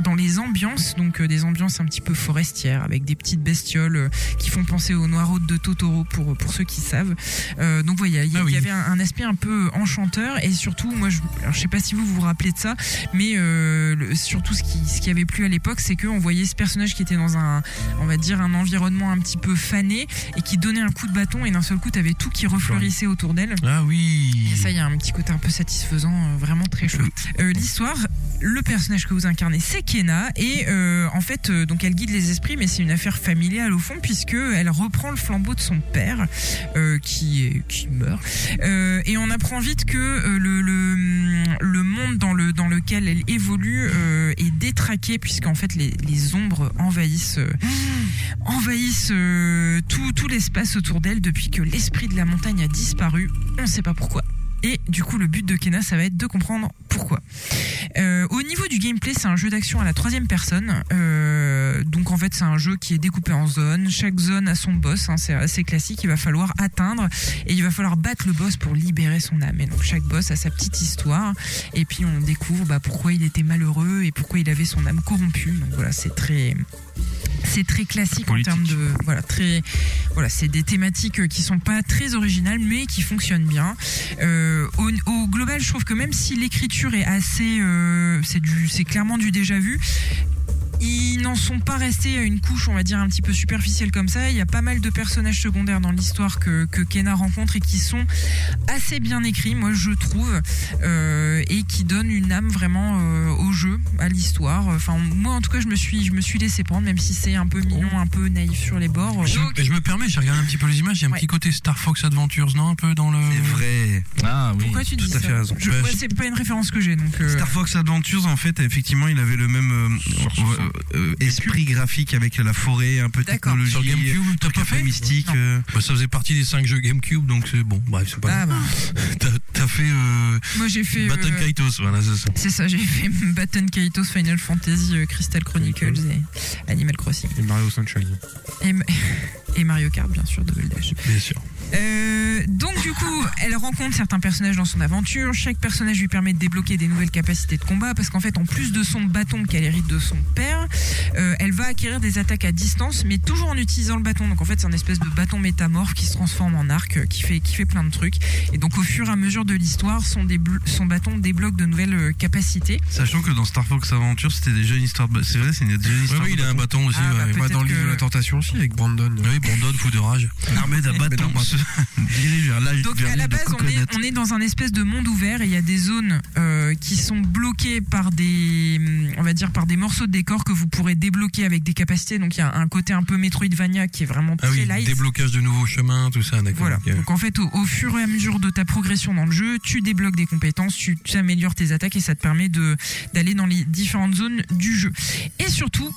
Speaker 3: dans les ambiances, donc euh, des ambiances un petit peu forestières, avec des petites bestioles euh, qui font penser au Noiraude de Totoro, pour, pour ceux qui savent. Euh, donc voilà, il y, a-
Speaker 2: Ah oui.
Speaker 3: il y avait un, un aspect un peu enchanteur, et surtout, moi, je, alors, je sais pas si vous vous rappelez de ça, mais euh, le- surtout ce qui, ce qui avait plu à l'époque, c'est qu'on voyait ce personnage qui était dans un, on va dire, un environnement un petit peu fané, et qui donnait un coup de bâton, et d'un seul coup, t'avais tout qui refleurissait autour d'elle.
Speaker 2: Ah oui.
Speaker 3: Et ça, il y a un petit côté un peu satisfaisant, euh, vraiment très chouette. Euh, L'histoire, le personnage que vous incarnez, c'est Kena, et euh, en fait, euh, donc elle guide les esprits, mais c'est une affaire familiale au fond, puisque elle reprend le flambeau de son père, euh, qui est- qui meurt, Euh, et on apprend vite que euh, le, le le monde dans le dans lequel elle évolue euh, est détraqué, puisqu'en fait les, les ombres envahissent euh, envahissent euh, tout tout l'espace autour d'elle depuis que l'esprit de la montagne a disparu. On ne sait pas pourquoi. Et du coup, le but de Kena, ça va être de comprendre pourquoi. Euh, au niveau du gameplay, c'est un jeu d'action à la troisième personne. Euh, donc en fait, c'est un jeu qui est découpé en zones. Chaque zone a son boss. hein, c'est assez classique. Il va falloir atteindre et il va falloir battre le boss pour libérer son âme. Et donc chaque boss a sa petite histoire. Et puis on découvre bah, pourquoi il était malheureux et pourquoi il avait son âme corrompue. Donc voilà, c'est très c'est très classique
Speaker 6: Politique.
Speaker 3: en termes de voilà très voilà c'est des thématiques euh, qui sont pas très originales mais qui fonctionnent bien euh, au, au global, je trouve que même si l'écriture est assez, euh, c'est du, c'est clairement du déjà vu. Ils n'en sont pas restés à une couche, on va dire, un petit peu superficielle comme ça. Il y a pas mal de personnages secondaires dans l'histoire que, que Kenna rencontre et qui sont assez bien écrits, moi je trouve, euh, et qui donnent une âme vraiment euh, au jeu, à l'histoire. Enfin, moi en tout cas, je me suis, je me suis laissé prendre, même si c'est un peu mignon,
Speaker 4: Oh.
Speaker 3: un peu naïf sur les bords.
Speaker 2: Je,
Speaker 3: Donc,
Speaker 2: je me permets, j'ai regardé un petit peu les images, il y a un
Speaker 3: Ouais.
Speaker 2: petit côté Star Fox Adventures, non Un peu dans le.
Speaker 4: C'est vrai.
Speaker 7: Ah oui.
Speaker 3: pourquoi tu
Speaker 4: tout
Speaker 3: dis
Speaker 4: à
Speaker 3: ça
Speaker 4: fait raison.
Speaker 3: Je-
Speaker 4: Bah,
Speaker 3: ouais, C'est pas une référence que j'ai, donc. euh,
Speaker 4: Star Fox Adventures, en fait, effectivement, il avait le même euh,
Speaker 6: Sur- sur-
Speaker 4: euh, euh, esprit graphique avec la forêt, un peu de
Speaker 3: D'accord.
Speaker 4: technologie,
Speaker 2: Sur GameCube, t'as
Speaker 4: truc
Speaker 2: pas
Speaker 4: un peu
Speaker 2: fait
Speaker 4: mystique.
Speaker 3: Non.
Speaker 4: euh.
Speaker 2: Bah, Ça faisait partie des 5 jeux GameCube, donc c'est bon, bref, c'est pas.
Speaker 3: ah, bah,
Speaker 2: grave. T'as- T'as fait euh,
Speaker 3: moi j'ai fait.
Speaker 2: Battle
Speaker 3: euh,
Speaker 2: Kaitos, voilà, c'est ça.
Speaker 3: C'est ça, j'ai fait Batten Kaitos, Final Fantasy, euh, Crystal Chronicles et Animal Crossing.
Speaker 6: Et Mario Sunshine.
Speaker 3: Et, Ma- et Mario Kart, bien sûr, de Dash.
Speaker 2: Bien sûr.
Speaker 3: Euh, donc du coup, elle rencontre certains personnages dans son aventure. Chaque personnage lui permet de débloquer des nouvelles capacités de combat parce qu'en fait, en plus de son bâton qu'elle hérite de son père, euh, elle va acquérir des attaques à distance, mais toujours en utilisant le bâton. Donc en fait, c'est un espèce de bâton métamorphe qui se transforme en arc, euh, qui fait qui fait plein de trucs. Et donc au fur et à mesure de l'histoire, son déblo- son bâton débloque de nouvelles euh, capacités.
Speaker 4: Sachant que dans Star Fox Adventures, c'était déjà une histoire. de- C'est vrai, c'est une déjà une
Speaker 2: Oui,
Speaker 4: histoire.
Speaker 2: oui, il
Speaker 4: de-
Speaker 2: a un bâton aussi.
Speaker 3: Ah, bah,
Speaker 2: ouais.
Speaker 3: peut-être
Speaker 5: Bah, dans le livre de la
Speaker 3: que-
Speaker 5: tentation aussi, avec Brandon.
Speaker 2: Oui, Brandon, fou de rage.
Speaker 4: L'armée d'un bâton se dirige vers l'âge
Speaker 3: Donc
Speaker 4: vers
Speaker 3: à la
Speaker 4: l'île de
Speaker 3: base, on
Speaker 4: Coconut.
Speaker 3: est, on est dans un espèce de monde ouvert et il y a des zones euh, qui sont bloquées par des, hum, on va dire, par des morceaux de décor que vous pourrez débloquer avec des capacités. Donc il y a un côté un peu Metroidvania qui est vraiment
Speaker 2: Ah
Speaker 3: très
Speaker 2: oui,
Speaker 3: light.
Speaker 2: déblocage de nouveaux chemins, tout ça, d'accord.
Speaker 3: Voilà.
Speaker 2: ok.
Speaker 7: euh,
Speaker 3: Donc en fait, au, au fur et à mesure de ta progression dans le jeu, tu débloques des compétences, tu, tu améliores tes attaques et ça te permet de d'aller dans les différentes zones du jeu. Et surtout,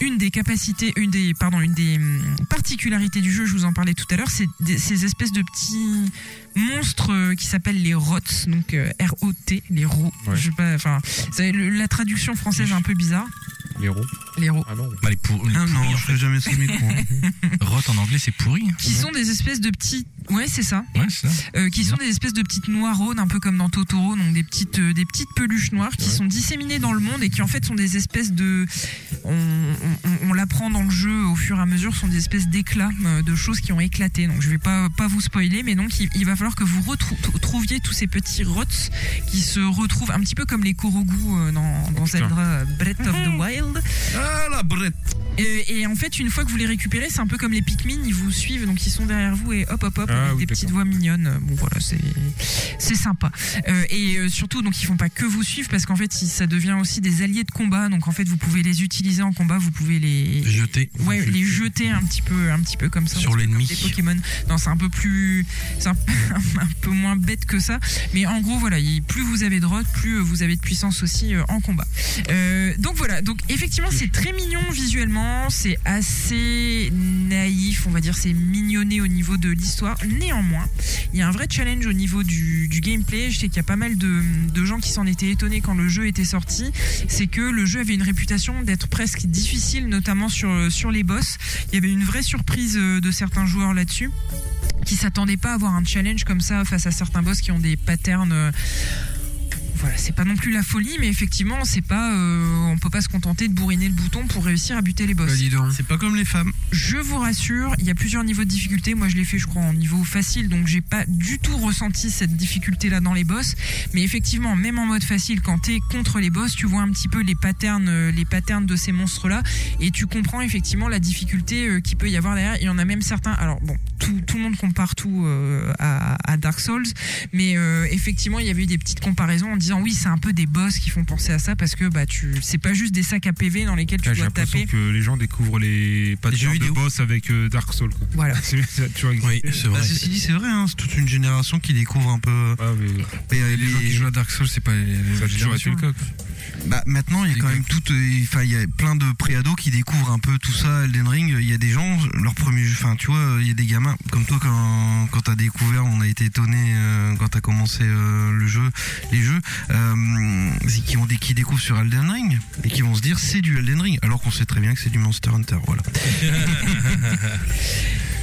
Speaker 3: une des capacités, une des pardon, une des hum, particularités du jeu, je vous en parlais tout à l'heure, c'est des- ces espèces de petits monstres euh, qui s'appellent les rots, donc euh, R O T, les rots.
Speaker 6: Ouais.
Speaker 3: Je sais pas, enfin, c'est- le- la traduction française est un peu bizarre.
Speaker 14: L'héros.
Speaker 3: l'héros.
Speaker 14: Ah non.
Speaker 7: Bah, les pour... les
Speaker 4: Ah
Speaker 7: pourris,
Speaker 4: non,
Speaker 7: en
Speaker 4: je
Speaker 7: fait.
Speaker 4: ferai jamais ce micro. hein.
Speaker 7: Rot en anglais, c'est pourri.
Speaker 3: Qui sont des espèces de petits. Ouais, c'est ça.
Speaker 7: Ouais, c'est ça.
Speaker 3: Euh, qui sont des espèces de petites noirones, un peu comme dans Totoro, donc des petites, euh, des petites peluches noires qui sont disséminées dans le monde et qui en fait sont des espèces de. On, on- on- on l'apprend dans le jeu au fur et à mesure, sont des espèces d'éclats, euh, de choses qui ont éclaté. Donc je vais pas, pas vous spoiler, mais donc il, il va falloir que vous retrou- t- trouviez tous ces petits rots qui se retrouvent un petit peu comme les Korogu euh, dans, dans Zelda euh, Breath of the Wild.
Speaker 2: Ah la brette
Speaker 3: Et, et en fait, une fois que vous les récupérez, c'est un peu comme les Pikmin, ils vous suivent, donc ils sont derrière vous et hop, hop, hop,
Speaker 6: Ah
Speaker 3: avec
Speaker 6: oui,
Speaker 3: des petites voix mignonnes. Euh, Bon, voilà, c'est c'est sympa. Euh, et euh, surtout, donc ils font pas que vous suivre parce qu'en fait, ils- ça devient aussi des alliés de combat. Donc en fait, vous pouvez les utiliser en combat, vous pouvez les
Speaker 7: Jeté.
Speaker 3: ouais, les jeter un petit peu, un petit peu comme ça
Speaker 7: Sur
Speaker 3: un petit peu
Speaker 7: l'ennemi.
Speaker 3: comme Des Pokémon. Non, c'est un peu plus, c'est un, un peu moins bête que ça. Mais en gros, voilà, il- plus vous avez de rod, plus euh, vous avez de puissance aussi euh, en combat. Euh, donc voilà, donc effectivement, c'est très mignon visuellement, c'est assez naïf, on va dire, c'est mignonné au niveau de l'histoire. Néanmoins, il y a un vrai challenge au niveau du, du gameplay. Je sais qu'il y a pas mal de, de gens qui s'en étaient étonnés quand le jeu était sorti. C'est que le jeu avait une réputation d'être presque difficile, notamment sur, sur les boss. Il y avait une vraie surprise euh, de certains joueurs là-dessus qui s'attendaient pas à avoir un challenge comme ça face à certains boss qui ont des patterns euh, voilà, c'est pas non plus la folie, mais effectivement, c'est pas, euh, on peut pas se contenter de bourriner le bouton pour réussir à buter les boss.
Speaker 5: Bah, dis donc.
Speaker 4: C'est pas comme les femmes.
Speaker 3: Je vous rassure, il y a plusieurs niveaux de difficulté. Moi, je l'ai fait, je crois, en niveau facile, donc j'ai pas du tout ressenti cette difficulté-là dans les boss. Mais effectivement, même en mode facile, quand t'es contre les boss, tu vois un petit peu les patterns, euh, les patterns de ces monstres-là, et tu comprends effectivement la difficulté euh, qu'il peut y avoir derrière. Il y en a même certains. Alors bon, tout, tout le monde compare tout euh, à, à Dark Souls, mais euh, effectivement, il y avait eu des petites comparaisons en disant oui, c'est un peu des boss qui font penser à ça parce que bah tu, c'est pas juste des sacs à PV dans lesquels tu
Speaker 6: J'ai
Speaker 3: dois
Speaker 6: l'impression
Speaker 3: taper.
Speaker 6: que les gens découvrent les
Speaker 4: jeux
Speaker 6: patterns de
Speaker 4: vidéo.
Speaker 6: boss avec euh, Dark Souls. quoi.
Speaker 3: Voilà.
Speaker 6: C'est c'est toujours existé.
Speaker 7: Oui, c'est vrai.
Speaker 4: Bah, ceci dit, c'est vrai, hein, c'est toute une génération qui découvre un peu. euh,
Speaker 6: Ah, mais
Speaker 4: et, euh,
Speaker 5: Les gens qui jouent à Dark Souls, c'est pas les.
Speaker 6: ça a toujours été le cas.
Speaker 4: Bah maintenant il y a quand même tout, euh, enfin il y a plein de préados qui découvrent un peu tout ça, Elden Ring. Il y a des gens, leur premier, jeu- enfin tu vois, euh, il y a des gamins comme toi quand quand t'as découvert, on a été étonné quand t'as commencé euh, le jeu, les jeux, euh, c'est qui ont des qui découvrent sur Elden Ring et qui vont se dire c'est du Elden Ring, alors qu'on sait très bien que c'est du Monster Hunter, voilà.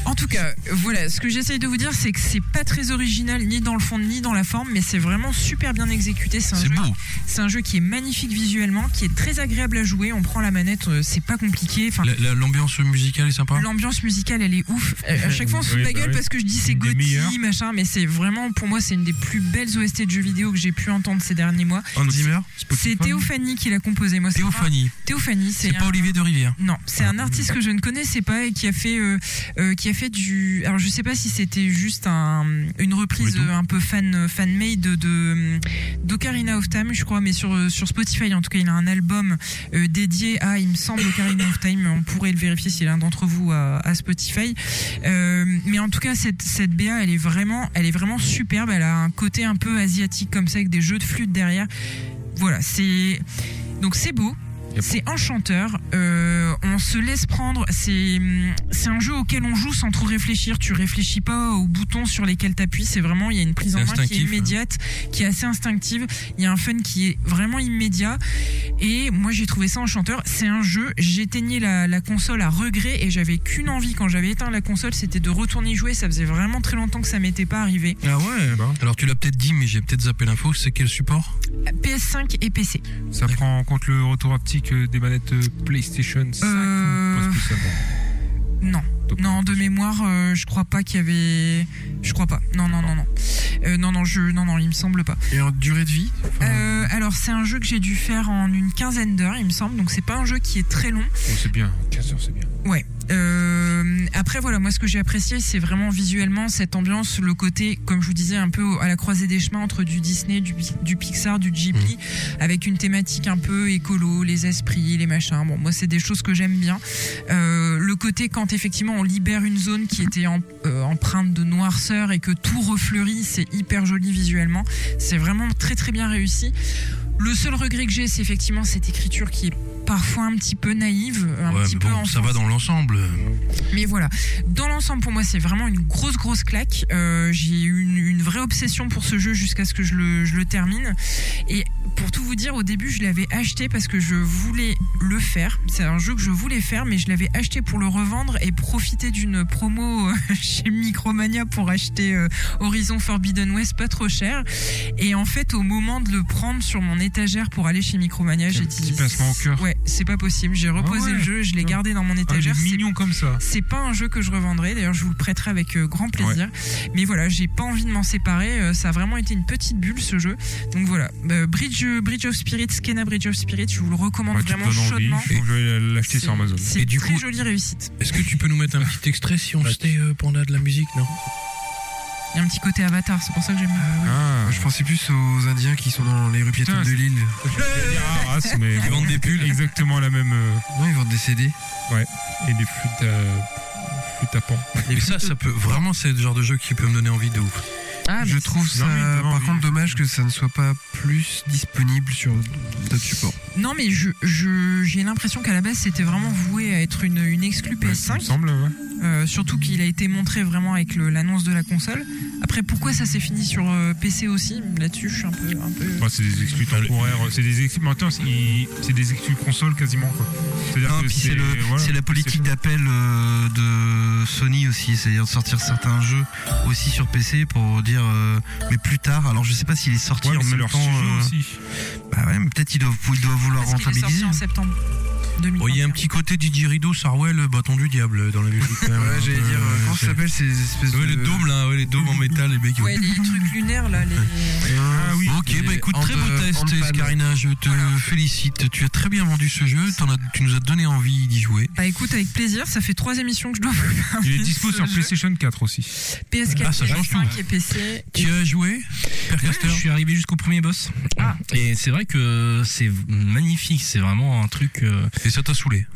Speaker 3: En tout cas, voilà, ce que j'essaye de vous dire, c'est que c'est pas très original ni dans le fond ni dans la forme, mais c'est vraiment super bien exécuté. C'est un
Speaker 7: C'est
Speaker 3: jeu.
Speaker 7: beau.
Speaker 3: C'est un jeu qui est magnifique visuellement, qui est très agréable à jouer. On prend la manette, euh, c'est pas compliqué. Enfin,
Speaker 7: La- la- L'ambiance musicale est sympa.
Speaker 3: l'ambiance musicale, elle est ouf. Euh, à chaque fois, on se fout de
Speaker 6: Oui,
Speaker 3: la
Speaker 6: bah
Speaker 3: gueule
Speaker 6: oui.
Speaker 3: parce que je dis c'est
Speaker 6: Une des
Speaker 3: Gotti,
Speaker 6: meilleures.
Speaker 3: machin, mais c'est vraiment, pour moi, c'est une des plus belles OST de jeux vidéo que j'ai pu entendre ces derniers mois.
Speaker 4: Hans Zimmer
Speaker 3: C'est Théophanie qui l'a composé. Moi, c'est
Speaker 7: Théophanie.
Speaker 3: pas- Théophanie, c'est
Speaker 7: C'est pas
Speaker 3: un-
Speaker 7: Olivier de Rivière. Ah,
Speaker 3: non, c'est un artiste que je ne connaissais pas et qui a fait, euh, euh, qui a fait du. Alors je sais pas si c'était juste un, une reprise euh, un peu fan fan made de de, d'Ocarina of Time, je crois, mais sur euh, sur Spotify en tout cas, il a un album euh, dédié à, il me semble, Ocarina of Time. On pourrait le vérifier si l'un d'entre vous a, a Spotify. Euh, mais en tout cas, cette cette BA, elle est vraiment, elle est vraiment superbe. Elle a un côté un peu asiatique comme ça, avec des jeux de flûte derrière. Voilà, c'est donc c'est beau. C'est enchanteur. Euh, on se laisse prendre. C'est hum, c'est un jeu auquel on joue sans trop réfléchir. Tu réfléchis pas aux boutons sur lesquels t'appuies. C'est vraiment il y a une prise en
Speaker 7: C'est
Speaker 3: main qui est
Speaker 7: instinctif, hein.
Speaker 3: immédiate, qui est assez instinctive. Il y a un fun qui est vraiment immédiat. Et moi j'ai trouvé ça enchanteur. C'est un jeu. J'éteignais la, la console à regret et j'avais qu'une envie quand j'avais éteint la console, c'était de retourner y jouer. Ça faisait vraiment très longtemps que ça m'était pas arrivé.
Speaker 7: Ah ouais
Speaker 6: Bah,
Speaker 7: Alors tu l'as peut-être dit, mais j'ai peut-être zappé l'info. C'est quel support
Speaker 3: PS5 et PC.
Speaker 6: Ça prend en compte le retour haptique euh, des manettes euh, PlayStation 5
Speaker 3: Euh,
Speaker 6: ou pas spécialement
Speaker 3: Non.
Speaker 6: Donc,
Speaker 3: Non, de mémoire, euh, je crois pas qu'il y avait. Je crois pas. Non, non, non, non. Euh, non, non, je... non, non, il me semble pas.
Speaker 5: Et en durée de vie
Speaker 3: Euh, alors, c'est un jeu que j'ai dû faire en une quinzaine d'heures, il me semble. Donc, c'est pas un jeu qui est très long.
Speaker 6: bon, oh, c'est bien, 15 heures c'est bien.
Speaker 3: Ouais. Euh, après, voilà, moi, ce que j'ai apprécié, c'est vraiment visuellement cette ambiance, le côté, comme je vous disais, un peu à la croisée des chemins entre du Disney, du, du Pixar, du
Speaker 2: Mm.
Speaker 3: Ghibli, avec une thématique un peu écolo, les esprits, les machins. Bon, moi, c'est des choses que j'aime bien. Euh, le côté quand effectivement on libère une zone qui était en- euh, empreinte de noirceur et que tout refleurit, c'est hyper joli visuellement. C'est vraiment très très bien réussi. Le seul regret que j'ai, c'est effectivement cette écriture qui est parfois un petit peu naïve, un
Speaker 2: Ouais,
Speaker 3: petit
Speaker 2: mais
Speaker 3: peu
Speaker 2: bon,
Speaker 3: enfant.
Speaker 2: ça va dans l'ensemble.
Speaker 3: Mais voilà, dans l'ensemble, pour moi, c'est vraiment une grosse, grosse claque. Euh, J'ai eu une, une vraie obsession pour ce jeu jusqu'à ce que je le, je le termine. Et pour tout vous dire, au début, je l'avais acheté parce que je voulais le faire. C'est un jeu que je voulais faire, mais je l'avais acheté pour le revendre et profiter d'une promo euh, chez Micromania pour acheter euh, Horizon Forbidden West pas trop cher. Et en fait, au moment de le prendre sur mon étagère pour aller chez Micromania, j'ai dit.
Speaker 6: petit pincement au cœur.
Speaker 3: Ouais, c'est pas possible. J'ai reposé
Speaker 6: ouais.
Speaker 3: le jeu, je l'ai
Speaker 6: Ah.
Speaker 3: gardé dans mon
Speaker 6: Ah, il est
Speaker 3: étagère. C'est
Speaker 6: mignon comme ça.
Speaker 3: c'est pas un jeu que je revendrai, d'ailleurs je vous le prêterai avec euh, grand plaisir. Mais voilà, j'ai pas envie de m'en séparer, euh, ça a vraiment été une petite bulle ce jeu. Donc voilà, euh, Bridge, Bridge of Spirit, Skena Bridge of Spirit, je vous le recommande
Speaker 6: Bah, tu te
Speaker 3: vraiment
Speaker 6: donnes envie.
Speaker 3: chaudement.
Speaker 6: Je pense que Je vais l'acheter
Speaker 3: C'est
Speaker 6: sur Amazon.
Speaker 3: c'est
Speaker 2: Et
Speaker 3: une
Speaker 2: du
Speaker 3: très
Speaker 2: coup-
Speaker 3: jolie réussite.
Speaker 2: Est-ce que tu peux nous mettre un petit extrait si on s'était euh, panda de la musique, non
Speaker 3: Il y a un petit côté avatar, c'est pour ça que j'aime.
Speaker 6: Ah,
Speaker 5: Je pensais plus aux Indiens qui sont dans les rues piétonnes
Speaker 6: Putain,
Speaker 5: de l'île.
Speaker 6: je vais dire ah, Arras, mais ils vendent des pulls exactement la même euh,
Speaker 5: Non, ils vendent des CD.
Speaker 6: et des flûtes euh, flûtes à pan.
Speaker 2: Et ça, ça peut vraiment, c'est le genre de jeu qui peut me donner envie de ouf.
Speaker 3: Ah,
Speaker 5: je trouve ça,
Speaker 6: Non, mais il te
Speaker 5: par
Speaker 6: manque-
Speaker 5: contre, dommage que ça ne soit pas plus disponible sur d'autres supports.
Speaker 3: Non mais je je- j'ai l'impression qu'à la base c'était vraiment voué à être une, une exclue
Speaker 6: Ça me
Speaker 3: PS5,
Speaker 6: semble, ouais.
Speaker 3: euh, surtout qu'il a été montré vraiment avec le- l'annonce de la console. Après pourquoi ça s'est fini sur euh, PC aussi, là-dessus je suis un peu... Un peu...
Speaker 6: Bah, c'est des exclus temporaires, euh, c'est des exclus. Maintenant, c'est ils- c'est des exclus consoles quasiment quoi. C'est-à-dire
Speaker 4: Non,
Speaker 6: que euh,
Speaker 4: puis c'est le-
Speaker 6: voilà.
Speaker 4: c'est la politique d'appel euh, de Sony aussi, c'est-à-dire de sortir certains jeux aussi sur PC pour dire euh, mais plus tard. Alors je sais pas s'il est sorti
Speaker 6: Ouais, mais
Speaker 4: en
Speaker 6: c'est
Speaker 4: même
Speaker 6: leur
Speaker 4: temps.
Speaker 6: sujet
Speaker 4: euh,
Speaker 6: aussi.
Speaker 4: bah ouais, mais peut-être il doit, il doit vouloir
Speaker 3: Parce qu'il est sorti
Speaker 4: rentabiliser.
Speaker 3: en septembre.
Speaker 2: Bon, hein. Oh, Il y a un
Speaker 3: 2021.
Speaker 2: petit côté Didier Rideau, Sarwell, bâton du diable euh, dans la musique. quand même.
Speaker 5: Ouais, j'allais
Speaker 2: Un peu,
Speaker 5: dire, euh, comment ça
Speaker 2: c'est-
Speaker 5: s'appelle ces espèces de.
Speaker 2: Ouais, les dômes là, ouais, les dômes en métal, les mecs.
Speaker 3: Ouais, les trucs lunaires là, les.
Speaker 6: Ah oui.
Speaker 2: Ok, bah écoute, très beau test, Escarina, je te félicite. Tu as très bien vendu ce jeu, t'en as- tu nous as donné envie d'y jouer.
Speaker 3: Bah écoute, avec plaisir, ça fait trois émissions que je dois faire.
Speaker 6: Il est dispo sur
Speaker 3: ce
Speaker 6: PlayStation 4 aussi.
Speaker 3: jeu. PS4,
Speaker 2: Ah, ça change
Speaker 3: PS5 et PC.
Speaker 2: Tu as joué
Speaker 7: Je suis arrivé jusqu'au premier boss.
Speaker 3: Ah.
Speaker 7: Et c'est vrai que c'est magnifique, c'est vraiment un truc. euh,
Speaker 2: Et ça t'a saoulé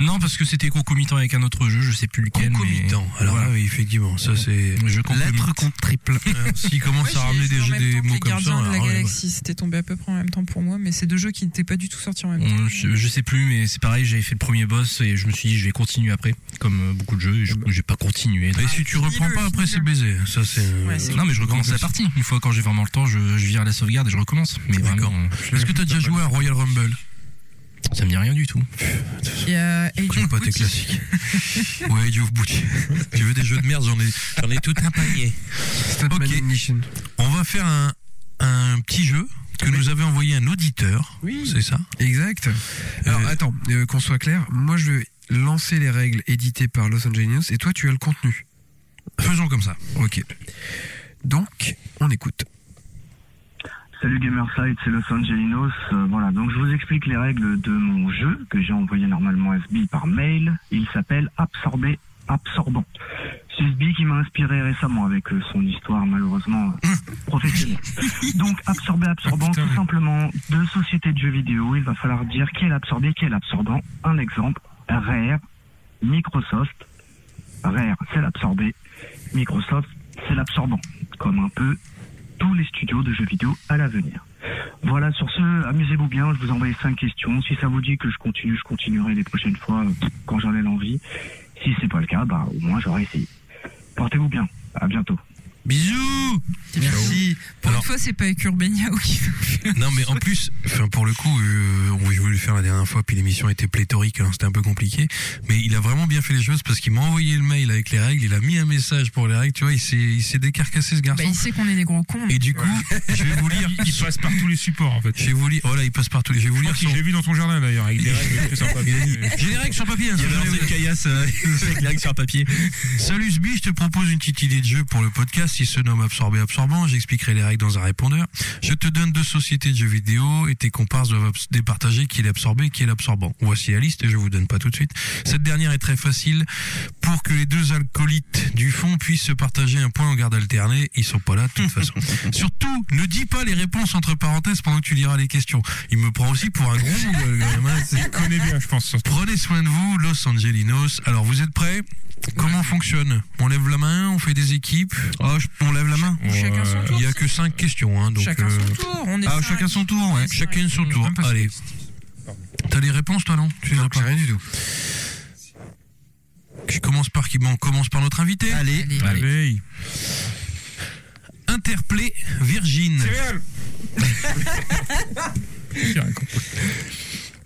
Speaker 7: Non, parce que c'était concomitant avec un autre jeu, je sais plus lequel.
Speaker 2: Concomitant. Alors
Speaker 7: Voilà.
Speaker 2: là, oui, effectivement, ça c'est.
Speaker 7: Mais... Je comprends.
Speaker 2: Lettre contre triple. S'il commence à ramener des, jeux- des mots
Speaker 3: les
Speaker 2: comme ça.
Speaker 3: Gardiens de la
Speaker 2: alors, ouais,
Speaker 3: Galaxie, c'était tombé à peu près en même temps pour moi, mais c'est deux jeux qui n'étaient pas du tout sortis en même temps.
Speaker 7: Euh, Je, je sais plus, mais c'est pareil, j'avais fait le premier boss et je me suis dit je vais continuer après, comme euh, beaucoup de jeux, et je-
Speaker 2: Eh ben.
Speaker 7: j'ai pas continué.
Speaker 2: ouais. Et si tu reprends
Speaker 3: finis-le,
Speaker 2: pas après,
Speaker 3: finis-le.
Speaker 2: c'est baisé. Ça c'est.
Speaker 3: Ouais, c'est-
Speaker 7: euh, Non, mais je recommence la partie. Une fois quand j'ai vraiment le temps, je, je vire la sauvegarde et je recommence. Mais
Speaker 2: D'accord.
Speaker 7: vraiment, euh,
Speaker 2: Est-ce que t'as déjà joué à Royal Rumble
Speaker 7: ça me dit rien du tout.
Speaker 3: Il y a
Speaker 2: Je
Speaker 3: Age
Speaker 2: connais
Speaker 3: of
Speaker 2: pas tes
Speaker 3: Booty.
Speaker 2: classiques. Ouais, Diouf Bouti. Tu veux des jeux de merde, j'en ai, j'en ai tout un panier.
Speaker 5: Stuntman
Speaker 2: Ok.
Speaker 5: Ignition.
Speaker 2: On va faire un, un petit jeu que nous avait envoyé un auditeur.
Speaker 5: Oui.
Speaker 2: C'est ça
Speaker 5: Exact. Alors
Speaker 2: Euh,
Speaker 5: attends, euh, qu'on soit clair, moi je vais lancer les règles éditées par Los Angeles News et toi tu as le contenu.
Speaker 2: Faisons comme ça.
Speaker 5: Ok. Donc, on écoute.
Speaker 13: Salut Gamerside, c'est Los Angelinos. Euh, voilà, donc je vous explique les règles de mon jeu que j'ai envoyé normalement à SB par mail. Il s'appelle Absorbé Absorbant. C'est SB qui m'a inspiré récemment avec euh, son histoire malheureusement euh, professionnelle. Donc Absorbé Absorbant,
Speaker 6: Putain.
Speaker 13: tout simplement deux sociétés de jeux vidéo. Il va falloir dire qui est l'absorbé, qui est l'absorbant. Un exemple, Rare, Microsoft. Rare, c'est l'absorbé. Microsoft, c'est l'absorbant. Comme un peu tous les studios de jeux vidéo à l'avenir. Voilà, sur ce, amusez-vous bien, je vous envoie cinq questions. Si ça vous dit que je continue, je continuerai les prochaines fois euh, quand j'en ai l'envie. Si c'est pas le cas, bah au moins j'aurai essayé. Portez-vous bien, à bientôt.
Speaker 2: Bisous Merci.
Speaker 3: Pour
Speaker 2: Alors-
Speaker 3: une fois, c'est pas avec Urbania ou qui.
Speaker 2: Non, mais en plus, enfin, pour le coup, euh, on- je voulais le faire la dernière fois, puis l'émission était pléthorique, alors c'était un peu compliqué. Mais il a vraiment bien fait les choses parce qu'il m'a envoyé le mail avec les règles, il a mis un message pour les règles, tu vois, il s'est, il s'est décarcassé ce
Speaker 3: Bah,
Speaker 2: garçon.
Speaker 3: il sait qu'on est des gros cons. hein.
Speaker 2: Et du coup, je vais vous lire.
Speaker 6: Il passe par tous les supports en fait.
Speaker 2: Je vais vous lire. Oh là, il passe partout. Je vais vous
Speaker 6: Moi,
Speaker 2: lire
Speaker 6: qui
Speaker 2: son.
Speaker 6: je l'ai vu dans ton jardin d'ailleurs, avec des règles très sympas.
Speaker 2: J'ai les règles sur papier. hein,
Speaker 7: Il y
Speaker 2: ça,
Speaker 7: avait
Speaker 2: je
Speaker 7: lancé
Speaker 2: l'ai-
Speaker 7: le caillasse euh, avec l'acte sur un papier.
Speaker 2: Salut Sbi, je te propose une petite idée de jeu pour le podcast. Il se nomme Absorbé Absorbant. J'expliquerai les règles dans un répondeur. Je te donne deux sociétés de jeux vidéo et tes comparses doivent abs- départager qui est l'absorbé et qui est l'absorbant. Voici la liste et je vous donne pas tout de suite. Cette dernière est très facile pour que les deux alcoolites du fond puissent se partager un point en garde alternée. Ils sont pas là de toute façon. Surtout, ne dis pas les réponses entre parenthèses pendant que tu liras les questions. Il me prend aussi pour un gros mongol, quand même, hein. C'est-
Speaker 6: Il connaît bien, je pense. surtout.
Speaker 2: Prenez soin de vous, Los Angelinos. Alors, vous êtes prêts Comment fonctionne On lève la main, on fait des équipes. Oh, je- on lève la main.
Speaker 3: Chacun son
Speaker 2: Il
Speaker 3: tour.
Speaker 2: n'y a que cinq questions, hein, donc.
Speaker 3: Chacun
Speaker 2: euh,
Speaker 3: son tour. On est
Speaker 2: ah,
Speaker 3: cinq.
Speaker 2: chacun son tour, ouais.
Speaker 3: cinq.
Speaker 2: Chacun son tour. Allez. T'as les réponses, toi, non Tu les as pas
Speaker 5: Rien du tout.
Speaker 2: Je commence par qui Bon, on commence par notre invité.
Speaker 4: Allez,
Speaker 3: Allez,
Speaker 6: La veille.
Speaker 2: Interplay Virgin.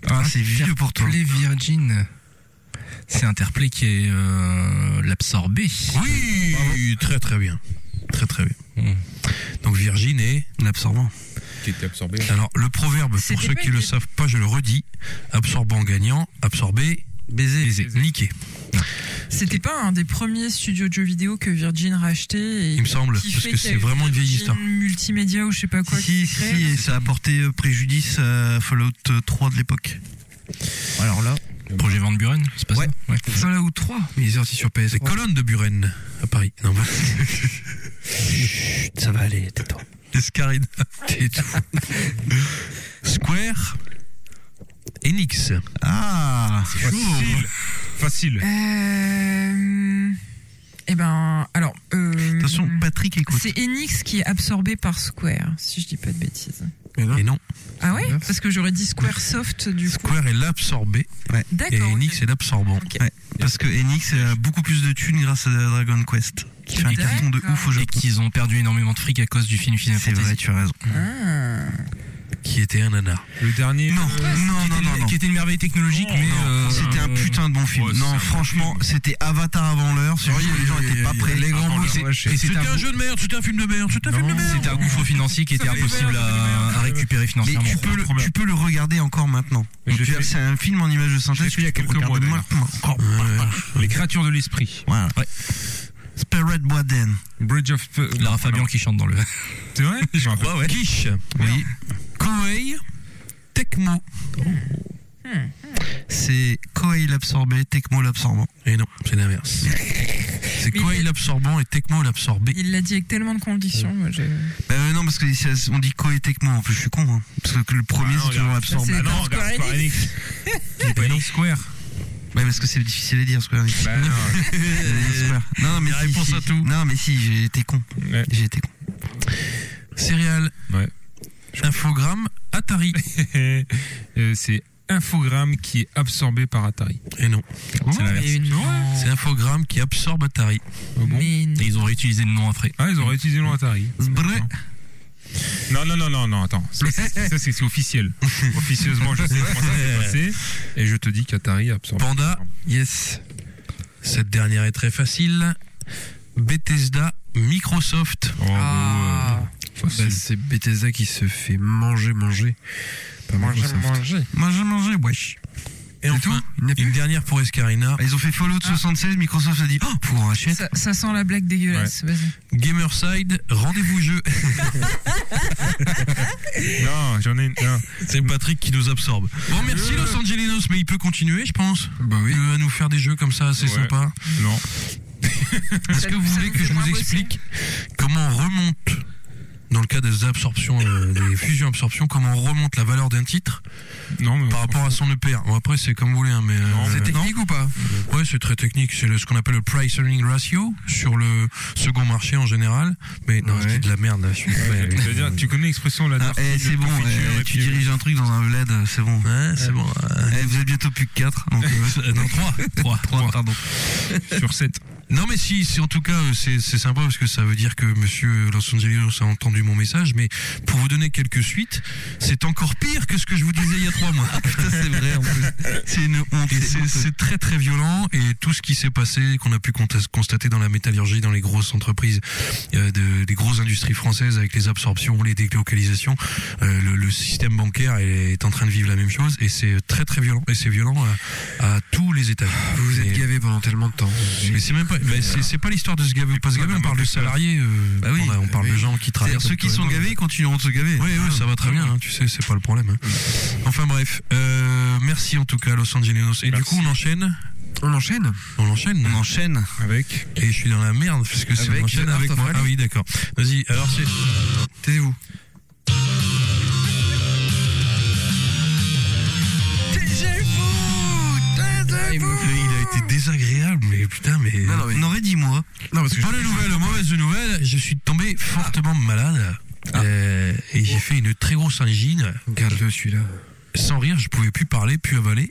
Speaker 4: ah, c'est vieux pour toi.
Speaker 7: Play Virgin. C'est Interplay qui est euh, l'absorbé.
Speaker 5: Ah,
Speaker 2: Oui, très très bien. Très très bien.
Speaker 7: Mm.
Speaker 2: Donc Virgin est
Speaker 4: L'absorbant.
Speaker 6: Qui était absorbé.
Speaker 2: Alors le proverbe,
Speaker 3: C'était
Speaker 2: pour ceux
Speaker 3: pas
Speaker 2: qui
Speaker 3: une
Speaker 2: le
Speaker 3: question.
Speaker 2: savent pas, je le redis, absorbant gagnant, absorbé baiser, niqué.
Speaker 3: C'était pas un des premiers studios de jeux vidéo que Virgin rachetait. et
Speaker 2: Il me semble,
Speaker 3: qui fait
Speaker 2: parce que
Speaker 3: qu'il y a
Speaker 2: c'est
Speaker 3: eu
Speaker 2: vraiment une vieille
Speaker 3: Virgin
Speaker 2: histoire.
Speaker 3: Multimédia ou je sais pas quoi.
Speaker 4: si,
Speaker 3: qui
Speaker 4: si,
Speaker 3: crée.
Speaker 4: si, et ça a porté euh, préjudice à Fallout 3 de l'époque. Alors là,
Speaker 7: Projet Van Buren, c'est pas
Speaker 4: Ouais.
Speaker 7: ça Ouais.
Speaker 5: Fallout 3. Mais il est sorti sur
Speaker 2: C'est
Speaker 5: PS3.
Speaker 2: colonne de Buren à Paris. Non, bah,
Speaker 4: ça va aller, tais-toi.
Speaker 2: Escarina. T'es tout. Square. Enix. hein.
Speaker 4: Ah,
Speaker 6: Facile. Facile.
Speaker 3: Euh, Eh ben, alors. euh,
Speaker 4: attention, Patrick écoute.
Speaker 3: C'est Enix qui est absorbé par Square, si je dis pas de bêtises.
Speaker 2: Et non,
Speaker 3: Ah ouais Parce que j'aurais dit Squaresoft du coup.
Speaker 2: Square est l'absorbé et
Speaker 3: D'accord.
Speaker 2: Enix
Speaker 3: ok.
Speaker 2: est l'absorbant.
Speaker 3: Ok.
Speaker 4: Parce que Enix a beaucoup plus de thunes grâce à Dragon Quest. Qui fait un carton de ouf au
Speaker 7: Et
Speaker 4: Japon.
Speaker 7: qu'ils ont perdu énormément de fric à cause du film Final
Speaker 4: C'est
Speaker 7: Fantasy.
Speaker 4: vrai, tu as raison.
Speaker 3: Ah.
Speaker 2: Qui était un nanar.
Speaker 6: Le dernier.
Speaker 4: Non, non, non, non, non.
Speaker 7: Qui était une merveille technologique, mais. euh,
Speaker 4: C'était un putain de bon film.
Speaker 6: ouais, c'est
Speaker 4: non,
Speaker 6: un
Speaker 4: franchement, c'était Avatar avant l'heure. C'est juste que les gens étaient pas prêts.
Speaker 7: Les grands
Speaker 4: Avant
Speaker 7: bouts,
Speaker 4: l'heure.
Speaker 7: c'est- et c'était
Speaker 2: C'était
Speaker 7: un
Speaker 2: un
Speaker 7: bou-
Speaker 2: jeu de merde, c'était un film de merde, c'était un film de
Speaker 7: Non,
Speaker 2: merde.
Speaker 7: C'était un gouffre financier qui était
Speaker 6: Ça fait
Speaker 7: impossible
Speaker 6: mal, ça fait
Speaker 7: à,
Speaker 6: mal,
Speaker 7: à
Speaker 6: ça fait mal.
Speaker 7: récupérer
Speaker 4: Mais
Speaker 7: financièrement.
Speaker 4: tu peux, le, tu peux le regarder encore maintenant.
Speaker 6: Mais je
Speaker 4: Tu
Speaker 6: l'ai
Speaker 4: as-
Speaker 6: fait-
Speaker 4: C'est un film en image de
Speaker 6: je l'ai
Speaker 4: synthèse
Speaker 6: fait
Speaker 4: que
Speaker 6: il y a
Speaker 4: tu peux
Speaker 6: quelques mois,
Speaker 4: regarder
Speaker 6: d'ailleurs.
Speaker 4: maintenant. Encore.
Speaker 6: Les créatures de l'esprit.
Speaker 4: Voilà.
Speaker 7: Ouais.
Speaker 4: Spirit Boaden.
Speaker 6: Bridge of. euh,
Speaker 7: Lara Fabian qui chante dans le.
Speaker 6: C'est vrai Je crois.
Speaker 2: Ouais, ouais. Quiche. Oui. Koei. Tecmo.
Speaker 4: C'est Koei l'absorbé, Tecmo l'absorbant.
Speaker 2: Et Eh non, c'est l'inverse. C'est
Speaker 3: Mais
Speaker 2: Koei
Speaker 3: il-
Speaker 2: l'absorbant et Tecmo l'absorbé.
Speaker 3: Il l'a dit avec tellement de conditions. moi, j'ai-
Speaker 4: Bah euh, non, parce que ça- on dit Koei Tecmo, en plus je suis con. hein. Parce que le premier
Speaker 6: Ah non,
Speaker 4: c'est toujours
Speaker 6: regarde.
Speaker 4: l'absorbant.
Speaker 3: C'est
Speaker 6: Bah
Speaker 3: dans
Speaker 6: non, regarde,
Speaker 3: Square
Speaker 6: Square
Speaker 3: Enix.
Speaker 6: Enix. Square Enix Square.
Speaker 4: Ouais, parce que c'est difficile à dire, Square Enix.
Speaker 6: Bah non.
Speaker 4: Euh, Square. Non, mais
Speaker 2: Il y a
Speaker 4: si,
Speaker 2: réponse
Speaker 4: si.
Speaker 2: à tout.
Speaker 4: Non, mais si, j'ai été con.
Speaker 6: Ouais.
Speaker 4: J'ai été con.
Speaker 2: Céréales.
Speaker 6: Ouais.
Speaker 2: Infogramme. Atari.
Speaker 6: Euh, C'est Infogramme qui est absorbé par Atari.
Speaker 2: Et non.
Speaker 6: C'est l'inverse.
Speaker 3: Mais non.
Speaker 2: C'est Infogramme qui absorbe Atari.
Speaker 6: Ah bon
Speaker 3: Oh, Mais non.
Speaker 7: Et ils ont réutilisé le nom après.
Speaker 6: Ah, ils ont réutilisé le nom Atari.
Speaker 4: Zbré.
Speaker 6: Non, non, non, non, non, attends. Ça, c'est- ça, c'est c'est officiel. Officieusement, je sais comment ça s'est passé. Et je te dis qu'Atari a absorbé.
Speaker 2: Panda.
Speaker 5: Yes.
Speaker 2: Cette dernière est très facile. Bethesda. Microsoft.
Speaker 6: Oh,
Speaker 3: Ah.
Speaker 6: bah, ouais.
Speaker 5: Bah, c'est Bethesda qui se fait manger, manger. Pas Microsoft.
Speaker 4: Moi j'ai mangé, wesh.
Speaker 2: Et enfin,
Speaker 5: Il n'y a plus.
Speaker 2: une dernière pour Escarina.
Speaker 4: Ah, Ils ont fait Fallout 76, Microsoft a dit Oh, pour en racheter.
Speaker 3: Ça, ça sent la blague dégueulasse. Vas-y.
Speaker 2: Gamerside. Rendez-vous jeu.
Speaker 4: Ah.
Speaker 6: Non, j'en ai une. non.
Speaker 2: C'est Patrick qui nous absorbe. Bon, merci Los Angelinos, mais il peut continuer, je pense.
Speaker 6: Bah oui.
Speaker 2: Euh, à nous faire des jeux comme ça, c'est
Speaker 6: Ouais.
Speaker 2: sympa.
Speaker 6: Non.
Speaker 2: Est-ce que vous
Speaker 3: Ça
Speaker 2: voulez
Speaker 3: nous
Speaker 2: que
Speaker 3: fait
Speaker 2: je vous
Speaker 3: moins bosser.
Speaker 2: explique comment on remonte, dans le cas des absorptions, euh, des fusions-absorptions, comment on remonte la valeur d'un titre
Speaker 6: Non, mais.
Speaker 2: par rapport à son EPR Bon, après, c'est comme vous voulez, hein, mais. euh,
Speaker 6: Non, mais-
Speaker 2: non.
Speaker 5: ou pas
Speaker 2: Ouais, c'est très technique. C'est le- ce qu'on appelle le price earning ratio sur le second marché en général. Mais non, je dis de la merde là. Je suis
Speaker 6: Ouais, je veux dire, tu connais l'expression là
Speaker 4: Ah, eh, c'est bon, eh, tu diriges
Speaker 6: euh,
Speaker 4: un truc dans un Vlad, c'est bon.
Speaker 2: euh, Ouais, euh, c'est bon. euh,
Speaker 4: Eh, vous êtes bientôt plus que 4. Donc,
Speaker 2: euh, non, 3. 3.
Speaker 4: pardon.
Speaker 6: sur 7.
Speaker 2: Non, mais si, si en tout cas, euh, c'est c'est sympa parce que ça veut dire que monsieur Los Angeles a entendu mon message. Mais pour vous donner quelques suites, c'est encore pire que ce que je vous disais il y a trois mois.
Speaker 4: Ah, c'est vrai en plus. C'est une honte.
Speaker 2: Et
Speaker 4: c'est
Speaker 2: c'est-
Speaker 4: honteux.
Speaker 2: C'est très très violent et tout ce qui s'est passé, qu'on a pu contas- constater dans la métallurgie, dans les grosses entreprises, euh, de, des grosses industries françaises avec les absorptions, les délocalisations, euh, le, le système bancaire est, est en train de vivre la même chose et c'est très très violent et c'est violent à, à tous les étages.
Speaker 5: Vous vous êtes
Speaker 2: Et-
Speaker 5: gavé pendant tellement de temps.
Speaker 2: mais c'est même pas, bah, c'est c'est pas l'histoire de se gaver ou pas se gaver, on parle de salariés, euh,
Speaker 4: Bah oui,
Speaker 2: on, a- on parle
Speaker 4: bah
Speaker 2: de
Speaker 4: oui.
Speaker 2: gens qui travaillent.
Speaker 4: C'est-à-dire, Ceux qui sont gavés continueront de se gaver.
Speaker 2: Oui, oui, ça va
Speaker 5: Ah,
Speaker 2: très bien, hein, tu sais, c'est pas le problème. hein. Enfin bref, euh, merci en tout cas Los Angeles. Et du coup, on enchaîne
Speaker 5: On enchaîne
Speaker 2: On enchaîne
Speaker 4: On enchaîne.
Speaker 6: Avec.
Speaker 2: Et je suis dans la merde parce que c'est
Speaker 5: Avec
Speaker 2: on enchaîne
Speaker 5: The Art
Speaker 2: avec
Speaker 5: of
Speaker 2: moi.
Speaker 5: Rally.
Speaker 2: Ah oui, d'accord. Vas-y, alors c'est.
Speaker 5: Taisez-vous.
Speaker 2: Il a été désagréable, mais putain, mais.
Speaker 5: Non, non, mais-
Speaker 4: On aurait dit moi.
Speaker 5: Non, parce que je-
Speaker 2: Bonne nouvelle, mauvaise nouvelle, je suis tombé fortement malade. Euh, et j'ai fait une très grosse angine.
Speaker 5: Regarde-le celui-là.
Speaker 2: sans rire, je pouvais plus parler, plus avaler.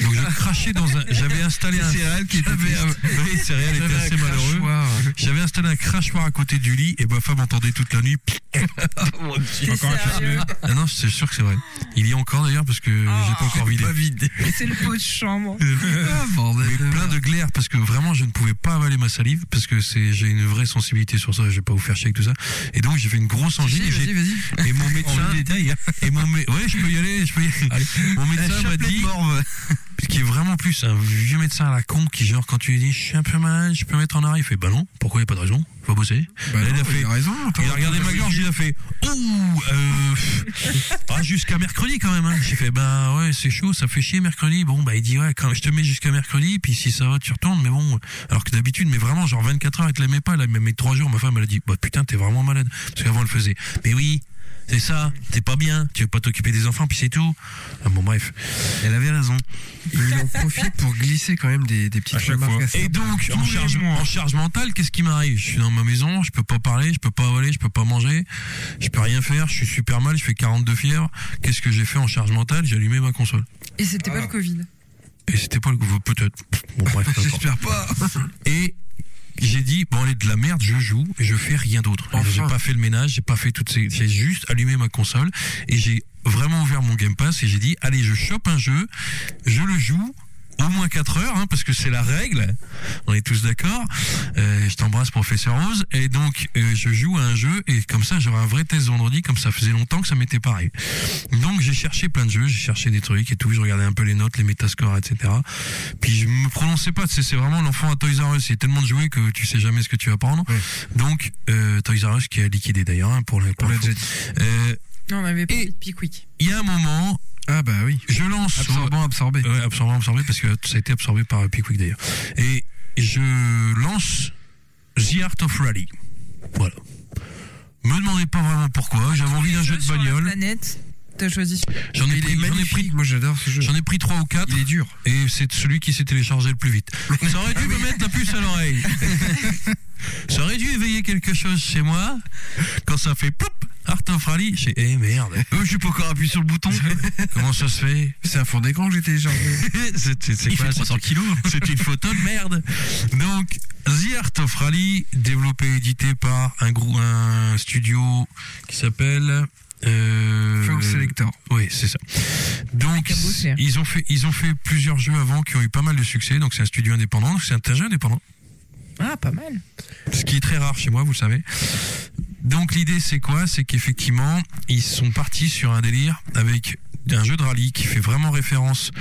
Speaker 2: Donc je crachais dans un. J'avais installé un.
Speaker 4: céréales qui étaient
Speaker 2: J'avais un- Oui, les céréales étaient assez malheureux. J'avais installé un crachoir à côté du lit et ma femme entendait toute la nuit.
Speaker 3: T'es sérieux
Speaker 2: Ah non, c'est sûr que c'est vrai. Il y a encore d'ailleurs parce que j'ai pas encore vidé.
Speaker 3: C'est le pot de chambre.
Speaker 2: Mais plein de glaire parce que vraiment je ne pouvais pas avaler ma salive parce que c'est j'ai une vraie sensibilité sur ça. Je vais pas vous faire chier avec tout ça. Et donc j'ai fait une grosse angine. et j'ai-
Speaker 4: vas-y.
Speaker 2: Et mon médecin. Et mon mé- ouais, je peux y aller, je peux y aller. Mon médecin m'a dit. Qui est vraiment plus un vieux médecin à la con qui, genre, quand tu lui dis je suis un peu mal, je peux mettre en arrêt, il fait bah non, pourquoi il a pas de raison, faut bosser. Là, il a fait.
Speaker 5: raison.
Speaker 2: Il a regardé ma gorge, il a fait Ouh euh, pff, ah, Jusqu'à mercredi quand même. hein. J'ai fait Bah ouais, c'est chaud, ça fait chier mercredi. Bon, bah il dit Ouais, quand, je te mets jusqu'à mercredi, puis si ça va, tu retournes. Mais bon, alors que d'habitude, mais vraiment, genre 24 heures, elle te l'aimait pas. Là, mais mes 3 jours, ma femme, elle a dit Bah putain, t'es vraiment malade. Parce qu'avant, elle faisait Mais oui. C'est ça, t'es pas bien, tu veux pas t'occuper des enfants, puis c'est tout. Ah bon, bref.
Speaker 4: Elle avait raison.
Speaker 5: Il en profite pour glisser quand même des, des
Speaker 6: À
Speaker 5: petites
Speaker 6: chaque
Speaker 5: remarques
Speaker 6: fois.
Speaker 5: assez-
Speaker 2: Et donc, en
Speaker 6: tous les
Speaker 2: charge,
Speaker 6: mois.
Speaker 2: en charge mentale, qu'est-ce qui m'arrive Je suis dans ma maison, je peux pas parler, je peux pas avaler, je peux pas manger, je peux rien faire, je suis super mal, je fais 42 fièvres. Qu'est-ce que j'ai fait en charge mentale J'ai allumé ma console.
Speaker 3: Et c'était pas le Covid.
Speaker 2: Et c'était pas le coup, peut-être. Bon, bref, peu importe.
Speaker 5: J'espère pas.
Speaker 2: Et j'ai dit, bon, allez, de la merde, je joue et je fais rien d'autre. J'ai pas fait le ménage, j'ai pas fait toutes ces. J'ai juste allumé ma console et j'ai vraiment ouvert mon Game Pass et j'ai dit, allez, je chope un jeu, je le joue. Au moins 4 heures, hein, parce que c'est la règle. On est tous d'accord. Euh, je t'embrasse, professeur Rose. Et donc, euh, je joue à un jeu et comme ça, j'aurai un vrai test vendredi, comme ça faisait longtemps que ça m'était pareil. Donc, j'ai cherché plein de jeux, j'ai cherché des trucs et tout. Je regardais un peu les notes, les métascores, etc. Puis je me prononçais pas, tu sais, c'est vraiment l'enfant à Toys R Us, il y a tellement de jouets que tu sais jamais ce que tu vas prendre. Donc euh, Toys R Us qui a liquidé d'ailleurs hein, pour le pour
Speaker 5: l'a
Speaker 2: l'info.
Speaker 5: déjà dit.
Speaker 2: Euh,
Speaker 3: Non, on avait pas
Speaker 2: Et-
Speaker 3: de Pickwick.
Speaker 2: Il y a un moment,
Speaker 5: Ah bah oui.
Speaker 2: je lance
Speaker 5: Absorbant, absorbé.
Speaker 2: Ouais, absorbant, absorbé, parce que ça a été absorbé par Pickwick d'ailleurs. Et je lance The Art of Rally. Voilà. Me demandez pas vraiment pourquoi, j'avais envie d'un jeu de
Speaker 3: Sur la
Speaker 2: bagnole.
Speaker 3: planète, t'as choisi.
Speaker 2: J'en ai, pris- j'en ai pris
Speaker 5: Moi j'adore ce jeu.
Speaker 2: J'en ai pris trois ou quatre. Il est dur. Et c'est celui qui s'est téléchargé le plus vite. Ça aurait dû me mettre la puce à l'oreille. Ça aurait dû éveiller quelque chose chez moi. Quand ça fait pop, Art of Rally, j'ai eh merde. je suis pas encore appuyé sur le bouton. Comment ça se fait
Speaker 5: C'est un fond d'écran que j'ai téléchargé.
Speaker 2: C'est c'est- c'est
Speaker 7: Il
Speaker 2: quoi
Speaker 7: fait
Speaker 2: c'est-
Speaker 7: 300 kilos.
Speaker 2: C'est une photo de merde. Donc, The Art of Rally, développé et édité par un, grou- un studio qui s'appelle. Euh,
Speaker 5: Flow Selector.
Speaker 2: oui, c'est ça. Donc,
Speaker 3: Un cabot, c'est-
Speaker 2: ils ont fait, ils ont fait plusieurs jeux avant qui ont eu pas mal de succès. Donc, c'est un studio indépendant. donc C'est un jeu indépendant.
Speaker 3: Ah, pas mal.
Speaker 2: Ce qui est très rare chez moi, vous le savez. Donc, l'idée, c'est quoi? C'est qu'effectivement, ils sont partis sur un délire avec un jeu de rallye qui fait vraiment référence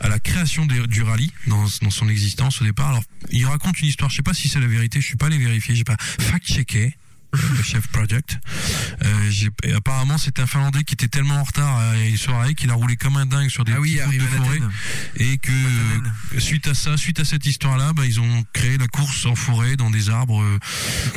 Speaker 2: à la création des- du rallye dans, dans son existence au départ. Alors, il raconte une histoire. Je sais pas si c'est la vérité. Je suis pas allé vérifier. J'ai pas fact-checké. euh, Le chef project. Euh, j'ai- et apparemment, c'était un Finlandais qui était tellement en retard à une soirée qu'il a roulé comme un dingue sur des
Speaker 5: Ah oui,
Speaker 2: petites routes
Speaker 5: arrive
Speaker 2: de
Speaker 5: à la
Speaker 2: forêt
Speaker 5: Athènes.
Speaker 2: et que euh, suite à ça, suite à cette histoire-là, bah, ils ont créé la course en forêt dans des arbres. euh,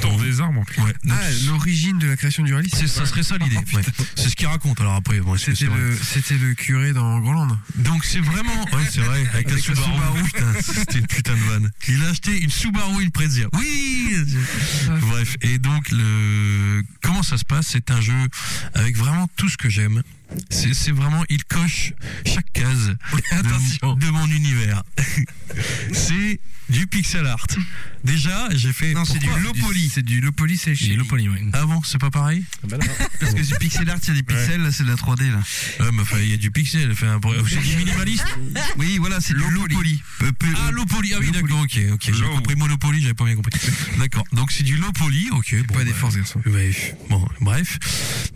Speaker 6: Dans des arbres, en plus.
Speaker 2: ouais. Donc,
Speaker 5: Ah, l'origine de la création du rallye
Speaker 2: c'est- ça serait ça l'idée. ouais. C'est ce qu'ils racontent. Alors après, bon, est-ce que
Speaker 5: C'était
Speaker 2: c'est vrai
Speaker 5: le, c'était le curé dans Groenland.
Speaker 2: Donc c'est vraiment, ouais c'est vrai, avec, la
Speaker 5: Avec la
Speaker 2: Subaru, putain, c'était une putain de vanne. Il a acheté une Subaru, il Impreza. Oui. Bref, et donc le, comment ça se passe C'est un jeu avec vraiment tout ce que j'aime. C'est c'est vraiment, il coche chaque case de, de mon univers. c'est du pixel art. Déjà, j'ai fait.
Speaker 4: Non, c'est du
Speaker 2: pourquoi
Speaker 4: Lopoli. C'est du Lopoli, c'est
Speaker 7: J'ai le poly, ouais.
Speaker 2: Ah bon, c'est pas pareil
Speaker 4: Parce que du pixel art, il y a des pixels, là, c'est de la 3D, là.
Speaker 2: Ouais, mais enfin, il y a du pixel. enfin, c'est du minimaliste.
Speaker 4: Oui, voilà, c'est du Lopoli. Peu- peu-
Speaker 2: Ah, low poly, ah oui,
Speaker 4: Low poly.
Speaker 2: d'accord, ok, ok. J'ai
Speaker 6: Low.
Speaker 2: compris Monopoly, j'avais pas bien compris. D'accord, donc c'est du low poly, ok. Bon,
Speaker 5: Pas des
Speaker 2: bah,
Speaker 5: forces, garçon.
Speaker 2: Bref, bon, bref.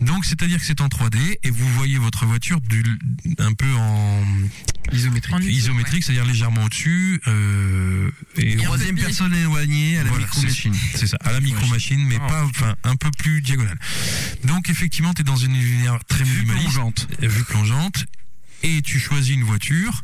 Speaker 2: Donc, c'est-à-dire que c'est en 3D et vous voyez votre voiture du, un peu en
Speaker 5: Isométrique.
Speaker 3: En iso,
Speaker 2: isométrique, c'est-à-dire légèrement au-dessus. Euh, et
Speaker 4: Troisième personne éloignée à la
Speaker 2: Voilà,
Speaker 4: micro-machine.
Speaker 2: c'est- C'est ça, à la micro-machine, mais
Speaker 6: Ah.
Speaker 2: pas, enfin, un peu plus diagonale. Donc, effectivement, t'es dans une univers très minimaliste. Euh,
Speaker 4: plongeante.
Speaker 2: Vue plongeante. Et tu choisis une voiture.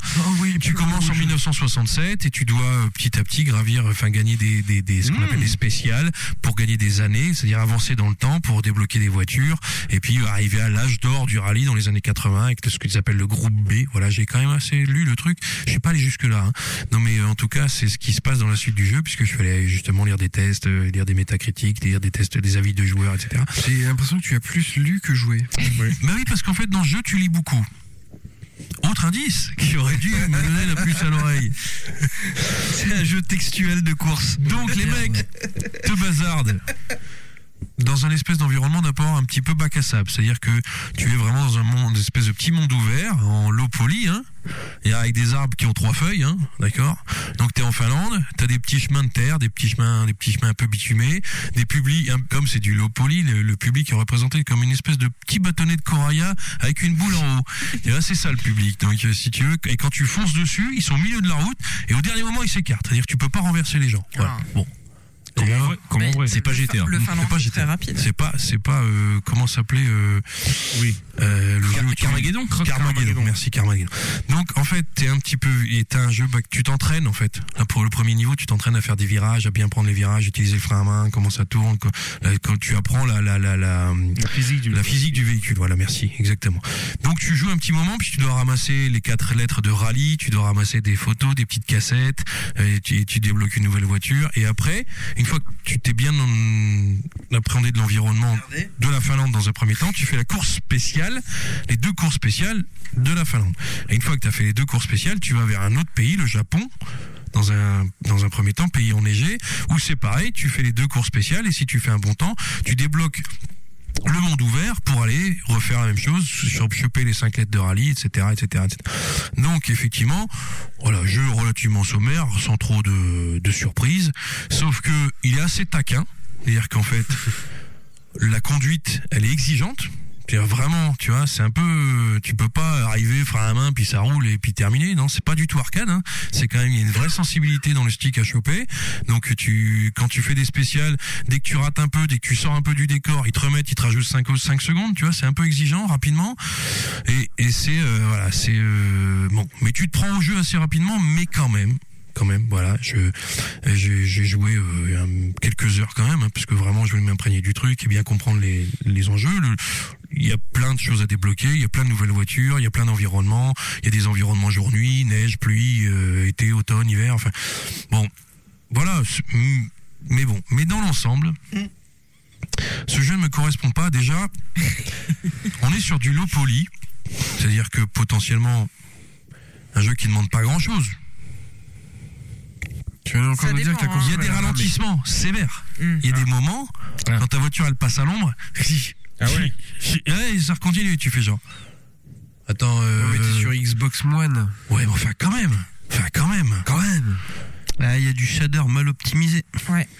Speaker 2: tu commences en 1967 et tu dois euh, petit à petit gravir, enfin gagner des, des, des- ce qu'on appelle des spéciales pour gagner des années, c'est-à-dire avancer dans le temps pour débloquer des voitures et puis euh, arriver à l'âge d'or du rallye dans les années 80 avec ce qu'ils appellent le groupe B. Voilà, j'ai quand même assez lu le truc. Je suis pas allé jusque là. Non mais euh, en tout cas, c'est ce qui se passe dans la suite du jeu puisque je suis allé justement lire des tests, euh, lire des métacritiques, lire des tests, des avis de joueurs, etc.
Speaker 5: J'ai l'impression que tu as plus lu que joué.
Speaker 2: Bah oui, parce qu'en fait, dans le jeu, tu lis beaucoup. autre indice qui aurait dû me donner la puce à l'oreille. C'est un jeu textuel de course. Donc les mecs te bazardent dans un espèce d'environnement d'abord un petit peu bac à sable. C'est-à-dire que tu es vraiment dans un monde, une espèce de petit monde ouvert, en l'eau polie, hein, et avec des arbres qui ont trois feuilles, hein, d'accord Donc tu es en Finlande, tu as des petits chemins de terre, des petits chemins, des petits chemins un peu bitumés, des publics, hein, comme c'est du low poly, le, le public est représenté comme une espèce de petit bâtonnet de corail avec une boule en haut. Et là, c'est ça le public. Donc, euh, si tu veux, et quand tu fonces dessus, ils sont au milieu de la route, et au dernier moment, ils s'écartent. C'est-à-dire que tu peux pas renverser les gens. Voilà.
Speaker 3: Ah.
Speaker 2: Bon. euh,
Speaker 6: Comme en vrai. comme en
Speaker 3: Mais
Speaker 6: vrai.
Speaker 2: C'est pas
Speaker 3: le
Speaker 2: GTA.
Speaker 3: fin- Le
Speaker 2: C'est
Speaker 3: finlandais
Speaker 2: pas
Speaker 3: est
Speaker 2: GTA.
Speaker 3: très rapide.
Speaker 2: C'est pas, c'est pas, euh, comment s'appelait, euh, oui, le jeu où tu-
Speaker 7: Carmageddon
Speaker 2: Carmageddon. Merci Carmageddon. Donc en fait, t'es un petit peu, et t'as un jeu, bah, que tu t'entraînes en fait. Là, pour le premier niveau, tu t'entraînes à faire des virages, à bien prendre les virages, utiliser le frein à main, comment ça tourne. Quand, là, quand tu apprends la la la la,
Speaker 6: La physique du
Speaker 2: la physique du véhicule. Voilà, merci, exactement. Donc tu joues un petit moment, puis tu dois ramasser les quatre lettres de rallye, tu dois ramasser des photos, des petites cassettes, euh, et tu, et tu débloques une nouvelle voiture. Et après, une fois que tu t'es bien en- appréhendé de l'environnement de la Finlande dans un premier temps, tu fais la course spéciale, les deux courses spéciales de la Finlande. Et une fois que tu as fait les deux courses spéciales, tu vas vers un autre pays, le Japon. Dans un, dans un premier temps, pays enneigé, où c'est pareil, tu fais les deux courses spéciales et si tu fais un bon temps, tu débloques le monde ouvert pour aller refaire la même chose, sur- choper les cinq lettres de rallye, etc., etc., etc. Donc effectivement, voilà, jeu relativement sommaire, sans trop de, de surprises, sauf que il est assez taquin, c'est-à-dire qu'en fait, la conduite, elle est exigeante. C'est-à-dire vraiment, tu vois, c'est un peu, euh, tu peux pas arriver frein à main puis ça roule et puis terminé. Non, c'est pas du tout arcade. Hein. C'est quand même il y a une vraie sensibilité dans le stick à choper. Donc tu, quand tu fais des spéciales, dès que tu rates un peu, dès que tu sors un peu du décor, ils te remettent, ils te rajoutent 5, secondes. Tu vois, c'est un peu exigeant rapidement. Et, et c'est euh, voilà, c'est euh, bon. Mais tu te prends au jeu assez rapidement, mais quand même. Quand même, voilà, je j'ai j'ai joué euh, un- quelques heures quand même, hein, parce que vraiment je voulais m'imprégner du truc et bien comprendre les, les enjeux. Le- il y a plein de choses à débloquer, il y a plein de nouvelles voitures, il y a plein d'environnements, il y a des environnements jour-nuit, neige, pluie, euh, été, automne, hiver, enfin bon, voilà. c'est- mm, Mais bon, mais dans l'ensemble, ce jeu ne me correspond pas. Déjà, on est sur du low poly, c'est-à-dire que potentiellement un jeu qui ne demande pas grand-chose.
Speaker 5: Tu viens encore
Speaker 3: Ça
Speaker 5: nous dire
Speaker 3: dépend,
Speaker 5: que la
Speaker 3: hein.
Speaker 5: console
Speaker 2: Il y a des
Speaker 5: est énorme.
Speaker 2: ralentissements sévères.
Speaker 3: Mm.
Speaker 2: Il y a des moments,
Speaker 6: Ah.
Speaker 2: quand ta voiture elle passe à l'ombre,
Speaker 6: Ah ouais
Speaker 2: ouais, ça continue, tu fais genre. Attends,
Speaker 5: Ouais,
Speaker 2: euh,
Speaker 5: mais t'es sur Xbox One.
Speaker 2: ouais, mais enfin quand même, enfin quand même, quand même.
Speaker 4: Ah, il y a du shader mal optimisé.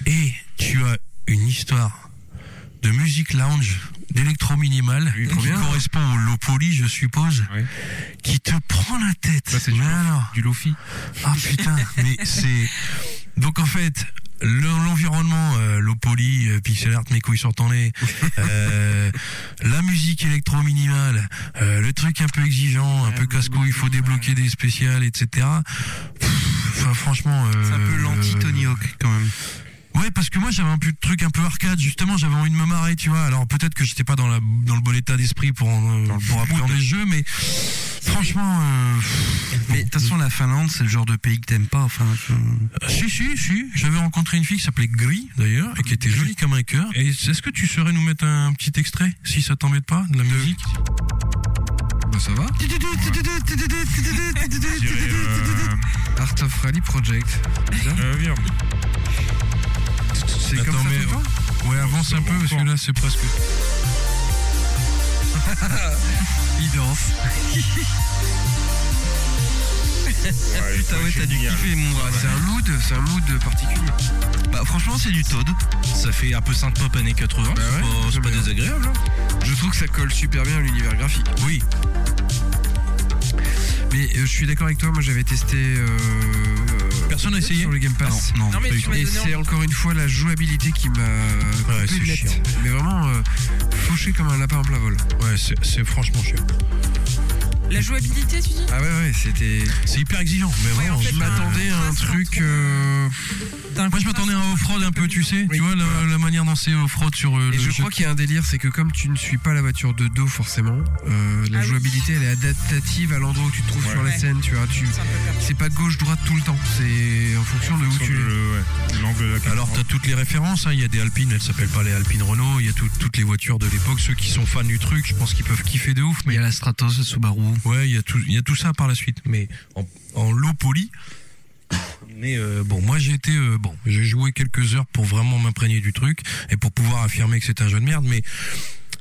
Speaker 2: Et tu as une histoire de musique lounge, d'électro minimal,
Speaker 6: Oui,
Speaker 2: qui
Speaker 6: trop bien.
Speaker 2: correspond au low poly, je suppose,
Speaker 6: Ouais.
Speaker 2: qui te prend la tête.
Speaker 6: Ça, Bah, c'est du
Speaker 2: mais
Speaker 6: low.
Speaker 2: alors,
Speaker 6: Du Lofi.
Speaker 2: Ah putain, mais c'est. Donc en fait, le- l'environnement, euh, l'eau polie, euh, pixel art, mes couilles sur ton nez, euh, la musique électro minimale, euh, le truc un peu exigeant, un peu casse-cou, il faut débloquer des spéciales, etc. Pff, Enfin, franchement. euh,
Speaker 4: C'est un peu l'anti-Tony Hawk, quand même.
Speaker 2: Ouais, parce que moi j'avais un peu de truc un peu arcade. Justement, j'avais envie de me marrer, tu vois. Alors peut-être que j'étais pas dans la dans le bon état d'esprit pour en- pour appréhender le jeu, mais franchement, euh,
Speaker 4: Mais de toute façon, la Finlande, c'est le genre de pays que t'aimes pas. Enfin, je-
Speaker 2: Euh, Si, si, si. J'avais rencontré une fille qui s'appelait Gris, d'ailleurs, et qui était jolie comme un cœur. Et est-ce que tu saurais nous mettre un petit extrait, si ça t'embête pas, de la musique
Speaker 5: Bah, ça va.
Speaker 6: Je dirais, euh,
Speaker 5: Art of Rally Project.
Speaker 6: euh, merde.
Speaker 5: C'est
Speaker 2: Attends,
Speaker 5: comme ça
Speaker 2: mais-
Speaker 5: tout le temps
Speaker 2: Ouais, avance un peu, parce que là, c'est presque...
Speaker 4: Il danse.
Speaker 6: Ouais,
Speaker 4: Putain, ouais, t'as dû
Speaker 6: génial.
Speaker 4: kiffer, mon gars.
Speaker 5: C'est un mood, c'est un mood particulier.
Speaker 4: Bah, franchement, c'est du Toad.
Speaker 7: Ça fait un peu synth pop années 80.
Speaker 5: Bah ouais,
Speaker 7: c'est pas- c'est pas,
Speaker 5: j'aime bien.
Speaker 7: désagréable. hein.
Speaker 5: Je trouve que ça colle super bien à l'univers graphique.
Speaker 2: Oui.
Speaker 5: Mais euh, je suis d'accord avec toi, moi j'avais testé euh,
Speaker 2: Personne n'a essayé
Speaker 5: sur le Game Pass.
Speaker 2: Non,
Speaker 3: Non, mais
Speaker 2: pas
Speaker 3: tu
Speaker 2: du tout.
Speaker 3: m'as
Speaker 5: Et
Speaker 3: donné
Speaker 5: c'est encore une fois la jouabilité qui m'a coupé
Speaker 2: Ouais, c'est
Speaker 5: net.
Speaker 2: chiant.
Speaker 5: Mais vraiment euh, fauché comme un lapin en plein vol.
Speaker 2: Ouais, c'est c'est franchement chiant.
Speaker 3: La jouabilité, tu dis
Speaker 5: Ah ouais ouais, c'était.
Speaker 2: C'est hyper exigeant, mais
Speaker 3: Ouais,
Speaker 2: vraiment.
Speaker 3: en fait,
Speaker 5: Je m'attendais à un
Speaker 3: Contraste
Speaker 5: truc.
Speaker 3: entre-
Speaker 5: euh,
Speaker 3: T'as un
Speaker 2: Moi, je
Speaker 3: contraste
Speaker 2: m'attendais à un off-road un peu, tu sais.
Speaker 5: Oui.
Speaker 2: Tu vois, la, la manière d'en c'est off-road sur euh,
Speaker 5: Et
Speaker 2: le
Speaker 5: je
Speaker 2: jeu.
Speaker 5: crois qu'il y a un délire, c'est que comme tu ne suis pas la voiture de dos forcément, euh, la
Speaker 3: Ah oui.
Speaker 5: jouabilité elle est adaptative à l'endroit où tu te trouves sur la
Speaker 3: Ouais.
Speaker 5: scène, tu vois.
Speaker 2: euh,
Speaker 5: Tu...
Speaker 3: C'est un peu perturbant.
Speaker 5: C'est pas gauche-droite tout le temps, c'est en fonction de où
Speaker 6: Sur
Speaker 5: tu es.
Speaker 6: le- ouais, l'angle de la caméra.
Speaker 2: Alors t'as toutes les références, hein. il y a des Alpines, elles s'appellent pas les Alpines Renault, il y a tout- toutes les voitures de l'époque, ceux qui sont fans du truc, je pense qu'ils peuvent kiffer de ouf, mais
Speaker 4: Il y a la Stratos, le Subaru.
Speaker 2: Ouais, il y, a tout- il y a tout ça par la suite, mais en, en lot poli. Mais euh, bon, moi j'ai été euh, bon, j'ai joué quelques heures pour vraiment m'imprégner du truc et pour pouvoir affirmer que c'est un jeu de merde. Mais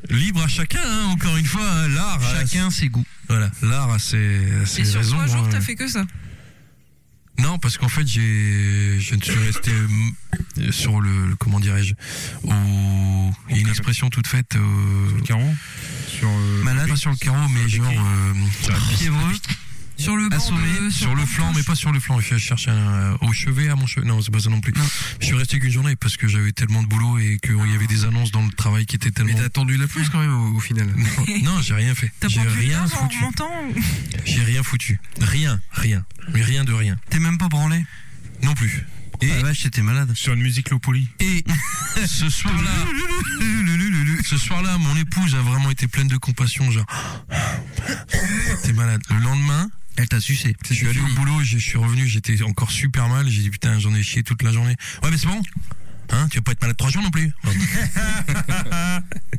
Speaker 2: libre à chacun, hein, encore une fois, hein, l'art. a-
Speaker 4: Chacun ses goûts.
Speaker 2: Voilà, l'art a ses, a ses
Speaker 3: Et sur
Speaker 2: raisons.
Speaker 3: trois jours,
Speaker 2: hein.
Speaker 3: t'as fait que ça.
Speaker 2: Non, parce qu'en fait, j'ai, je ne suis resté euh, sur le, le- comment dirais-je, au, il y a une expression toute faite, euh,
Speaker 6: Caro Sur. euh,
Speaker 2: malade, pas sur le carreau, mais genre, euh, fiévreux,
Speaker 3: Sur le banc
Speaker 2: assommé,
Speaker 3: de-
Speaker 2: sur,
Speaker 3: le
Speaker 2: le
Speaker 3: banc
Speaker 2: flanc,
Speaker 3: de
Speaker 2: mais pas sur le flanc. Je cherchais un- euh, au chevet, à mon chevet. Non, c'est pas ça non plus. Je suis resté qu'une journée parce que j'avais tellement de boulot et qu'il y avait des annonces dans le travail qui étaient
Speaker 5: Mais
Speaker 2: tellement.
Speaker 5: t'as attendu la plus quand même au, au final.
Speaker 2: non, j'ai rien fait.
Speaker 3: T'as
Speaker 2: J'ai
Speaker 3: pas pu
Speaker 2: rien
Speaker 3: rien en
Speaker 2: foutu.
Speaker 3: remontant ou-
Speaker 2: J'ai rien foutu. Rien, rien. Mais rien de rien.
Speaker 4: T'es même pas branlé.
Speaker 2: Non plus.
Speaker 4: Et ah la vache, t'étais malade.
Speaker 6: Sur une musique lopoli.
Speaker 2: Et ce soir-là, ce soir-là, mon épouse a vraiment été pleine de compassion, genre t'es malade. Le lendemain,
Speaker 4: Elle t'a sucé.
Speaker 2: je suis allé au boulot, je je suis revenu, j'étais encore super mal. J'ai dit putain, j'en ai chié toute la journée. Ouais, mais c'est bon. Hein, tu vas pas être malade trois jours non plus. Bah,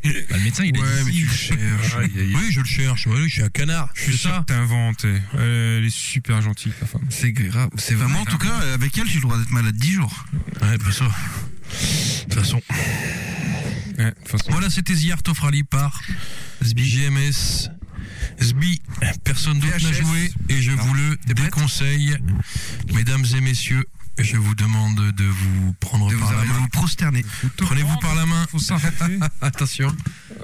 Speaker 2: le médecin, il a dit si. Oui, je le cherche. Oui, je suis un canard. Je suis
Speaker 6: Ça,
Speaker 2: ça.
Speaker 6: t'as inventé. Elle est super gentille, ta femme.
Speaker 5: C'est grave. C'est
Speaker 4: Enfin, moi,
Speaker 5: vraiment.
Speaker 4: en tout cas, avec elle, j'ai le droit d'être malade 10 jours.
Speaker 2: Ouais, bah ça. De toute façon.
Speaker 6: Ouais, de toute façon.
Speaker 2: Voilà, c'était The Art of Rally par SBI GMS. SBI, personne d'autre n'a
Speaker 5: VHS.
Speaker 2: joué et je vous le déconseille. Mesdames et messieurs, je vous demande de vous prendre
Speaker 5: De vous
Speaker 2: par la
Speaker 5: arrêter.
Speaker 2: main.
Speaker 4: Vous prosterner.
Speaker 2: Prenez-vous par la main.
Speaker 6: Faut s'arrêter.
Speaker 5: Attention.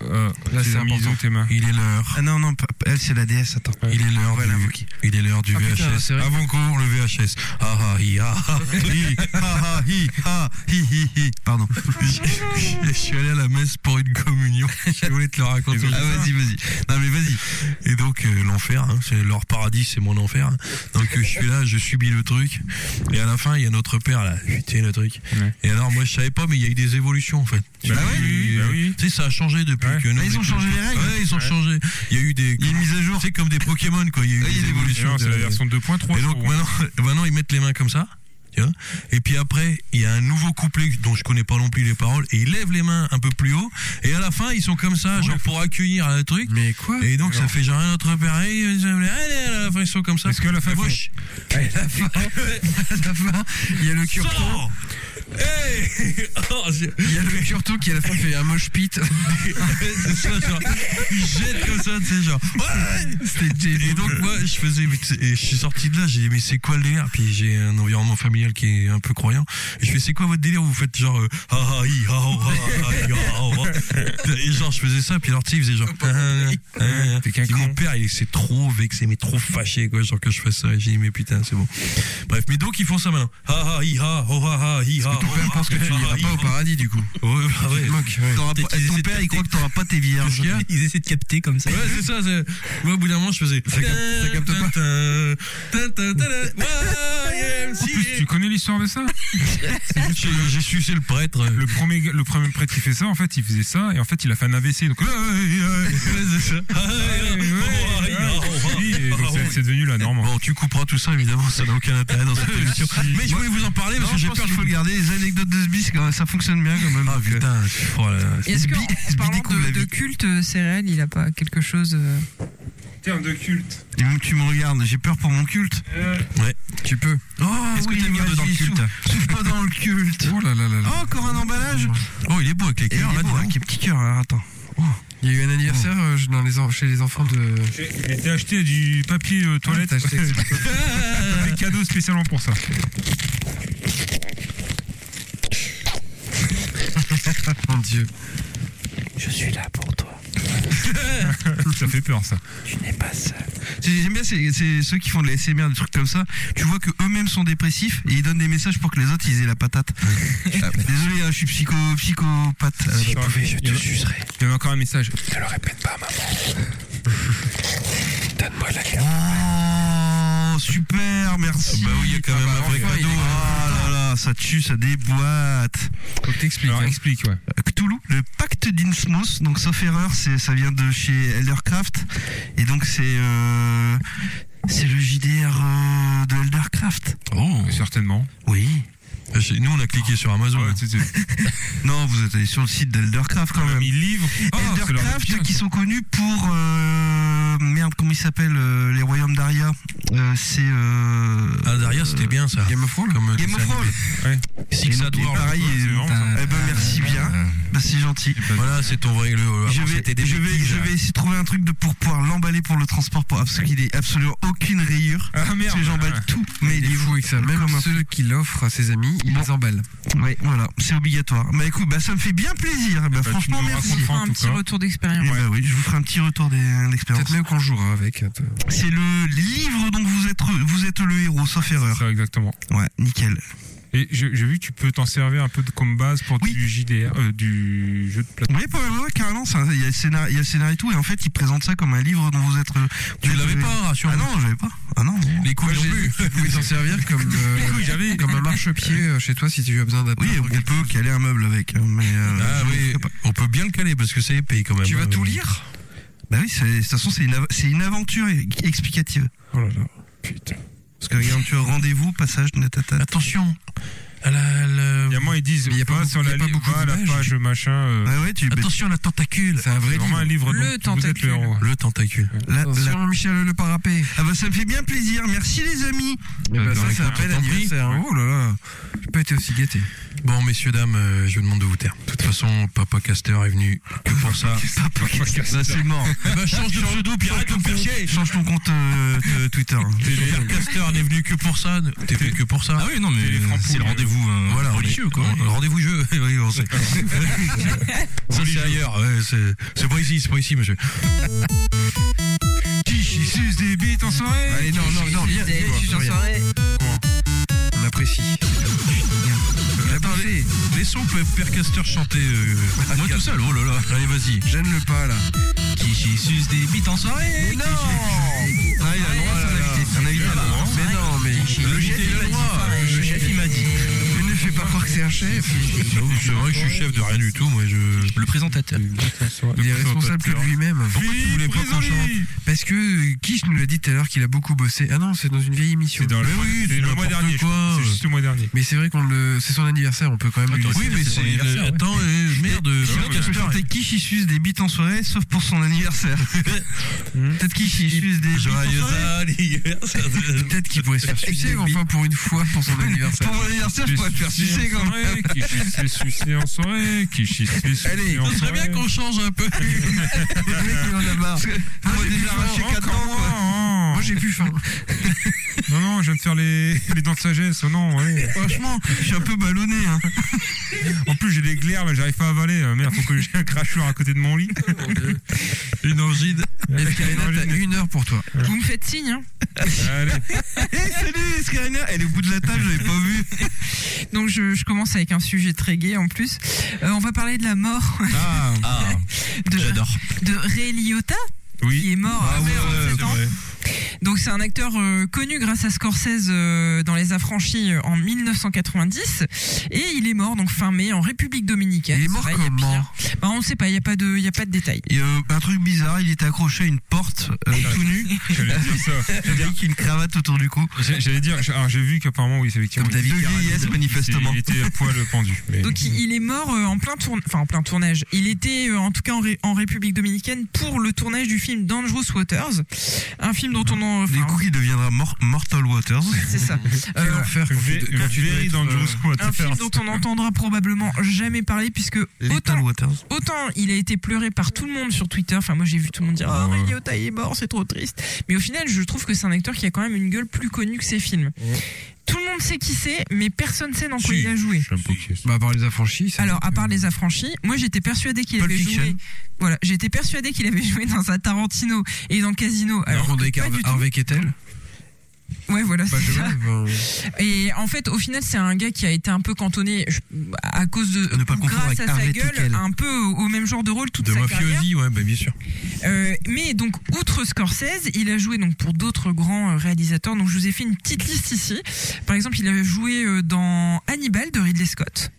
Speaker 6: Euh,
Speaker 5: Là,
Speaker 6: tu
Speaker 5: c'est
Speaker 6: l'as mis
Speaker 5: important.
Speaker 6: où, tes mains
Speaker 2: Il est l'heure.
Speaker 4: Ah non, non, pas- elle, c'est la DS, attends.
Speaker 2: Il est l'heure
Speaker 4: Voilà,
Speaker 2: du,
Speaker 4: Wookie.
Speaker 2: il est l'heure du
Speaker 5: Ah, putain,
Speaker 2: VHS.
Speaker 5: c'est vrai.
Speaker 2: Avant cours, le VHS. Ah ah hi ah ah hi ah ah hi ah hi hi hi.
Speaker 4: Pardon.
Speaker 2: Je je suis allé à la messe pour une communion. Je voulais te le raconter.
Speaker 4: Ah, vas-y,
Speaker 2: vas-y. Non mais vas-y. Et donc euh, l'enfer, hein, c'est leur paradis, c'est mon enfer. hein. Donc euh, je suis là, je subis le truc. Et à la fin, il y a notre père là. Putain le truc.
Speaker 6: Ouais.
Speaker 2: Et alors moi je savais pas, mais il y a eu des évolutions en fait.
Speaker 6: Bah oui, oui, bah oui.
Speaker 2: Tu sais, ça a changé depuis
Speaker 6: Ouais.
Speaker 2: que nous.
Speaker 4: Ah, ils
Speaker 2: on
Speaker 4: ont
Speaker 2: était-
Speaker 4: changé les règles.
Speaker 2: Ouais, ils ont changé. Il y a eu des. mises à jour. C'est comme des Pokémon quoi. Il y a eu
Speaker 4: Ah, il y a
Speaker 2: des
Speaker 4: des
Speaker 2: évolutions.
Speaker 6: Non, C'est
Speaker 2: de-
Speaker 6: la version 2.3.
Speaker 2: et donc
Speaker 6: je trouve.
Speaker 2: maintenant, maintenant, ils mettent les mains comme ça. tu vois. Et puis après, il y a un nouveau couplet dont je connais pas non plus les paroles. Et ils lèvent les mains un peu plus haut. Et à la fin, ils sont comme ça, genre pour accueillir un truc.
Speaker 5: Mais quoi
Speaker 2: Et donc, ça fait genre un autre pareil. Allez, à la fin, ils sont comme ça.
Speaker 6: Parce que à la fin,
Speaker 2: Et
Speaker 6: ils
Speaker 2: moi,
Speaker 6: font-
Speaker 2: je-
Speaker 5: À la fin, il y a le curto.
Speaker 2: Sors Hey Oh, j'ai-
Speaker 5: Il y a le curto qui à la fin fait un moche pit.
Speaker 2: C'est ça, genre, ils jettent comme ça, tu sais, genre. Ouais Et donc, moi, je faisais. mais tu sais, et Je suis sorti de là, j'ai dit, mais c'est quoi le délire Puis j'ai un environnement familial qui est un peu croyant. Et je fais, c'est quoi votre délire où Vous faites genre. euh, ah, ah, hi, ah, oh, ah, ah, hi, ah, oh, ah. Et genre, je faisais ça, puis alors, tu sais, il faisait genre. ah, ah, ah.
Speaker 6: T'es qu'un
Speaker 2: Puis
Speaker 6: con.
Speaker 2: mon père, il s'est trop vexé, mais trop fâché, quoi, genre que je fasse ça. Et j'ai dit, mais putain, c'est bon. Bref, mais donc, ils font ça maintenant. Ah, ah, hi, ah, oh, ah, ah, hi, ah.
Speaker 5: Ton
Speaker 2: oh,
Speaker 5: père
Speaker 2: ah,
Speaker 5: pense que tu
Speaker 2: ah,
Speaker 5: n'iras
Speaker 2: hi,
Speaker 5: pas au
Speaker 2: ah.
Speaker 5: paradis du coup.
Speaker 2: Ouais, bah ouais.
Speaker 4: T'auras
Speaker 2: Peut-être
Speaker 4: pas-
Speaker 2: qu'ils
Speaker 4: ton
Speaker 2: essaient
Speaker 4: père,
Speaker 2: de
Speaker 4: il croit que t'auras pas tes vierges.
Speaker 2: capter.
Speaker 7: Ils essaient de capter comme ça.
Speaker 2: Ouais, c'est ça. c'est- Moi, au bout d'un moment, je faisais. Ça capte pas.
Speaker 6: En plus, tu connais l'histoire de ça
Speaker 2: J'ai sucé le prêtre.
Speaker 6: Le premier, le premier prêtre qui fait ça, en fait, il faisait ça, et en fait, il a fait un AVC. Donc, ah Oui, et donc, c'est- c'est devenu la norme.
Speaker 2: Bon, tu couperas tout ça, évidemment, ça n'a aucun intérêt dans cette émission. Mais je voulais vous en parler parce que j'ai peur
Speaker 4: qu'il faut le
Speaker 2: le
Speaker 4: garder. Les anecdotes de Sbi, c'est quand même- ça fonctionne bien quand même.
Speaker 2: Ah putain, oh là là.
Speaker 3: Est-ce qu'en
Speaker 4: Sbi- Sbi
Speaker 3: parlant
Speaker 4: découvre la
Speaker 3: de, de
Speaker 4: vie.
Speaker 3: culte euh, céréales, il a pas quelque chose euh,
Speaker 6: Terme de culte.
Speaker 4: Et même tu me regardes, j'ai peur pour mon culte.
Speaker 2: Euh.
Speaker 5: Tu peux.
Speaker 4: Oh,
Speaker 2: Est-ce que t'as mis un doigt dans le culte
Speaker 4: Souffle pas dans le culte.
Speaker 5: Oh là là là là.
Speaker 4: Oh, encore un emballage.
Speaker 2: Oh, il est beau avec les
Speaker 4: Et il
Speaker 2: cœurs,
Speaker 4: est
Speaker 2: là, dis
Speaker 4: beau, hein,
Speaker 2: donc.
Speaker 4: quel petit cœur, alors attends.
Speaker 5: Il y a eu un anniversaire euh, dans les en- chez les enfants de.
Speaker 6: Il était acheté du papier euh, toilette.
Speaker 5: T'as acheté-
Speaker 6: Des cadeaux spécialement pour ça.
Speaker 5: Mon dieu.
Speaker 6: Ça fait peur, ça.
Speaker 4: C'est- J'aime bien c'est c'est ceux qui font de la SMR, des trucs comme ça. Tu vois que eux-mêmes sont dépressifs et ils donnent des messages pour que les autres ils aient la patate. Ah, Désolé, hein, je suis psycho, psychopathe.
Speaker 6: je pouvais, je te
Speaker 4: sucerais.
Speaker 6: Il y avait encore un message.
Speaker 4: Oh, super, merci.
Speaker 2: Bah oui, il y a quand même
Speaker 4: Ah bah,
Speaker 2: un vrai
Speaker 4: enfin, il
Speaker 2: cadeau.
Speaker 4: est- Oh là là, ça tue, ça déboîte. Euh,
Speaker 6: Faut que t'expliques. Alors, explique, ouais.
Speaker 4: Cthulhu, le pacte d'Innsmouth, donc sauf erreur, c'est, ça vient de chez Eldercraft, et donc c'est euh, c'est le JDR euh, de Eldercraft.
Speaker 2: Oh,
Speaker 6: Certainement.
Speaker 4: Oui.
Speaker 2: nous on a cliqué sur Amazon.
Speaker 6: Ouais, tu sais,
Speaker 4: Non, vous êtes allé sur le site d'Eldercraft quand même.
Speaker 2: Oh,
Speaker 6: Il livre. Ah, c'est leur
Speaker 4: Eldercraft
Speaker 6: pire.
Speaker 4: qui sont connus pour euh, merde merde, comment il s'appelle euh, Les Royaumes d'Aria Euh, C'est. euh,
Speaker 2: Ah, derrière, c'était bien ça.
Speaker 5: Game of Thrones
Speaker 2: Comme euh,
Speaker 4: Game of
Speaker 2: dessin
Speaker 4: Thrones
Speaker 2: animé.
Speaker 4: Et
Speaker 2: Six
Speaker 4: donc,
Speaker 2: at
Speaker 4: il est
Speaker 2: War,
Speaker 4: pareil,
Speaker 2: ouais,
Speaker 4: il est-
Speaker 2: c'est marrant, ça.
Speaker 4: Eh ben, merci bien. Bah, c'est gentil.
Speaker 2: Voilà, c'est ton vrai. Le, euh,
Speaker 4: Je
Speaker 2: avant,
Speaker 4: vais,
Speaker 2: c'était des
Speaker 4: je, vais,
Speaker 2: bêtises.
Speaker 4: je vais essayer de trouver un truc de pour pouvoir l'emballer pour le transport pour, parce qu'il est absolument aucune rayure.
Speaker 6: Ah
Speaker 4: Parce
Speaker 6: merde.
Speaker 4: que j'emballe
Speaker 6: Ah.
Speaker 4: tout, mais
Speaker 5: Il est fou avec ça. Même
Speaker 4: Comme un-
Speaker 5: ceux qui l'offrent à ses amis, il
Speaker 4: Bon.
Speaker 5: les emballe.
Speaker 4: Ouais, voilà, c'est obligatoire. Bah écoute, bah ça me fait bien plaisir. Bah,
Speaker 6: tu
Speaker 4: franchement,
Speaker 6: nous
Speaker 4: merci.
Speaker 6: raconteras.
Speaker 3: un petit retour d'expérience.
Speaker 4: Eh ben oui, je vous ferai un petit retour des-
Speaker 5: Peut-être
Speaker 4: d'expérience.
Speaker 5: même qu'on jouera avec. Attends.
Speaker 4: C'est le livre dont vous êtes, vous êtes le héros, sauf erreur.
Speaker 6: Ça, exactement.
Speaker 4: Ouais, nickel.
Speaker 6: Et je- j'ai vu que tu peux t'en servir un peu de- comme base pour
Speaker 4: Oui.
Speaker 6: du JDR, euh, du jeu de plateau.
Speaker 4: Oui, pas ouais, ouais, carrément, ça, il y a le scénario, il y a le scénario et tout, et en fait, il présente ça comme un livre dont vous êtes. euh, vous
Speaker 2: Tu
Speaker 4: êtes
Speaker 2: l'avais
Speaker 4: le-
Speaker 2: pas, rassure
Speaker 4: Ah non, j'avais pas. Ah non. non.
Speaker 2: Les couilles
Speaker 5: Moi,
Speaker 2: non
Speaker 5: j'ai-
Speaker 2: plus.
Speaker 5: Tu pouvais t'en servir comme, euh, comme un marchepied euh, chez toi si tu as besoin d'un
Speaker 4: Oui, on peut caler un meuble avec, hein, mais. euh,
Speaker 2: Ah
Speaker 4: je le
Speaker 2: oui,
Speaker 4: ferai pas.
Speaker 2: on peut bien le caler parce que c'est épais quand même.
Speaker 5: Tu vas
Speaker 2: hein,
Speaker 5: tout
Speaker 2: mais-
Speaker 5: lire
Speaker 4: Ah Bah oui, c'est- de toute façon, c'est une, av- c'est une aventure explicative.
Speaker 5: Oh là là. Putain.
Speaker 4: Parce que regarde, tu as rendez-vous, passage, natata.
Speaker 2: Attention à la, la-
Speaker 6: Il y a moins, ils disent,
Speaker 5: Mais il y a pas
Speaker 6: va
Speaker 5: beaucoup-
Speaker 6: sur
Speaker 5: il y
Speaker 6: la,
Speaker 5: a pas
Speaker 6: li-
Speaker 5: beaucoup
Speaker 6: va à la
Speaker 5: d'images.
Speaker 6: page machin. euh,
Speaker 4: Ah ouais, tu. bah,
Speaker 2: Attention à la tentacule.
Speaker 5: C'est un
Speaker 6: c'est
Speaker 5: vrai
Speaker 6: vraiment
Speaker 5: livre.
Speaker 6: un livre
Speaker 3: Le
Speaker 6: dont vous êtes
Speaker 3: tentacule.
Speaker 6: le héros.
Speaker 2: Le tentacule.
Speaker 4: la- la-
Speaker 5: Attention, Michel Le Parapet.
Speaker 4: Ah bah ça me fait bien plaisir, merci les amis.
Speaker 5: Eh ben,
Speaker 2: dans
Speaker 5: ça,
Speaker 2: les
Speaker 5: c'est un
Speaker 2: cartes,
Speaker 5: bel
Speaker 2: tant pis.
Speaker 5: anniversaire. Oh là là. J'ai pas été aussi gâté.
Speaker 2: Bon, messieurs, dames, euh, je vous demande de vous taire. De toute façon, Papa Caster est venu que pour ça.
Speaker 4: Bah c'est mort.
Speaker 2: Eh ben, change de pseudo, puis arrête de me faire chier.
Speaker 4: Change ton compte euh, de Twitter.
Speaker 2: Père Caster n'est venu que pour ça. T'es venu que pour ça. Ah oui, non, mais c'est le rendez-vous voilà, religieux, quoi. Le rendez-vous jeu. oui, on sait. ça, c'est ailleurs. ouais, c'est- c'est pas ici, c'est pas ici, monsieur.
Speaker 6: Qui suce des bites en soirée
Speaker 5: Allez, non, non, non, viens, viens, tu t'en sors. On apprécie.
Speaker 2: Attendez, laissons Père Caster chanter. euh, moi tout seul, oh là là. Allez, vas-y.
Speaker 5: Gêne le pas là.
Speaker 2: Qui suce des bites en soirée Non
Speaker 4: Ah, il a le droit, là, là. Un invité a le droit.
Speaker 5: Mais non, mais.
Speaker 2: Le chef, il m'a dit. Le chef, il m'a dit.
Speaker 5: Mais ne fais pas croire que c'est un chef.
Speaker 2: J'avoue, C'est vrai que je suis chef de rien du tout, moi. Je... Le présentateur.
Speaker 5: Il est responsable que de lui-même.
Speaker 2: Pourquoi tu voulais pas qu'on chante
Speaker 5: Parce que euh, Kish nous l'a dit tout à l'heure qu'il a beaucoup bossé. Ah non, c'est dans une vieille émission.
Speaker 6: C'est dans le,
Speaker 2: Mais oui,
Speaker 6: c'est
Speaker 2: c'est
Speaker 6: le mois
Speaker 2: n'importe
Speaker 6: dernier. je
Speaker 2: quoi.
Speaker 6: crois. C'est juste le mois dernier.
Speaker 5: Mais c'est vrai qu'on le. C'est son anniversaire, on peut quand même lui
Speaker 2: Oui,
Speaker 5: laisser.
Speaker 2: mais
Speaker 5: son
Speaker 2: c'est.
Speaker 5: anniversaire, ouais.
Speaker 2: Attends, eh, merde.
Speaker 4: Sinon, tu peux chanter Kishi suce des bites en soirée, sauf pour son anniversaire. Peut-être Kishi suce des bites en
Speaker 2: Joyeux
Speaker 4: soirée.
Speaker 2: anniversaire.
Speaker 5: Peut-être qu'il pourrait se faire sucer, enfin pour une fois pour son anniversaire.
Speaker 4: Pour mon anniversaire, je pourrais te faire sucer quand même.
Speaker 6: Qui chisse les sucer en soirée Qui chisse les sucer en soirée
Speaker 2: Ça serait bien qu'on change un peu.
Speaker 4: Le mec, il en a marre. Moi, déjà arraché
Speaker 6: Encore
Speaker 4: 4 dents,
Speaker 6: moins,
Speaker 4: quoi.
Speaker 6: hein.
Speaker 5: Moi j'ai plus faim.
Speaker 6: Non, non, je viens de faire les, les dents de sagesse. oh non, ouais.
Speaker 4: Franchement, je suis un peu ballonné. hein.
Speaker 6: En plus, j'ai des glaires, mais j'arrive pas à avaler. Euh, Merde, faut que j'ai un crachoir à côté de mon lit.
Speaker 2: Une angine.
Speaker 5: Et Karina, t'as une heure pour toi.
Speaker 3: Vous me faites signe. hein.
Speaker 6: Allez,
Speaker 4: Eh, salut, Scarina. Elle est au bout de la table, j'avais pas vu.
Speaker 3: Donc je, je commence avec un sujet très gai en plus. Euh, on va parler de la mort
Speaker 2: Ah,
Speaker 3: de,
Speaker 2: j'adore.
Speaker 3: de Ray Liotta,
Speaker 2: Oui.
Speaker 3: qui est mort à
Speaker 2: Ah ouais,
Speaker 3: 47
Speaker 2: c'est
Speaker 3: ans.
Speaker 2: vrai.
Speaker 3: Donc c'est un acteur euh, connu grâce à Scorsese euh, dans Les Affranchis euh, en 1990 et il est mort donc fin mai en République dominicaine.
Speaker 5: Il est
Speaker 3: Ça
Speaker 5: mort
Speaker 3: va, y a
Speaker 5: comment
Speaker 3: pire. Bah, on ne sait pas, il n'y a pas de il y a pas de détails.
Speaker 4: Et, euh, un truc bizarre, il était accroché à une porte,
Speaker 5: Ah
Speaker 4: euh, tout nu,
Speaker 6: j'allais dire ça.
Speaker 4: avec une cravate autour du cou.
Speaker 6: J'ai- J'allais dire, j'ai- alors j'ai vu qu'apparemment, oui, c'est effectivement.
Speaker 4: Comme David
Speaker 6: il-
Speaker 4: Carradine.
Speaker 6: il- il-
Speaker 4: manifestement.
Speaker 6: Il était à poil pendu. mais-
Speaker 3: Donc il, il est mort euh, en plein tourne enfin en plein tournage. Il était euh, en tout cas en, Ré- en République dominicaine pour le tournage du film Dangerous Waters, un film dont on en
Speaker 4: Du
Speaker 3: enfin,
Speaker 4: coup, il deviendra mor- Mortal Waters.
Speaker 3: c'est ça.
Speaker 5: Quel
Speaker 3: Euh,
Speaker 5: enfer quand tu,
Speaker 6: Vé-
Speaker 5: quand tu dois
Speaker 6: Very
Speaker 5: être,
Speaker 6: Dangerous
Speaker 5: euh,
Speaker 6: Squad.
Speaker 3: un film dont on n'entendra probablement jamais parler puisque autant
Speaker 4: Lethal Waters.
Speaker 3: Autant il a été pleuré par tout le monde sur Twitter. Enfin, moi j'ai vu tout le monde dire
Speaker 4: Ah
Speaker 3: Oh, Ray Liotta, il est mort, c'est trop triste. Mais au final, je trouve que c'est un acteur qui a quand même une gueule plus connue que ses films. Tout le monde sait qui c'est, mais personne sait dans quoi
Speaker 2: Si.
Speaker 3: il a joué.
Speaker 5: Bah, à part les affranchis. ça-
Speaker 3: Alors, à part les affranchis, moi j'étais persuadé qu'il
Speaker 4: Pulp
Speaker 3: avait
Speaker 4: Fiction.
Speaker 3: joué. Voilà, j'étais persuadé qu'il avait joué dans un Tarantino et dans Casino.
Speaker 5: Alors
Speaker 3: Alors,
Speaker 5: qu'on est
Speaker 3: pas du
Speaker 5: avec
Speaker 3: tout.
Speaker 5: Harvey Kettel.
Speaker 3: ouais, voilà,
Speaker 5: Bah,
Speaker 3: c'est
Speaker 5: je
Speaker 3: ça.
Speaker 5: rêve.
Speaker 3: Et en fait, au final, c'est un gars qui a été un peu cantonné je- à cause de,
Speaker 4: Ne pas
Speaker 3: ou
Speaker 4: confondre
Speaker 3: grâce
Speaker 4: avec
Speaker 3: à sa
Speaker 4: Harvey
Speaker 3: gueule,
Speaker 4: Keitel.
Speaker 3: un peu au, au même genre de rôle toute
Speaker 2: De
Speaker 3: sa carrière.
Speaker 2: mafiosi, ouais, bah bien sûr.
Speaker 3: Euh, mais donc, outre Scorsese, il a joué donc pour d'autres grands euh, réalisateurs. Donc, je vous ai fait une petite liste ici. Par exemple, il a joué euh, dans Hannibal de Ridley Scott.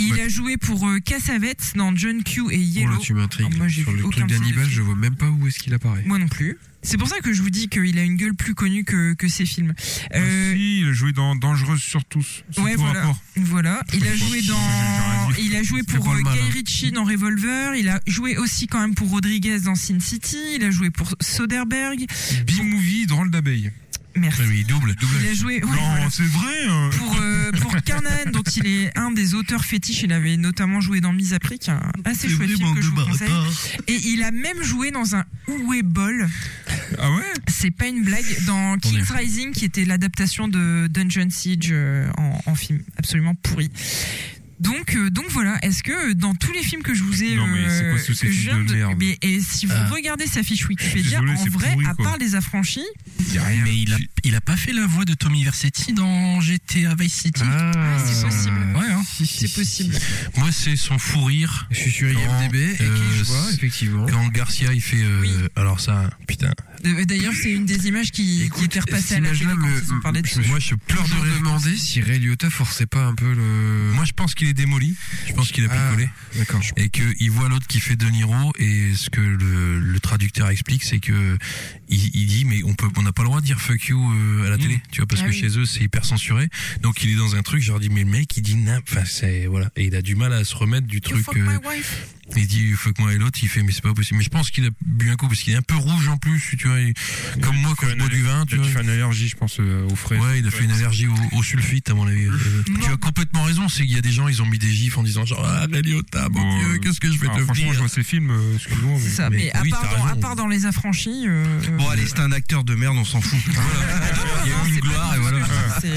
Speaker 3: Il a joué pour euh, Cassavetes dans John Q et
Speaker 5: Oh
Speaker 3: Yellow.
Speaker 5: là, tu m'intrigues.
Speaker 3: Ah, moi, j'ai
Speaker 5: Sur
Speaker 3: vu
Speaker 5: le
Speaker 3: aucun
Speaker 5: truc
Speaker 3: de ces
Speaker 5: d'Hannibal,
Speaker 3: deux
Speaker 5: je vois même pas où est-ce qu'il apparaît.
Speaker 3: Moi non plus. C'est pour ça que je vous dis qu'il a une gueule plus connue que, que ses films. Euh,
Speaker 6: Si, il jouait dans Dangereuse sur tous. Sur
Speaker 3: ouais,
Speaker 6: tout
Speaker 3: voilà.
Speaker 6: rapport.
Speaker 3: Voilà. Il a joué
Speaker 6: Non, mais j'ai- j'ai rien
Speaker 3: dans
Speaker 6: dit.
Speaker 3: il a joué pour
Speaker 5: pas
Speaker 3: euh,
Speaker 5: le mal,
Speaker 3: Guy
Speaker 5: hein.
Speaker 3: Ritchie dans Revolver, il a joué aussi quand même pour Rodriguez dans Sin City, il a joué pour Soderbergh.
Speaker 6: B-movie, drôle d'abeille.
Speaker 3: Merci.
Speaker 2: Oui, double.
Speaker 3: Il a joué ouais,
Speaker 6: non,
Speaker 3: voilà.
Speaker 6: c'est vrai. hein.
Speaker 3: pour euh, pour Carnahan, dont il est un des auteurs fétiches. Il avait notamment joué dans Mise à Prix, qui est un assez chouette film que je vous conseille. Et il a même joué dans un Oué Ball.
Speaker 6: Ah ouais
Speaker 3: C'est pas une blague dans King's Rising, qui était l'adaptation de Dungeon Siege euh, en, en film absolument pourri. Donc, euh, donc voilà, est-ce que euh, dans tous les films que je vous ai.
Speaker 6: Non, mais c'est
Speaker 3: euh,
Speaker 6: quoi ce
Speaker 3: que je
Speaker 6: fétiche
Speaker 3: viens
Speaker 6: de merde Ah.
Speaker 3: mais- Et si vous regardez sa fiche Wikipédia,
Speaker 6: Désolé,
Speaker 3: en
Speaker 6: c'est
Speaker 3: vrai,
Speaker 6: pourri,
Speaker 3: à
Speaker 6: quoi.
Speaker 3: part Les Affranchis,
Speaker 6: Y a rien.
Speaker 7: Mais il a, il a pas fait la voix de Tommy Versetti dans GTA Vice City.
Speaker 3: ah, c'est possible.
Speaker 7: Ouais, hein.
Speaker 3: C'est possible.
Speaker 2: Moi, c'est son fou rire.
Speaker 5: Je suis sur
Speaker 2: Quand,
Speaker 5: IMDB et
Speaker 2: euh,
Speaker 5: qui je vois,
Speaker 2: c'est-
Speaker 5: effectivement.
Speaker 2: Quand Garcia, il fait. euh,
Speaker 3: Oui.
Speaker 2: Alors, ça, putain.
Speaker 3: Euh, D'ailleurs, c'est une des images qui, qui était repassée à la
Speaker 5: cette
Speaker 3: télé
Speaker 5: image-là
Speaker 3: quand
Speaker 5: me-
Speaker 3: ils ont parlé de
Speaker 5: je
Speaker 3: ça.
Speaker 2: Moi, je pleure de
Speaker 5: Toujours
Speaker 2: rire.
Speaker 5: demandé si Ray Liotta forçait pas un peu le.
Speaker 2: Moi, je pense qu'il est démoli. Je pense qu'il a
Speaker 5: Ah,
Speaker 2: picolé.
Speaker 5: D'accord.
Speaker 2: et qu'il voit l'autre qui fait De Niro et ce que le, le traducteur explique c'est que il, il dit mais on peut on n'a pas le droit de dire fuck you euh, à
Speaker 5: Mm.
Speaker 2: la télé tu vois parce
Speaker 3: Ah
Speaker 2: que
Speaker 3: oui.
Speaker 2: chez eux c'est hyper censuré donc il est dans un truc je leur dis mais le mec il dit na enfin c'est voilà et il a du mal à se remettre du
Speaker 3: You
Speaker 2: truc
Speaker 3: fuck
Speaker 2: euh,
Speaker 3: my wife.
Speaker 2: il dit fuck moi et l'autre il fait mais c'est pas possible mais je pense qu'il a bu un coup parce qu'il est un peu rouge en plus tu vois il- comme moi quand je bois du vin tu
Speaker 6: Tu
Speaker 2: vois
Speaker 6: fais une allergie, je pense, euh, aux frais.
Speaker 2: Ouais, il a fait une allergie au, au sulfite, à mon avis. Euh, Tu as complètement raison, c'est qu'il y a des gens, ils ont mis des gifs en disant genre, ah, Laliota, mon
Speaker 6: Bon,
Speaker 2: dieu,
Speaker 6: euh,
Speaker 2: qu'est-ce que je vais
Speaker 6: Alors,
Speaker 2: te
Speaker 6: franchement, je
Speaker 2: faire
Speaker 6: vois ces films, euh, excuse-moi.
Speaker 3: C'est
Speaker 6: mais-
Speaker 3: ça. Mais, ah,
Speaker 2: mais
Speaker 3: à,
Speaker 2: oui,
Speaker 3: part
Speaker 2: t'as
Speaker 3: dans, à
Speaker 2: raison.
Speaker 3: part dans Les Affranchis. euh,
Speaker 4: Bon,
Speaker 3: euh,
Speaker 4: allez, c'est un acteur de merde, on s'en fout.
Speaker 2: Il y a eu une gloire, et voilà.
Speaker 3: c'est-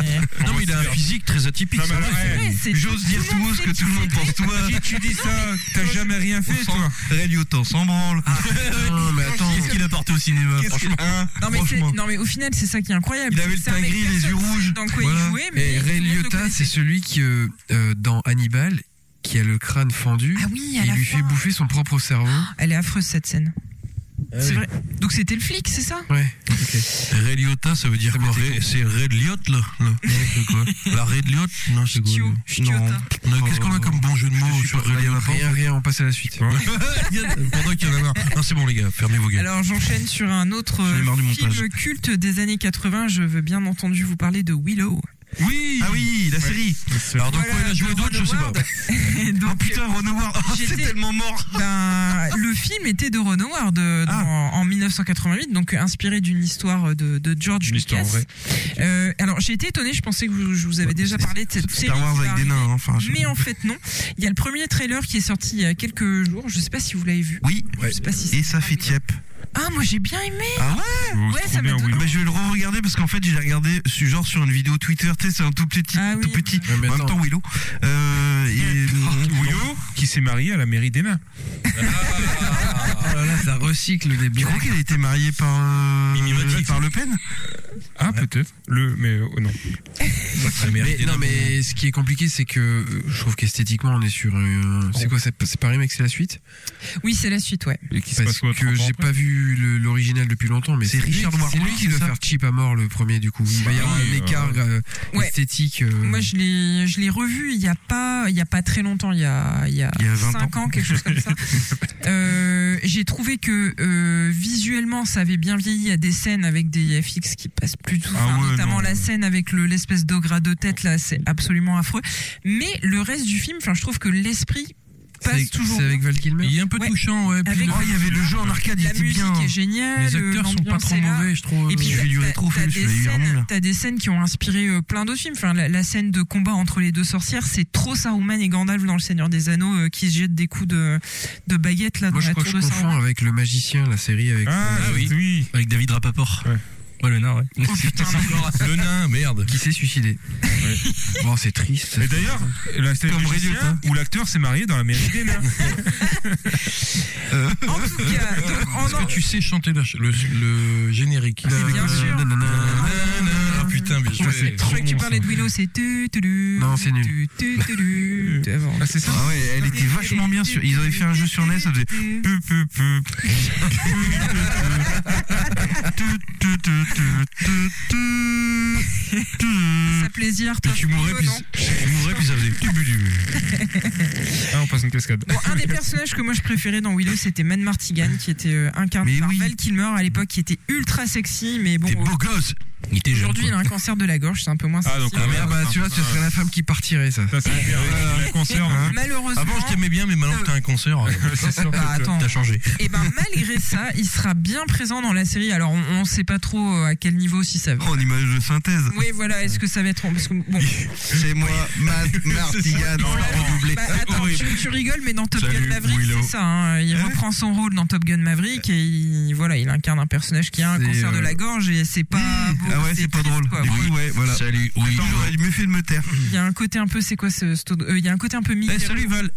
Speaker 2: Non, mais il a un physique très atypique,
Speaker 6: Non, mais
Speaker 2: c'est vrai.
Speaker 6: ouais,
Speaker 3: Ouais, c'est-
Speaker 4: J'ose dire
Speaker 3: tout
Speaker 4: tout
Speaker 3: le
Speaker 4: haut
Speaker 3: monde
Speaker 4: ce
Speaker 3: sait
Speaker 4: que tout le monde pense. Toi,
Speaker 6: Si tu dis ça, t'as jamais rien fait, toi.
Speaker 4: Ray Liotta, on s'en branle.
Speaker 2: Ah. Non, mais attends. Qu'est-ce qu'il a porté au cinéma, franchement
Speaker 6: Hein
Speaker 3: Non mais, c'est-
Speaker 2: Franchement.
Speaker 3: non, mais au final, c'est ça qui est incroyable.
Speaker 4: Il avait le
Speaker 3: C'est un
Speaker 4: teint
Speaker 3: mec
Speaker 4: gris, les yeux
Speaker 3: personne
Speaker 4: rouges.
Speaker 3: Dans quoi
Speaker 5: Voilà.
Speaker 3: il jouait, mais
Speaker 5: Et
Speaker 3: tout le
Speaker 5: Ray
Speaker 3: monde le
Speaker 5: Liotta,
Speaker 3: connaissait.
Speaker 5: c'est celui qui, euh, euh, dans Hannibal, qui a le crâne fendu.
Speaker 3: Ah oui,
Speaker 5: et
Speaker 3: à
Speaker 5: il
Speaker 3: la
Speaker 5: lui
Speaker 3: fin.
Speaker 5: fait bouffer son propre cerveau.
Speaker 3: Elle est affreuse cette scène. c'est vrai. Donc c'était le flic, c'est ça
Speaker 5: Ouais.
Speaker 2: Ray Liotta, ça veut dire quoi Ray- C'est Ray Liotte, là là. C'est quoi La Ray Liotte Non, c'est quoi
Speaker 3: Stio-
Speaker 2: le-
Speaker 3: Stiota.
Speaker 2: Non. Non, Qu'est-ce qu'on a comme bon jeu de mots sur Ray Liotta
Speaker 5: Rien, rien, on passe à la suite.
Speaker 2: Pendant qu'il y en a marre. Non, c'est bon, les gars, fermez vos gueules.
Speaker 3: Alors j'enchaîne sur un autre
Speaker 2: J'en ai marre du
Speaker 3: euh,
Speaker 2: montage.
Speaker 3: film culte des années 80. Je veux bien entendu vous parler de Willow.
Speaker 2: Oui Ah oui, la série Alors, dans quoi
Speaker 3: Voilà,
Speaker 2: il a joué
Speaker 3: de
Speaker 2: d'autre, je
Speaker 3: Ron
Speaker 2: sais pas.
Speaker 3: Howard. Et donc,
Speaker 2: Ron Howard,
Speaker 3: oh, c'est J'étais- tellement
Speaker 2: mort.
Speaker 3: Ben, le film était de Ron Howard euh, dans- en 1988, donc euh, inspiré d'une histoire de, de George
Speaker 6: Une histoire
Speaker 3: Lucas.
Speaker 6: vraie.
Speaker 3: Euh, alors j'ai été étonné, je pensais que vous- je vous avais déjà parlé de cette série.
Speaker 4: Star Wars
Speaker 3: qui
Speaker 4: avec
Speaker 3: va
Speaker 4: des nains, hein, enfin. je-
Speaker 3: arriver, Mais en fait non. Il y a le premier trailer qui est sorti il y a quelques jours. Je sais pas si vous l'avez vu.
Speaker 4: Oui,
Speaker 3: Je sais pas si c'est-
Speaker 4: et ça fait tiep.
Speaker 3: Ah moi j'ai bien aimé.
Speaker 6: Oh,
Speaker 3: Ouais, ça
Speaker 6: c'est trop bien,
Speaker 3: m'étonne.
Speaker 6: Willow.
Speaker 4: Ah bah, je vais le re-regarder parce qu'en fait j'ai regardé ce genre sur une vidéo Twitter, tu sais, c'est un tout petit,
Speaker 3: Ah oui,
Speaker 4: tout petit.
Speaker 5: Ouais, mais
Speaker 4: en même
Speaker 5: attends.
Speaker 4: temps Willow. Euh, et-
Speaker 1: Oh,
Speaker 6: Willow, qui s'est marié à la mairie des nains.
Speaker 5: ça recycle les
Speaker 4: Tu crois qu'elle a été mariée par euh,
Speaker 2: Mimimati.
Speaker 4: par Le Pen
Speaker 6: Ah, peut-être. Le, mais euh, non.
Speaker 5: Mais, non, mais ce qui est compliqué, c'est que euh, je trouve qu'esthétiquement, on est sur. euh, c'est quoi C'est pas- c'est pas remake, c'est la suite
Speaker 3: Oui c'est la suite ouais.
Speaker 6: Et qui se passe
Speaker 5: Parce
Speaker 6: quoi
Speaker 5: que j'ai pas vu le- l'original depuis longtemps, mais
Speaker 4: C'est
Speaker 5: lui-
Speaker 4: Richard
Speaker 5: C'est
Speaker 4: Warburg,
Speaker 5: lui qui doit
Speaker 4: c'est ça
Speaker 5: faire cheap à mort le premier, du coup. Il va y avoir
Speaker 6: oui,
Speaker 5: un
Speaker 6: euh,
Speaker 5: écart euh,
Speaker 3: Ouais.
Speaker 5: esthétique. euh,
Speaker 4: Mm.
Speaker 3: Moi je l'ai je l'ai revu il y a pas il y a pas très longtemps il y a il y a,
Speaker 4: Il y a 20
Speaker 3: cinq ans. quelque chose comme ça. Euh, j'ai trouvé que euh, visuellement ça avait bien vieilli. Il y a des scènes avec des FX qui passent plus tout,
Speaker 6: Ah
Speaker 3: Enfin,
Speaker 6: ouais,
Speaker 3: notamment
Speaker 6: non.
Speaker 3: la scène avec le l'espèce d'ogre à deux têtes là, c'est absolument affreux. Mais le reste du film, enfin je trouve que l'esprit
Speaker 5: c'est
Speaker 3: passe
Speaker 5: avec-
Speaker 3: toujours.
Speaker 5: C'est avec
Speaker 3: bien.
Speaker 5: Val Kilmer.
Speaker 2: Il est un peu
Speaker 3: Ouais.
Speaker 2: touchant, ouais. Puis
Speaker 3: Avec
Speaker 2: le-
Speaker 4: Oh, il y avait le jeu en arcade, il
Speaker 3: la
Speaker 4: était
Speaker 3: musique
Speaker 4: bien.
Speaker 3: est géniale.
Speaker 2: les acteurs sont pas
Speaker 3: l'ambiance
Speaker 2: trop
Speaker 3: est là.
Speaker 2: mauvais, je trouve. euh,
Speaker 3: Et puis
Speaker 4: J'ai
Speaker 3: t'as-
Speaker 4: lu
Speaker 3: t'as-
Speaker 4: Rétrofilm,
Speaker 3: t'as
Speaker 4: celui-là,
Speaker 3: des
Speaker 4: il est vraiment
Speaker 3: scènes-
Speaker 4: là.
Speaker 3: T'as des scènes qui ont inspiré euh, plein d'autres films. Enfin, la, la scène de combat entre les deux sorcières, c'est trop Saruman et Gandalf dans Le Seigneur des Anneaux euh, qui se jettent des coups de, de baguette là
Speaker 5: Moi,
Speaker 3: dans
Speaker 5: je
Speaker 3: la
Speaker 5: crois
Speaker 3: tour
Speaker 5: que je
Speaker 3: de
Speaker 5: confonds
Speaker 3: Saruman.
Speaker 5: avec Le Magicien, la série avec.
Speaker 6: Ah, oui. oui.
Speaker 2: Avec David Rapaport.
Speaker 6: Ouais.
Speaker 2: Ouais, le nain, ouais.
Speaker 3: Oh, putain,
Speaker 2: le nain, merde.
Speaker 5: Qui s'est suicidé. Bon, c'est triste.
Speaker 6: Mais d'ailleurs, la scène
Speaker 4: Comme
Speaker 6: du
Speaker 4: Ray
Speaker 6: Lucien, où l'acteur s'est marié dans la mairie des nains.
Speaker 3: En tout cas, donc, en-
Speaker 2: Est-ce que tu sais chanter la ch- le, le générique
Speaker 3: Mais
Speaker 1: Euh,
Speaker 12: Euh,
Speaker 3: bien sûr.
Speaker 2: Ah putain, mais je
Speaker 5: Ouais, c'est
Speaker 3: Je croyais que tu parlais de Willow, c'est tu, tu, tu,
Speaker 5: Non, c'est nul.
Speaker 3: tu, tu, tu, tu.
Speaker 6: Ah, c'est ça
Speaker 4: Ah ouais, elle était vachement bien sur. Ils avaient fait un jeu sur NES, ça faisait. pu, pu, pu. Tu, tu, tu, tu, tu, tu, tu.
Speaker 3: Ça plaisir, toi.
Speaker 2: tu mourrais,
Speaker 3: Willow,
Speaker 2: puis
Speaker 3: non
Speaker 2: je J'ouvrais puis ça faisait du bu, du bu.
Speaker 6: Ah, on passe une cascade.
Speaker 3: Bon, un des personnages que moi je préférais dans Willow, c'était Man Martigan, qui était euh, incarné
Speaker 4: Mais
Speaker 3: par
Speaker 4: oui.
Speaker 3: Val Kilmer à l'époque, qui était ultra sexy, mais bon, euh,
Speaker 2: T'es beau gosse. Il était jeune.
Speaker 3: aujourd'hui il a un cancer de la gorge, c'est un peu moins sexy.
Speaker 6: Ah, donc la
Speaker 5: Ah
Speaker 6: merde.
Speaker 5: bah tu vois, ce serait la femme qui partirait ça.
Speaker 6: Ça, c'est bien. La conserve. hein.
Speaker 3: Malheureusement,
Speaker 2: Avant, Ah je t'aimais bien, mais maintenant que t'as un concert,
Speaker 6: C'est sûr.
Speaker 3: Bah, attends.
Speaker 2: t'as changé.
Speaker 3: et ben malgré ça, il sera bien présent dans la série. Alors on, on sait pas trop euh, à quel niveau si ça va.
Speaker 4: Oh, l'image de synthèse.
Speaker 3: Oui, voilà, est-ce que ça va être parce que bon,
Speaker 4: C'est moi, Matt Martigan, redoublé.
Speaker 3: bah, attends,
Speaker 2: horrible.
Speaker 3: tu, tu rigoles, mais dans Top Gun
Speaker 2: Salut,
Speaker 3: Maverick,
Speaker 2: Willow.
Speaker 3: c'est ça. hein, il reprend son rôle dans Top Gun Maverick et il, voilà, il incarne un personnage qui a un
Speaker 4: C'est,
Speaker 3: cancer de
Speaker 4: euh,
Speaker 3: la gorge et c'est pas. beau,
Speaker 4: Ah ouais, c'est pas
Speaker 3: triste,
Speaker 4: drôle.
Speaker 3: quoi.
Speaker 4: Et puis, ouais, voilà.
Speaker 2: Salut, oui.
Speaker 4: Attends, J'aurais mieux fait de me taire.
Speaker 3: Il y a un côté un peu, c'est quoi ce. ce- euh, il y a un côté un peu Mickey.
Speaker 2: Eh, salut Val.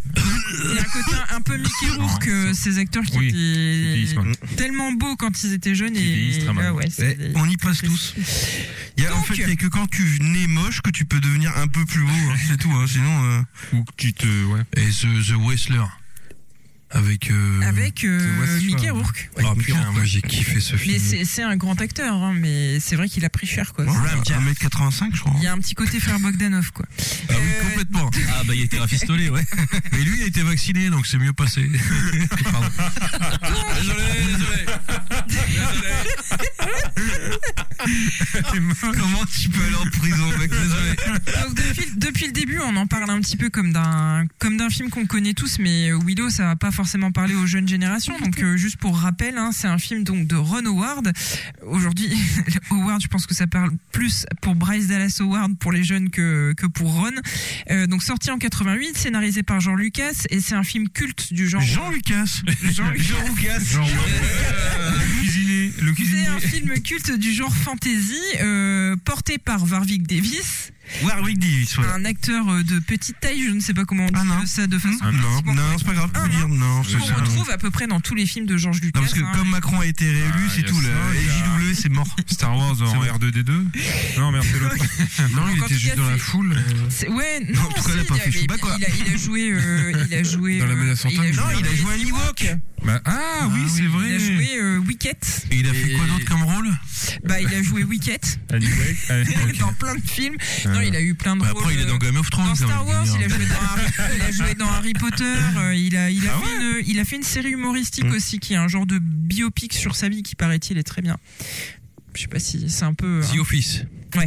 Speaker 3: Il y a un côté un- un peu Mickey Rourke, euh, ces acteurs qui
Speaker 6: Oui,
Speaker 3: étaient
Speaker 6: vieillissent mal.
Speaker 3: Bah, tellement beaux quand ils étaient jeunes
Speaker 6: vieillissent
Speaker 3: et.
Speaker 6: très mal.
Speaker 3: Ah ouais, c'est-
Speaker 4: Eh, on y passe tous. Il y a, en
Speaker 3: Donc-
Speaker 4: fait, il y a que quand tu nais moche que tu peux devenir un peu plus beau. hein, c'est tout. hein, sinon, euh,
Speaker 6: Ou que tu te. Ouais.
Speaker 2: Et The, The Wrestler. Avec. euh,
Speaker 3: Avec euh,
Speaker 2: The Wrestler.
Speaker 3: Mickey Rourke.
Speaker 2: Oh putain, moi j'ai kiffé ce
Speaker 3: Mais
Speaker 2: film.
Speaker 3: c'est c'est un grand acteur, hein, mais c'est vrai qu'il a pris cher quoi.
Speaker 4: voilà, 1m85, je crois.
Speaker 3: Il y a un petit côté frère Bogdanov quoi.
Speaker 2: Ah oui,
Speaker 3: Euh,
Speaker 2: complètement. Ah bah il était rafistolé, ouais. Mais lui, il a été vacciné, donc c'est mieux passé. Pardon. Désolé, désolé.
Speaker 4: Comment tu peux aller en prison mec Désolé.
Speaker 3: Donc, depuis, depuis le début, on en parle un petit peu comme d'un comme d'un film qu'on connaît tous, mais euh, Willow, ça va pas forcément parler aux jeunes générations. Donc euh, juste pour rappel, hein, c'est un film donc de Ron Howard. Aujourd'hui, Howard, je pense que ça parle plus pour Bryce Dallas Howard pour les jeunes que que pour Ron. Euh, donc sorti en 88, scénarisé par Jean Lucas, et c'est un film culte du genre.
Speaker 4: Jean Lucas. Jean Lucas.
Speaker 6: Genre, euh, le cuisinier. Le
Speaker 3: C'est
Speaker 6: cuisinier.
Speaker 3: un film culte du genre fantasy euh, porté par Warwick Davis.
Speaker 4: Warwick Davis. Voilà.
Speaker 3: un acteur euh, de petite taille, je ne sais pas comment on dit
Speaker 4: Ah, non.
Speaker 3: euh, ça de façon
Speaker 4: Non, non, c'est pas grave.
Speaker 3: Ah,
Speaker 4: Faut dire non, c'est
Speaker 3: qu'on
Speaker 4: ça. Non,
Speaker 3: retrouve à peu près dans tous les films de Georges Lucas.
Speaker 4: parce que
Speaker 3: hein.
Speaker 4: comme Macron a été réélu,
Speaker 6: Ah,
Speaker 4: c'est
Speaker 6: y a
Speaker 4: tout. Là.
Speaker 6: ça, y a-
Speaker 4: Et JW, c'est mort.
Speaker 6: Star Wars en R2D2. Non, merde, c'est l'autre.
Speaker 5: Non, il
Speaker 3: en
Speaker 5: était
Speaker 3: tout
Speaker 5: juste
Speaker 3: cas,
Speaker 5: dans la
Speaker 3: c'est-
Speaker 5: foule. euh,
Speaker 3: C'est- Ouais, non,
Speaker 4: en tout cas, il a
Speaker 3: si,
Speaker 4: pas fait
Speaker 3: il,
Speaker 4: Chewbacca, quoi.
Speaker 3: il, a, il a joué, euh, il a joué
Speaker 5: Dans la
Speaker 3: euh,
Speaker 5: menace
Speaker 3: il a
Speaker 5: fantôme,
Speaker 3: joué-
Speaker 5: Non,
Speaker 4: il a joué un Ewok.
Speaker 6: Bah, ah, oui, c'est vrai.
Speaker 3: Il a joué euh, Wicket.
Speaker 2: Et il a fait quoi d'autre comme rôle
Speaker 3: Bah, il a joué Wicket
Speaker 6: Anyway, allez.
Speaker 3: dans plein de films. Non, il a eu plein de
Speaker 2: Bah,
Speaker 3: rôles.
Speaker 2: Après, il est dans
Speaker 3: euh,
Speaker 2: Game of Thrones.
Speaker 3: dans
Speaker 2: quand
Speaker 3: Star
Speaker 2: même,
Speaker 3: Wars,
Speaker 2: je veux
Speaker 3: il a,
Speaker 2: dire.
Speaker 3: joué dans Harry, il a joué dans Harry Potter, euh, il a, il, a
Speaker 2: Ah
Speaker 3: fait une, il a fait une série humoristique
Speaker 2: Mm.
Speaker 3: aussi qui est un genre de biopic sur sa vie qui paraît-il est très bien. Je sais pas si c'est un peu... hein.
Speaker 2: The Office.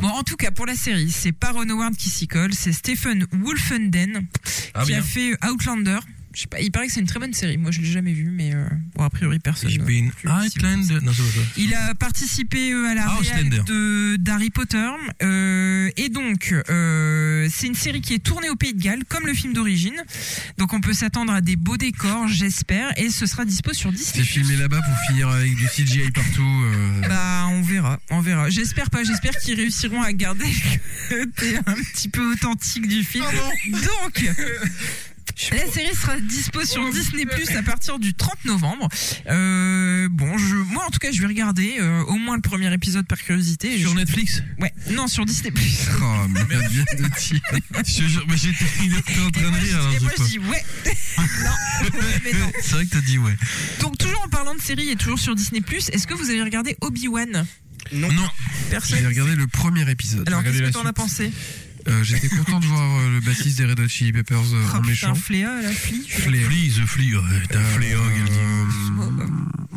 Speaker 3: Bon, en tout cas, pour la série, c'est pas Ron Howard qui s'y colle, c'est Stephen Wolfenden
Speaker 2: Ah
Speaker 3: qui
Speaker 2: bien.
Speaker 3: a fait Outlander. Je sais pas, il paraît que c'est une très bonne série. Moi, je l'ai jamais vue, mais euh, bon, a priori, personne.
Speaker 2: J'ai
Speaker 3: ne-
Speaker 2: been
Speaker 3: plus-
Speaker 2: Outland. Non, c'est pas ça.
Speaker 3: Il a participé euh, à la
Speaker 2: Ah,
Speaker 3: réal
Speaker 2: Outlander.
Speaker 3: de d'Harry Potter. Euh, et donc, euh, c'est une série qui est tournée au Pays de Galles, comme le film d'origine. Donc, on peut s'attendre à des beaux décors, j'espère, et ce sera dispo sur
Speaker 5: C'est
Speaker 3: Disney.
Speaker 5: filmé là-bas pour finir avec du CGI partout. euh.
Speaker 3: Bah, on verra, on verra. J'espère pas, j'espère qu'ils réussiront à garder le côté un petit peu authentique du film. Donc, la série sera dispo
Speaker 2: Oh,
Speaker 3: sur Disney Plus à partir du 30 novembre. Euh, bon, je, moi en tout cas, je vais regarder euh, au moins le premier épisode par curiosité. Et
Speaker 2: Sur
Speaker 3: je-
Speaker 2: Netflix
Speaker 3: Ouais, non, sur Disney Plus.
Speaker 5: Oh, merde, bien de dire.
Speaker 2: Je te jure, mais J'étais il était en train de rire. alors,
Speaker 3: Et moi,
Speaker 2: je
Speaker 3: je
Speaker 2: sais
Speaker 3: dis ouais. non, mais non.
Speaker 2: pas. C'est vrai que t'as dit ouais.
Speaker 3: Donc, toujours en parlant de série et toujours sur Disney Plus, est-ce que vous avez regardé Obi-Wan
Speaker 2: Non,
Speaker 3: Personne.
Speaker 5: J'ai regardé le premier épisode.
Speaker 3: Alors,
Speaker 6: regardé
Speaker 3: qu'est-ce que
Speaker 6: la
Speaker 3: t'en as pensé
Speaker 6: suite.
Speaker 3: Oh,
Speaker 5: Euh, J'étais content de voir euh, le bassiste des Red Hot Chili Peppers euh,
Speaker 3: Oh,
Speaker 5: en
Speaker 3: putain,
Speaker 5: méchant.
Speaker 3: Fléa, la fille. je-
Speaker 5: Flair.
Speaker 2: Flea, The Flea. ouais, T'as
Speaker 5: Euh,
Speaker 2: Flea, oh, quel type.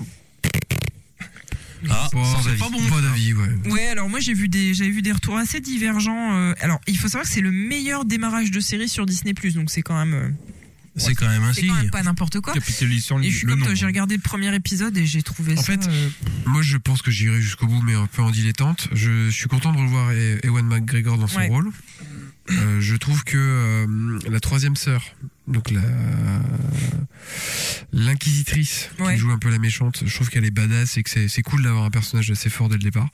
Speaker 2: Ah,
Speaker 5: Bon,
Speaker 2: sans
Speaker 5: c'est
Speaker 2: avis.
Speaker 5: Euh, pas bon. Pas d'avis, ouais.
Speaker 3: Ouais, alors moi j'ai vu des j'avais vu des retours assez divergents. euh, alors il faut savoir que c'est le meilleur démarrage de série sur Disney donc c'est quand même euh,
Speaker 2: C'est quand même un
Speaker 3: c'est quand même
Speaker 2: signe.
Speaker 3: pas n'importe quoi.
Speaker 6: Capitalise sur le
Speaker 3: Et je suis
Speaker 6: le
Speaker 3: comme
Speaker 6: nom.
Speaker 3: toi, j'ai regardé le premier épisode et j'ai trouvé
Speaker 5: En
Speaker 3: ça.
Speaker 5: fait,
Speaker 3: euh,
Speaker 5: Moi, je pense que j'irai jusqu'au bout, mais un peu en dilettante. Je suis content de revoir E- Ewan McGregor dans son
Speaker 3: Ouais.
Speaker 5: rôle. Euh, je trouve que euh, la troisième sœur, donc la l'inquisitrice
Speaker 3: Ouais.
Speaker 5: qui joue un peu la méchante, je trouve qu'elle est badass et que c'est c'est cool d'avoir un personnage assez fort dès le départ.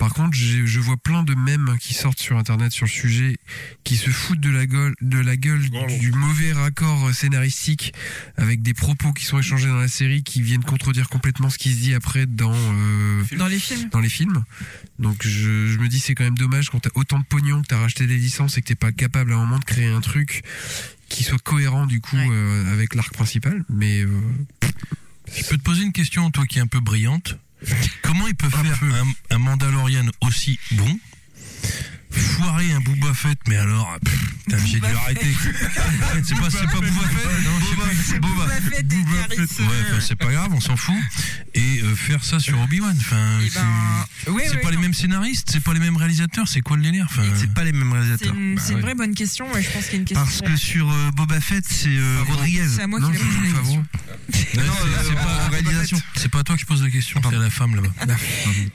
Speaker 5: Par contre, j'ai- je vois plein de mèmes qui sortent sur internet sur le sujet, qui se foutent de la gueule, de la gueule
Speaker 6: Bravo.
Speaker 5: du mauvais raccord euh, scénaristique avec des propos qui sont échangés dans la série qui viennent contredire complètement ce qui se dit après dans euh,
Speaker 3: dans les films.
Speaker 5: dans les films. Donc je, je me dis c'est quand même dommage quand t'as autant de pognon, que t'as racheté des licences et que t'es pas capable à un moment de créer un truc qui soit cohérent du coup
Speaker 3: Ouais.
Speaker 5: euh, avec l'arc principal. Mais euh,
Speaker 2: Je peux te poser une question, toi qui est un peu brillante. Comment ils peuvent faire un, un Mandalorian aussi bon foiré un Booba Fett, mais alors, ah, pff, putain, j'ai dû arrêter. c'est pas, c'est pas Booba Fett, non, je sais plus. Boba.
Speaker 3: Fett et Carrie
Speaker 2: Ouais, enfin, c'est pas grave, on s'en fout. Et euh, faire ça sur Obi-Wan, enfin,
Speaker 3: Eh
Speaker 2: Ah, c'est
Speaker 3: ben, ouais,
Speaker 2: c'est
Speaker 3: ouais,
Speaker 2: pas les
Speaker 3: non.
Speaker 2: mêmes scénaristes, c'est pas les mêmes réalisateurs, c'est quoi le délire enfin,
Speaker 4: C'est pas les mêmes
Speaker 3: C'est
Speaker 4: réalisateurs.
Speaker 3: une, c'est une vraie bonne question. Ouais, je pense qu'il y a une question.
Speaker 4: Parce que sur euh, Boba Fett, c'est euh, Rodriguez.
Speaker 3: C'est à moi qui l'ai posé. la question.
Speaker 2: ouais, c'est- c'est pas,
Speaker 4: réalisation.
Speaker 2: c'est pas à toi que je pose la question, c'est à la femme là-bas.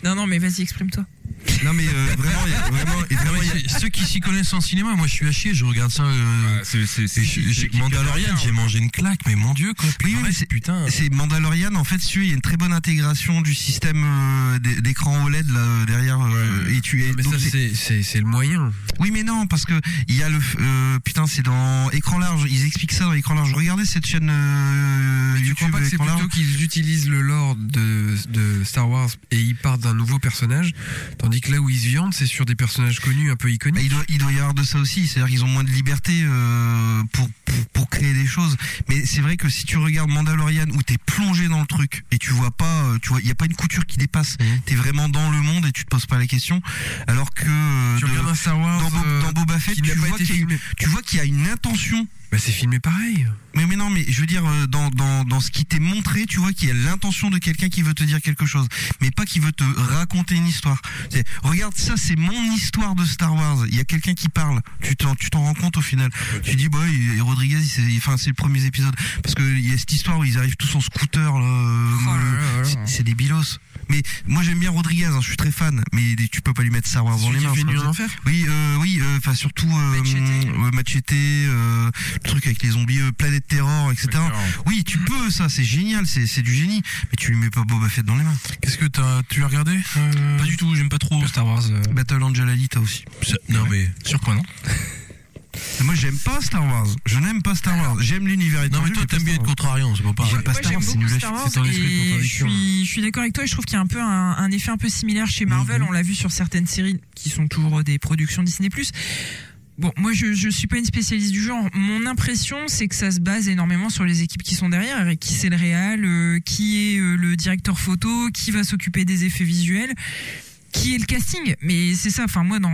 Speaker 3: Non, non, mais vas-y, exprime-toi.
Speaker 4: Non mais euh, vraiment, il y a- vraiment, et
Speaker 2: Non,
Speaker 4: vraiment,
Speaker 2: mais
Speaker 4: il y a-
Speaker 2: c'est- Ceux qui s'y connaissent en cinéma, moi je suis à chier, je regarde ça. euh,
Speaker 6: C'est c'est-
Speaker 2: et
Speaker 6: c'est-
Speaker 2: je-
Speaker 6: c'est-
Speaker 2: j'ai- Mandalorian, j'ai mangé une claque, mais mon dieu quoi.
Speaker 4: Oui, oui,
Speaker 2: Le
Speaker 4: mais
Speaker 2: reste,
Speaker 4: c'est-
Speaker 2: putain.
Speaker 4: C'est Mandalorian, en fait, si tu veux, il y a une très bonne intégration du système euh, d'é- d'écran OLED là, euh, derrière. euh, et tu es,
Speaker 5: Mais
Speaker 4: donc
Speaker 5: ça,
Speaker 4: c'est-
Speaker 5: c'est- c'est c'est le moyen.
Speaker 4: oui, mais non, parce que il y a le f- euh, putain, c'est dans écran large. Ils expliquent ça dans écran large. Regardez cette chaîne euh,
Speaker 5: Mais tu
Speaker 4: YouTube
Speaker 5: crois pas que c'est
Speaker 4: écran large.
Speaker 5: plutôt qu'ils utilisent le lore de, de Star Wars et ils partent d'un nouveau personnage, tandis que là où ils se viandent, c'est sur des personnages connus, un peu
Speaker 4: Bah,
Speaker 5: iconiques.
Speaker 4: il, doit, il doit y avoir de ça aussi, c'est-à-dire qu'ils ont moins de liberté euh, pour, pour, pour créer des choses. Mais c'est vrai que si tu regardes Mandalorian où t'es plongé dans le truc et tu vois pas, euh, tu vois, il y a pas une couture qui dépasse.
Speaker 5: Mmh.
Speaker 4: T'es vraiment dans le monde et tu te poses pas la question. Alors que euh,
Speaker 5: Tu
Speaker 4: de-
Speaker 5: regardes un Star Wars
Speaker 4: dans, Bo-
Speaker 5: euh,
Speaker 4: dans Boba Fett,
Speaker 5: qui
Speaker 4: tu
Speaker 5: n'a pas
Speaker 4: vois
Speaker 5: été
Speaker 4: qu'il y a une-
Speaker 5: filmé.
Speaker 4: tu vois qu'il y a une intention
Speaker 5: Bah, c'est filmé pareil.
Speaker 4: mais, mais non, mais je veux dire, euh, dans, dans, dans ce qui t'est montré, tu vois qu'il y a l'intention de quelqu'un qui veut te dire quelque chose, mais pas qui veut te raconter une histoire. C'est, regarde, ça, c'est mon histoire de Star Wars. Il y a quelqu'un qui parle. Tu t'en, tu t'en rends compte au final. Tu dis, bah, il- et Rodriguez, il s'est- il- enfin, c'est le premier épisode. Parce que il y a cette histoire où ils arrivent tous en scooter, là. euh,
Speaker 5: Oh là
Speaker 4: euh,
Speaker 5: là là.
Speaker 4: c'est, c'est des bilos. Mais moi, j'aime bien Rodriguez, hein, je suis très fan, mais tu peux pas lui mettre Star Wars dans les
Speaker 5: Celui qui
Speaker 4: mains.
Speaker 5: fait
Speaker 4: c'est pas
Speaker 5: Nuit en
Speaker 4: possible.
Speaker 5: enfer
Speaker 4: Oui, euh, oui, euh, enfin surtout euh,
Speaker 3: Machete.
Speaker 4: ouais, Machete, euh, le truc avec les zombies, euh, Planète Terror, etc. Oui, tu peux ça, c'est génial, c'est c'est du génie, mais tu lui mets pas Boba Fett dans les mains.
Speaker 2: Qu'est-ce que t'as, tu l'as regardé euh,
Speaker 7: Pas du tout, j'aime pas trop Star Wars. euh.
Speaker 4: Battle Angel Alita aussi.
Speaker 2: ça- Non mais.
Speaker 7: Sur quoi, non
Speaker 4: Et Moi, j'aime pas Star Wars. Je n'aime pas Star Wars. J'aime l'univers
Speaker 2: Non
Speaker 4: étendu.
Speaker 2: mais toi
Speaker 4: pas
Speaker 2: t'aimes bien
Speaker 4: Star
Speaker 2: être
Speaker 4: Wars.
Speaker 2: contrariant, c'est pas pareil.
Speaker 4: J'aime pas
Speaker 3: Moi,
Speaker 4: Star
Speaker 3: j'aime
Speaker 4: Wars, c'est
Speaker 3: beaucoup
Speaker 4: nul à
Speaker 3: Star
Speaker 4: chier.
Speaker 3: Wars
Speaker 4: C'est ton esprit de
Speaker 3: et je
Speaker 4: contradiction.
Speaker 3: suis, je suis d'accord avec toi et je trouve qu'il y a un peu un, un effet un peu similaire chez Marvel.
Speaker 4: Mm-hmm.
Speaker 3: On l'a vu sur certaines séries qui sont toujours des productions Disney+. Bon, moi je, je suis pas une spécialiste du genre. Mon impression c'est que ça se base énormément sur les équipes qui sont derrière, et qui c'est le réal, euh, qui est euh, le directeur photo, qui va s'occuper des effets visuels. Qui est le casting Mais c'est ça. Enfin, moi, dans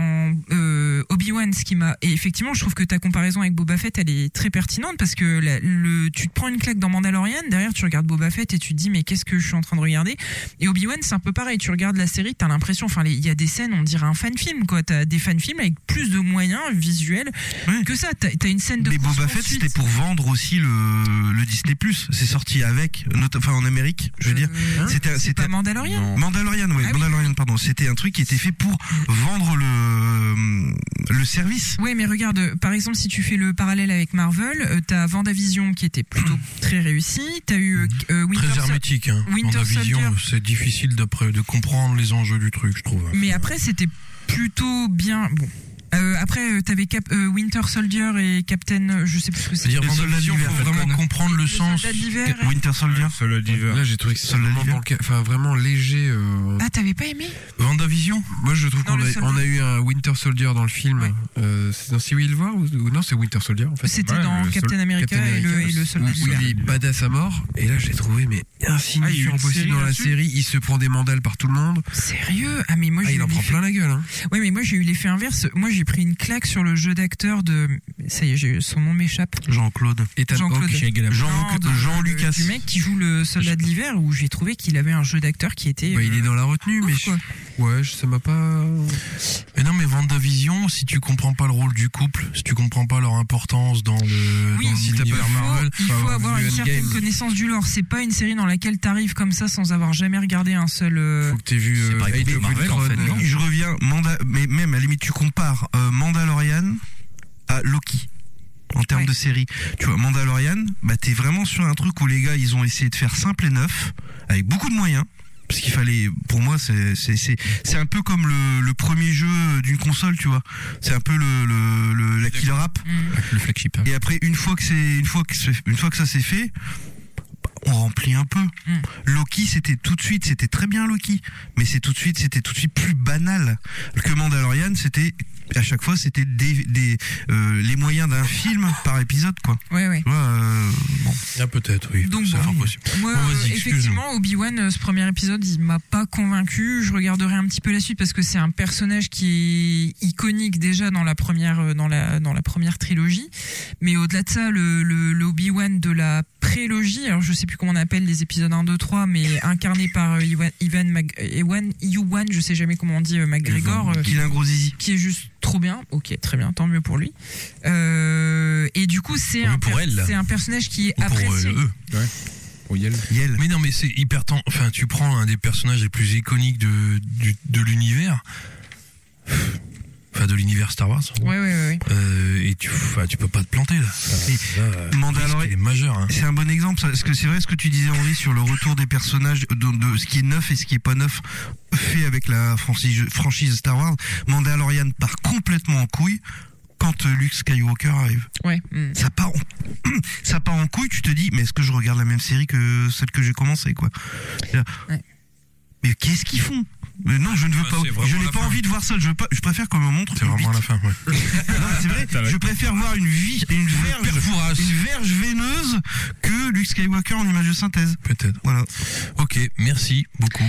Speaker 3: euh, Obi-Wan, ce qui m'a et effectivement, je trouve que ta comparaison avec Boba Fett, elle est très pertinente parce que la- le, tu te prends une claque dans Mandalorian, derrière tu regardes Boba Fett et tu te dis mais qu'est-ce que je suis en train de regarder Et Obi-Wan, c'est un peu pareil. Tu regardes la série, t'as l'impression, enfin, les- il y a des scènes, on dirait un fan film quoi. T'as des fan films avec plus de moyens visuels
Speaker 4: Ouais.
Speaker 3: que ça. T'as t'as une scène de
Speaker 4: Mais Boba Fett,
Speaker 3: course-poursuite.
Speaker 4: c'était pour vendre aussi le, le Disney Plus. C'est sorti avec, not- enfin en Amérique, je veux dire.
Speaker 3: Euh,
Speaker 4: C'était,
Speaker 3: c'est
Speaker 4: c'était
Speaker 3: pas Mandalorian.
Speaker 4: Mandalorian, ouais,
Speaker 3: Ah oui.
Speaker 4: Mandalorian, pardon. C'était un truc qui était fait pour vendre le le service.
Speaker 3: Ouais, mais regarde, euh, par exemple, si tu fais le parallèle avec Marvel, euh, t'as Vendavision qui était plutôt très réussi, t'as eu
Speaker 5: Mhm.
Speaker 3: euh, euh, Winter
Speaker 2: Très
Speaker 3: Soldier.
Speaker 2: hermétique, hein.
Speaker 3: Winter
Speaker 2: Dans la vision,
Speaker 3: Soldier.
Speaker 2: c'est difficile d'après- de comprendre les enjeux du truc, je trouve.
Speaker 3: Mais après, c'était plutôt bien. Bon. Euh, après, euh, t'avais Cap- euh, Winter Soldier et Captain, euh, je sais plus ce que c'est.
Speaker 2: C'est-à-dire,
Speaker 4: Le
Speaker 2: dans la
Speaker 4: soldat
Speaker 2: vision,
Speaker 4: d'hiver,
Speaker 2: faut vraiment
Speaker 7: Falcon.
Speaker 2: comprendre le
Speaker 3: Le
Speaker 2: sens.
Speaker 3: soldat d'hiver et-
Speaker 4: Winter Soldier.
Speaker 6: Solo Diver.
Speaker 5: Là, j'ai trouvé que c'était
Speaker 4: Soldat
Speaker 5: vraiment,
Speaker 4: d'hiver.
Speaker 5: bancal- enfin, vraiment léger. euh,
Speaker 3: Ah, t'avais pas aimé
Speaker 2: Vendavision
Speaker 5: Moi, je trouve
Speaker 3: Non,
Speaker 5: qu'on
Speaker 3: le
Speaker 5: a,
Speaker 3: soldat.
Speaker 5: on a eu un Winter Soldier dans le film.
Speaker 3: Ouais.
Speaker 5: Euh, c'est dans Civil War ou, ou- non C'est Winter Soldier en fait.
Speaker 3: C'était
Speaker 6: ouais,
Speaker 3: dans
Speaker 6: le
Speaker 3: Captain
Speaker 6: sol-
Speaker 3: America,
Speaker 5: Captain
Speaker 3: et le,
Speaker 5: America,
Speaker 3: et le soldat
Speaker 5: où
Speaker 3: d'hiver.
Speaker 5: il est badass à mort. Et là, je l'ai trouvé mais
Speaker 6: Ah, il y a eu
Speaker 5: insignifiant
Speaker 6: une
Speaker 5: possible
Speaker 6: série
Speaker 5: dans la
Speaker 6: là-dessus
Speaker 5: série. Il se prend des mandales par tout le monde.
Speaker 3: Sérieux Ah, mais moi,
Speaker 5: Ah,
Speaker 3: j'ai
Speaker 5: il en
Speaker 3: eu
Speaker 5: prend
Speaker 3: l'effet-
Speaker 5: plein la gueule. Hein.
Speaker 3: Ouais, mais moi, j'ai eu l'effet inverse. Moi, j'ai pris une claque sur le jeu d'acteur de. Ça y est, j'ai- son nom m'échappe.
Speaker 4: Jean-Claude.
Speaker 5: Ethan
Speaker 3: Jean-Claude.
Speaker 5: Hawke,
Speaker 2: Chez Galap-
Speaker 4: Jean,
Speaker 3: Non, de-
Speaker 4: Jean
Speaker 3: le-
Speaker 4: Lucas.
Speaker 3: Du mec qui joue le soldat de l'hiver, où j'ai trouvé qu'il avait un jeu d'acteur qui était.
Speaker 5: bah, il est
Speaker 3: euh,
Speaker 5: dans la retenue,
Speaker 3: ouf,
Speaker 5: mais
Speaker 3: quoi.
Speaker 5: je- ouais, je- ça m'a pas.
Speaker 2: Mais non, mais Vendavision, si tu comprends pas le rôle du couple, si tu comprends pas leur importance dans le.
Speaker 3: Oui,
Speaker 2: dans
Speaker 5: si t'as pas
Speaker 2: l'univers
Speaker 5: vu
Speaker 2: Marvel,
Speaker 3: Il faut
Speaker 5: avoir
Speaker 3: avoir
Speaker 5: vu
Speaker 3: une certaine
Speaker 5: Endgame.
Speaker 3: connaissance du lore. C'est pas une série dans laquelle t'arrives comme ça sans avoir jamais regardé un seul. euh,
Speaker 5: Faut que t'aies vu. euh,
Speaker 2: pareil
Speaker 5: Age
Speaker 2: pour
Speaker 5: of
Speaker 2: Marvel, en
Speaker 5: Ultron,
Speaker 2: fait,
Speaker 5: euh,
Speaker 2: non
Speaker 4: Je reviens, Manda- mais même à la limite, tu compares euh, Mandalorian à Loki en termes
Speaker 3: Ouais.
Speaker 4: de série. Tu vois, Mandalorian, bah t'es vraiment sur un truc où les gars ils ont essayé de faire simple et neuf avec beaucoup de moyens. Parce qu'il fallait, pour moi, c'est c'est- c'est- c'est un peu comme le, le premier jeu d'une console, tu vois. C'est un peu le, le, le- la killer app.
Speaker 3: Mm.
Speaker 7: Le flagship. hein.
Speaker 4: Et après, une fois que c'est, une fois que, c'est- une fois que ça s'est fait, bah, on remplit un peu.
Speaker 3: Mm.
Speaker 4: Loki, c'était tout de suite, c'était très bien Loki, mais c'est tout de suite, c'était tout de suite plus banal que Mandalorian. C'était à chaque fois, c'était des, des, euh, les moyens d'un film par épisode, quoi.
Speaker 3: Ouais, ouais.
Speaker 4: Tu vois, euh, bon.
Speaker 2: Ah, peut-être, oui.
Speaker 3: Donc,
Speaker 2: c'est
Speaker 3: bon.
Speaker 2: fort possible.
Speaker 3: Moi,
Speaker 2: Bon, vas-y,
Speaker 3: euh,
Speaker 2: excuse-nous.
Speaker 3: effectivement, Obi-Wan, euh, ce premier épisode, il m'a pas convaincu. Je regarderai un petit peu la suite parce que c'est un personnage qui est iconique déjà dans la première, euh, dans la, dans la première trilogie. Mais au-delà de ça, le, le, le Obi-Wan de la prélogie, alors je sais plus comment on appelle les épisodes 1, 2, 3, mais incarné par euh, Iwan, Ivan Mag- euh, Ewan, Ewan, je sais jamais comment on dit, euh, McGregor. euh,
Speaker 4: Qu'il a un gros zizi.
Speaker 3: qui est juste trop bien. Ok, très bien, tant mieux pour lui. Euh, et du coup, c'est
Speaker 2: Tant
Speaker 3: un,
Speaker 2: mieux pour
Speaker 3: per-
Speaker 2: elle.
Speaker 3: c'est un personnage qui est
Speaker 2: Ou Pour
Speaker 3: apprécié.
Speaker 2: euh, eux.
Speaker 4: Yel.
Speaker 2: Mais non, mais c'est hyper temps. Enfin, tu prends un des personnages les plus iconiques de, du- de l'univers. Enfin, de l'univers Star Wars.
Speaker 3: Ouais, ouais, ouais, ouais.
Speaker 2: Euh, et tu, enfin, tu peux pas te planter là. Euh,
Speaker 4: Mandalorian-
Speaker 2: il est majeur. Hein.
Speaker 4: C'est un bon exemple, ça, parce que c'est vrai ce que tu disais Henri sur le retour des personnages, de, de ce qui est neuf et ce qui est pas neuf, fait avec la franchise, franchise Star Wars. Mandalorian part complètement en couille quand euh, Luke Skywalker arrive.
Speaker 3: Ouais, mm.
Speaker 4: Ça part, en, ça part en couille, tu te dis, mais est-ce que je regarde la même série que celle que j'ai commencé, quoi C'est-à-dire,
Speaker 3: Ouais.
Speaker 4: Mais qu'est-ce qu'ils font Mais non, je ne veux
Speaker 2: Ah,
Speaker 4: pas.
Speaker 2: c'est vraiment
Speaker 4: Je n'ai
Speaker 2: la
Speaker 4: pas
Speaker 2: fin.
Speaker 4: envie de voir ça. Je, veux pas, je préfère qu'on me montre.
Speaker 2: C'est
Speaker 4: une
Speaker 2: vraiment
Speaker 4: bite.
Speaker 2: la fin. Ouais.
Speaker 4: Non, mais c'est vrai. Je préfère voir une vie, une verge
Speaker 2: Perfourage.
Speaker 4: une verge veineuse que Luke Skywalker en image de synthèse.
Speaker 2: Peut-être.
Speaker 4: Voilà.
Speaker 2: Ok, merci beaucoup.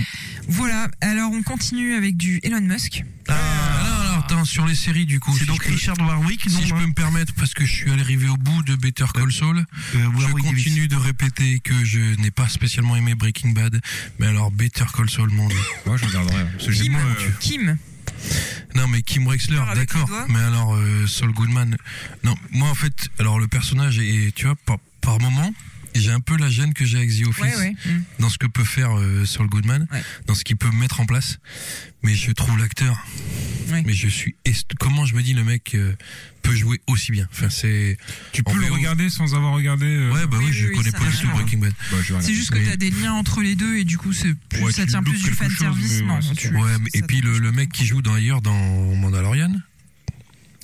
Speaker 3: Voilà, alors on continue avec du Elon Musk.
Speaker 2: Ah, Alors, alors, attends, sur les séries du coup.
Speaker 4: C'est
Speaker 2: si
Speaker 4: donc
Speaker 2: je peux-
Speaker 4: Richard Warwick, non
Speaker 2: si je
Speaker 4: hein
Speaker 2: peux me permettre, parce que je suis arrivé au bout de Better Call Saul,
Speaker 4: Euh,
Speaker 2: je
Speaker 4: Warwick Davis.
Speaker 2: continue de répéter que je n'ai pas spécialement aimé Breaking Bad, mais alors Better Call Saul, mon dieu.
Speaker 6: Moi, je regarderai. hein, parce que j'ai-
Speaker 3: Kim,
Speaker 6: moi, euh,
Speaker 3: Kim.
Speaker 2: Non, mais Kim Wexler,
Speaker 3: Alors, avec
Speaker 2: d'accord.
Speaker 3: les doigts
Speaker 2: Mais alors, euh, Saul Goodman. Non, moi, en fait, alors le personnage est, tu vois, par, par moment, j'ai un peu la gêne que j'ai avec The Office
Speaker 3: Ouais, ouais. mm.
Speaker 2: dans ce que peut faire euh, Saul Goodman,
Speaker 3: Ouais.
Speaker 2: dans ce qu'il peut mettre en place. Mais je trouve l'acteur.
Speaker 3: Ouais.
Speaker 2: Mais je suis. est- Comment je me dis, le mec euh, peut jouer aussi bien. Enfin, c'est.
Speaker 6: Tu
Speaker 2: en
Speaker 6: peux le
Speaker 2: VO.
Speaker 6: regarder sans avoir regardé. euh,
Speaker 2: Ouais, bah
Speaker 3: Oui,
Speaker 2: oui,
Speaker 3: oui,
Speaker 2: je
Speaker 3: oui,
Speaker 2: connais
Speaker 3: ça
Speaker 2: pas
Speaker 3: va,
Speaker 2: du tout
Speaker 3: ça va.
Speaker 2: Breaking Bad.
Speaker 6: bah, je vais
Speaker 3: C'est
Speaker 6: regarder.
Speaker 3: juste que
Speaker 2: Mais-
Speaker 3: t'as des liens entre les deux et du coup, c'est plus,
Speaker 6: Ouais,
Speaker 3: ça
Speaker 6: tu
Speaker 3: tient plus
Speaker 6: loupes
Speaker 3: du
Speaker 6: quelque chose,
Speaker 3: fanservice.
Speaker 6: mais
Speaker 3: non,
Speaker 6: ouais, c'est
Speaker 3: tu-
Speaker 2: Ouais, mais,
Speaker 3: ça
Speaker 2: et puis le,
Speaker 3: t'empêche
Speaker 2: le
Speaker 3: pas.
Speaker 2: mec qui joue dans ailleurs dans Mandalorian,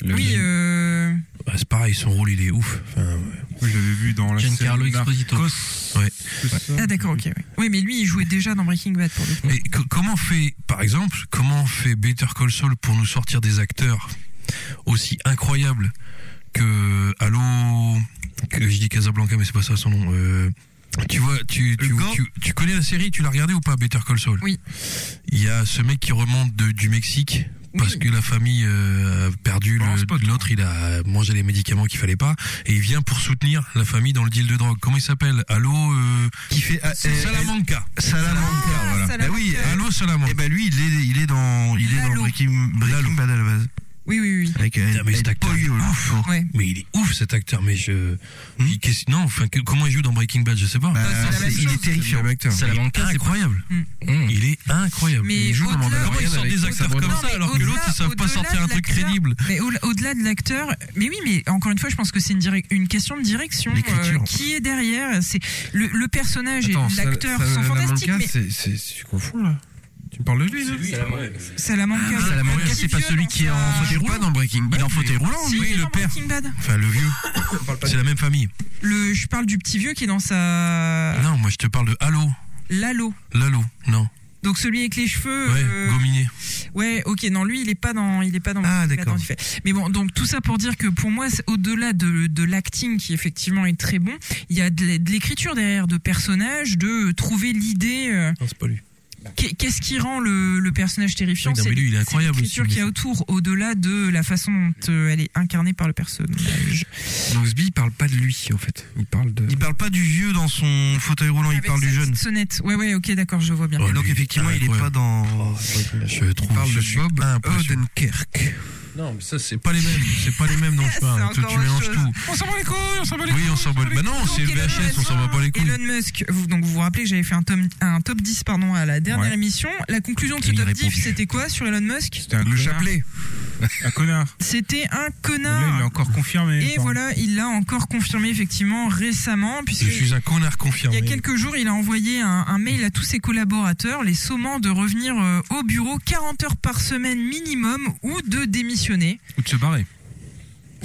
Speaker 6: Le-
Speaker 3: Oui, euh,
Speaker 2: bah, c'est pareil, son rôle il est ouf. Enfin, ouais.
Speaker 6: Moi, je l'avais vu dans la série
Speaker 7: Giancarlo Esposito.
Speaker 6: Narcos.
Speaker 2: Ouais.
Speaker 6: tout ça.
Speaker 3: Ah, d'accord, ok. Ouais. Oui, mais lui, il jouait déjà dans Breaking Bad pour le coup.
Speaker 2: Mais co- comment fait, par exemple, comment fait Better Call Saul pour nous sortir des acteurs aussi incroyables que Allo, que je dis Casablanca, mais c'est pas ça son nom. euh, tu vois, tu, tu,
Speaker 4: Hugo
Speaker 2: tu, tu connais la série, tu l'as regardée ou pas, Better Call Saul
Speaker 3: Oui.
Speaker 2: Il y a ce mec qui remonte de- du Mexique. Parce
Speaker 3: Oui.
Speaker 2: que la famille euh, a perdu le-
Speaker 6: Balance pas, toi.
Speaker 2: l'autre, il a mangé les médicaments qu'il fallait pas, et il vient pour soutenir la famille dans le deal de drogue. Comment il s'appelle Allo euh,
Speaker 4: Qui fait ah, eh,
Speaker 2: Salamanca.
Speaker 4: eh, Salamanca.
Speaker 3: Ah,
Speaker 4: voilà.
Speaker 3: Salamanca.
Speaker 4: Bah oui.
Speaker 2: Allo Salamanca.
Speaker 4: Et bah lui, il est, il est dans, il est dans
Speaker 3: Lalo.
Speaker 4: Breaking, Breaking Bad à la base.
Speaker 3: Oui, oui, oui.
Speaker 4: Avec euh,
Speaker 2: Putain, mais cet
Speaker 4: Ed
Speaker 2: acteur,
Speaker 4: Boy,
Speaker 2: il est
Speaker 4: voilà.
Speaker 3: Ouais.
Speaker 2: Mais il est ouf cet acteur, mais je. il- qu'est-ce- Non, enfin, que- comment il joue dans Breaking Bad, je sais pas.
Speaker 4: Bah,
Speaker 3: c'est la
Speaker 4: c'est-
Speaker 3: même
Speaker 4: il
Speaker 3: chose.
Speaker 4: est terrifiant.
Speaker 7: Salamanca, c'est
Speaker 2: incroyable.
Speaker 7: Mm.
Speaker 2: Hmm. Il est incroyable.
Speaker 3: Mais
Speaker 2: il joue dans
Speaker 3: au-delà-
Speaker 2: Mandalorian.
Speaker 3: Comment ils sortent
Speaker 2: des acteurs comme
Speaker 3: Non,
Speaker 2: ça
Speaker 3: mais
Speaker 2: alors que
Speaker 3: au-delà-
Speaker 2: l'autre ils savent pas
Speaker 3: au-delà
Speaker 2: sortir
Speaker 3: de
Speaker 2: un truc
Speaker 3: l'acteur-
Speaker 2: crédible
Speaker 3: Mais au- au-delà de l'acteur, mais oui, mais encore une fois, je pense que c'est une, direc- une question de direction. euh,
Speaker 4: L'écriture.
Speaker 3: qui est derrière C'est le, le personnage
Speaker 5: Attends,
Speaker 3: et
Speaker 5: Sal-
Speaker 3: l'acteur
Speaker 5: Sal-
Speaker 3: sont fantastiques,
Speaker 5: Salamanca,
Speaker 3: mais
Speaker 5: c'est- c'est- Tu confonds là Tu me parles de lui, là
Speaker 3: Salamanca, il est
Speaker 7: Salamanca,
Speaker 3: si
Speaker 7: c'est pas
Speaker 3: violent,
Speaker 7: celui qui est en
Speaker 3: ça.
Speaker 7: fauteuil roulant.
Speaker 2: dans Breaking Bad. Il est en fauteuil roulant,
Speaker 3: Si,
Speaker 2: oui,
Speaker 3: il est
Speaker 2: le
Speaker 3: dans
Speaker 2: père.
Speaker 3: Breaking Bad.
Speaker 2: Enfin, le vieux. C'est la même famille.
Speaker 3: Le- je parle du petit vieux qui est dans sa
Speaker 2: Non, moi je te parle de Halo.
Speaker 3: Lalo.
Speaker 2: Lalo, non.
Speaker 3: Donc celui avec les cheveux.
Speaker 2: Ouais,
Speaker 3: euh,
Speaker 2: Gominier.
Speaker 3: Ouais, ok, non, lui, il est pas dans, il est pas dans.
Speaker 4: Ah,
Speaker 3: il est
Speaker 4: d'accord.
Speaker 3: dans- il fait. Mais bon, donc tout ça pour dire que pour moi, c'est au-delà de, de l'acting qui effectivement est très bon, il y a de, l'é- de l'écriture derrière, de personnages, de trouver l'idée. euh,
Speaker 2: Non, c'est pas lui.
Speaker 3: qu'est- Qu'est-ce qui rend le, le personnage terrifiant
Speaker 2: Oui, non, mais lui, il est
Speaker 3: c'est
Speaker 2: incroyable
Speaker 3: l'écriture
Speaker 2: aussi,
Speaker 3: qu'il y a
Speaker 2: mais-
Speaker 3: autour, au-delà de la façon dont euh, elle est incarnée par le personnage.
Speaker 5: Donc Sbi, il parle pas de lui, en fait. Il parle de.
Speaker 4: Il parle pas du vieux dans son fauteuil roulant, il
Speaker 3: Avec
Speaker 4: parle
Speaker 3: sa
Speaker 4: du
Speaker 3: petite
Speaker 4: jeune.
Speaker 3: Sonnette. Ouais, ouais, ok, d'accord, je vois bien.
Speaker 2: Ouais.
Speaker 4: Et donc
Speaker 2: lui,
Speaker 4: effectivement,
Speaker 2: ah,
Speaker 4: il est pas
Speaker 2: incroyable.
Speaker 4: dans.
Speaker 2: Je trouve.
Speaker 5: parle
Speaker 2: je
Speaker 5: de
Speaker 2: suis
Speaker 5: Bob
Speaker 2: impressionné.
Speaker 5: Odenkirk.
Speaker 2: Non, mais ça, c'est pas les mêmes. C'est pas les mêmes dont je parle.
Speaker 3: Ah,
Speaker 2: Tu
Speaker 3: C'est
Speaker 2: tu
Speaker 3: encore autre
Speaker 2: mélanges
Speaker 3: chose.
Speaker 2: tout.
Speaker 6: On s'en bat les couilles, on s'en bat les
Speaker 2: Oui, on s'en bat les Bah non, c'est le
Speaker 3: Elon
Speaker 2: VHS, on s'en bat pas les couilles.
Speaker 3: Elon Musk, vous, donc vous vous rappelez que j'avais fait un, tome- un top 10 pardon, à la dernière
Speaker 6: Ouais.
Speaker 3: émission. La conclusion de ce
Speaker 2: Il y
Speaker 3: top
Speaker 2: répondit.
Speaker 3: 10, c'était quoi sur Elon Musk
Speaker 6: C'était un connard. Un connard.
Speaker 3: C'était un
Speaker 6: Là, il est
Speaker 3: connard.
Speaker 6: encore confirmé.
Speaker 3: Et voilà, il l'a encore confirmé effectivement récemment,
Speaker 2: Je
Speaker 3: puisque
Speaker 2: suis un connard
Speaker 3: il
Speaker 2: confirmé.
Speaker 3: y a quelques jours, il a envoyé un, un mail à tous ses collaborateurs les sommant de revenir euh, au bureau 40 heures par semaine minimum ou de démissionner.
Speaker 6: Ou de se barrer.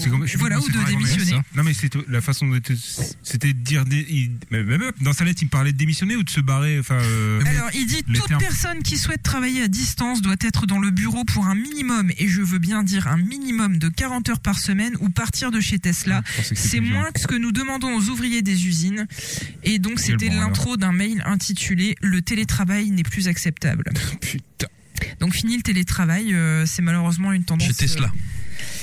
Speaker 6: C'est comme- je sais pas
Speaker 3: Voilà,
Speaker 6: comment
Speaker 3: ou
Speaker 6: c'est
Speaker 3: de
Speaker 6: pareil, mais-
Speaker 3: démissionner.
Speaker 6: Non, mais c'était la façon dont était- c'était de dire. Des, il- mais- mais- mais dans sa lettre, il me parlait de démissionner ou de se barrer. Enfin, euh,
Speaker 3: Alors, il dit
Speaker 6: les
Speaker 3: toute
Speaker 6: termes.
Speaker 3: personne qui souhaite travailler à distance doit être dans le bureau pour un minimum, et je veux bien dire un minimum de 40 heures par semaine ou partir de chez Tesla.
Speaker 6: je pensais que c'était
Speaker 3: C'est
Speaker 6: plus
Speaker 3: moins que ce que nous demandons aux ouvriers des usines. Et donc, c'était
Speaker 6: bon, alors.
Speaker 3: l'intro d'un mail intitulé Le télétravail n'est plus acceptable.
Speaker 6: Putain.
Speaker 3: Donc, fini le télétravail, euh, c'est malheureusement une tendance. euh,
Speaker 2: Chez Tesla.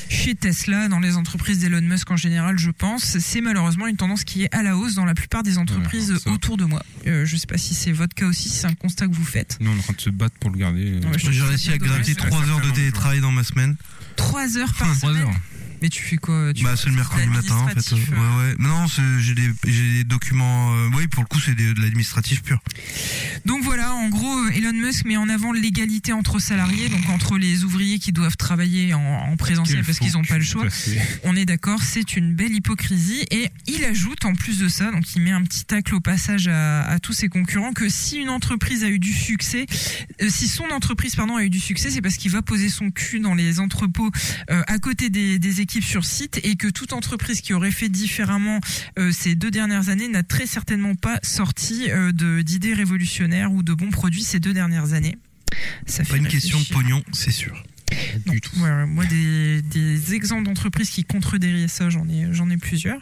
Speaker 3: chez Tesla, dans les entreprises d'Elon Musk en général, je pense, c'est malheureusement une tendance qui est à la hausse dans la plupart des entreprises
Speaker 6: ça.
Speaker 3: autour de moi. Euh, je sais pas si c'est votre cas aussi, si c'est un constat que vous faites.
Speaker 6: Nous, on est en train de se battre pour le garder.
Speaker 3: Ouais, je trouve
Speaker 4: J'ai
Speaker 3: ça
Speaker 4: réussi à
Speaker 3: dommage.
Speaker 4: gratter
Speaker 6: dommage.
Speaker 4: 3 heures de télétravail dans ma semaine.
Speaker 3: Trois heures par
Speaker 7: Trois
Speaker 3: semaine.
Speaker 7: heures.
Speaker 3: Mais tu fais quoi tu
Speaker 4: Bah, c'est le mercredi matin en fait. Ouais,
Speaker 3: administratif, euh.
Speaker 4: ouais. Mais non, c'est- j'ai des, j'ai des documents. euh, oui, pour le coup, c'est des- de l'administratif pur.
Speaker 3: Donc voilà, en gros, Elon Musk met en avant l'égalité entre salariés, donc entre les ouvriers qui doivent travailler en, en présentiel parce qu'ils n'ont pas le choix. On est d'accord, c'est une belle hypocrisie. Et il ajoute, en plus de ça, donc il met un petit tacle au passage à, à tous ses concurrents, que si une entreprise a eu du succès, euh, si son entreprise pardon, a eu du succès, c'est parce qu'il va poser son cul dans les entrepôts euh, à côté des, des équipes sur site et que toute entreprise qui aurait fait différemment euh, ces deux dernières années n'a très certainement pas sorti euh, de- d'idées révolutionnaires ou de bons produits ces deux dernières années. Ça
Speaker 4: Pas
Speaker 3: fait
Speaker 4: une question de
Speaker 3: réfléchir.
Speaker 4: pognon, c'est sûr.
Speaker 3: Non. Ouais, ouais, moi, des, des exemples d'entreprises qui contrediraient ça, j'en ai, j'en ai plusieurs,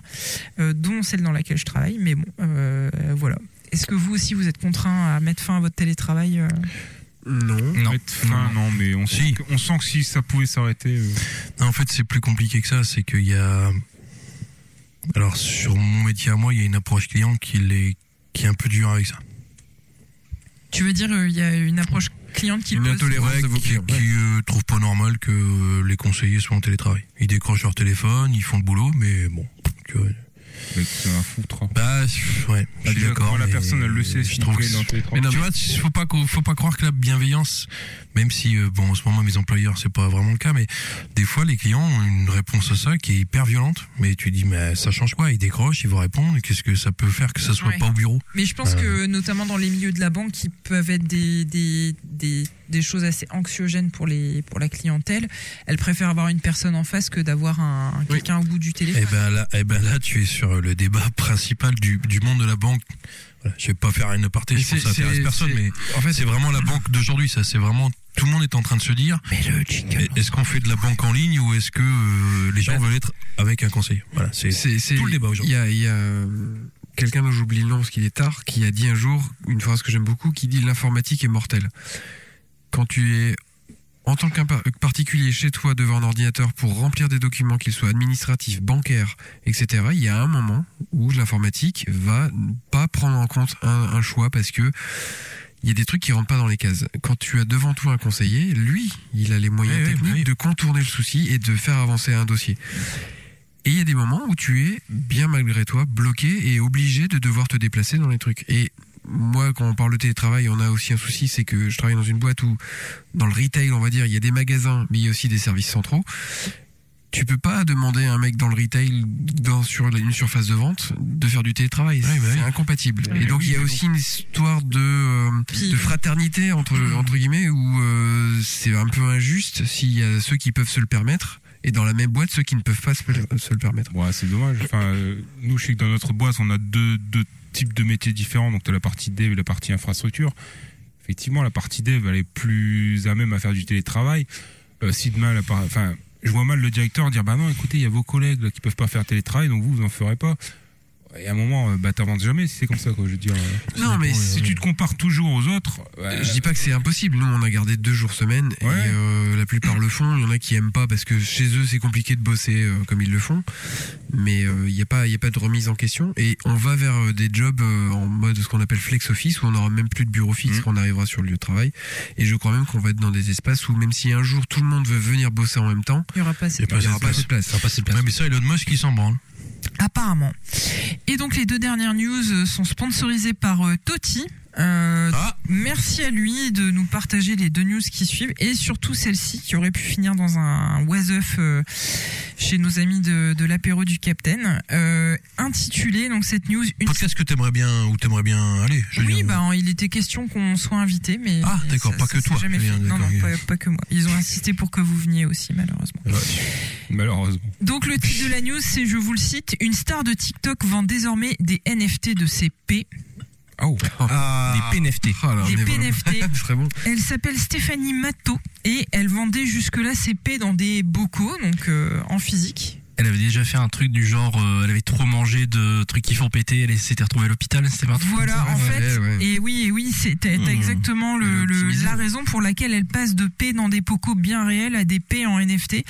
Speaker 3: euh, dont celle dans laquelle je travaille. Mais bon, euh, voilà. Est-ce que vous aussi, vous êtes contraint à mettre fin à votre télétravail euh
Speaker 5: Non.
Speaker 6: Non. Fin, non, mais on, sent
Speaker 2: Si.
Speaker 6: que- on sent que si ça pouvait s'arrêter. euh,
Speaker 2: En fait, c'est plus compliqué que ça. C'est qu'il y a. Alors, sur mon métier à moi, il y a une approche client qui, est... qui est un peu dure avec ça.
Speaker 3: Tu veux dire, euh, il y a une approche cliente qui
Speaker 5: Une
Speaker 3: pose-
Speaker 5: intolérance
Speaker 2: Ouais,
Speaker 5: de vos
Speaker 2: qui,
Speaker 5: clients.
Speaker 2: qui, euh, trouvent pas normal que euh, les conseillers soient en télétravail. Ils décrochent leur téléphone, ils font le boulot, mais bon, tu vois.
Speaker 6: mais c'est un foutre. hein.
Speaker 2: Bah, je- ouais, je suis
Speaker 6: Déjà,
Speaker 2: d'accord.
Speaker 6: comment La
Speaker 2: mais
Speaker 6: personne, elle le sait.
Speaker 2: Je
Speaker 6: si
Speaker 2: trouve
Speaker 6: on
Speaker 2: que
Speaker 6: fait dans le télétravail.
Speaker 2: Mais tu vois, tu- faut pas, qu'on- faut pas croire que la bienveillance, même si, euh, bon, en ce moment, mes employeurs, c'est pas vraiment le cas, mais des fois, les clients ont une réponse à ça qui est hyper violente. Mais tu dis, mais ça change quoi Ils décrochent, ils vont répondre. Qu'est-ce que ça peut faire que ça soit
Speaker 3: Ouais.
Speaker 2: pas au bureau
Speaker 3: Mais je pense que, notamment dans les milieux de la banque, qui peuvent être des, des, des, des choses assez anxiogènes pour, les, pour la clientèle, elle préfère avoir une personne en face que d'avoir un, quelqu'un au bout du téléphone.
Speaker 2: Eh ben là, eh ben là, tu es sur le débat principal du, du monde de la banque. Voilà, je vais pas faire une aparté,
Speaker 5: Mais
Speaker 2: je pense que ça
Speaker 5: c'est-
Speaker 2: intéresse
Speaker 5: c'est-
Speaker 2: personne,
Speaker 5: c'est-
Speaker 2: mais en fait, c'est vraiment la banque d'aujourd'hui. Ça, c'est vraiment tout le monde est en train de se dire. Est-ce qu'on fait de la banque en ligne ou est-ce que euh, les gens veulent être avec un conseiller Voilà, c'est
Speaker 5: C'est c'est-
Speaker 2: tout le débat
Speaker 5: Il
Speaker 2: aujourd'hui.
Speaker 5: y a, il y a, euh, quelqu'un dont j'oublie le nom parce qu'il est tard, qui a dit un jour une phrase que j'aime beaucoup, qui dit l'informatique est mortelle. Quand tu es en tant qu'un par- particulier chez toi devant un ordinateur pour remplir des documents, qu'ils soient administratifs, bancaires, etc., il y a un moment où l'informatique va pas prendre en compte un, un choix parce que il y a des trucs qui rentrent pas dans les cases. Quand tu as devant toi un conseiller, lui, il a les moyens
Speaker 2: Oui, oui,
Speaker 5: techniques
Speaker 2: bah oui.
Speaker 5: de contourner le souci et de faire avancer un dossier. Et il y a des moments où tu es, bien malgré toi, bloqué et obligé de devoir te déplacer dans les trucs. Et moi, quand on parle de télétravail, on a aussi un souci, c'est que je travaille dans une boîte où, dans le retail, on va dire, il y a des magasins, mais il y a aussi des services centraux. Tu peux pas demander à un mec dans le retail, dans, sur la- une surface de vente, de faire du télétravail.
Speaker 2: bah
Speaker 5: c'est
Speaker 2: oui.
Speaker 5: incompatible.
Speaker 6: Oui,
Speaker 5: et donc,
Speaker 6: oui,
Speaker 5: il y a
Speaker 6: mais bon.
Speaker 5: aussi une histoire de, euh,
Speaker 3: Puis-
Speaker 5: de fraternité, entre, entre guillemets, où euh, c'est un peu injuste s'il y a ceux qui peuvent se le permettre, et dans la même boîte, ceux qui ne peuvent pas se, le- se le permettre.
Speaker 6: Ouais, c'est dommage. Enfin, euh, nous, je sais que dans notre boîte, on a deux, deux types de métiers différents. Donc, tu la partie dev et la partie infrastructure. Effectivement, la partie dev, elle est plus à même à faire du télétravail. Euh, si demain, la par- enfin, je vois mal le directeur dire Bah non, écoutez, il y a vos collègues là, qui peuvent pas faire télétravail, donc vous, vous en ferez pas. Et à un moment, euh, bah, t'avances jamais si c'est comme ça, quoi. Je veux dire, euh,
Speaker 5: Non, mais
Speaker 6: si tu te compares toujours aux autres,
Speaker 2: Bah,
Speaker 6: euh,
Speaker 5: Je dis pas que c'est impossible. Nous, on a gardé deux jours semaine et
Speaker 6: Ouais.
Speaker 5: euh, la plupart le font. Il y en a qui aiment pas parce que chez eux, c'est compliqué de bosser euh, comme ils le font. Mais euh, il n'y a pas, il y a pas de remise en question. Et on va vers euh, des jobs euh, en mode ce qu'on appelle flex office où on aura même plus de bureau fixe
Speaker 6: Mhm.
Speaker 5: quand on arrivera sur le lieu de travail. Et je crois même qu'on va être dans des espaces où même si un jour tout le monde veut venir bosser en même temps,
Speaker 3: Il y aura pas
Speaker 6: Ah,
Speaker 3: cette
Speaker 5: il n'y aura pas assez de place.
Speaker 2: Ouais, mais ça, Elon Musk, il s'en branle.
Speaker 3: Apparemment. Et donc les deux dernières news euh, sont sponsorisées par euh, Toti. Euh,
Speaker 2: Ah.
Speaker 3: Merci à lui de nous partager les deux news qui suivent et surtout celle-ci qui aurait pu finir dans un was-up euh, chez nos amis de, de l'apéro du Capitaine. Euh, intitulé donc cette news une
Speaker 2: Podcast que t'aimerais bien ou t'aimerais bien aller. je veux
Speaker 3: oui,
Speaker 2: dire.
Speaker 3: bah, il était question qu'on soit invité, mais.
Speaker 2: Ah, d'accord,
Speaker 3: ça-
Speaker 2: pas
Speaker 3: ça
Speaker 2: que
Speaker 3: s'est
Speaker 2: toi.
Speaker 3: jamais
Speaker 2: Je veux
Speaker 3: fait.
Speaker 2: dire,
Speaker 3: Non, non,
Speaker 2: d'accord,
Speaker 3: pas, pas que moi. Ils ont insisté pour que vous veniez aussi, malheureusement.
Speaker 2: Ouais.
Speaker 6: malheureusement.
Speaker 3: Donc le titre de la news, c'est, je vous le cite, une star de TikTok vend désormais des NFT de ses P.
Speaker 6: Oh,
Speaker 5: bah, ah,
Speaker 7: Des PNFT.
Speaker 5: oh
Speaker 2: Bah,
Speaker 3: Des PNFT.
Speaker 5: C'est très bon.
Speaker 3: Elle s'appelle Stéphanie Matteau et elle vendait jusque-là ses P dans des bocaux, donc euh, en physique.
Speaker 7: Elle avait déjà fait un truc du genre, euh, elle avait trop mangé de trucs qui font péter, elle s'était retrouvée à l'hôpital, c'était
Speaker 2: Ah,
Speaker 7: parti.
Speaker 3: Voilà, en fait.
Speaker 5: ouais, ouais.
Speaker 3: Et oui, et oui, c'est t'as-
Speaker 2: Mmh.
Speaker 3: t'as
Speaker 7: Hmm.
Speaker 3: exactement le,
Speaker 2: Euh,
Speaker 7: Et
Speaker 3: le-
Speaker 7: l'optimisme.
Speaker 3: la raison pour laquelle elle passe de P dans des bocaux bien réels à des P en NFT.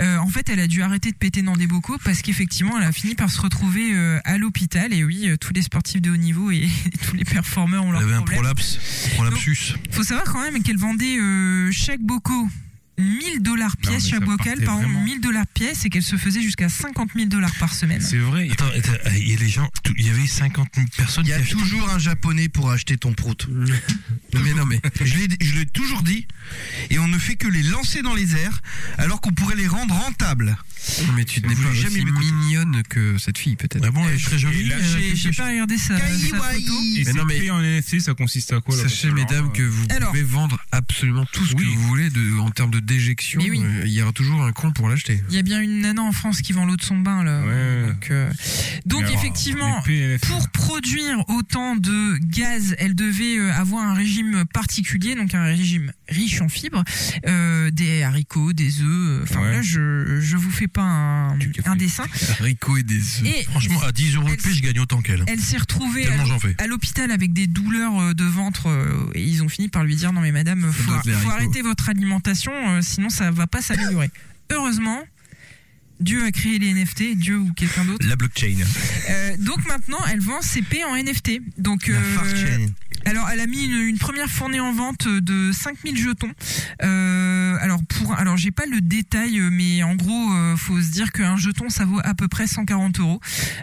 Speaker 3: Euh, en fait, elle a dû arrêter de péter dans des bocaux parce qu'effectivement, elle a fini par se retrouver euh, à l'hôpital. Et oui, euh, tous les sportifs de haut niveau et, tous les performeurs ont
Speaker 2: Elle
Speaker 3: leur
Speaker 2: avait un
Speaker 3: problème.
Speaker 2: prolapse, prolapsus.
Speaker 3: Faut savoir quand même qu'elle vendait euh, chaque bocaux 1000 dollars
Speaker 6: Non,
Speaker 3: pièce
Speaker 6: mais
Speaker 3: chaque
Speaker 6: ça
Speaker 3: bocal,
Speaker 6: partait
Speaker 3: pardon,
Speaker 6: vraiment.
Speaker 3: 1000 dollars pièce et qu'elle se faisait jusqu'à 50 000 dollars par semaine.
Speaker 6: c'est vrai.
Speaker 2: Attends, attends, il y a des gens, tout- il y avait 50 000 personnes
Speaker 14: Il
Speaker 2: qui
Speaker 14: y a
Speaker 2: achetaient.
Speaker 14: toujours un japonais pour acheter ton prout.
Speaker 4: Mais non, mais je l'ai- je l'ai toujours dit. Et on ne fait que les lancer dans les airs, alors qu'on pourrait les rendre rentables.
Speaker 5: Non, mais tu n'es
Speaker 4: Vous
Speaker 5: pas
Speaker 4: l'avez
Speaker 5: aussi
Speaker 4: jamais écouté.
Speaker 5: mignonne que cette fille, peut-être.
Speaker 2: Ah bon, elle est très jolie.
Speaker 6: là,
Speaker 2: elle a
Speaker 3: J'ai
Speaker 2: quelque
Speaker 3: j'ai
Speaker 2: chose.
Speaker 3: pas regardé ça. sa photo.
Speaker 6: Et
Speaker 5: Mais
Speaker 6: c'est
Speaker 5: non, mais-
Speaker 6: payé en NFT, ça consiste
Speaker 2: Oh
Speaker 6: à quoi là
Speaker 5: Sachez,
Speaker 6: euh,
Speaker 5: mesdames, que vous
Speaker 3: Alors.
Speaker 5: pouvez vendre absolument tout ce que
Speaker 6: Oui.
Speaker 5: vous voulez de, en termes de déjection.
Speaker 3: Mais oui.
Speaker 5: euh, Il y aura toujours un con pour l'acheter.
Speaker 3: Il y a bien une nana en France qui vend l'eau de son bain là.
Speaker 6: Ouais.
Speaker 3: Donc, euh, donc
Speaker 6: Mais alors,
Speaker 3: effectivement,
Speaker 6: les PNFT,
Speaker 3: pour produire autant de gaz, elle devait euh, avoir un régime particulier, donc un régime riche en fibres, euh, des haricots, des œufs. euh, Enfin
Speaker 6: Ouais.
Speaker 3: là, je je vous fais pas un,
Speaker 6: Tu t'es
Speaker 3: un
Speaker 6: fait-
Speaker 3: dessin.
Speaker 5: Rico et des
Speaker 3: Et
Speaker 2: Franchement, à 10 euros le
Speaker 3: Elle-
Speaker 2: prix, je gagne autant qu'elle.
Speaker 3: elle s'est retrouvée à
Speaker 2: Tellement j'en fais.
Speaker 3: à l'hôpital avec des douleurs euh, de ventre euh, et ils ont fini par lui dire non mais madame faut,
Speaker 5: doit être les
Speaker 3: faut
Speaker 5: haricots.
Speaker 3: arrêter votre alimentation euh, sinon ça va pas s'améliorer heureusement Dieu a créé les NFT, Dieu ou quelqu'un d'autre.
Speaker 2: La blockchain.
Speaker 3: Euh, donc maintenant, elle vend ses P en NFT. Donc,
Speaker 14: La
Speaker 3: euh,
Speaker 14: fartchain.
Speaker 3: alors, elle a mis une, une première fournée en vente de 5000 jetons. Euh, alors, pour, alors j'ai pas le détail, mais en gros, euh, faut se dire qu'un jeton, ça vaut à peu près 140 euros.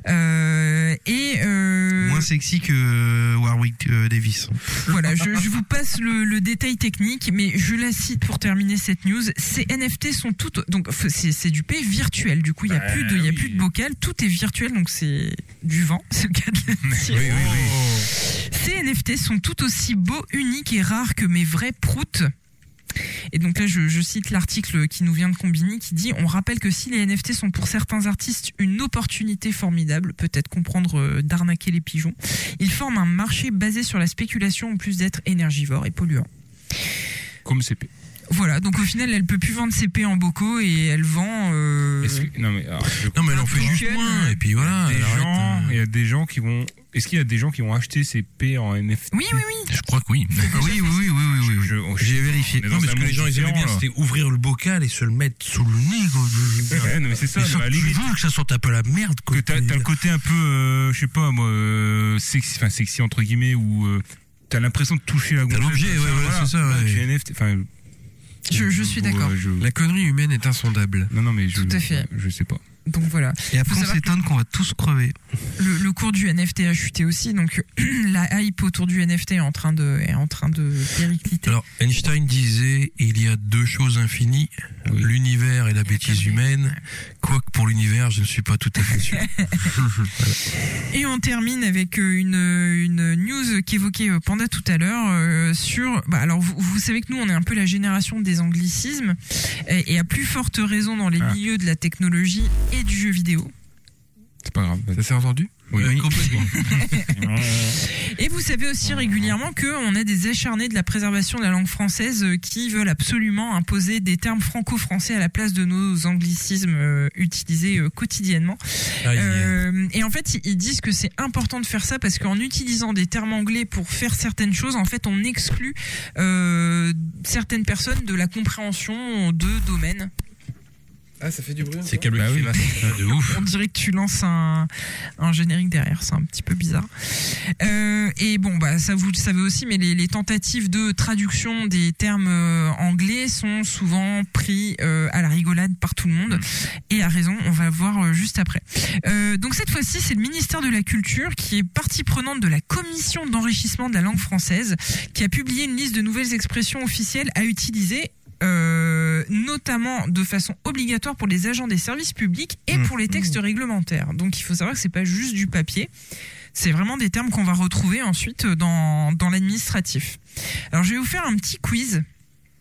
Speaker 3: Euh, et
Speaker 7: Mm.
Speaker 3: euh,
Speaker 14: Moins sexy que euh, Warwick euh, Davis.
Speaker 3: voilà, je, je vous passe le, le détail technique, mais je la cite pour terminer cette news. Ces NFT sont toutes, donc f- c'est c'est du P virtuel. Du coup, il y a
Speaker 6: Bah
Speaker 3: plus de, il y a
Speaker 6: oui.
Speaker 3: plus de bocal, tout est virtuel, donc c'est du vent. C'est le cas de le dire. Ces NFT sont tout aussi beaux, uniques et rares que mes vrais proutes. Et donc là, je, je cite l'article qui nous vient de Combini qui dit On rappelle que si les NFT sont pour certains artistes une opportunité formidable, peut-être comprendre euh, d'arnaquer les pigeons, ils forment un marché basé sur la spéculation en plus d'être énergivore et polluant.
Speaker 6: Comme CP.
Speaker 3: Voilà, donc au final, elle peut plus vendre ses P en bocaux et elle vend. euh,
Speaker 6: Est-ce que- Non, mais alors, je-
Speaker 2: Non, mais elle en
Speaker 3: Un
Speaker 2: fait juste
Speaker 3: token,
Speaker 2: moins.
Speaker 3: euh,
Speaker 2: Et puis voilà.
Speaker 6: Ah, des
Speaker 2: elle arrête,
Speaker 6: gens,
Speaker 2: euh,
Speaker 6: il y a des gens qui vont. Est-ce qu'il y a des gens qui vont acheter ces P en NFT
Speaker 3: Oui, oui, oui.
Speaker 2: Je crois que oui.
Speaker 4: Oui, oui, oui, oui, oui. oui.
Speaker 6: Je- oh, je-
Speaker 4: J'ai vérifié.
Speaker 6: on est
Speaker 2: Non,
Speaker 6: Ah dans
Speaker 2: mais
Speaker 6: un
Speaker 2: ce que
Speaker 6: monde
Speaker 2: les gens ils aimaient
Speaker 6: différent, hein.
Speaker 2: bien,
Speaker 6: là.
Speaker 2: c'était ouvrir le bocal et se le mettre sous le nez. quoi.
Speaker 6: Ouais, non, mais c'est ça.
Speaker 2: Mais
Speaker 6: non,
Speaker 2: ça,
Speaker 6: à la
Speaker 2: tu
Speaker 6: limite,
Speaker 2: veux que ça sorte un peu la merde. quoi.
Speaker 6: que t'as t'as le côté un peu, euh, je sais pas moi, euh, sexy, enfin sexy entre guillemets, où euh, t'as l'impression de toucher la gonzesse.
Speaker 2: l'objet,
Speaker 6: comme
Speaker 2: ouais, voilà, c'est ça,
Speaker 6: Là,
Speaker 2: ouais.
Speaker 6: tu es NFT, enfin,
Speaker 3: Je- je suis
Speaker 6: vous, euh,
Speaker 3: d'accord.
Speaker 6: je-
Speaker 5: La connerie humaine est insondable.
Speaker 6: Non, non, mais je,
Speaker 3: Tout à fait.
Speaker 6: je sais pas.
Speaker 3: Donc voilà.
Speaker 4: Et
Speaker 3: Faut
Speaker 4: après, on
Speaker 3: savoir
Speaker 4: s'étonne qu'on va tous crever.
Speaker 3: le, le cours du NFT a chuté aussi, donc la hype autour du NFT est en train de, est en train de péricliter.
Speaker 2: Alors, Einstein disait il y a deux choses infinies, l'univers et la
Speaker 3: la
Speaker 2: bêtise
Speaker 3: connerie.
Speaker 2: humaine. Quoique pour l'univers, je ne suis pas tout à fait
Speaker 6: Euh,
Speaker 2: sûr.
Speaker 3: Et on termine avec euh, une, une news qu'évoquait euh, Panda tout à l'heure euh, sur. Bah, alors, vous, vous savez que nous, on est un peu la génération des anglicismes, et, et à plus forte raison dans les
Speaker 6: Ah.
Speaker 3: milieux de la technologie et du jeu vidéo.
Speaker 6: C'est pas grave.
Speaker 5: Ça s'est entendu
Speaker 6: Oui,
Speaker 2: Complètement.
Speaker 3: Et vous savez aussi régulièrement que on a des acharnés de la préservation de la langue française euh, qui veulent absolument imposer des termes franco-français à la place de nos anglicismes euh, utilisés euh, quotidiennement.
Speaker 2: Aïe, aïe.
Speaker 3: Euh, et en fait, ils- ils disent que c'est important de faire ça parce qu'en utilisant des termes anglais pour faire certaines choses, en fait, on exclut euh, certaines personnes de la compréhension de domaines.
Speaker 5: Ah, ça fait du bruit.
Speaker 2: C'est
Speaker 6: Bah
Speaker 2: câble qui fait masse. de ouf.
Speaker 3: On dirait que tu lances un, un générique derrière, c'est un petit peu bizarre. Euh, et bon, bah, ça vous le savez aussi, mais les, les tentatives de traduction des termes euh, anglais sont souvent pris euh, à la rigolade par tout le monde. Et à raison, on va voir euh, juste après. Euh, donc cette fois-ci, c'est le ministère de la Culture qui est partie prenante de la commission d'enrichissement de la langue française qui a publié une liste de nouvelles expressions officielles à utiliser. euh, notamment de façon obligatoire pour les agents des services publics
Speaker 6: Mmh.
Speaker 3: et pour les textes réglementaires. Donc il faut savoir que c'est pas juste du papier, c'est vraiment des termes qu'on va retrouver ensuite euh, dans, dans l'administratif. Alors je vais vous faire un petit quiz.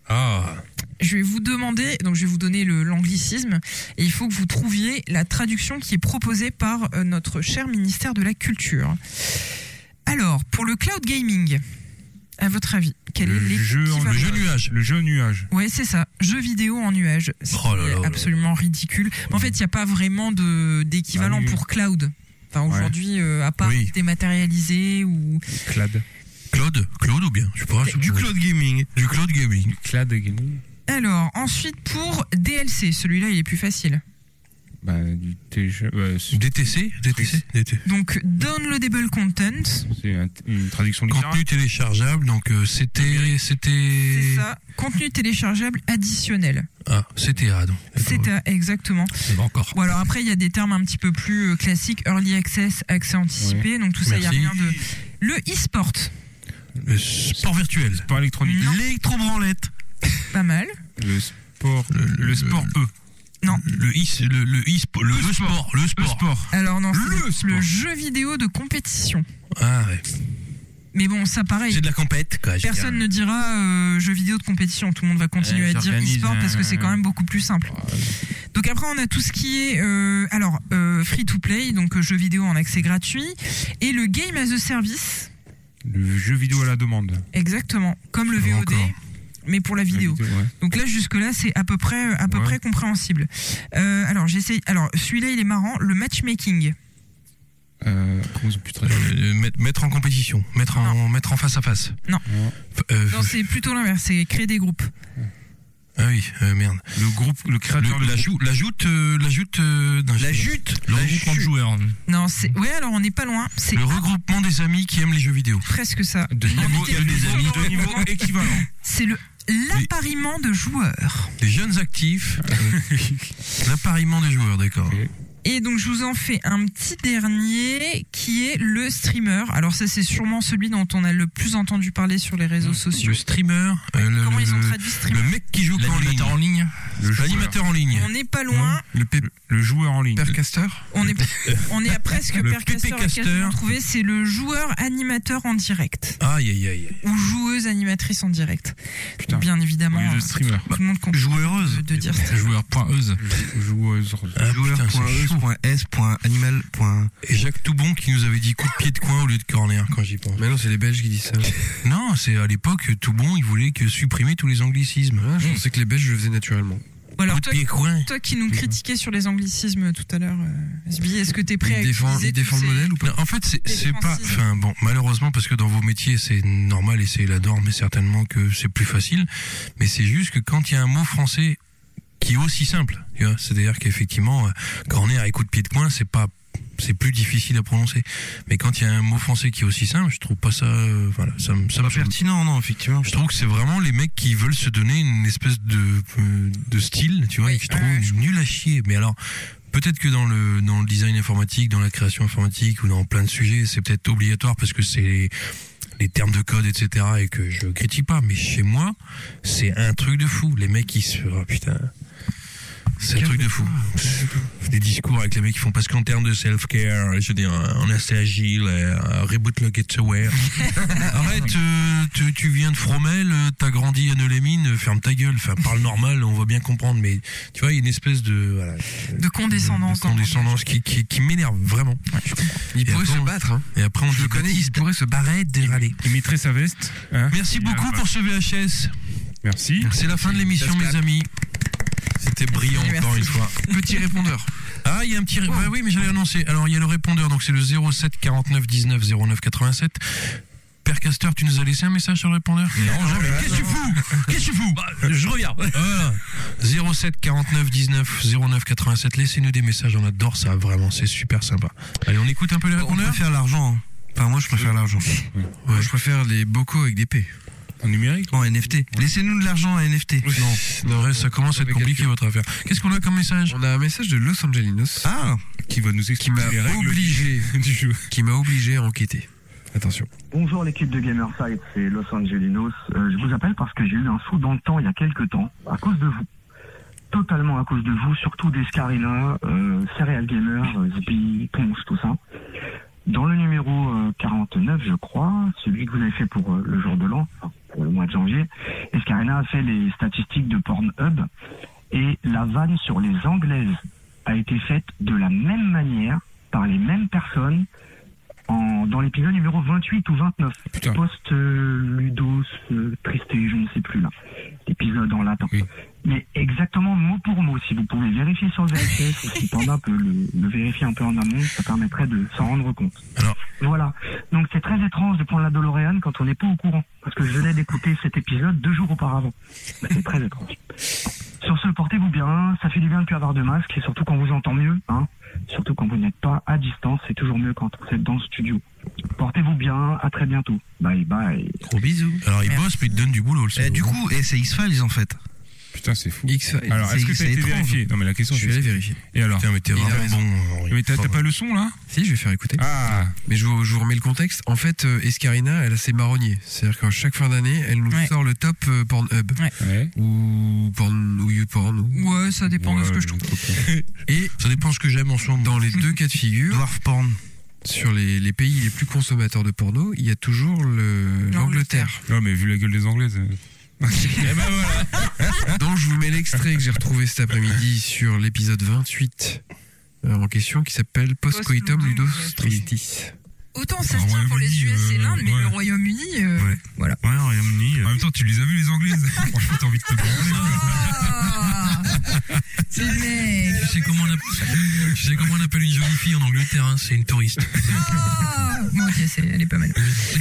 Speaker 2: Ah,
Speaker 3: je vais vous demander, donc je vais vous donner le- l'anglicisme, et il faut que vous trouviez la traduction qui est proposée par euh, notre cher ministère de la Culture. Alors, pour le cloud gaming, à votre avis, quel est
Speaker 6: Le jeu, en-
Speaker 3: l'équivalent
Speaker 6: le jeu nuage. Le jeu nuage.
Speaker 3: Ouais, c'est ça. Jeux vidéo en nuage. C'est
Speaker 2: Oh là là là là.
Speaker 3: absolument ridicule. En fait, il n'y a pas vraiment de- d'équivalent
Speaker 6: Ah oui.
Speaker 3: pour cloud. Enfin,
Speaker 6: Ouais.
Speaker 3: aujourd'hui, euh, à part
Speaker 2: Oui.
Speaker 3: dématérialisé ou.
Speaker 6: Clad.
Speaker 2: Claude Claude ou bien Je sais pas.
Speaker 14: Du cloud gaming.
Speaker 2: Du Claude Gaming.
Speaker 6: Clad gaming.
Speaker 3: Alors, ensuite pour DLC, celui-là il est plus facile.
Speaker 6: Bah, du télécharge- bah, c'est-
Speaker 2: DTC DTC DTC.
Speaker 3: Donc, downloadable content,
Speaker 6: c'est un- une traduction littérale.
Speaker 2: Contenu téléchargeable, donc euh, c'était.
Speaker 3: c'est
Speaker 2: C'était.
Speaker 3: ça. Contenu téléchargeable additionnel.
Speaker 2: Ah, CTA, donc.
Speaker 3: C'est à- exactement.
Speaker 2: C'est encore.
Speaker 3: Bon, alors après, il y a des termes un petit peu plus euh, classiques early access, accès anticipé, donc tout ça, il y a
Speaker 2: Merci.
Speaker 3: rien de. Le e-sport,
Speaker 2: Le sport virtuel.
Speaker 6: Pas électronique.
Speaker 3: Non.
Speaker 2: L'électrobranlette.
Speaker 3: pas mal.
Speaker 6: Le sport. Le, sport E.
Speaker 2: Le is- le le is- le- le sport, le
Speaker 6: Le
Speaker 2: sport.
Speaker 6: sport.
Speaker 3: Alors, non, c'est
Speaker 6: Le sport.
Speaker 3: le jeu vidéo de compétition.
Speaker 2: Ah ouais.
Speaker 3: Mais bon, ça pareil.
Speaker 2: C'est de la compète quoi. je veux
Speaker 3: Personne
Speaker 2: dire.
Speaker 3: ne dira euh, jeux vidéo de compétition. Tout le monde va continuer
Speaker 6: Ouais,
Speaker 3: à dire
Speaker 6: j'organise
Speaker 3: e-sport parce que c'est quand
Speaker 6: un-
Speaker 3: même beaucoup plus simple. Donc après, on a tout ce qui est euh, alors euh, free to play, donc euh, jeux vidéo en accès gratuit, et le game as a service,
Speaker 6: Le jeu vidéo à la demande.
Speaker 3: exactement, comme le
Speaker 2: Je vois
Speaker 3: VOD,
Speaker 2: encore.
Speaker 3: mais pour la
Speaker 6: La
Speaker 3: vidéo.
Speaker 6: vidéo, ouais.
Speaker 3: Donc là, jusque là, c'est à peu près à peu
Speaker 6: Ouais.
Speaker 3: près compréhensible. Euh, alors j'essaye. Alors celui-là, il est marrant, le matchmaking.
Speaker 6: Euh, comment ils ont pu traduire
Speaker 2: Euh, mettre- mettre en compétition, mettre en mettre en face à face.
Speaker 3: Non.
Speaker 2: F- euh,
Speaker 3: Non, c'est plutôt l'inverse, c'est créer des groupes.
Speaker 2: ah oui, euh, merde.
Speaker 6: Le groupe, le créateur
Speaker 2: Le-
Speaker 6: de
Speaker 2: la, jou- la joute, euh, la joute, euh, d'un-
Speaker 7: La jute Le
Speaker 2: la
Speaker 7: regroupement de
Speaker 2: jute.
Speaker 7: joueurs.
Speaker 3: Non, c'est ouais. Alors on n'est pas loin. C'est
Speaker 2: le regroupement des amis qui aiment les jeux vidéo.
Speaker 3: presque ça.
Speaker 6: de niveau,
Speaker 3: Inviter
Speaker 6: de
Speaker 3: les
Speaker 6: niveau-
Speaker 3: amis.
Speaker 6: de niveau équivalent.
Speaker 3: C'est le l'appariement de joueurs.
Speaker 2: Les jeunes actifs, euh, l'appariement des joueurs, d'accord.
Speaker 3: Et donc je vous en fais un petit dernier qui est le streamer. Alors ça c'est sûrement celui dont on a le plus entendu parler sur les réseaux sociaux.
Speaker 2: Le streamer, euh, le,
Speaker 3: Comment ils ont
Speaker 2: le-
Speaker 3: traduit
Speaker 2: le
Speaker 3: streamer
Speaker 2: mec qui joue en ligne,
Speaker 7: L'animateur en ligne
Speaker 6: Le joueur.
Speaker 2: l'animateur en ligne,
Speaker 3: On n'est pas loin,
Speaker 6: Le, le joueur en ligne.
Speaker 5: Percaster
Speaker 3: on est on est à presque
Speaker 2: Le
Speaker 3: percaster
Speaker 2: PP caster.
Speaker 3: trouvé, c'est le joueur animateur en direct
Speaker 2: Aïe aïe aïe. aïe.
Speaker 3: ou joueuse animatrice en direct.
Speaker 6: Putain.
Speaker 3: Bien évidemment.
Speaker 6: Au lieu de
Speaker 3: euh,
Speaker 6: streamer.
Speaker 3: Tout le monde
Speaker 2: Bah,
Speaker 3: comprend
Speaker 14: Joueureuse.
Speaker 3: de, de dire streamer.
Speaker 7: Joueur.euse.
Speaker 6: Joueuse.
Speaker 2: Ah, putain, c'est
Speaker 5: E,
Speaker 2: chaud.
Speaker 14: Joueur.euse.animal.
Speaker 2: Et Jacques Toubon qui nous avait dit coup de pied de coin au lieu de corner quand j'y pense.
Speaker 5: Mais non, c'est les Belges qui disent ça.
Speaker 2: Non, c'est à l'époque Toubon, il voulait que supprimer tous les anglicismes.
Speaker 5: Ah, je pensais que les Belges le faisaient naturellement.
Speaker 3: Ou alors
Speaker 2: Coup de
Speaker 3: toi,
Speaker 2: pied coin.
Speaker 3: toi qui nous critiquais sur les anglicismes tout à l'heure, euh, SBI, est-ce que t'es prêt à
Speaker 5: Ils défendent,
Speaker 3: utiliser
Speaker 5: ils
Speaker 3: tous
Speaker 5: défendent le
Speaker 3: ces-
Speaker 5: modèle ou pas
Speaker 2: Non, en fait, c'est
Speaker 3: Les
Speaker 2: c'est pas.
Speaker 3: défensives.
Speaker 2: Enfin, bon, malheureusement, parce que dans vos métiers, c'est normal et c'est la norme, mais certainement que c'est plus facile. Mais c'est juste que quand il y a un mot français qui est aussi simple, tu vois, c'est-à-dire qu'effectivement, euh, corner et coup de pied de coin, c'est pas. C'est plus difficile à prononcer. Mais quand il y a un mot français qui est aussi simple, je trouve pas ça. euh, voilà, ça, me- ça me
Speaker 14: Pertinent, non, effectivement.
Speaker 2: Je trouve que c'est vraiment les mecs qui veulent se donner une espèce de, euh, de style, tu vois,
Speaker 3: Oui,
Speaker 2: et qui
Speaker 3: ouais,
Speaker 2: trouvent
Speaker 3: ouais,
Speaker 2: nul à chier. Mais alors, peut-être que dans le, dans le design informatique, dans la création informatique ou dans plein de sujets, c'est peut-être obligatoire parce que c'est les, les termes de code, etc. et que je critique pas. Mais chez moi, c'est un truc de fou. Les mecs qui se, oh, putain. C'est un truc de fou. Des discours avec les mecs qui font parce qu'en termes de self-care, je veux dire, on est assez agile, euh, reboot le get aware. Arrête, euh, tu, tu viens de Fromel, euh, t'as grandi à Neulémine, euh, ferme ta gueule, enfin parle normal, on va bien comprendre, mais tu vois, il y a une espèce de, voilà,
Speaker 3: de
Speaker 2: de
Speaker 3: condescendant quand même.
Speaker 2: condescendance qui, qui, qui m'énerve vraiment.
Speaker 5: Ils
Speaker 2: Et
Speaker 5: pourraient
Speaker 2: attends,
Speaker 5: se battre, hein.
Speaker 2: Et après, on
Speaker 5: Je
Speaker 2: dit,
Speaker 5: le connais, ils
Speaker 2: Baptiste,
Speaker 5: pourraient se battre.
Speaker 2: arrête de râler.
Speaker 6: Il mettrait sa veste. hein.
Speaker 2: Merci beaucoup pour ce VHS.
Speaker 6: Merci.
Speaker 2: C'est la fin de l'émission, mes amis. C'était brillant, encore une fois.
Speaker 5: Petit répondeur.
Speaker 2: Ah, il y a un petit. ré- bah oui, mais j'allais annoncer. Alors, il y a le répondeur, donc c'est le 07 49 19 09 87. Père Castor, tu nous as laissé un message sur le répondeur Non, jamais. Qu'est-ce que tu fous Qu'est-ce que tu fous Je reviens. 07 49 19 09 87. Laissez-nous des messages, on adore ça, vraiment, c'est super sympa. Allez, on écoute un peu Euh, le
Speaker 14: On
Speaker 2: répondeur
Speaker 14: préfère l'argent. Enfin, moi, je préfère l'argent.
Speaker 5: Moi, je préfère les bocaux avec des P.
Speaker 6: En numérique.
Speaker 14: En NFT. Laissez-nous de l'argent en NFT.
Speaker 2: Non, ouais, ça commence à être compliqué votre affaire. Qu'est-ce qu'on a comme message
Speaker 5: On a un message de Los Angelinos
Speaker 14: Ah,
Speaker 6: Qui va nous
Speaker 5: qui
Speaker 6: expliquer
Speaker 5: m'a
Speaker 6: les règles
Speaker 5: obligé,
Speaker 6: du jeu.
Speaker 5: qui m'a obligé à enquêter. Attention.
Speaker 13: Bonjour l'équipe de Gamerside, c'est Los Angelinos. Euh, je vous appelle parce que j'ai eu un saut dans le temps il y a quelques temps, à cause de vous. Totalement à cause de vous, surtout des Scarilla, euh, Serial Gamer, euh, Zippy, Ponce, tout ça. Dans le numéro euh, 49, je crois, celui que vous avez fait pour euh, le jour de l'an, enfin, pour le mois de janvier, Escarina a fait les statistiques de Pornhub et la vanne sur les Anglaises a été faite de la même manière par les mêmes personnes en- dans l'épisode numéro 28 ou 29.
Speaker 6: Putain.
Speaker 13: Post euh, Ludos euh, Tristé, je ne sais plus là. L'épisode en latin.
Speaker 6: Oui.
Speaker 13: Mais exactement mot pour mot, si vous pouvez vérifier sur le VHS ou si Panda peut le, le vérifier un peu en amont, ça permettrait de s'en rendre compte.
Speaker 2: Alors.
Speaker 13: Voilà. Donc c'est très étrange de prendre la DeLorean quand on n'est pas au courant. Parce que je venais d'écouter cet épisode deux jours auparavant. Bah, c'est très étrange. Sur ce, portez-vous bien, ça fait du bien de ne plus avoir de masque, et surtout quand vous entend mieux, hein. Surtout quand vous n'êtes pas à distance, c'est toujours mieux quand vous êtes dans le studio. Portez-vous bien, à très bientôt. Bye bye.
Speaker 2: Gros bisous. Alors il bosse, mais il te donne du boulot.
Speaker 14: Eh, du coup, eh, c'est X-Files en fait.
Speaker 7: Mm.
Speaker 6: Putain, c'est fou.
Speaker 5: X,
Speaker 6: Alors, est-ce
Speaker 14: c'est-
Speaker 6: que
Speaker 14: c'est
Speaker 6: t'as été
Speaker 14: étrange.
Speaker 6: vérifié Non, mais la question,
Speaker 5: je vais
Speaker 6: c'est-
Speaker 5: aller vérifier.
Speaker 6: Et alors
Speaker 2: Putain, mais t'es
Speaker 5: a
Speaker 2: vraiment
Speaker 5: raison.
Speaker 2: bon. hein. Henri.
Speaker 6: Mais t'as t'as
Speaker 2: Enfin,
Speaker 6: pas le son, là
Speaker 5: Si, je vais faire écouter.
Speaker 6: Ah
Speaker 5: Mais je vous, je vous remets le contexte. En fait, euh, Escarina, elle a ses marronniers. C'est-à-dire qu'à chaque fin d'année, elle nous
Speaker 3: Ouais.
Speaker 5: sort le top euh, Pornhub.
Speaker 6: Ouais.
Speaker 5: Ou Porn, ou YouPorn. ou-
Speaker 3: Ouais, ça dépend de ce que je trouve.
Speaker 5: Et
Speaker 2: Ça dépend ce que j'aime en ce moment.
Speaker 5: dans les deux cas de figure,
Speaker 14: Dwarf porn.
Speaker 5: sur les, les pays les plus consommateurs de porno, il y a toujours le- l'Angleterre.
Speaker 6: Ouais, mais vu la gueule des Anglaises. euh,
Speaker 5: Donc je vous mets l'extrait que j'ai retrouvé cet après-midi sur l'épisode 28 euh, en question qui s'appelle Post Coitum
Speaker 3: Post-ludum,
Speaker 5: Ludos
Speaker 3: ouais.
Speaker 5: Tristis.
Speaker 3: Autant ça
Speaker 2: Enfin,
Speaker 3: se tient pour les
Speaker 2: Royaume-Uni,
Speaker 3: US et
Speaker 2: euh,
Speaker 3: l'Inde, mais
Speaker 2: ouais.
Speaker 3: le Royaume-Uni. euh,
Speaker 2: Ouais.
Speaker 3: Voilà.
Speaker 2: Ouais, Royaume-Uni.
Speaker 6: En même temps, tu les as vus, les Anglaises Franchement, t'as envie de te branler.
Speaker 3: Ah C'est mec
Speaker 2: Tu sais comment on appelle, tu sais comment on appelle une jolie fille en Angleterre, hein, c'est une touriste.
Speaker 3: Ah Bon, ok, c'est- elle est pas mal.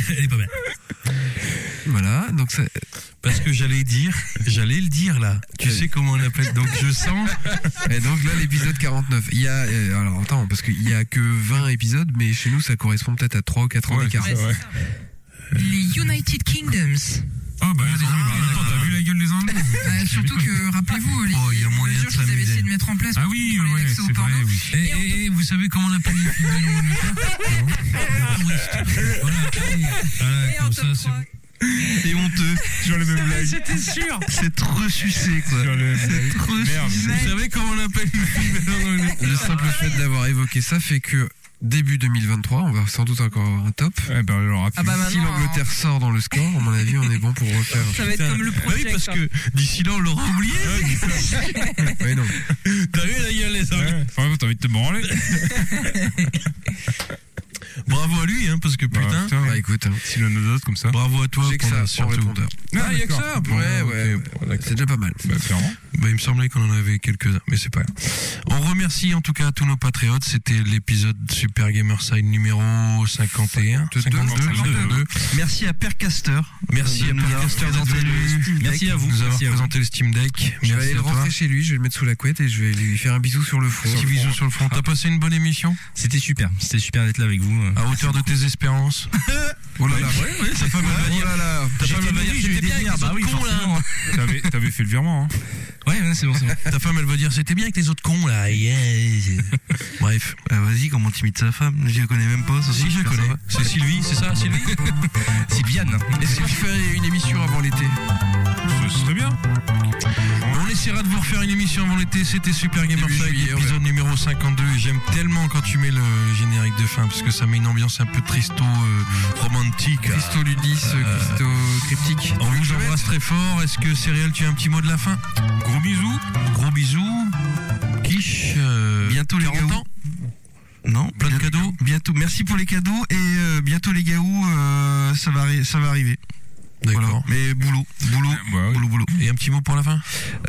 Speaker 2: Elle est pas mal.
Speaker 5: Voilà, donc ça,
Speaker 2: Parce que j'allais dire, j'allais le dire là. Tu sais comment on appelle, donc je sens.
Speaker 5: Et donc là, l'épisode 49. Il y a. euh, alors attends, parce qu'il y a que 20 épisodes, mais chez nous, ça correspond peut-être à 3 ou 4 ans
Speaker 6: Ouais,
Speaker 5: d'écart.
Speaker 6: c'est ça, ouais.
Speaker 3: Les United Kingdoms.
Speaker 6: Ah, bah, attends, t'as vu la gueule des Anglaises
Speaker 3: Euh, surtout que, rappelez-vous, les,
Speaker 2: Oh, il y a
Speaker 3: les
Speaker 2: moyen de
Speaker 3: mesures qu'ils avaient
Speaker 2: s'amuser.
Speaker 3: essayé de mettre en place
Speaker 6: Ah oui,
Speaker 3: pour les
Speaker 6: ouais,
Speaker 3: accès au
Speaker 6: c'est
Speaker 3: porno.
Speaker 6: vrai, oui.
Speaker 2: Et, vous savez comment on appelle une fille en Angleterre Non. Touriste. Voilà, voilà,
Speaker 3: Et en
Speaker 2: comme
Speaker 3: top
Speaker 2: ça, c'est
Speaker 3: 3.
Speaker 14: Et honteux.
Speaker 6: Sur les mêmes blagues.
Speaker 3: J'étais sûr
Speaker 14: C'est trop sucé quoi.
Speaker 6: Sur les mêmes blagues. Merde.
Speaker 2: Vous savez comment on appelle une fille
Speaker 5: Le simple fait d'avoir évoqué ça fait que début 2023, on va sans doute encore avoir un top.
Speaker 6: Ouais, bah, alors,
Speaker 3: Ah bah
Speaker 5: si
Speaker 3: maintenant,
Speaker 5: l'Angleterre sort dans le score, à mon avis, on est bon pour refaire.
Speaker 3: ça va être
Speaker 2: Putain.
Speaker 3: comme le
Speaker 2: Bah
Speaker 3: projet.
Speaker 2: Oui, parce que d'ici là, on l'aura oublié.
Speaker 5: Ah Ouais, non.
Speaker 2: T'as vu la gueule, les Anglais
Speaker 6: Ouais, franchement, t'as envie de te branler
Speaker 2: Bravo à lui, hein, parce que
Speaker 6: Bah,
Speaker 2: putain.
Speaker 5: Bah écoute, hein.
Speaker 6: Si l'on nous comme ça.
Speaker 2: Bravo à toi,
Speaker 5: j'ai que
Speaker 2: Panda,
Speaker 5: ça en
Speaker 2: surtout.
Speaker 5: répondeur.
Speaker 6: Ah,
Speaker 5: y a que
Speaker 6: d'accord.
Speaker 5: ça Ouais,
Speaker 6: Bon,
Speaker 5: ouais.
Speaker 6: ok, bon, d'accord.
Speaker 5: C'est déjà pas mal.
Speaker 6: Bah, clairement.
Speaker 2: Bah, il me semblait qu'on en avait quelques-uns, mais c'est pas grave. On remercie en tout cas tous nos patriotes. C'était l'épisode Super Gamerside numéro 51. 52, 52.
Speaker 14: Merci à Percaster.
Speaker 2: Merci
Speaker 14: de
Speaker 2: à
Speaker 14: nous avoir
Speaker 2: Podcaster
Speaker 14: présenté
Speaker 2: d'être venu.
Speaker 14: le Steam Deck.
Speaker 2: Merci à vous. Nous avoir
Speaker 14: Merci à vous.
Speaker 2: présenté le Steam Deck.
Speaker 5: Je
Speaker 2: Merci
Speaker 5: vais aller le
Speaker 2: à toi.
Speaker 5: rentrer chez lui, je vais le mettre sous la couette et je vais lui faire un bisou sur le front. Ah.
Speaker 2: Petit bisou sur le front. T'as passé une bonne émission
Speaker 7: C'était super, c'était super d'être là avec vous. euh.
Speaker 2: à hauteur de tes espérances.
Speaker 5: Oh là là.
Speaker 2: T'as pas mal à
Speaker 5: Oh
Speaker 2: dire.
Speaker 5: là là.
Speaker 2: T'as pas
Speaker 7: J'étais
Speaker 2: mal à dire.
Speaker 7: nourri, j'étais
Speaker 2: C'était bien
Speaker 7: bien,
Speaker 2: avec les
Speaker 7: bah oui,
Speaker 2: autres cons, là.
Speaker 7: forcément.
Speaker 6: T'avais t'avais fait le virement, hein
Speaker 7: Ouais, ouais, c'est bon, c'est bon.
Speaker 2: Ta femme, elle va dire c'était bien avec les autres cons là. Yeah. Bref.
Speaker 14: Ah, Vas-y, comment timide sa femme Je la connais même pas. ça,
Speaker 2: Si,
Speaker 14: c'est
Speaker 2: je
Speaker 14: super
Speaker 2: connais.
Speaker 14: sympa.
Speaker 2: C'est Sylvie, c'est ça, Sylvie
Speaker 7: Sylviane.
Speaker 2: Est-ce que tu fais une émission avant l'été
Speaker 6: Ce serait bien.
Speaker 2: On essaiera de vous refaire une émission avant l'été. C'était Super Gamer
Speaker 5: Début
Speaker 2: Flag,
Speaker 5: juillet, ouais.
Speaker 2: épisode numéro 52. Et J'aime tellement quand tu mets le générique de fin parce que ça met une ambiance un peu tristo euh, romantique.
Speaker 5: Christo Ludis,
Speaker 14: euh,
Speaker 5: Christo Cryptique.
Speaker 2: On vous embrasse très fort. Est-ce que Céréal, tu as un petit mot de la fin Gros bisous. Gros bisous. Quiche. euh,
Speaker 14: Bientôt les
Speaker 2: 40
Speaker 14: gaous.
Speaker 2: ans.
Speaker 14: Non,
Speaker 2: Plein de
Speaker 14: bientôt-
Speaker 2: cadeaux.
Speaker 14: Bientôt, merci pour les cadeaux et euh, bientôt les gaous, euh, ça va, arri- ça va arriver.
Speaker 2: D'accord.
Speaker 14: Voilà. Mais boulot, boulot,
Speaker 6: Bah, ouais.
Speaker 14: boulot, boulot.
Speaker 2: Et un petit mot pour la fin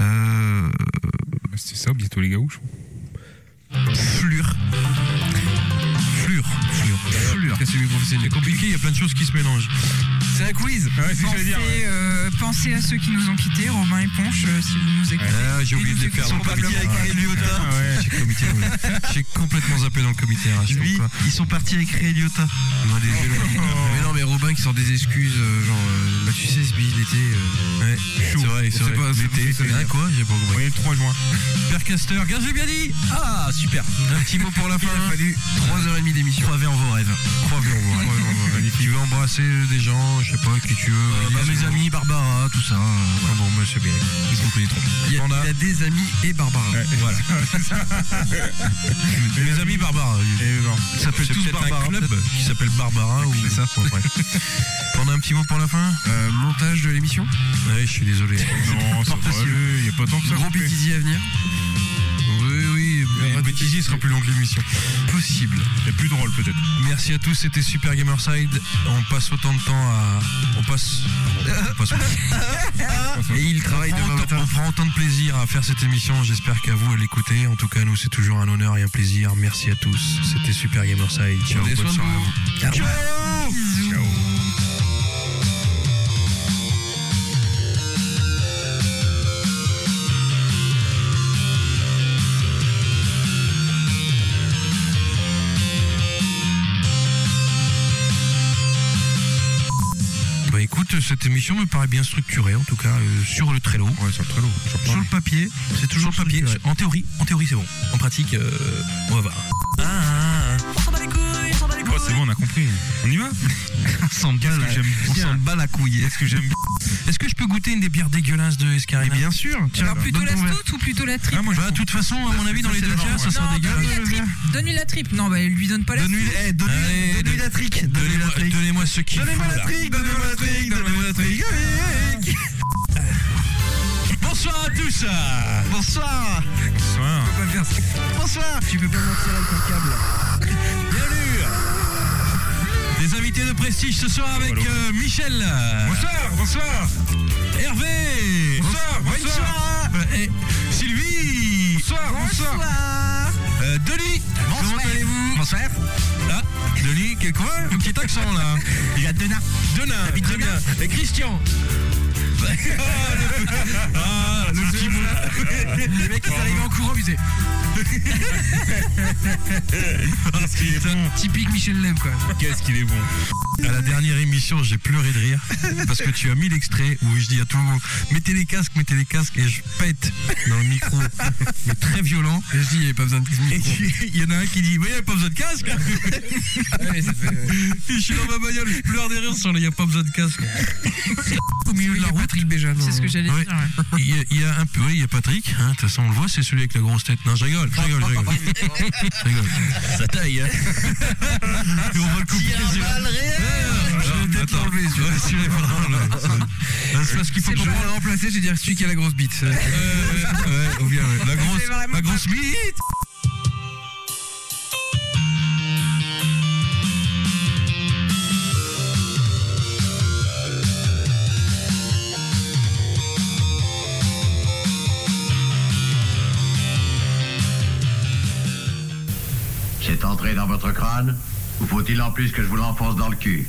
Speaker 14: Euh,
Speaker 6: Bah, C'était ça, bientôt les gars, je crois.
Speaker 2: Flure. Flure. Flure. Flure.
Speaker 5: C'est lui professionnel.
Speaker 2: C'est compliqué, il y a plein de choses qui se mélangent.
Speaker 5: C'est un quiz.
Speaker 6: Ouais, c'est ce que
Speaker 3: Pensez,
Speaker 6: j'allais dire. ouais.
Speaker 3: euh, pensez à ceux qui nous ont quittés, Romain et Ponche, euh, si vous nous écoutez.
Speaker 2: Ah, j'ai oublié
Speaker 3: Ils
Speaker 2: de
Speaker 3: nous
Speaker 2: les faire dans le
Speaker 3: écoutent
Speaker 2: comité.
Speaker 3: probablement.
Speaker 2: Avec Eliota.
Speaker 6: Ah, ouais.
Speaker 2: J'ai comité, oui. J'ai complètement zappé dans le comité. hein, je sais
Speaker 14: lui,
Speaker 2: pas.
Speaker 14: ils sont partis avec Réliota.
Speaker 2: Moi, des vélos.
Speaker 5: Mais non, mais Robin qui sort des excuses, euh, genre, euh, bah, tu sais, ce billet, il était. euh,
Speaker 2: Ouais, c'est vrai, c'est
Speaker 5: On sait
Speaker 2: vrai.
Speaker 5: pas, c'est
Speaker 2: L'été,
Speaker 5: pas ce que ça veut
Speaker 2: hein,
Speaker 5: dire.
Speaker 2: quoi J'ai pas compris.
Speaker 6: Voyez le 3 juin.
Speaker 2: Père Caster, regarde, j'ai bien dit Ah, super Un petit mot pour la fin.
Speaker 5: Il a fallu 3h30 d'émission.
Speaker 2: Croyez en vos rêves. Croyez en vos rêves. Il veut embrasser des gens, je sais pas, qui tu veux.
Speaker 15: Euh, bah, mes amis, Barbara, tout ça. euh, voilà.
Speaker 2: Bon, moi c'est bien.
Speaker 15: Ils se reconnaîtront.
Speaker 16: Il y, a,
Speaker 15: Panda.
Speaker 16: il y a des amis et Barbara.
Speaker 15: Voilà. mes amis, Barbara.
Speaker 6: Et non.
Speaker 15: Ça s'appelle tous Barbara. un club qui s'appelle Barbara. ou-
Speaker 2: C'est ça, pour vrai. On a un petit mot pour la fin
Speaker 16: Euh, montage de l'émission.
Speaker 2: Ouais, je suis désolé.
Speaker 6: Non, c'est
Speaker 2: pas
Speaker 6: pas
Speaker 2: possible.
Speaker 6: Il n'y a pas tant que ça.
Speaker 16: Gros
Speaker 6: coupé.
Speaker 16: bêtisier à venir.
Speaker 2: Oui, oui, mais
Speaker 6: Le bêtisier sera plus long que l'émission.
Speaker 2: possible.
Speaker 6: Et plus drôle, peut-être.
Speaker 2: Merci à tous, c'était Super Gamerside. On passe autant de temps à. On passe. On passe- Et il travaille
Speaker 16: demain
Speaker 2: on prend, autant, on prend autant de plaisir à faire cette émission. J'espère qu'à vous à l'écouter. En tout cas, nous, c'est toujours un honneur et un plaisir. Merci à tous. C'était Super Gamerside. Ciao,
Speaker 16: Prenez soin
Speaker 2: bonne
Speaker 16: de
Speaker 2: soirée à
Speaker 16: vous.
Speaker 2: vous. Bah écoute, cette émission me paraît bien structurée, en tout cas, euh, sur le Trello.
Speaker 6: Ouais, sur le Trello. Sur
Speaker 2: Sur le
Speaker 6: le
Speaker 2: papier, c'est toujours le papier. En théorie, en théorie c'est bon. En pratique, euh, on va voir. Ah,
Speaker 6: Oh, c'est bon, on a compris. On y va
Speaker 2: On s'en bat,
Speaker 6: que
Speaker 2: la-
Speaker 6: j'aime
Speaker 2: on
Speaker 6: bien
Speaker 2: s'en bat la couille. Est-ce que j'aime bien Eh Est-ce que je peux goûter une des bières dégueulasses de Escarina
Speaker 4: Bien sûr.
Speaker 3: Alors plutôt
Speaker 2: Donne
Speaker 3: la
Speaker 2: ton verre.
Speaker 3: stout ou plutôt la triple
Speaker 2: Ah, moi, je- bah, de toute façon, à mon avis, dans les deux cas, ça sera
Speaker 3: Non,
Speaker 2: dégueulasse.
Speaker 3: donne-lui la triple. Donne-lui la triple. Non, bah lui donne pas la
Speaker 2: Donne-lui eh, donne-lui-
Speaker 4: Allez,
Speaker 2: donne-lui
Speaker 4: donne-
Speaker 2: la trique.
Speaker 4: donnez-moi-
Speaker 2: Donnez-moi donnez-moi ce qu'il faut.
Speaker 4: Donnez-moi la
Speaker 2: là.
Speaker 4: trique, donnez-moi la trique, donnez-moi la trique.
Speaker 2: Bonsoir à tous. euh.
Speaker 4: Bonsoir.
Speaker 6: Bonsoir.
Speaker 4: Bonsoir.
Speaker 16: Tu peux pas mentir avec ton câble.
Speaker 2: Bienvenue. Des invités de prestige ce soir avec euh, Michel. euh,
Speaker 6: Bonsoir, bonsoir.
Speaker 2: Hervé.
Speaker 6: Bonsoir, bonsoir.
Speaker 2: Euh, Et Sylvie.
Speaker 6: Bonsoir, bonsoir.
Speaker 2: Euh, Denis, comment allez-vous Bonsoir. Ah, Denis, quel coin Un petit accent là. Il y a Denain. Denain, très bien. Et Christian. Ah, le- Ah, le petit bout. Les mecs, ils arrivent en courant, ils disaient.
Speaker 6: Qu'est-ce qu'il est bon.
Speaker 16: Typique Michel Lem quoi.
Speaker 6: Qu'est-ce qu'il est bon.
Speaker 2: À la dernière émission, j'ai pleuré de rire parce que tu as mis l'extrait où je dis à tout le monde mettez les casques, mettez les casques et je pète dans le micro, mais très violent.
Speaker 16: Et je dis, il n'y avait pas besoin de
Speaker 2: Et il y en a un qui dit mais il n'y a pas besoin de casque.
Speaker 16: Ouais, ça fait-
Speaker 2: Je suis dans ma bagnole, je pleure des rires sur le il n'y a pas besoin de casque. Au milieu de la route,
Speaker 16: Patrick Béjan.
Speaker 3: C'est ce que j'allais
Speaker 2: Ouais.
Speaker 3: dire. ouais.
Speaker 2: il y a, il y a un peu, oui, il y a Patrick, hein, de toute façon on le voit, c'est celui avec la grosse tête. Non, je rigole, je rigole, je rigole. Je rigole. Ça taille, hein. Et on va le couper les yeux. Ouais, je vais peut-être l'enlever, celui-là. Ouais, celui-là, il faudra l'enlever. Ouais, C'est parce qu'il faut
Speaker 16: Quand on
Speaker 2: comprendre. Euh,
Speaker 16: va Euh, le remplacer, je vais dire celui qui a la grosse bite.
Speaker 2: Ouais, ouais, ou bien, ouais. La grosse,
Speaker 3: C'est vraiment
Speaker 2: la grosse bite.
Speaker 5: C'est entré dans votre crâne Ou faut-il en plus que je vous l'enfonce dans le cul